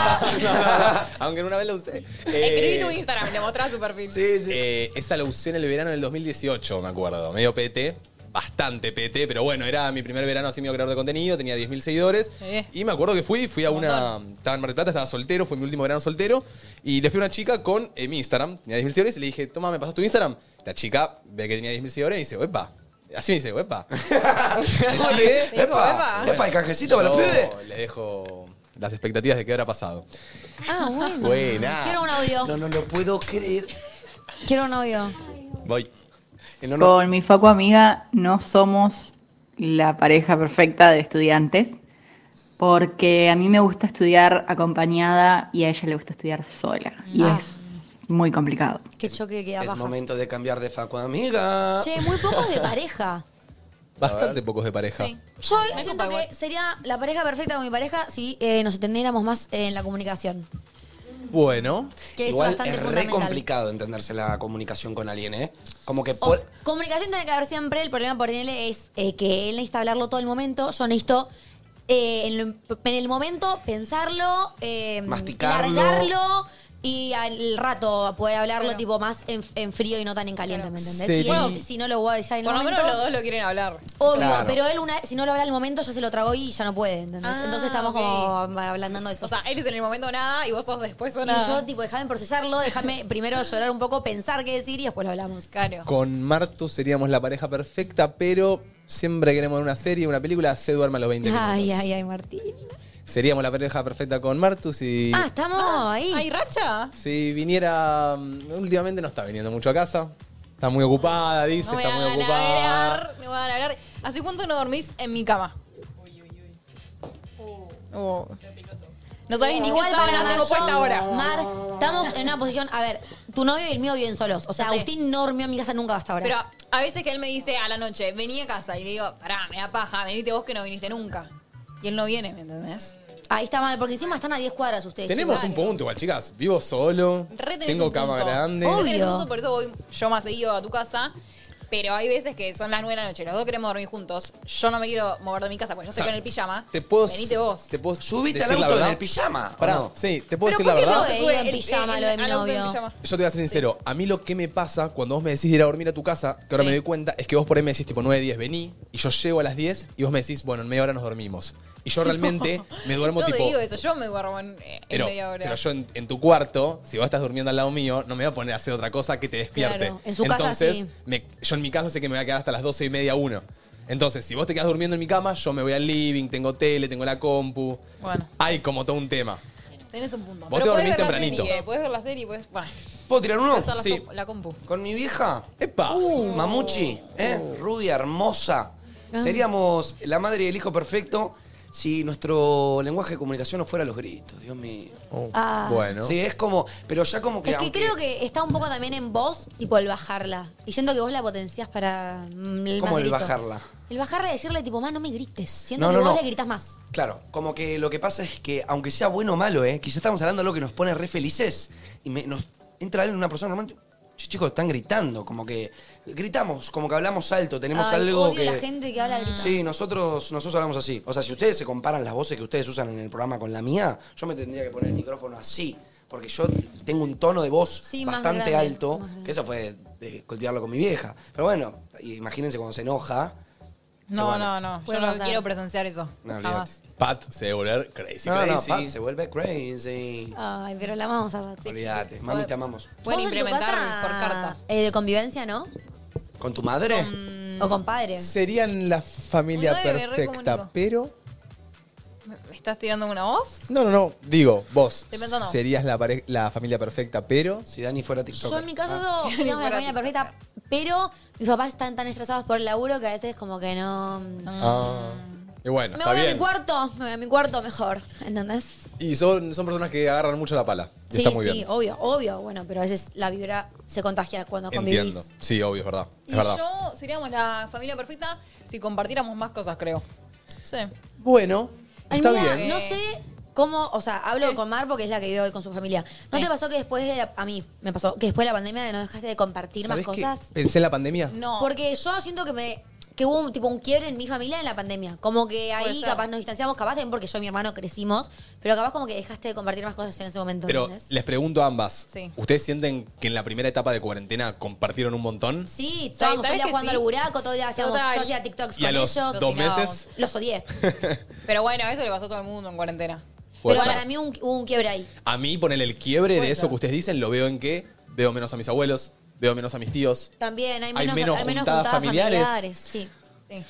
[SPEAKER 1] Aunque una vez lo usé.
[SPEAKER 4] Escribí tu
[SPEAKER 1] Eh,
[SPEAKER 4] Instagram, le mostraba su perfil.
[SPEAKER 3] Sí, sí.
[SPEAKER 1] Eh, esa la usé en el verano del 2018, me acuerdo. Medio PT, bastante PT, pero bueno, era mi primer verano así medio creador de contenido, tenía 10.000 seguidores.
[SPEAKER 4] Eh.
[SPEAKER 1] Y me acuerdo que fui, fui a una. um, Estaba en Mar del Plata, estaba soltero, fue mi último verano soltero. Y le fui a una chica con eh, mi Instagram, tenía 10.000 seguidores, y le dije, toma, ¿me pasas tu Instagram? La chica ve que tenía 10.000 seguidores y dice, epa. Así me dice, epa.
[SPEAKER 3] Epa, epa,
[SPEAKER 1] Bueno,
[SPEAKER 3] el canjecito para los
[SPEAKER 1] yo
[SPEAKER 3] pibes.
[SPEAKER 1] Le dejo las expectativas de qué habrá pasado.
[SPEAKER 2] Ah, bueno.
[SPEAKER 1] Buena.
[SPEAKER 2] Quiero un audio.
[SPEAKER 3] No, no lo puedo creer.
[SPEAKER 2] Quiero un audio.
[SPEAKER 11] Voy.
[SPEAKER 22] Con mi Facu amiga no somos la pareja perfecta de estudiantes, porque a mí me gusta estudiar acompañada y a ella le gusta estudiar sola. Y
[SPEAKER 2] Ah.
[SPEAKER 22] es muy complicado.
[SPEAKER 2] Qué choque queda
[SPEAKER 3] Es
[SPEAKER 2] baja.
[SPEAKER 3] momento de cambiar de facu, amiga.
[SPEAKER 2] Che, muy pocos de pareja.
[SPEAKER 1] Bastante pocos de pareja.
[SPEAKER 2] Yo siento que sería la pareja perfecta con mi pareja si eh, nos entendiéramos más eh, en la comunicación.
[SPEAKER 1] Bueno.
[SPEAKER 2] Que es
[SPEAKER 3] Igual
[SPEAKER 2] bastante
[SPEAKER 3] es re
[SPEAKER 2] fundamental.
[SPEAKER 3] complicado entenderse la comunicación con alguien, ¿eh? Como que por-
[SPEAKER 2] Comunicación tiene que haber siempre. El problema por él es eh, que él necesita hablarlo todo el momento. Yo necesito eh, en, lo- en el momento pensarlo, eh,
[SPEAKER 3] Masticarlo.
[SPEAKER 2] largarlo y al rato poder hablarlo tipo más en, en frío y no tan en caliente, ¿me entendés?
[SPEAKER 4] Sí.
[SPEAKER 2] Y él,
[SPEAKER 4] Bueno,
[SPEAKER 2] si no lo voy a decir en el
[SPEAKER 4] Por lo menos
[SPEAKER 2] momento-
[SPEAKER 4] los dos lo quieren hablar.
[SPEAKER 2] Obvio,
[SPEAKER 4] Claro.
[SPEAKER 2] pero él una, si no lo habla al momento, yo se lo trago y ya no puede, ¿entendés?
[SPEAKER 4] Ah,
[SPEAKER 2] Entonces estamos
[SPEAKER 4] ok.
[SPEAKER 2] como mm, ablandando eso.
[SPEAKER 4] O sea, él es en el momento nada y vos sos después o
[SPEAKER 2] y
[SPEAKER 4] nada.
[SPEAKER 2] yo, tipo, déjame procesarlo, déjame primero llorar un poco, pensar qué decir y después lo hablamos.
[SPEAKER 4] Claro.
[SPEAKER 1] Con Martu seríamos la pareja perfecta, pero siempre queremos ver una serie, una película, se duerme a los 20 minutos.
[SPEAKER 2] Ay, ay, ay, Martín.
[SPEAKER 1] Seríamos la pareja perfecta con Martu si,
[SPEAKER 2] Ah, estamos ahí.
[SPEAKER 4] ¿Hay racha?
[SPEAKER 1] si viniera... mm, Últimamente no está viniendo mucho a casa. Está muy ocupada, dice,
[SPEAKER 4] No me
[SPEAKER 1] está muy
[SPEAKER 4] hagan
[SPEAKER 1] ocupada.
[SPEAKER 4] hablar, no me hagan hablar. ¿Hace cuánto no dormís en mi cama? Oh. No sabés ni
[SPEAKER 2] Igual
[SPEAKER 4] qué
[SPEAKER 2] para
[SPEAKER 4] sábana tengo
[SPEAKER 2] Mar,
[SPEAKER 4] puesta
[SPEAKER 2] yo-
[SPEAKER 4] ahora.
[SPEAKER 2] Mar, estamos en una posición. A ver, tu novio y el mío viven solos. O sea,
[SPEAKER 4] Ya sé.
[SPEAKER 2] Agustín no durmió en mi casa nunca hasta ahora.
[SPEAKER 4] Pero a veces que él me dice a la noche, vení a casa. Y le digo, pará, me da paja, venite vos que no viniste nunca. Y él no viene, ¿me entendés?
[SPEAKER 2] Ahí está mal, porque encima están a 10 cuadras ustedes.
[SPEAKER 1] Tenemos un punto igual, chicas. Vivo solo,
[SPEAKER 4] Re tenés
[SPEAKER 1] tengo
[SPEAKER 4] un
[SPEAKER 1] cama
[SPEAKER 4] punto.
[SPEAKER 1] grande.
[SPEAKER 4] Re tenés un punto, por eso voy yo más seguido a tu casa. Pero hay veces que son las 9 de la noche, los dos queremos dormir juntos. Yo no me quiero mover de mi casa porque yo
[SPEAKER 1] O sea,
[SPEAKER 4] estoy con el pijama.
[SPEAKER 1] Te puedo,
[SPEAKER 4] Venite vos.
[SPEAKER 1] Te puedo
[SPEAKER 3] Subite
[SPEAKER 1] decir
[SPEAKER 3] al
[SPEAKER 1] la
[SPEAKER 3] auto
[SPEAKER 1] verdad.
[SPEAKER 3] en el pijama, ¿o
[SPEAKER 1] Pará,
[SPEAKER 3] no?
[SPEAKER 1] sí, te puedo decir la
[SPEAKER 2] ¿Por qué
[SPEAKER 1] verdad.
[SPEAKER 2] yo he ido
[SPEAKER 4] El-
[SPEAKER 2] en
[SPEAKER 4] el-
[SPEAKER 2] pijama
[SPEAKER 4] el-
[SPEAKER 2] lo de mi
[SPEAKER 4] al auto en
[SPEAKER 2] novio?
[SPEAKER 4] pijama.
[SPEAKER 1] Yo te voy a ser sincero, a mí lo que me pasa cuando vos me decís de ir a dormir a tu casa, que ahora
[SPEAKER 4] Sí.
[SPEAKER 1] me doy cuenta, es que vos por ahí me decís tipo 9, 10, vení, y yo llego a las 10 y vos me decís, bueno, en media hora nos dormimos. Y yo realmente me duermo
[SPEAKER 4] No
[SPEAKER 1] tipo.
[SPEAKER 4] te digo eso, yo me duermo en, en
[SPEAKER 1] pero,
[SPEAKER 4] media hora.
[SPEAKER 1] pero yo en, en tu cuarto, si vos estás durmiendo al lado mío, no me voy a poner a hacer otra cosa que te despierte.
[SPEAKER 2] Claro, en su casa
[SPEAKER 1] Entonces,
[SPEAKER 2] sí.
[SPEAKER 1] me- yo en mi casa sé que me voy a quedar hasta las 12 y media, 1. Entonces, si vos te quedás durmiendo en mi cama, yo me voy al living, tengo tele, tengo la compu.
[SPEAKER 4] Bueno.
[SPEAKER 1] Hay como todo un tema.
[SPEAKER 4] Tenés un punto.
[SPEAKER 1] Vos te
[SPEAKER 4] podés
[SPEAKER 1] dormís
[SPEAKER 4] ver la
[SPEAKER 1] tempranito.
[SPEAKER 4] serie, Podés ver la serie, podés. Bueno.
[SPEAKER 3] ¿Puedo tirar uno?
[SPEAKER 4] Usar la so- la compu.
[SPEAKER 3] Con mi vieja.
[SPEAKER 1] ¡Epa!
[SPEAKER 4] Uh.
[SPEAKER 3] Mamuchi, ¿eh? Rubia, hermosa.
[SPEAKER 4] Ah.
[SPEAKER 3] Seríamos la madre y el hijo perfecto si nuestro lenguaje de comunicación no fuera los gritos, Dios mío.
[SPEAKER 2] Ah.
[SPEAKER 1] Bueno.
[SPEAKER 3] Oh. Sí, es como. Pero ya como que.
[SPEAKER 2] Es que
[SPEAKER 3] aunque-
[SPEAKER 2] creo que está un poco también en vos, tipo el bajarla. Y siento que vos la potenciás para mm, el
[SPEAKER 3] ¿Cómo
[SPEAKER 2] más
[SPEAKER 3] el
[SPEAKER 2] grito.
[SPEAKER 3] bajarla?
[SPEAKER 2] El bajarla y decirle, tipo, más no me grites. Siento
[SPEAKER 3] No,
[SPEAKER 2] que
[SPEAKER 3] no,
[SPEAKER 2] vos
[SPEAKER 3] no.
[SPEAKER 2] le gritas más.
[SPEAKER 3] Claro, como que lo que pasa es que, aunque sea bueno o malo, ¿eh? quizás estamos hablando de algo que nos pone re felices y me- nos entra alguien, una persona normal. "Che, chicos, están gritando, como que gritamos, como que hablamos alto, tenemos
[SPEAKER 2] Ay,
[SPEAKER 3] algo
[SPEAKER 2] odio
[SPEAKER 3] que.
[SPEAKER 2] la gente que habla gritando.
[SPEAKER 3] Sí, nosotros, nosotros hablamos así. O sea, si ustedes se comparan las voces que ustedes usan en el programa con la mía, yo me tendría que poner el micrófono así, porque yo tengo un tono de voz
[SPEAKER 2] Sí, más
[SPEAKER 3] bastante
[SPEAKER 2] grande,
[SPEAKER 3] alto, que eso fue de cultivarlo con mi vieja. Pero bueno, imagínense cuando se enoja. Pero
[SPEAKER 4] No,
[SPEAKER 3] bueno.
[SPEAKER 4] no, no. Yo
[SPEAKER 3] Puede
[SPEAKER 4] no
[SPEAKER 3] pasar.
[SPEAKER 4] quiero presenciar eso.
[SPEAKER 3] No, olvídate.
[SPEAKER 4] jamás.
[SPEAKER 1] Pat se debe volver crazy,
[SPEAKER 3] No, no,
[SPEAKER 1] crazy.
[SPEAKER 3] Pat se vuelve crazy.
[SPEAKER 2] Ay, pero la amamos a Patsy.
[SPEAKER 3] Olvídate, mami, te amamos.
[SPEAKER 2] Vos en tu
[SPEAKER 4] implementar
[SPEAKER 2] casa,
[SPEAKER 4] por carta.
[SPEAKER 2] eh, de convivencia, ¿no?
[SPEAKER 3] ¿Con tu madre?
[SPEAKER 2] O con padres.
[SPEAKER 1] Serían la familia
[SPEAKER 4] Uy, me
[SPEAKER 1] perfecta,
[SPEAKER 4] recomunico.
[SPEAKER 1] pero.
[SPEAKER 4] ¿Me estás tirando una voz?
[SPEAKER 1] No, no, no. Digo, vos
[SPEAKER 4] Estoy pensando.
[SPEAKER 1] serías la, pare- la familia perfecta, pero.
[SPEAKER 3] Si Dani fuera TikTok.
[SPEAKER 2] Yo en mi caso yo soy una familia Ah. perfecta, pero mis papás están tan estresados por el laburo que a veces como que no...
[SPEAKER 3] Ah.
[SPEAKER 1] Y bueno,
[SPEAKER 2] Me
[SPEAKER 1] está
[SPEAKER 2] voy a
[SPEAKER 1] bien.
[SPEAKER 2] mi cuarto, me voy a mi cuarto mejor, ¿entendés?
[SPEAKER 1] Y son, son personas que agarran mucho la pala. Y
[SPEAKER 2] sí,
[SPEAKER 1] está muy
[SPEAKER 2] sí,
[SPEAKER 1] bien.
[SPEAKER 2] obvio, obvio, bueno, pero a veces la vibra se contagia cuando convivís.
[SPEAKER 1] Entiendo. Sí, obvio, es verdad. Es
[SPEAKER 4] Y
[SPEAKER 1] verdad.
[SPEAKER 4] yo seríamos la familia perfecta si compartiéramos más cosas, creo. Sí.
[SPEAKER 1] Bueno,
[SPEAKER 2] Ay,
[SPEAKER 1] está
[SPEAKER 2] mira,
[SPEAKER 1] bien.
[SPEAKER 2] no sé cómo, o sea, hablo con Mar porque es la que vive hoy con su familia. ¿No te pasó que después de la- a mí me pasó que después de la pandemia no dejaste de compartir más
[SPEAKER 1] ¿Sabés qué?
[SPEAKER 2] cosas?
[SPEAKER 1] Pensé en la pandemia.
[SPEAKER 2] No. Porque yo siento que me que hubo un tipo un quiebre en mi familia en la pandemia. Como que ahí
[SPEAKER 4] ser.
[SPEAKER 2] capaz nos distanciamos, capaz también porque yo y mi hermano crecimos, pero capaz como que dejaste de compartir más cosas en ese momento,
[SPEAKER 1] Pero
[SPEAKER 2] ¿entendés?
[SPEAKER 1] les pregunto a ambas.
[SPEAKER 2] Sí.
[SPEAKER 1] ¿Ustedes sienten que en la primera etapa de cuarentena compartieron un montón?
[SPEAKER 2] Sí, estábamos todo el
[SPEAKER 4] ¿sabes
[SPEAKER 2] día
[SPEAKER 4] que
[SPEAKER 2] jugando
[SPEAKER 4] sí?
[SPEAKER 2] al buraco, todo el día hacíamos,
[SPEAKER 4] Total.
[SPEAKER 2] yo hacía TikToks
[SPEAKER 1] Y a
[SPEAKER 2] con
[SPEAKER 1] los
[SPEAKER 2] ellos.
[SPEAKER 1] dos meses.
[SPEAKER 2] Los odié.
[SPEAKER 4] Pero bueno, eso le pasó a todo el mundo en cuarentena.
[SPEAKER 1] Puede
[SPEAKER 2] Pero
[SPEAKER 1] ser.
[SPEAKER 2] para mí un- hubo un quiebre ahí.
[SPEAKER 1] A mí, ponerle el quiebre de
[SPEAKER 2] Puede
[SPEAKER 1] eso
[SPEAKER 2] ser.
[SPEAKER 1] que ustedes dicen, lo veo en que veo menos a mis abuelos, veo menos a mis tíos.
[SPEAKER 2] También hay
[SPEAKER 1] Hay
[SPEAKER 2] menos,
[SPEAKER 1] menos
[SPEAKER 2] hay menos
[SPEAKER 1] juntadas
[SPEAKER 2] juntadas familiares.
[SPEAKER 1] familiares.
[SPEAKER 2] sí.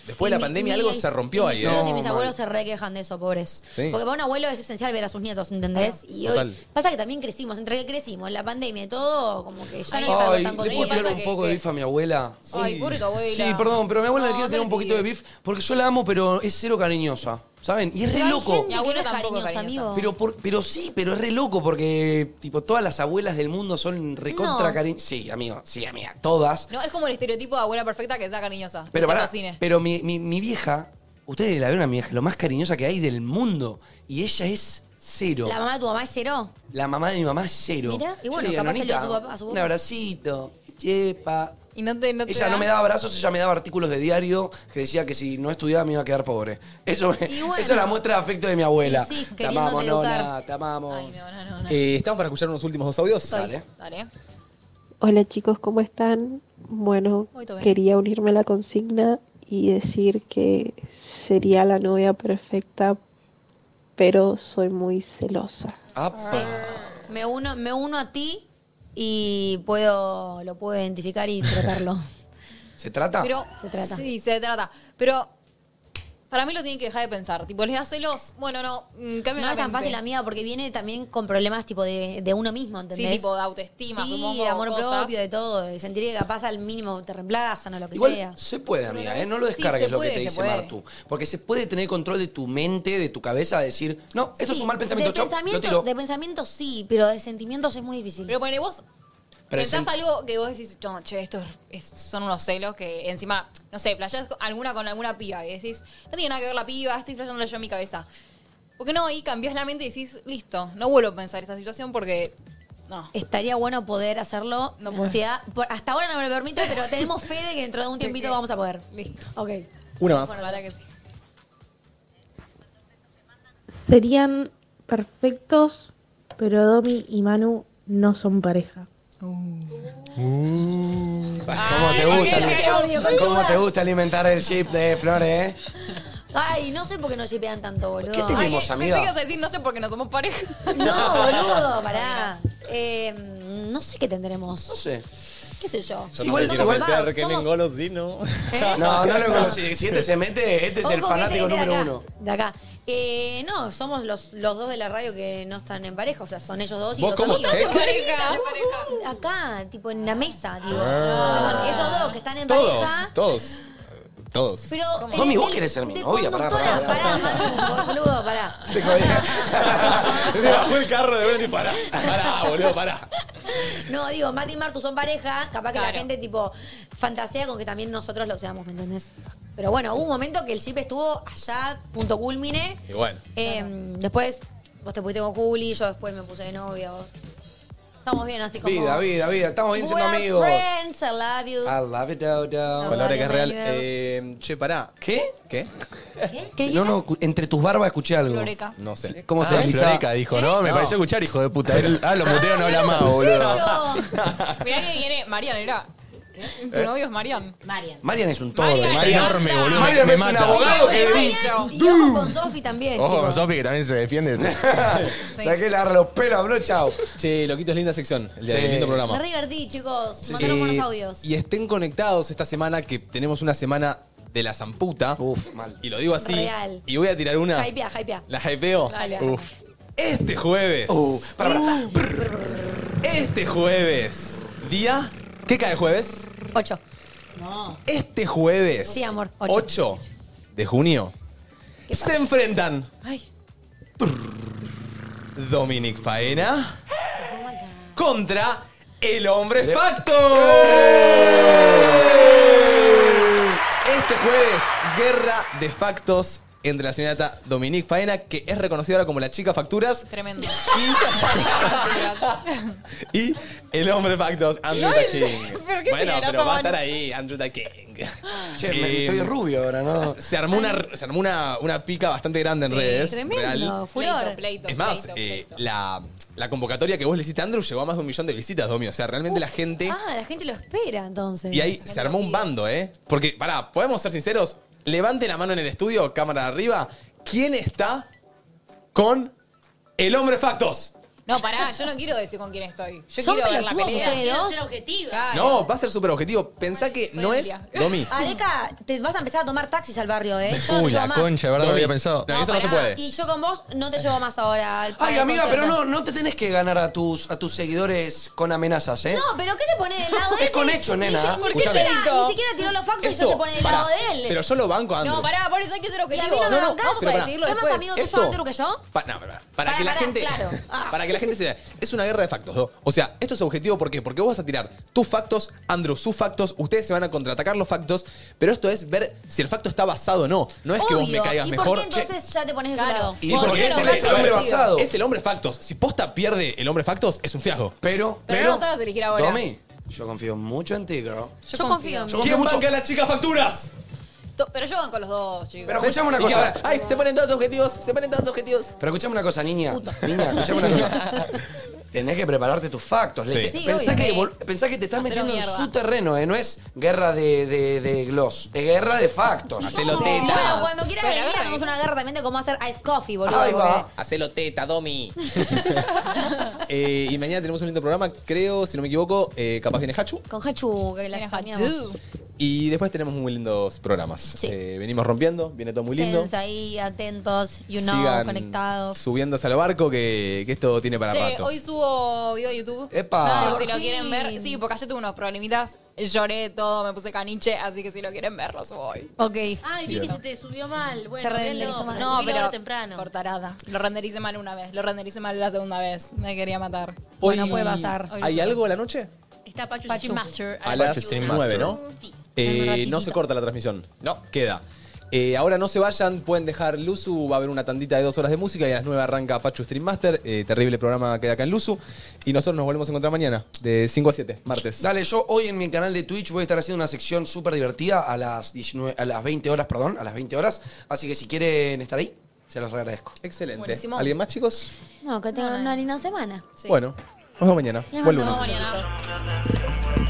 [SPEAKER 1] Después de la pandemia algo se rompió ahí,
[SPEAKER 2] Yo
[SPEAKER 1] ¿eh?
[SPEAKER 2] y
[SPEAKER 1] No,
[SPEAKER 2] mis
[SPEAKER 1] mal.
[SPEAKER 2] abuelos se re quejan de eso, pobres.
[SPEAKER 1] Sí.
[SPEAKER 2] Porque para un abuelo es esencial ver a sus nietos, ¿entendés? Y hoy
[SPEAKER 1] Total.
[SPEAKER 2] pasa que también crecimos, entre que crecimos, la pandemia y todo, como que ya no es algo
[SPEAKER 3] Ay,
[SPEAKER 2] tan
[SPEAKER 3] ¿le puedo
[SPEAKER 2] cotidiano.
[SPEAKER 3] tirar un poco de bif a mi abuela?
[SPEAKER 2] Sí. Ay,
[SPEAKER 4] burro, abuela.
[SPEAKER 3] Sí, perdón, pero a mi abuela le quiero tirar un poquito de bif porque yo la amo, pero es cero cariñosa, ¿saben? Y es re
[SPEAKER 2] Pero hay
[SPEAKER 3] loco.
[SPEAKER 2] gente que no es cariñosa, amigo.
[SPEAKER 3] Pero, por- pero sí, pero es re loco porque, tipo, todas las abuelas del mundo son recontra
[SPEAKER 4] No.
[SPEAKER 3] cariñosas. Sí, amigo, sí, amiga, todas.
[SPEAKER 4] No, es como el estereotipo de abuela perfecta que sea cariñosa.
[SPEAKER 3] Pero
[SPEAKER 4] Que
[SPEAKER 3] pará,
[SPEAKER 4] cocine.
[SPEAKER 3] pero mi, mi- mi vieja, ustedes la ven a mi vieja, lo más cariñosa que hay del mundo. Y ella es cero.
[SPEAKER 2] La mamá de tu mamá es cero.
[SPEAKER 3] La mamá de mi mamá es cero.
[SPEAKER 2] Mira, y
[SPEAKER 3] Yo
[SPEAKER 2] bueno,
[SPEAKER 3] le digo,
[SPEAKER 2] capaz se lo
[SPEAKER 3] "Nonita,
[SPEAKER 2] dio a tu papá- a su
[SPEAKER 3] Un
[SPEAKER 2] papá".
[SPEAKER 3] abracito, chepa.
[SPEAKER 4] Y no te, no te
[SPEAKER 3] Ella
[SPEAKER 4] da-
[SPEAKER 3] no me daba abrazos, ella me daba artículos de diario que decía que si no estudiaba me iba a quedar pobre. Eso, me-
[SPEAKER 4] Y bueno.
[SPEAKER 3] eso es la muestra de afecto de mi abuela.
[SPEAKER 4] Y sí,
[SPEAKER 3] te
[SPEAKER 4] queriéndote
[SPEAKER 3] amamos,
[SPEAKER 4] educar.
[SPEAKER 3] Nona, te amamos.
[SPEAKER 1] Eh, ¿Estamos para escuchar unos últimos dos audios?
[SPEAKER 4] Estoy. Dale.
[SPEAKER 23] Hola chicos, ¿cómo están? Bueno,
[SPEAKER 4] Muy bien.
[SPEAKER 23] quería unirme a la consigna y decir que sería la novia perfecta, pero soy muy celosa.
[SPEAKER 2] Sí. Me uno, me uno a ti y puedo, lo puedo identificar y tratarlo.
[SPEAKER 3] ¿Se trata?
[SPEAKER 4] Pero,
[SPEAKER 2] Se trata.
[SPEAKER 4] Sí, se trata. Pero para mí lo tienen que dejar de pensar. Tipo, les da celos. Bueno, no,
[SPEAKER 2] no
[SPEAKER 4] mm, cambio
[SPEAKER 2] es tan
[SPEAKER 4] nuevamente.
[SPEAKER 2] fácil la mía porque viene también con problemas tipo de, de uno mismo, ¿entendés?
[SPEAKER 4] Sí, tipo de autoestima,
[SPEAKER 2] Sí,
[SPEAKER 4] supongo,
[SPEAKER 2] de amor
[SPEAKER 4] cosas.
[SPEAKER 2] propio, de todo. de sentir que capaz al mínimo te reemplazan o lo que
[SPEAKER 3] Igual
[SPEAKER 2] sea.
[SPEAKER 3] se puede, amiga, ¿eh? no lo
[SPEAKER 2] Sí,
[SPEAKER 3] descargues
[SPEAKER 2] se
[SPEAKER 3] lo
[SPEAKER 2] puede,
[SPEAKER 3] que te
[SPEAKER 2] se
[SPEAKER 3] dice
[SPEAKER 2] puede.
[SPEAKER 3] Martu. Porque se puede tener control de tu mente, de tu cabeza, decir, no, esto es un mal pensamiento,
[SPEAKER 2] de
[SPEAKER 3] chau,
[SPEAKER 2] pensamiento,
[SPEAKER 3] lo tiro.
[SPEAKER 2] de pensamiento sí, pero de sentimientos es muy difícil.
[SPEAKER 4] Pero ponele vos,
[SPEAKER 3] Pero
[SPEAKER 4] Pensás
[SPEAKER 3] sen-
[SPEAKER 4] algo que vos decís, no, che, estos es- son unos celos que encima, no sé, flashás con- alguna con alguna piba y decís, no tiene nada que ver la piba, estoy flasheándolo yo en mi cabeza. ¿Por qué no? Ahí cambiás la mente y decís, listo, no vuelvo a pensar esa situación porque, no.
[SPEAKER 2] Estaría bueno poder hacerlo. ansiedad. Por- hasta ahora no me lo permite, pero tenemos fe de que dentro de un tiempito vamos a poder. Listo. Ok.
[SPEAKER 1] Una más.
[SPEAKER 2] Bueno, la verdad que sí.
[SPEAKER 24] Serían perfectos, pero Domi y Manu no son pareja.
[SPEAKER 3] ¿Cómo te gusta?
[SPEAKER 2] Ay, te odio,
[SPEAKER 3] ¿Cómo
[SPEAKER 2] conchuda.
[SPEAKER 3] te gusta alimentar el chip de Flores, eh?
[SPEAKER 2] Ay, no sé por qué no shipean tanto, boludo.
[SPEAKER 3] ¿Qué tenemos,
[SPEAKER 2] Ay,
[SPEAKER 3] amiga?
[SPEAKER 4] ¿Qué vas a decir? No sé por qué no somos pareja.
[SPEAKER 2] No, boludo, pará. Eh, no sé qué tendremos.
[SPEAKER 3] No sé.
[SPEAKER 2] ¿Qué sé yo?
[SPEAKER 3] Sí, igual- igual-
[SPEAKER 13] Ver que
[SPEAKER 2] Somos-
[SPEAKER 13] me engolosino.
[SPEAKER 3] No, no lo conocí. Si este se mete, este es el
[SPEAKER 2] ¿Eh? Ojo,
[SPEAKER 3] fanático
[SPEAKER 2] que de
[SPEAKER 3] número
[SPEAKER 2] acá,
[SPEAKER 3] uno.
[SPEAKER 2] De acá. Eh, no, somos los, los dos de la radio que no están en pareja. O sea, son ellos dos y
[SPEAKER 5] ¿Vos
[SPEAKER 2] los
[SPEAKER 5] cómo?
[SPEAKER 2] amigos.
[SPEAKER 5] ¿Eh? ¿Estás en pareja?
[SPEAKER 2] Uh, Acá, tipo en la mesa, digo.
[SPEAKER 1] Ah.
[SPEAKER 2] O sea, son ellos dos que están en
[SPEAKER 1] Todos,
[SPEAKER 2] pareja.
[SPEAKER 1] todos, todos.
[SPEAKER 2] Pero. eh,
[SPEAKER 3] Mami, vos
[SPEAKER 2] del-
[SPEAKER 3] querés ser mi
[SPEAKER 2] de
[SPEAKER 3] novia, pará, pará.
[SPEAKER 2] conductora, Pará, Mami, boludo, pará.
[SPEAKER 13] Te bajó el carro de Bernie, pará. Pará, boludo, pará.
[SPEAKER 2] No, digo, Mati y Martu son pareja, capaz que
[SPEAKER 5] Claro.
[SPEAKER 2] la gente tipo fantasea con que también nosotros lo seamos, ¿me entendés? Pero bueno, hubo un momento que el chip estuvo allá, punto culmine.
[SPEAKER 1] Y bueno.
[SPEAKER 2] Eh, Después vos te pusiste con Juli, yo después me puse de novia. vos. Estamos bien así como...
[SPEAKER 3] Vida, vida, vida. Estamos bien siendo
[SPEAKER 2] We are
[SPEAKER 3] amigos. Ah.
[SPEAKER 2] friends, I love you.
[SPEAKER 3] I love it, Dodo.
[SPEAKER 1] Con la hora que es real. Eh, che, pará.
[SPEAKER 3] ¿Qué?
[SPEAKER 1] ¿Qué?
[SPEAKER 3] No, no, cu- entre tus barbas escuché algo.
[SPEAKER 1] Floreca. No sé.
[SPEAKER 3] ¿Cómo
[SPEAKER 11] Ah,
[SPEAKER 3] se deslizaba?
[SPEAKER 11] Floreca dijo, ¿no? Me
[SPEAKER 2] ¿Eh?
[SPEAKER 11] pareció escuchar, hijo de puta. Él- ah, lo muteo, no habla más, boludo.
[SPEAKER 4] Mirá que viene Marian, mirá.
[SPEAKER 1] ¿Eh?
[SPEAKER 4] Tu novio es Marian.
[SPEAKER 15] Marian.
[SPEAKER 3] Marian es un toro.
[SPEAKER 11] Marian
[SPEAKER 3] Marian.
[SPEAKER 11] es enorme, boludo,
[SPEAKER 3] Marian
[SPEAKER 11] me
[SPEAKER 3] es un
[SPEAKER 11] mata.
[SPEAKER 3] abogado que
[SPEAKER 2] Marian,
[SPEAKER 3] derecha.
[SPEAKER 2] Y ojo con Sofi también,
[SPEAKER 11] Eh, Ojo con
[SPEAKER 2] chicos.
[SPEAKER 11] Sofi que también se defiende.
[SPEAKER 3] Saqué la los pelos, bro, chao.
[SPEAKER 1] Che, Loquito es linda sección. El día de
[SPEAKER 11] Sí.
[SPEAKER 1] hoy, lindo programa.
[SPEAKER 2] Me re divertí, chicos.
[SPEAKER 1] Sí.
[SPEAKER 2] Mandaron buenos
[SPEAKER 1] Eh,
[SPEAKER 2] audios.
[SPEAKER 1] Y estén conectados esta semana que tenemos una semana de la zamputa.
[SPEAKER 11] Uh.
[SPEAKER 3] Uf, mal.
[SPEAKER 1] Y lo digo así.
[SPEAKER 2] Real.
[SPEAKER 1] Y voy a tirar una.
[SPEAKER 2] Hypea, hypea.
[SPEAKER 1] La hypeo.
[SPEAKER 2] Dale.
[SPEAKER 1] Uf. Este jueves.
[SPEAKER 11] Uh.
[SPEAKER 1] Este jueves. Día. ¿Qué cae jueves?
[SPEAKER 2] Ocho.
[SPEAKER 1] Este jueves.
[SPEAKER 2] Sí, amor. Ocho.
[SPEAKER 1] 8 de junio. Se enfrentan.
[SPEAKER 2] Ay.
[SPEAKER 1] Dominic Faena.
[SPEAKER 3] Oh
[SPEAKER 1] Contra el hombre
[SPEAKER 3] Eh.
[SPEAKER 1] facto. Este jueves, guerra de factos entre la señorita Dominique Faena, que es reconocida ahora como la chica facturas,
[SPEAKER 4] Tremendo.
[SPEAKER 1] y el hombre factos, Andrew
[SPEAKER 4] No,
[SPEAKER 1] the
[SPEAKER 4] el-
[SPEAKER 1] King.
[SPEAKER 4] ¿pero qué
[SPEAKER 1] bueno,
[SPEAKER 4] tiene la
[SPEAKER 1] pero va a
[SPEAKER 4] sábana?
[SPEAKER 1] estar ahí, Andrew the King.
[SPEAKER 3] Che,
[SPEAKER 1] Eh,
[SPEAKER 3] me- estoy rubio ahora, ¿no?
[SPEAKER 1] Se armó una, se armó una, una pica bastante grande en redes. real.
[SPEAKER 2] furor.
[SPEAKER 1] Es más, eh, la, la convocatoria que vos le hiciste a Andrew llegó a más de un millón de visitas, Domi. O sea, realmente la gente.
[SPEAKER 2] Ah, la gente lo espera entonces.
[SPEAKER 1] Y ahí se armó un bando, ¿eh? Porque, pará, podemos ser sinceros. Levante la mano en el estudio, cámara de arriba. ¿Quién está con el hombre factos?
[SPEAKER 4] No, pará, yo no quiero decir con quién estoy. Yo
[SPEAKER 2] Son
[SPEAKER 4] quiero ver la
[SPEAKER 2] pelotudos
[SPEAKER 4] pelea.
[SPEAKER 2] ustedes dos.
[SPEAKER 1] No, va a ser súper objetivo. Pensá que no es Domi.
[SPEAKER 2] Areca, te vas a empezar a tomar taxis al barrio, ¿eh. Yo no te
[SPEAKER 11] Uy,
[SPEAKER 2] llevo
[SPEAKER 11] la
[SPEAKER 2] más.
[SPEAKER 11] concha, de verdad no
[SPEAKER 1] Domi.
[SPEAKER 11] había pensado.
[SPEAKER 1] No, eso no se puede.
[SPEAKER 2] Y yo con vos no te llevo más ahora. al-
[SPEAKER 3] Ay,
[SPEAKER 2] al
[SPEAKER 3] amiga, pero
[SPEAKER 2] concierto.
[SPEAKER 3] no, no te tenés que ganar a tus, a tus seguidores con amenazas, ¿eh?
[SPEAKER 2] No, pero ¿qué se pone del lado de
[SPEAKER 3] Es
[SPEAKER 2] él?
[SPEAKER 3] con hecho,
[SPEAKER 2] Ni
[SPEAKER 3] nena.
[SPEAKER 2] si- Ni,
[SPEAKER 3] Escuchame.
[SPEAKER 2] siquiera, ni siquiera tiró los factos y
[SPEAKER 1] Esto,
[SPEAKER 2] ya se pone del
[SPEAKER 1] pará,
[SPEAKER 2] lado de él.
[SPEAKER 1] Pero yo lo banco a Andrew.
[SPEAKER 4] No, pará, por eso hay que hacer lo que
[SPEAKER 2] ¿Y a
[SPEAKER 4] digo.
[SPEAKER 2] mí no me
[SPEAKER 1] No, no,
[SPEAKER 2] bancás?
[SPEAKER 1] no, pero
[SPEAKER 2] Vamos a
[SPEAKER 1] pará.
[SPEAKER 2] decirlo
[SPEAKER 1] ¿Es más
[SPEAKER 2] después.
[SPEAKER 1] amigo tuyo,
[SPEAKER 2] ¿Es más
[SPEAKER 1] Andrew,
[SPEAKER 2] amigo tuyo, Andrew, que yo?
[SPEAKER 1] Pa- no, para, para
[SPEAKER 2] Pará,
[SPEAKER 1] que la
[SPEAKER 2] pará,
[SPEAKER 1] gente.
[SPEAKER 2] claro. Ah.
[SPEAKER 1] Para que la gente se vea. Es una guerra de factos, ¿no? O sea, esto es objetivo ¿por qué? Porque vos vas a tirar tus factos, Andrew, sus factos, ustedes se van a contraatacar los factos, pero esto es ver si el facto está basado o no. No es que vos me
[SPEAKER 2] Obvio.
[SPEAKER 1] caigas
[SPEAKER 2] ¿Y
[SPEAKER 1] mejor.
[SPEAKER 2] por qué
[SPEAKER 1] Che,
[SPEAKER 2] entonces ya te pones de su lado?
[SPEAKER 1] y eh,
[SPEAKER 3] ¿Por
[SPEAKER 1] porque
[SPEAKER 3] qué
[SPEAKER 1] es,
[SPEAKER 3] no
[SPEAKER 1] el,
[SPEAKER 3] es el hombre basado?
[SPEAKER 1] es el hombre factos. Si posta pierde el hombre factos, es un fiasco.
[SPEAKER 3] Pero,
[SPEAKER 4] Pero no sabes elegir ahora.
[SPEAKER 3] Tommy, yo confío mucho en ti, girl.
[SPEAKER 4] Yo confío en
[SPEAKER 3] Yo
[SPEAKER 4] vos.
[SPEAKER 3] confío mucho
[SPEAKER 1] banca a las chicas facturas?
[SPEAKER 4] To- Pero yo banco los dos, chicos.
[SPEAKER 3] Pero escuchame una
[SPEAKER 1] Y que
[SPEAKER 3] cosa.
[SPEAKER 1] ahora, ay, se ponen todos los objetivos, se ponen todos los objetivos.
[SPEAKER 3] Pero escuchame una cosa, niña. Niña, escuchame una cosa. Tenés que prepararte tus factos. Le-
[SPEAKER 1] Sí.
[SPEAKER 3] te-
[SPEAKER 1] Sí,
[SPEAKER 3] pensá,
[SPEAKER 1] obvio.
[SPEAKER 3] que,
[SPEAKER 1] Sí.
[SPEAKER 3] vol- pensá que te estás
[SPEAKER 1] Hacelo
[SPEAKER 3] metiendo en
[SPEAKER 1] mierda.
[SPEAKER 3] su terreno, ¿eh? No es guerra de, de, de gloss, es guerra de factos.
[SPEAKER 1] Hacelo
[SPEAKER 2] Bueno, cuando quieras venir, hacemos una guerra también de cómo hacer ice coffee, boludo.
[SPEAKER 3] Ahí va.
[SPEAKER 1] Hacelo teta, Domi. Eh, y mañana tenemos un lindo programa, creo, si no me equivoco, eh, capaz viene Hachu.
[SPEAKER 2] porque- Con Hachu, que la extrañamos.
[SPEAKER 1] Y después tenemos muy lindos programas. Eh, venimos rompiendo, viene todo muy lindo.
[SPEAKER 2] Quédense ahí atentos, you know,
[SPEAKER 1] Sigan
[SPEAKER 2] conectados.
[SPEAKER 1] Subiéndose al barco que, que esto tiene para
[SPEAKER 4] Che,
[SPEAKER 1] rato.
[SPEAKER 4] hoy subo video de YouTube.
[SPEAKER 1] Epa.
[SPEAKER 4] Por si lo
[SPEAKER 1] Por
[SPEAKER 4] quieren ver. Sí, porque ayer tuve unos problemitas. Lloré todo, me puse caniche, así que si lo quieren ver, lo subo hoy.
[SPEAKER 2] Ok.
[SPEAKER 10] Ay, vi que se te subió mal. Bueno,
[SPEAKER 4] Se renderizó mal. No,
[SPEAKER 10] No,
[SPEAKER 4] pero
[SPEAKER 10] pero temprano.
[SPEAKER 4] cortarada. Lo rendericé mal una vez, lo rendericé mal la segunda vez. Me quería matar.
[SPEAKER 1] Hoy-
[SPEAKER 4] bueno, puede pasar. Hoy lo
[SPEAKER 1] ¿Hay
[SPEAKER 4] subo.
[SPEAKER 1] algo a la noche?
[SPEAKER 10] Está Pachu, Stream Master.
[SPEAKER 1] A las
[SPEAKER 10] Stream
[SPEAKER 1] 9, ¿no? Eh, no se corta la transmisión. No. Queda. Eh, ahora no se vayan, pueden dejar Luzu, va a haber una tandita de dos horas de música y a las 9 arranca Pachu Stream Master, eh, terrible programa que hay acá en Luzu. Y nosotros nos volvemos a encontrar mañana, de 5 a 7, martes.
[SPEAKER 3] Dale, yo hoy en mi canal de Twitch voy a estar haciendo una sección súper divertida a las 19 a las 20 horas, perdón, a las 20 horas. Así que si quieren estar ahí, se los re agradezco.
[SPEAKER 1] Excelente.
[SPEAKER 2] Buenísimo.
[SPEAKER 1] ¿Alguien más, chicos?
[SPEAKER 2] No, que tengan una linda semana.
[SPEAKER 1] Bueno, nos vemos mañana.
[SPEAKER 2] Les
[SPEAKER 1] Buen
[SPEAKER 2] mando
[SPEAKER 1] lunes.
[SPEAKER 2] besitos.